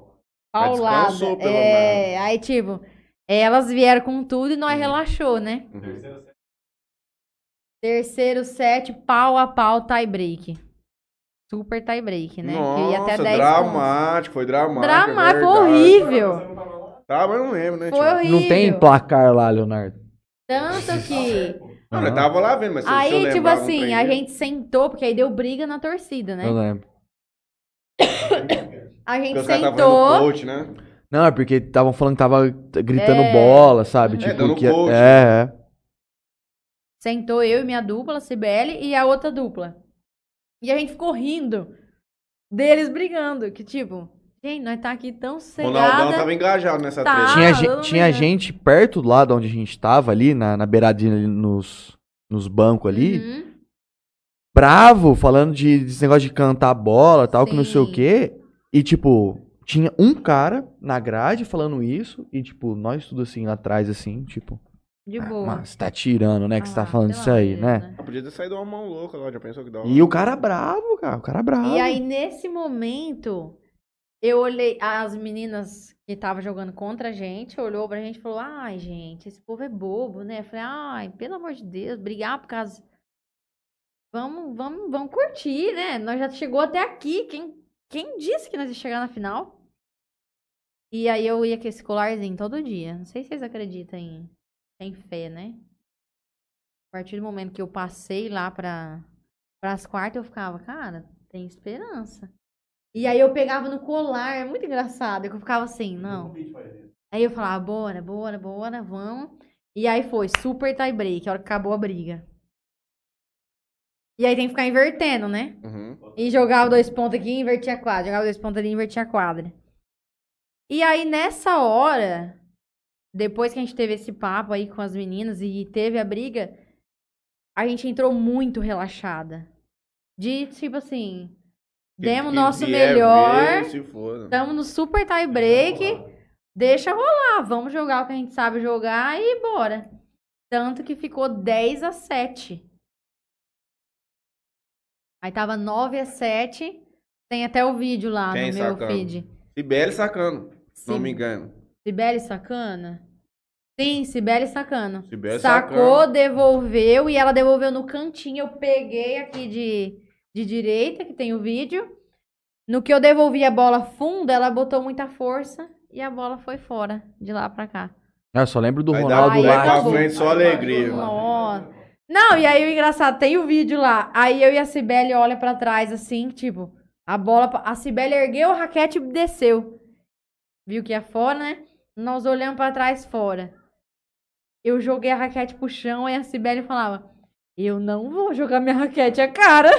[SPEAKER 2] Paulada.
[SPEAKER 1] descansou, pelo
[SPEAKER 2] É, aí tipo, elas vieram com tudo e nós
[SPEAKER 1] Uhum.
[SPEAKER 2] relaxou, né?
[SPEAKER 1] Uhum.
[SPEAKER 6] Terceiro set.
[SPEAKER 2] Terceiro set, pau a pau, tie break. Super tie break, né? que ia até
[SPEAKER 1] Nossa,
[SPEAKER 2] 10
[SPEAKER 1] dramático, foi dramático. é
[SPEAKER 2] Dramático, foi
[SPEAKER 1] verdade.
[SPEAKER 2] horrível.
[SPEAKER 6] Você não tava lá?
[SPEAKER 1] Tá, mas eu não lembro, né?
[SPEAKER 2] pontos. Foi
[SPEAKER 1] tio?
[SPEAKER 2] horrível.
[SPEAKER 3] Não tem placar lá, Leonardo.
[SPEAKER 2] Tanto que...
[SPEAKER 1] Não, eu tava lá vendo, mas se eu- se eu
[SPEAKER 2] aí, tipo
[SPEAKER 1] lembrava, não
[SPEAKER 2] assim,
[SPEAKER 1] prendia.
[SPEAKER 2] a gente sentou, porque aí deu briga na torcida,
[SPEAKER 3] Eu
[SPEAKER 2] né?
[SPEAKER 3] lembro.
[SPEAKER 2] A gente
[SPEAKER 1] Porque os caras tava fazendo
[SPEAKER 2] sentou...
[SPEAKER 1] coach, né?
[SPEAKER 3] Não, é porque estavam falando que tava gritando
[SPEAKER 2] É.
[SPEAKER 3] bola, sabe?
[SPEAKER 2] É,
[SPEAKER 3] Tipo,
[SPEAKER 1] dando
[SPEAKER 3] que
[SPEAKER 1] coach. né?
[SPEAKER 3] é, é.
[SPEAKER 2] Sentou eu e minha dupla, a Cibele, e a outra dupla. E a gente ficou rindo deles brigando, que tipo... Gente, nós tá aqui tão
[SPEAKER 1] O
[SPEAKER 2] cegada...
[SPEAKER 1] Ronaldão tava engajado nessa
[SPEAKER 2] Tá.
[SPEAKER 1] treta. né?
[SPEAKER 3] Tinha,
[SPEAKER 2] eu
[SPEAKER 3] gen-
[SPEAKER 2] não
[SPEAKER 3] tinha
[SPEAKER 2] lembro.
[SPEAKER 3] gente perto lá de onde a gente tava ali, na, na beiradinha ali nos, nos bancos ali,
[SPEAKER 2] Uhum.
[SPEAKER 3] bravo, falando de, desse negócio de cantar bola, tal, que não sei o
[SPEAKER 2] Sim.
[SPEAKER 3] quê. E, tipo, tinha um cara na grade falando isso, e, tipo, nós tudo assim lá atrás, assim, tipo,
[SPEAKER 2] De
[SPEAKER 3] ah,
[SPEAKER 2] boa.
[SPEAKER 3] mas você tá tirando, né? Que você
[SPEAKER 2] Ah,
[SPEAKER 3] tá falando
[SPEAKER 2] pelo
[SPEAKER 3] isso aí,
[SPEAKER 2] amor de
[SPEAKER 3] né?
[SPEAKER 2] Deus,
[SPEAKER 1] Ah, Podia ter saído uma mão louca lá, já pensou que dá uma-
[SPEAKER 3] E o cara bravo, cara. O cara bravo.
[SPEAKER 2] E aí, nesse momento, eu olhei, as meninas que estavam jogando contra a gente, olhou pra gente e falou, ai, gente, esse povo é bobo, né? Eu falei, ai, pelo amor de Deus, brigar por causa... Vamos, vamos, vamos curtir, né? Nós já chegou até aqui, quem, quem disse que nós ia chegar na final? E aí, eu ia com esse colarzinho todo dia. Não sei se vocês acreditam em, em fé, né? A partir do momento que eu passei lá pra... pra Pras quartas eu ficava, cara, tem esperança. E aí eu pegava no colar, é muito engraçado. Eu ficava assim, não. Aí eu falava, "Ah, bora, bora, bora, vamos. E aí foi, super tie break, a hora que acabou a briga. E aí tem que ficar invertendo, né?
[SPEAKER 1] Uhum.
[SPEAKER 2] E jogava dois pontos aqui e invertia a quadra. Jogava dois pontos ali e invertia a quadra. E aí, nessa hora, depois que a gente teve esse papo aí com as meninas e teve a briga, a gente entrou muito relaxada. De, tipo assim, demos o
[SPEAKER 1] Quem
[SPEAKER 2] nosso
[SPEAKER 1] vier
[SPEAKER 2] melhor,
[SPEAKER 1] é ver, se né? foda.
[SPEAKER 2] estamos no super tie break, deixa rolar, vamos jogar o que a gente sabe jogar e bora. Tanto que ficou 10 a 7. Aí tava 9 a 7. Tem até o vídeo lá
[SPEAKER 1] Quem
[SPEAKER 2] no meu
[SPEAKER 1] sacando?
[SPEAKER 2] feed.
[SPEAKER 1] Sibeli sacando, se não
[SPEAKER 2] Sim.
[SPEAKER 1] me engano.
[SPEAKER 2] Sibeli Sacana? Sim, Sibeli Sacana.
[SPEAKER 1] Sibeli
[SPEAKER 2] Sacou,
[SPEAKER 1] Sacana.
[SPEAKER 2] devolveu e ela devolveu no cantinho. Eu peguei aqui de, de direita, que tem o vídeo. No que eu devolvi a bola funda, ela botou muita força e a bola foi fora, de lá pra cá.
[SPEAKER 3] Ah,
[SPEAKER 4] Eu só lembro do
[SPEAKER 1] Aí dá- um
[SPEAKER 4] Ronaldo
[SPEAKER 2] aí
[SPEAKER 1] lá pra
[SPEAKER 2] acabou.
[SPEAKER 1] frente só alegria.
[SPEAKER 2] Nossa. Não, e aí o engraçado, tem o vídeo lá. Aí eu e a Cibele olha pra trás, assim, tipo, a bola. pa- A Cibele ergueu, a raquete desceu. Viu que ia fora, né? Nós olhamos pra trás fora. Eu joguei a raquete pro chão e a Cibele falava: Eu não vou jogar minha raquete, é cara.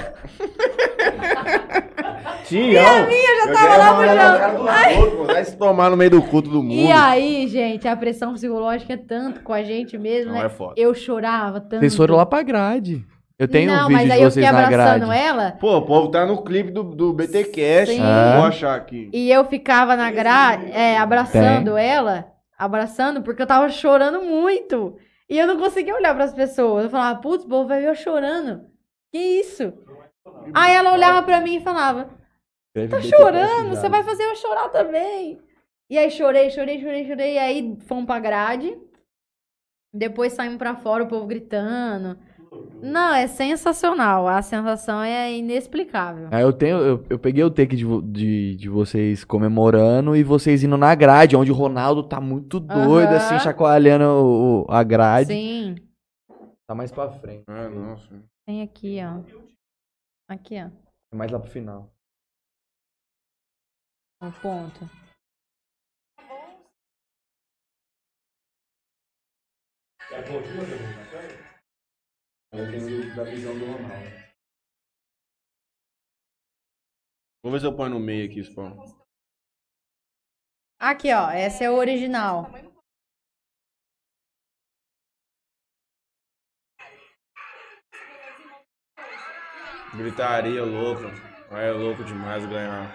[SPEAKER 1] Tião!
[SPEAKER 2] já tava lá pro jogo.
[SPEAKER 1] pro Vai se tomar no meio do culto do mundo.
[SPEAKER 2] E aí, gente, a pressão psicológica é tanto com a gente mesmo,
[SPEAKER 1] Não
[SPEAKER 2] né?
[SPEAKER 1] é foda.
[SPEAKER 2] Eu chorava tanto.
[SPEAKER 1] né?
[SPEAKER 4] Vocês foram lá pra grade. Eu tenho
[SPEAKER 2] não,
[SPEAKER 4] um vídeo
[SPEAKER 2] mas aí
[SPEAKER 4] de
[SPEAKER 2] eu fiquei
[SPEAKER 4] vocês na grade.
[SPEAKER 2] abraçando ela.
[SPEAKER 1] Pô, o povo tá no clipe do, do BTCast.
[SPEAKER 2] Sim.
[SPEAKER 1] Vou achar aqui.
[SPEAKER 2] E eu ficava na grade, é, abraçando ela, abraçando, porque eu tava chorando muito. E eu não conseguia olhar pras pessoas. Eu falava, putz, o povo vai ver eu chorando. Que isso? Aí ela olhava pra mim e falava, tá chorando, você vai fazer eu chorar também. E aí chorei, chorei, chorei, chorei. E aí fomos pra grade. Depois saímos pra fora, o povo gritando. Não, é sensacional. A sensação é inexplicável.
[SPEAKER 4] Aí eu tenho, eu, eu peguei o take de, vo- de, de vocês comemorando e vocês indo na grade, onde o Ronaldo tá muito doido,
[SPEAKER 2] Aham.
[SPEAKER 4] assim, chacoalhando o- o- a grade.
[SPEAKER 2] Sim.
[SPEAKER 4] Tá mais pra frente.
[SPEAKER 1] Ah, nossa.
[SPEAKER 2] Tem aqui, ó. Aqui, ó.
[SPEAKER 4] É mais lá pro final.
[SPEAKER 2] Um ponto.
[SPEAKER 1] Vou ver se eu ponho no meio aqui, Spawn.
[SPEAKER 2] Aqui, ó. Essa é o original.
[SPEAKER 1] Gritaria louca. Aí é louco demais ganhar.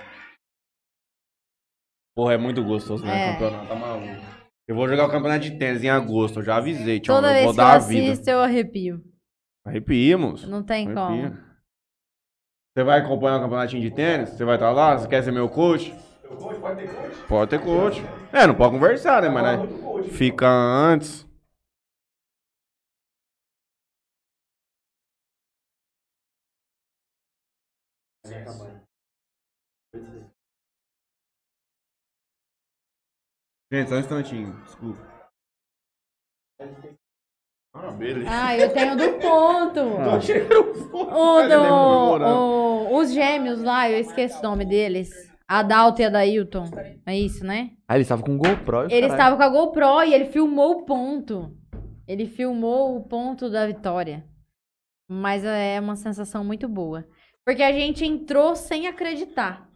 [SPEAKER 1] Porra, é muito gostoso ganhar
[SPEAKER 2] É.
[SPEAKER 1] campeonato, tá maluco. Eu vou jogar o campeonato de tênis em agosto, eu já avisei, tio.
[SPEAKER 2] Toda
[SPEAKER 1] eu
[SPEAKER 2] vez
[SPEAKER 1] vou
[SPEAKER 2] que eu
[SPEAKER 1] dar a vida.
[SPEAKER 2] assisto, eu arrepio.
[SPEAKER 1] Arrepia, moço.
[SPEAKER 2] Não tem como.
[SPEAKER 1] Arrepia. Você vai acompanhar o campeonatinho de tênis? Você vai estar lá? Você quer ser meu coach? Pode ter coach. É, não pode conversar, né? Mas né, fica antes. Gente, só um instantinho, desculpa. Ah, beleza.
[SPEAKER 2] Ah, eu tenho do ponto.
[SPEAKER 1] Ah.
[SPEAKER 2] O do, o- os gêmeos lá, eu esqueço o nome deles. Adalto e Adailton. É isso, né?
[SPEAKER 4] Aí eles estavam com o GoPro. e os
[SPEAKER 2] Ele
[SPEAKER 4] caralho.
[SPEAKER 2] estava com a GoPro e ele filmou o ponto. Ele filmou o ponto da vitória. Mas é uma sensação muito boa. Porque a gente entrou sem acreditar.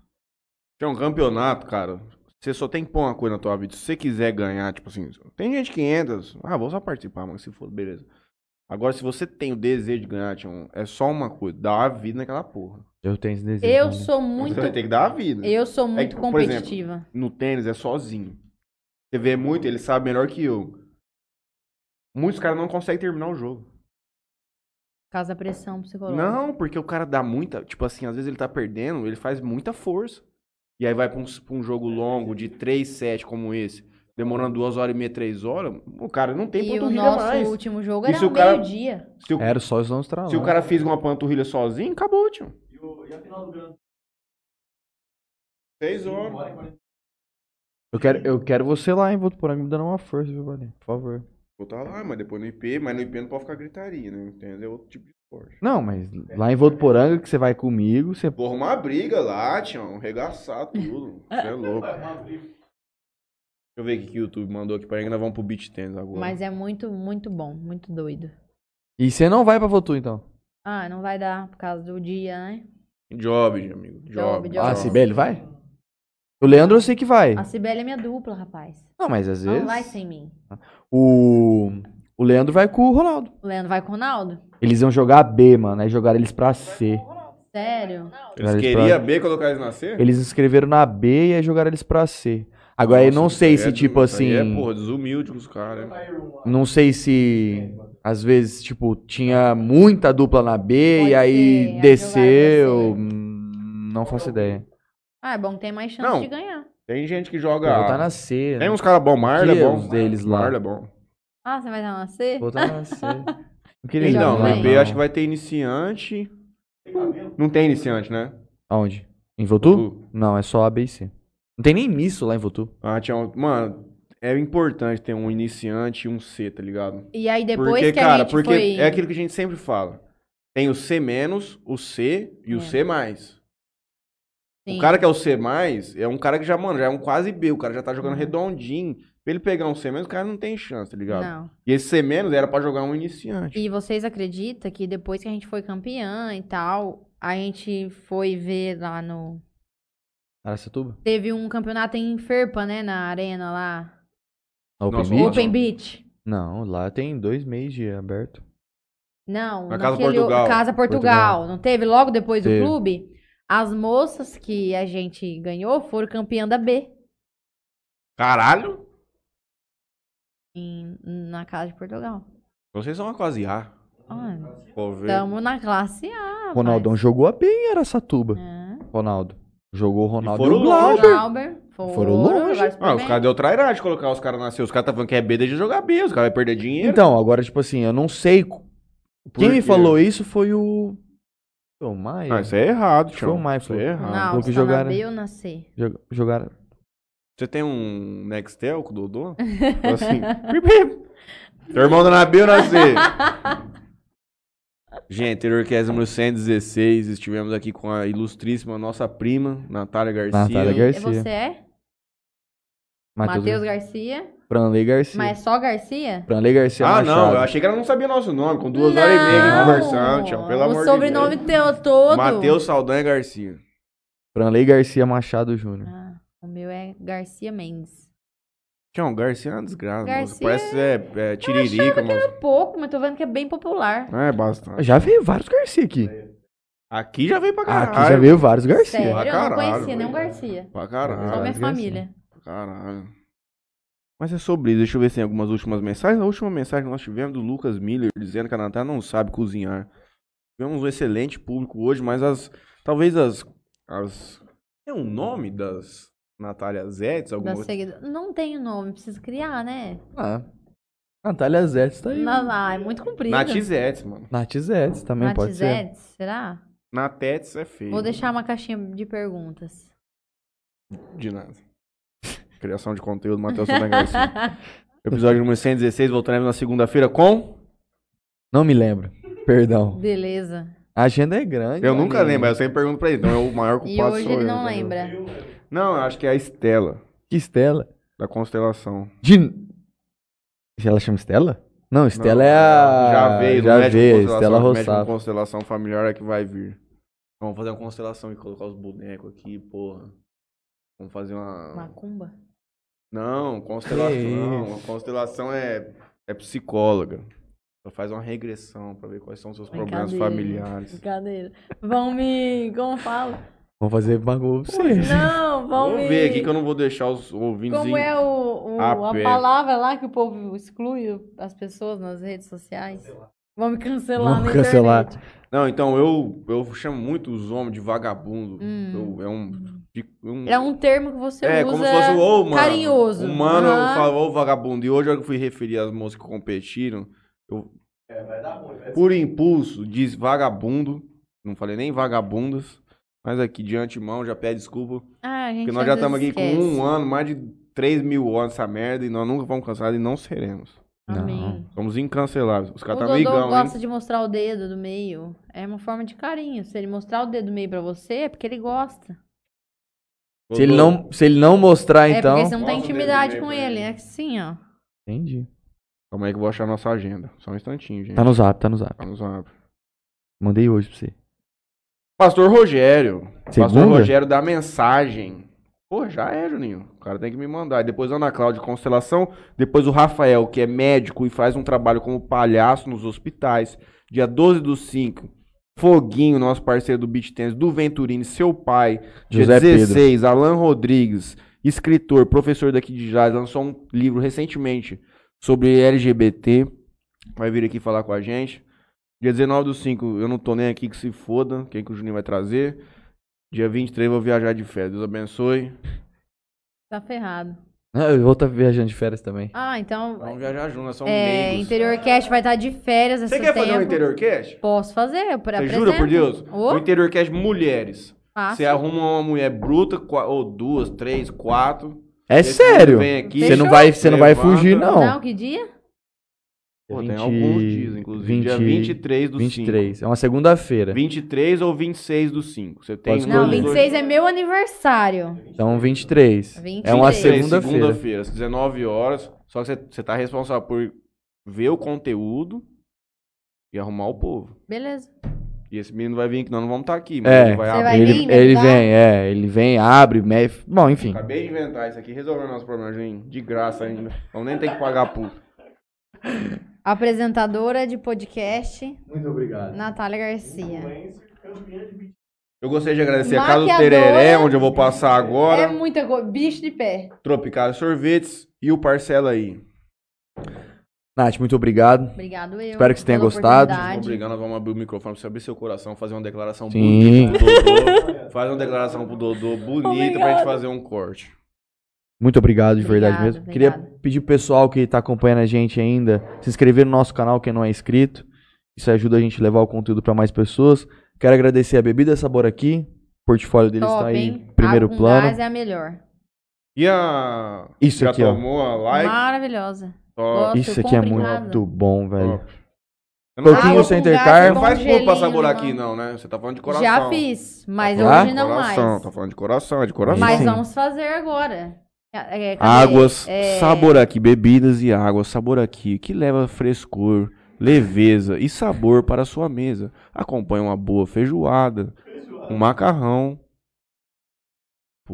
[SPEAKER 1] É um campeonato, cara. Você só tem que pôr uma coisa na tua vida. Se você quiser ganhar, tipo assim, tem gente que entra, ah, vou só participar, mas se for, beleza. Agora, se você tem o desejo de ganhar, Tião, é só uma coisa, dá a vida naquela porra.
[SPEAKER 4] Eu tenho esse né?" desejo.
[SPEAKER 2] Eu
[SPEAKER 4] também.
[SPEAKER 2] sou muito.
[SPEAKER 1] Você vai ter que dar a vida.
[SPEAKER 2] Eu sou
[SPEAKER 1] É que,
[SPEAKER 2] muito
[SPEAKER 1] por
[SPEAKER 2] competitiva.
[SPEAKER 1] No tênis é sozinho. Você vê muito, ele sabe melhor que eu. Muitos caras não conseguem terminar o jogo.
[SPEAKER 2] Por causa da pressão psicológica.
[SPEAKER 1] Não, porque o cara dá muita. Tipo assim, às vezes ele tá perdendo, ele faz muita força. E aí vai pra um, pra um jogo
[SPEAKER 2] É.
[SPEAKER 1] longo de 3 sets como esse, demorando 2 horas e meia, 3 horas, o cara não tem
[SPEAKER 2] E o
[SPEAKER 1] panturrilha
[SPEAKER 2] nosso
[SPEAKER 1] mais.
[SPEAKER 2] último jogo
[SPEAKER 1] E
[SPEAKER 2] era
[SPEAKER 1] se o cara-
[SPEAKER 2] meio-dia.
[SPEAKER 1] Se o,
[SPEAKER 4] Era só os anos
[SPEAKER 1] se o cara fez uma panturrilha sozinho, acabou, tio. E, a final do Grande? 6 horas.
[SPEAKER 4] Eu quero, eu quero você lá, hein? Vou por me dando uma força, viu, Valinho? Por favor.
[SPEAKER 1] Voltar lá, mas depois no IP, mas no IP não pode ficar gritaria, né? Entendeu? É outro tipo de esporte.
[SPEAKER 3] Não, mas lá em Votuporanga, que você vai comigo, você.
[SPEAKER 1] Vou arrumar uma briga lá, Tião. Regaçar tudo. Você é louco. Deixa eu ver o que que o YouTube mandou aqui pra gente. Nós vamos pro beat tênis agora.
[SPEAKER 2] Mas é muito, muito bom, muito doido.
[SPEAKER 3] E você não vai pra Votu, então?
[SPEAKER 2] Ah, não vai dar por causa do dia, né?
[SPEAKER 1] Job, amigo. Job.
[SPEAKER 2] Job, job.
[SPEAKER 3] Ah, a Cibele vai? O Leandro eu sei que vai.
[SPEAKER 2] A Cibele é minha dupla, rapaz.
[SPEAKER 3] Não, mas às
[SPEAKER 2] Não
[SPEAKER 3] vezes.
[SPEAKER 2] vai sem mim.
[SPEAKER 3] O. O Leandro vai com o Ronaldo.
[SPEAKER 2] O Leandro vai com o Ronaldo?
[SPEAKER 3] Eles iam jogar B, mano. Aí jogaram eles pra C.
[SPEAKER 2] Sério?
[SPEAKER 1] Eles
[SPEAKER 3] Eles
[SPEAKER 1] queriam B colocar eles nascer?
[SPEAKER 3] Eles inscreveram na B e aí jogaram eles pra C. Agora eu não sei se, tipo assim.
[SPEAKER 1] É, porra, desumilde com os caras. né?
[SPEAKER 3] Não sei se. Às vezes, tipo, tinha muita dupla na B
[SPEAKER 2] Pode
[SPEAKER 3] e aí
[SPEAKER 2] ser, aí
[SPEAKER 3] desceu.
[SPEAKER 2] jogaram
[SPEAKER 3] hum, Não faço ideia.
[SPEAKER 2] Ah, é bom que tem mais chance
[SPEAKER 1] Não.
[SPEAKER 2] de ganhar.
[SPEAKER 1] Tem gente que
[SPEAKER 3] Vou voltar
[SPEAKER 1] joga.
[SPEAKER 3] na C. né?
[SPEAKER 1] Tem uns caras bom, Marla é
[SPEAKER 3] tá Que
[SPEAKER 1] bom.
[SPEAKER 3] os deles lá.
[SPEAKER 1] Marla é bom.
[SPEAKER 2] Ah, você vai dar uma C?
[SPEAKER 3] Vou voltar na C. Não queria né?
[SPEAKER 2] Ele
[SPEAKER 1] Então,
[SPEAKER 2] joga
[SPEAKER 1] no
[SPEAKER 2] bem.
[SPEAKER 1] IP acho que vai ter iniciante. Não tem iniciante, né?
[SPEAKER 3] Aonde? Em Votu?
[SPEAKER 1] Tu?
[SPEAKER 3] Não, é só A, B e C. Não tem nem misto lá em Votu.
[SPEAKER 1] Ah, tinha um- Mano, é importante ter um iniciante e um C, tá ligado?
[SPEAKER 2] E aí depois
[SPEAKER 1] porque,
[SPEAKER 2] que
[SPEAKER 1] cara,
[SPEAKER 2] a gente
[SPEAKER 1] porque
[SPEAKER 2] foi...
[SPEAKER 1] é aquilo que a gente sempre fala. Tem o C menos, o C e o
[SPEAKER 2] É.
[SPEAKER 1] C mais.
[SPEAKER 2] Sim.
[SPEAKER 1] O cara que é o C mais é um cara que já, mano, já é um quase B, o cara já tá jogando
[SPEAKER 2] Uhum.
[SPEAKER 1] redondinho. Pra ele pegar um C menos, o cara não tem chance, tá ligado?
[SPEAKER 2] Não.
[SPEAKER 1] E esse C menos era pra jogar um iniciante.
[SPEAKER 2] E vocês acreditam que depois que a gente foi campeã e tal, a gente foi ver lá no...
[SPEAKER 3] Aracatuba?
[SPEAKER 2] Teve um campeonato em Ferpa, né? Na arena lá.
[SPEAKER 3] Na Open
[SPEAKER 1] Nossa,
[SPEAKER 3] Beach?
[SPEAKER 1] ótimo.
[SPEAKER 2] Open Beach.
[SPEAKER 3] Não, lá tem dois meses de aberto.
[SPEAKER 2] Não,
[SPEAKER 1] Na Casa
[SPEAKER 2] naquele-
[SPEAKER 1] Portugal.
[SPEAKER 2] Casa Portugal.
[SPEAKER 3] Portugal.
[SPEAKER 2] Não teve logo depois
[SPEAKER 3] Teve.
[SPEAKER 2] do clube? As moças que a gente ganhou foram campeã da B.
[SPEAKER 1] Caralho!
[SPEAKER 2] em- na Casa de Portugal.
[SPEAKER 1] Vocês são uma quase A.
[SPEAKER 2] Olha,
[SPEAKER 1] Vou ver.
[SPEAKER 2] estamos na classe A. rapaz.
[SPEAKER 3] Ronaldão jogou a B em Aracatuba.
[SPEAKER 2] Ah, É.
[SPEAKER 3] Ronaldo. Jogou o Ronaldo
[SPEAKER 1] foram
[SPEAKER 3] e o Glauber.
[SPEAKER 1] longe.
[SPEAKER 2] Glauber. Foram,
[SPEAKER 3] Foram longe.
[SPEAKER 2] jogaram super
[SPEAKER 1] Ah, os
[SPEAKER 2] bem.
[SPEAKER 1] caras deu trairagem de colocar os caras nascer. Os caras tá falando que é B desde jogar B, os caras vão perder dinheiro.
[SPEAKER 3] Então, agora, tipo assim, eu não sei. co-
[SPEAKER 1] Por
[SPEAKER 3] Então, Quem me
[SPEAKER 1] quê?
[SPEAKER 3] falou isso foi o. Foi o Maia.
[SPEAKER 1] Ah, isso é errado,
[SPEAKER 3] Foi o
[SPEAKER 1] tio.
[SPEAKER 3] Maia,
[SPEAKER 1] Isso é
[SPEAKER 3] foi.
[SPEAKER 1] errado.
[SPEAKER 2] Não,
[SPEAKER 3] Vou
[SPEAKER 2] só
[SPEAKER 3] jogar,
[SPEAKER 2] na
[SPEAKER 3] né?
[SPEAKER 2] B ou na C.
[SPEAKER 3] Jog- Jogaram.
[SPEAKER 1] Você tem um Nextel com o Dodô? Fala assim, pip, pip. Teu irmão tá da Nabil nascer. né, Gente, Terror Cast número 116. Estivemos aqui com a ilustríssima nossa prima, Natália Garcia.
[SPEAKER 3] Natália Gar- Garcia.
[SPEAKER 2] Você é? Matheus Garcia.
[SPEAKER 3] Franley Garcia.
[SPEAKER 2] Mas só Garcia?
[SPEAKER 3] Franley Garcia.
[SPEAKER 1] Ah, não,
[SPEAKER 3] Machado.
[SPEAKER 1] eu achei que ela não sabia nosso nome, com duas horas e meia aqui
[SPEAKER 2] Não!
[SPEAKER 1] conversando, tio. Pelo amor
[SPEAKER 2] O
[SPEAKER 1] de Deus.
[SPEAKER 2] sobrenome teu todo.
[SPEAKER 1] Matheus Saldanha Garcia.
[SPEAKER 3] Franley Garcia Machado Júnior.
[SPEAKER 2] Ah, o meu é Garcia Mendes.
[SPEAKER 1] Tião, Garcia é uma desgraça. moço.
[SPEAKER 2] Garcia-
[SPEAKER 1] Parece é, é tiririca,
[SPEAKER 2] É
[SPEAKER 1] mano.
[SPEAKER 2] pouco, mas tô vendo que é bem popular.
[SPEAKER 1] É,
[SPEAKER 2] Ah.
[SPEAKER 1] bastante.
[SPEAKER 3] Já veio vários Garcia aqui.
[SPEAKER 1] Aqui já veio pra
[SPEAKER 3] Ah,
[SPEAKER 1] caralho.
[SPEAKER 3] aqui já veio vários Garcia.
[SPEAKER 2] Sério,
[SPEAKER 1] Pra
[SPEAKER 2] eu
[SPEAKER 1] caralho,
[SPEAKER 2] não conhecia nenhum
[SPEAKER 1] velho.
[SPEAKER 2] Garcia.
[SPEAKER 1] Pra
[SPEAKER 2] Só minha
[SPEAKER 1] caralho.
[SPEAKER 3] Garcia.
[SPEAKER 2] família.
[SPEAKER 1] pra Caralho. Mas é sobre isso. Deixa eu ver se tem algumas últimas mensagens. A última mensagem que nós tivemos do Lucas Miller dizendo que a Natália não sabe cozinhar. Tivemos um excelente público hoje, mas as. Talvez as. as é um nome das Natália Zetes? Alguma
[SPEAKER 2] Da
[SPEAKER 1] coisa?
[SPEAKER 2] seguida. Não tem o nome, preciso criar, né?
[SPEAKER 3] Ah. Natália Zetz tá aí.
[SPEAKER 2] Não, não, é muito comprido.
[SPEAKER 1] Nath Zetes, mano.
[SPEAKER 3] Nath Zetz também pode ser.
[SPEAKER 2] Natizetes, será?
[SPEAKER 1] Natetes é feio.
[SPEAKER 2] Vou deixar uma caixinha de perguntas.
[SPEAKER 1] De nada. Criação de conteúdo, Matheus Sônia Garcia. Episódio número 116. Voltaremos na segunda-feira com.
[SPEAKER 3] Não me lembro. Perdão.
[SPEAKER 2] Beleza.
[SPEAKER 3] A agenda é grande.
[SPEAKER 1] Eu nunca
[SPEAKER 3] olha.
[SPEAKER 1] lembro, eu sempre pergunto pra ele. Então é o maior
[SPEAKER 2] E
[SPEAKER 1] culpado
[SPEAKER 2] hoje
[SPEAKER 1] sou
[SPEAKER 2] ele
[SPEAKER 1] eu, né?
[SPEAKER 2] não
[SPEAKER 1] entendeu?
[SPEAKER 2] lembra.
[SPEAKER 1] Não, eu acho que é a Estela,
[SPEAKER 3] Que Estela?
[SPEAKER 1] da constelação.
[SPEAKER 3] De... Ela chama Estela? Não, Estela é a.
[SPEAKER 1] Já veio, do
[SPEAKER 3] Já
[SPEAKER 1] médico
[SPEAKER 3] veio,
[SPEAKER 1] constelação,
[SPEAKER 3] Estela
[SPEAKER 1] do médico
[SPEAKER 3] Rossaf.
[SPEAKER 1] constelação familiar é que vai vir. Vamos fazer uma constelação e colocar os bonecos aqui, porra. Vamos fazer uma.
[SPEAKER 2] Macumba.
[SPEAKER 1] Não, constelação.
[SPEAKER 3] Que
[SPEAKER 1] não. Uma constelação é, é psicóloga. Ela faz uma regressão pra ver quais são os seus problemas
[SPEAKER 2] Brincadeira.
[SPEAKER 1] familiares.
[SPEAKER 2] Brincadeira. Vão me. Como fala?
[SPEAKER 3] Vamos fazer bagulho pra vocês.
[SPEAKER 2] Não, vão me.
[SPEAKER 1] Vamos ver aqui que eu não vou deixar os ouvintes
[SPEAKER 2] Como
[SPEAKER 1] em-
[SPEAKER 2] é o, o-
[SPEAKER 1] Ah,
[SPEAKER 2] a
[SPEAKER 1] pera.
[SPEAKER 2] palavra lá que o povo exclui as pessoas nas redes sociais? Vão me cancelar
[SPEAKER 3] Vão
[SPEAKER 2] na
[SPEAKER 3] cancelar.
[SPEAKER 2] internet.
[SPEAKER 1] Não, então eu, eu chamo muito os homens de vagabundo.
[SPEAKER 2] Hum.
[SPEAKER 1] Eu- é um. de- um-
[SPEAKER 2] É um termo que você
[SPEAKER 1] é,
[SPEAKER 2] usa
[SPEAKER 1] como se fosse o ô, mano.
[SPEAKER 2] carinhoso.
[SPEAKER 1] Humano, eu
[SPEAKER 2] Aham.
[SPEAKER 1] falo, ô vagabundo. E hoje a hora que eu fui referir às moças que competiram. Eu, por impulso, diz vagabundo. Não falei nem vagabundas. Mas aqui de antemão já pede desculpa.
[SPEAKER 2] Ah, a gente
[SPEAKER 1] Porque nós
[SPEAKER 2] às
[SPEAKER 1] já
[SPEAKER 2] vezes
[SPEAKER 1] estamos aqui com
[SPEAKER 2] esquece.
[SPEAKER 1] um ano, mais de 3 mil anos essa merda. E nós nunca vamos cansados e não seremos.
[SPEAKER 2] Amém.
[SPEAKER 1] Somos incanceláveis. Os
[SPEAKER 2] O
[SPEAKER 1] caras tá
[SPEAKER 2] Dodô
[SPEAKER 1] amigão, hein?
[SPEAKER 2] gosta de mostrar o dedo do meio. É uma forma de carinho. Se ele mostrar o dedo do meio pra você, é porque ele gosta.
[SPEAKER 1] Dodô.
[SPEAKER 4] Se ele não, se ele não
[SPEAKER 1] Ah,
[SPEAKER 4] mostrar,
[SPEAKER 2] é
[SPEAKER 4] então.
[SPEAKER 2] porque você não tem
[SPEAKER 1] Mostra o dedo do
[SPEAKER 2] intimidade
[SPEAKER 1] meio
[SPEAKER 2] com
[SPEAKER 1] pra
[SPEAKER 2] ele.
[SPEAKER 1] ele.
[SPEAKER 2] É que sim, ó.
[SPEAKER 3] Entendi.
[SPEAKER 1] Calma aí que eu vou achar nossa agenda. Só um instantinho, gente.
[SPEAKER 3] Tá no zap, tá no zap.
[SPEAKER 1] Tá no zap.
[SPEAKER 3] Mandei hoje pra você.
[SPEAKER 1] Pastor Rogério. Pastor
[SPEAKER 3] Segunda?
[SPEAKER 1] Rogério dá mensagem. Pô, já é, Juninho. O cara tem que me mandar. E Depois a Ana Cláudia Constelação. Depois o Rafael, que é médico e faz um trabalho como palhaço nos hospitais. Dia 12 do 5. Foguinho, nosso parceiro do Beach Tennis, do Venturini, seu pai. Dia
[SPEAKER 3] José Pedro.
[SPEAKER 1] 16, Alan Rodrigues, escritor, professor daqui de Jales, lançou um livro recentemente sobre LGBT. Vai vir aqui falar com a gente. Dia 19 do 5, eu não tô nem aqui que se foda. Quem que o Juninho vai trazer? Dia 23 eu vou viajar de férias. Deus abençoe.
[SPEAKER 2] Tá ferrado.
[SPEAKER 3] Ah, eu vou estar viajando de férias também.
[SPEAKER 2] Ah, então.
[SPEAKER 1] Vamos viajar juntos, nós somos
[SPEAKER 2] É,
[SPEAKER 1] meigos.
[SPEAKER 2] Interior Cast vai estar de férias essa
[SPEAKER 1] Você quer fazer um
[SPEAKER 2] tempo.
[SPEAKER 1] interior cast?
[SPEAKER 2] Posso fazer, eu pre-
[SPEAKER 1] Você jura por
[SPEAKER 2] apresento.
[SPEAKER 1] Deus?
[SPEAKER 2] Ô,
[SPEAKER 1] O interior cast mulheres.
[SPEAKER 2] faço.
[SPEAKER 1] Você arruma uma mulher bruta, qua- ou duas, três, quatro.
[SPEAKER 3] É
[SPEAKER 1] Esse
[SPEAKER 3] sério.
[SPEAKER 1] vem aqui,
[SPEAKER 3] Você não vai, você não vai
[SPEAKER 1] levanta.
[SPEAKER 3] fugir
[SPEAKER 2] Não.
[SPEAKER 3] não.
[SPEAKER 2] que dia?
[SPEAKER 1] Pô, tem
[SPEAKER 3] 20
[SPEAKER 1] alguns dias, inclusive. Dia 23 do 5.
[SPEAKER 3] 23. É uma segunda-feira.
[SPEAKER 1] 23 ou 26 do 5. Você tem
[SPEAKER 3] Pode
[SPEAKER 1] um
[SPEAKER 3] escolher.
[SPEAKER 2] Não,
[SPEAKER 1] dos dois-
[SPEAKER 2] 26 é meu aniversário.
[SPEAKER 3] Então 23.
[SPEAKER 2] 23.
[SPEAKER 3] É uma
[SPEAKER 1] 23,
[SPEAKER 3] segunda-feira.
[SPEAKER 1] Segunda-feira, às 19 horas. Só que você, você tá responsável por ver o conteúdo e arrumar o povo.
[SPEAKER 2] Beleza.
[SPEAKER 1] E esse menino vai vir aqui, nós não vamos estar aqui, mas
[SPEAKER 3] É.
[SPEAKER 1] ele vai
[SPEAKER 2] Você
[SPEAKER 1] abrir.
[SPEAKER 2] vai vir
[SPEAKER 3] Ele,
[SPEAKER 2] me
[SPEAKER 3] ele
[SPEAKER 2] ajudar?
[SPEAKER 3] vem, é, ele vem, abre, me... bom, enfim.
[SPEAKER 1] Acabei de inventar isso aqui, resolvendo nosso problema, gente. De graça ainda. Vamos nem ter que pagar público.
[SPEAKER 2] Apresentadora de podcast,
[SPEAKER 3] Muito obrigado.
[SPEAKER 2] Natália Garcia.
[SPEAKER 1] Eu gostaria de agradecer a Casa do
[SPEAKER 2] Maquiadora.
[SPEAKER 1] Tereré, onde eu vou passar agora.
[SPEAKER 2] É muita coisa. Bicho de pé.
[SPEAKER 1] Tropical Sorvetes e o Parcela aí.
[SPEAKER 3] Nath, muito obrigado.
[SPEAKER 2] Obrigado eu.
[SPEAKER 3] Espero que você tenha
[SPEAKER 2] pela
[SPEAKER 3] gostado.
[SPEAKER 1] Vamos
[SPEAKER 2] oportunidade.
[SPEAKER 1] brigar, nós vamos abrir o microfone pra você abrir seu coração, fazer uma declaração
[SPEAKER 3] Sim.
[SPEAKER 1] bonita pro Dodô. Faz uma declaração pro Dodô bonita pra gente fazer um corte.
[SPEAKER 3] Muito obrigado, de verdade
[SPEAKER 2] Obrigado,
[SPEAKER 3] mesmo. Queria
[SPEAKER 2] obrigado.
[SPEAKER 3] pedir pro pessoal que tá acompanhando a gente ainda, se inscrever no nosso canal, quem não é inscrito. Isso ajuda a gente a levar o conteúdo pra mais pessoas. Quero agradecer a Bebida Sabor aqui. O portfólio deles
[SPEAKER 2] Top,
[SPEAKER 3] tá aí
[SPEAKER 2] hein?
[SPEAKER 3] em primeiro
[SPEAKER 2] Ah, com
[SPEAKER 3] plano.
[SPEAKER 2] gás é a melhor.
[SPEAKER 1] E a.
[SPEAKER 3] Isso
[SPEAKER 1] Já
[SPEAKER 3] aqui, ó.
[SPEAKER 1] tomou a like?
[SPEAKER 2] Maravilhosa.
[SPEAKER 1] Ó,
[SPEAKER 2] Nossa,
[SPEAKER 3] Isso
[SPEAKER 2] eu
[SPEAKER 3] aqui é
[SPEAKER 2] compro em casa.
[SPEAKER 3] muito
[SPEAKER 1] Ah,
[SPEAKER 3] bom, velho.
[SPEAKER 1] ó. Eu não,
[SPEAKER 3] Toquinho
[SPEAKER 1] Água
[SPEAKER 2] com
[SPEAKER 3] Center
[SPEAKER 2] gás,
[SPEAKER 3] Car.
[SPEAKER 1] não faz
[SPEAKER 2] com
[SPEAKER 1] pouco pra
[SPEAKER 2] Um gelinho,
[SPEAKER 1] saborar
[SPEAKER 2] não.
[SPEAKER 1] aqui, não, né? Você tá falando de coração. Tá
[SPEAKER 2] Já fiz, mas
[SPEAKER 3] Ah,
[SPEAKER 2] hoje não
[SPEAKER 1] coração,
[SPEAKER 2] mais.
[SPEAKER 1] Tá falando de coração, é de coração.
[SPEAKER 2] Mas
[SPEAKER 3] Sim.
[SPEAKER 2] vamos fazer agora. É, é, cadê?
[SPEAKER 1] Águas
[SPEAKER 2] É,
[SPEAKER 1] Sabor Aqui, bebidas e águas Sabor Aqui, que leva frescor, leveza e sabor para a sua mesa. Acompanha uma boa feijoada, um macarrão.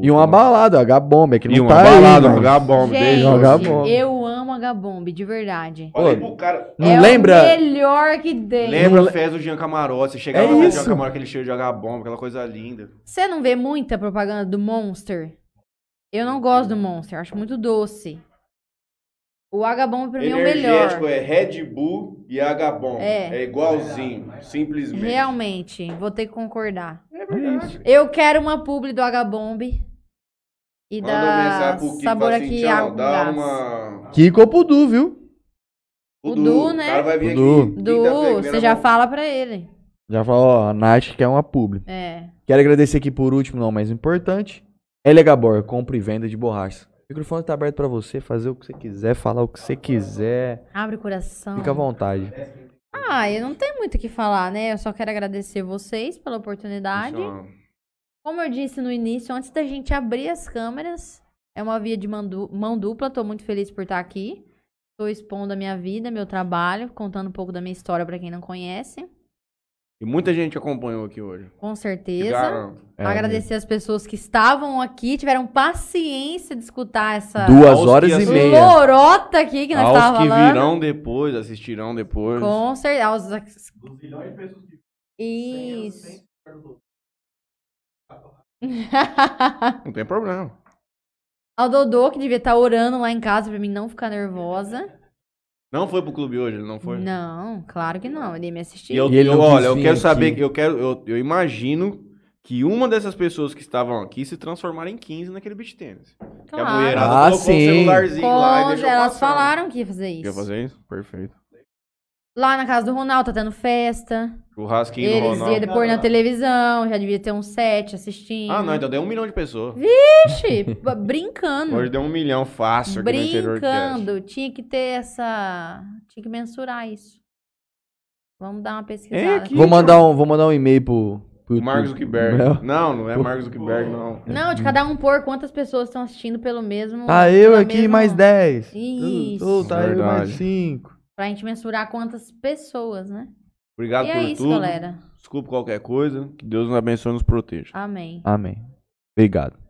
[SPEAKER 3] E uma
[SPEAKER 1] Pô,
[SPEAKER 3] balada, ó, H-Bomba, que não
[SPEAKER 1] E uma
[SPEAKER 3] tá
[SPEAKER 1] balada,
[SPEAKER 3] aí,
[SPEAKER 1] um
[SPEAKER 3] mas-
[SPEAKER 1] H-Bomb.
[SPEAKER 2] Gente,
[SPEAKER 1] desde-
[SPEAKER 3] Jogar bola.
[SPEAKER 2] eu amo H-Bomb, de verdade.
[SPEAKER 1] Olha aí pro cara.
[SPEAKER 3] Não
[SPEAKER 2] é
[SPEAKER 3] lembra?
[SPEAKER 2] o melhor que tem.
[SPEAKER 1] Lembra a festa do Jean Camarote? Você chegava
[SPEAKER 3] É
[SPEAKER 1] lá no Jean
[SPEAKER 3] isso.
[SPEAKER 1] Camarote, aquele cheiro de H-Bomb, aquela coisa linda.
[SPEAKER 2] Você não vê muita propaganda do Monster? Eu não gosto do Monster, acho muito doce. O H-Bomb pra mim é o
[SPEAKER 1] Energético
[SPEAKER 2] melhor.
[SPEAKER 1] é Red Bull e H-Bomb.
[SPEAKER 2] É.
[SPEAKER 1] É igualzinho, simplesmente.
[SPEAKER 2] Realmente, vou ter que concordar.
[SPEAKER 1] É verdade.
[SPEAKER 2] Eu quero uma publi do H-Bomb e
[SPEAKER 1] Manda mensagem
[SPEAKER 2] da
[SPEAKER 1] pro Kiko,
[SPEAKER 2] Sabor
[SPEAKER 1] fala assim,
[SPEAKER 2] Aqui
[SPEAKER 1] tchau,
[SPEAKER 2] Água com
[SPEAKER 1] dá
[SPEAKER 2] Gás.
[SPEAKER 1] uma...
[SPEAKER 3] Kiko Pudu, viu?
[SPEAKER 2] O Du, né?
[SPEAKER 1] O cara vai vir
[SPEAKER 3] Du.
[SPEAKER 1] aqui.
[SPEAKER 2] Du,
[SPEAKER 1] quinta-feira,
[SPEAKER 2] você já
[SPEAKER 1] vamos-
[SPEAKER 2] fala pra ele.
[SPEAKER 3] Já falou, ó, a Nath quer uma publi.
[SPEAKER 2] É.
[SPEAKER 3] Quero agradecer aqui por último, não mais importante. LH Gabor, compra e venda de borracha. O microfone tá aberto pra você fazer o que você quiser, falar o que você quiser.
[SPEAKER 2] Abre o coração.
[SPEAKER 3] Fica à vontade.
[SPEAKER 2] Ah, eu não tenho muito o que falar, né? Eu só quero agradecer vocês pela oportunidade.
[SPEAKER 1] Funciona.
[SPEAKER 2] Como eu disse no início, antes da gente abrir as câmeras, é uma via de mandu- mão dupla. Tô muito feliz por estar aqui. Tô expondo a minha vida, meu trabalho, contando um pouco da minha história pra quem não conhece.
[SPEAKER 1] E muita gente acompanhou aqui hoje.
[SPEAKER 2] Com
[SPEAKER 1] Te
[SPEAKER 2] certeza.
[SPEAKER 1] garanto.
[SPEAKER 3] É,
[SPEAKER 2] Agradecer as pessoas que estavam aqui, tiveram paciência de escutar essa
[SPEAKER 3] Duas
[SPEAKER 1] Aos
[SPEAKER 3] horas
[SPEAKER 1] que
[SPEAKER 3] e
[SPEAKER 1] as-
[SPEAKER 3] meia.
[SPEAKER 2] lorota aqui que nós
[SPEAKER 1] Aos
[SPEAKER 2] estávamos
[SPEAKER 1] que
[SPEAKER 2] falando.
[SPEAKER 1] virão depois, assistirão depois.
[SPEAKER 2] Com certeza. Aos... Isso.
[SPEAKER 1] Não tem problema.
[SPEAKER 2] Ao Dodô, que devia estar orando lá em casa pra mim não ficar nervosa.
[SPEAKER 1] Não foi pro clube hoje, ele não É, foi?
[SPEAKER 2] Não, claro que não. Ele ia me assistir.
[SPEAKER 1] E eu,
[SPEAKER 3] E ele não
[SPEAKER 1] olha,
[SPEAKER 3] quis
[SPEAKER 1] eu
[SPEAKER 3] vir
[SPEAKER 1] quero
[SPEAKER 3] aqui.
[SPEAKER 1] saber, eu quero, eu, eu imagino que uma dessas pessoas que estavam aqui se transformaram em 15 naquele beat tênis. Que a
[SPEAKER 2] claro.
[SPEAKER 1] mulherada
[SPEAKER 3] Ah,
[SPEAKER 1] colocou o
[SPEAKER 3] sim.
[SPEAKER 1] celularzinho lá e
[SPEAKER 2] Com-
[SPEAKER 1] deixou
[SPEAKER 2] elas
[SPEAKER 1] passar.
[SPEAKER 2] falaram que ia fazer isso.
[SPEAKER 1] Quer fazer isso? Perfeito.
[SPEAKER 2] Lá na casa do Ronaldo tá tendo festa.
[SPEAKER 1] Churrasquinho do
[SPEAKER 2] Eles iam
[SPEAKER 1] Ronaldo.
[SPEAKER 2] depois na televisão, já devia ter um set assistindo.
[SPEAKER 1] Ah, não, então deu um milhão de pessoas.
[SPEAKER 2] Ixi, b- brincando.
[SPEAKER 1] Hoje deu um milhão fácil aqui no interior do Teste.
[SPEAKER 2] Hum. Brincando, tinha que ter essa. Tinha que mensurar isso. Vamos dar uma pesquisada.
[SPEAKER 1] É aqui.
[SPEAKER 3] Vou mandar um, vou mandar um e-mail pro, pro
[SPEAKER 1] O Mark Zuckerberg.
[SPEAKER 3] Não.
[SPEAKER 1] Não, não é Mark Zuckerberg, não.
[SPEAKER 2] Não, de cada um pôr quantas pessoas estão assistindo pelo é mesmo.
[SPEAKER 3] Tá
[SPEAKER 1] Ah,
[SPEAKER 3] eu
[SPEAKER 2] pela
[SPEAKER 3] aqui
[SPEAKER 2] mesma-
[SPEAKER 3] mais 10.
[SPEAKER 2] Isso.
[SPEAKER 3] Oh, tá eu mais
[SPEAKER 1] Verdade.
[SPEAKER 3] 5.
[SPEAKER 2] Pra gente mensurar quantas pessoas, né?
[SPEAKER 1] Obrigado
[SPEAKER 2] e é
[SPEAKER 1] por
[SPEAKER 2] isso,
[SPEAKER 1] tudo.
[SPEAKER 2] galera.
[SPEAKER 1] Desculpa qualquer coisa. Que Deus nos abençoe e nos proteja.
[SPEAKER 2] Amém.
[SPEAKER 3] Amém. Obrigado.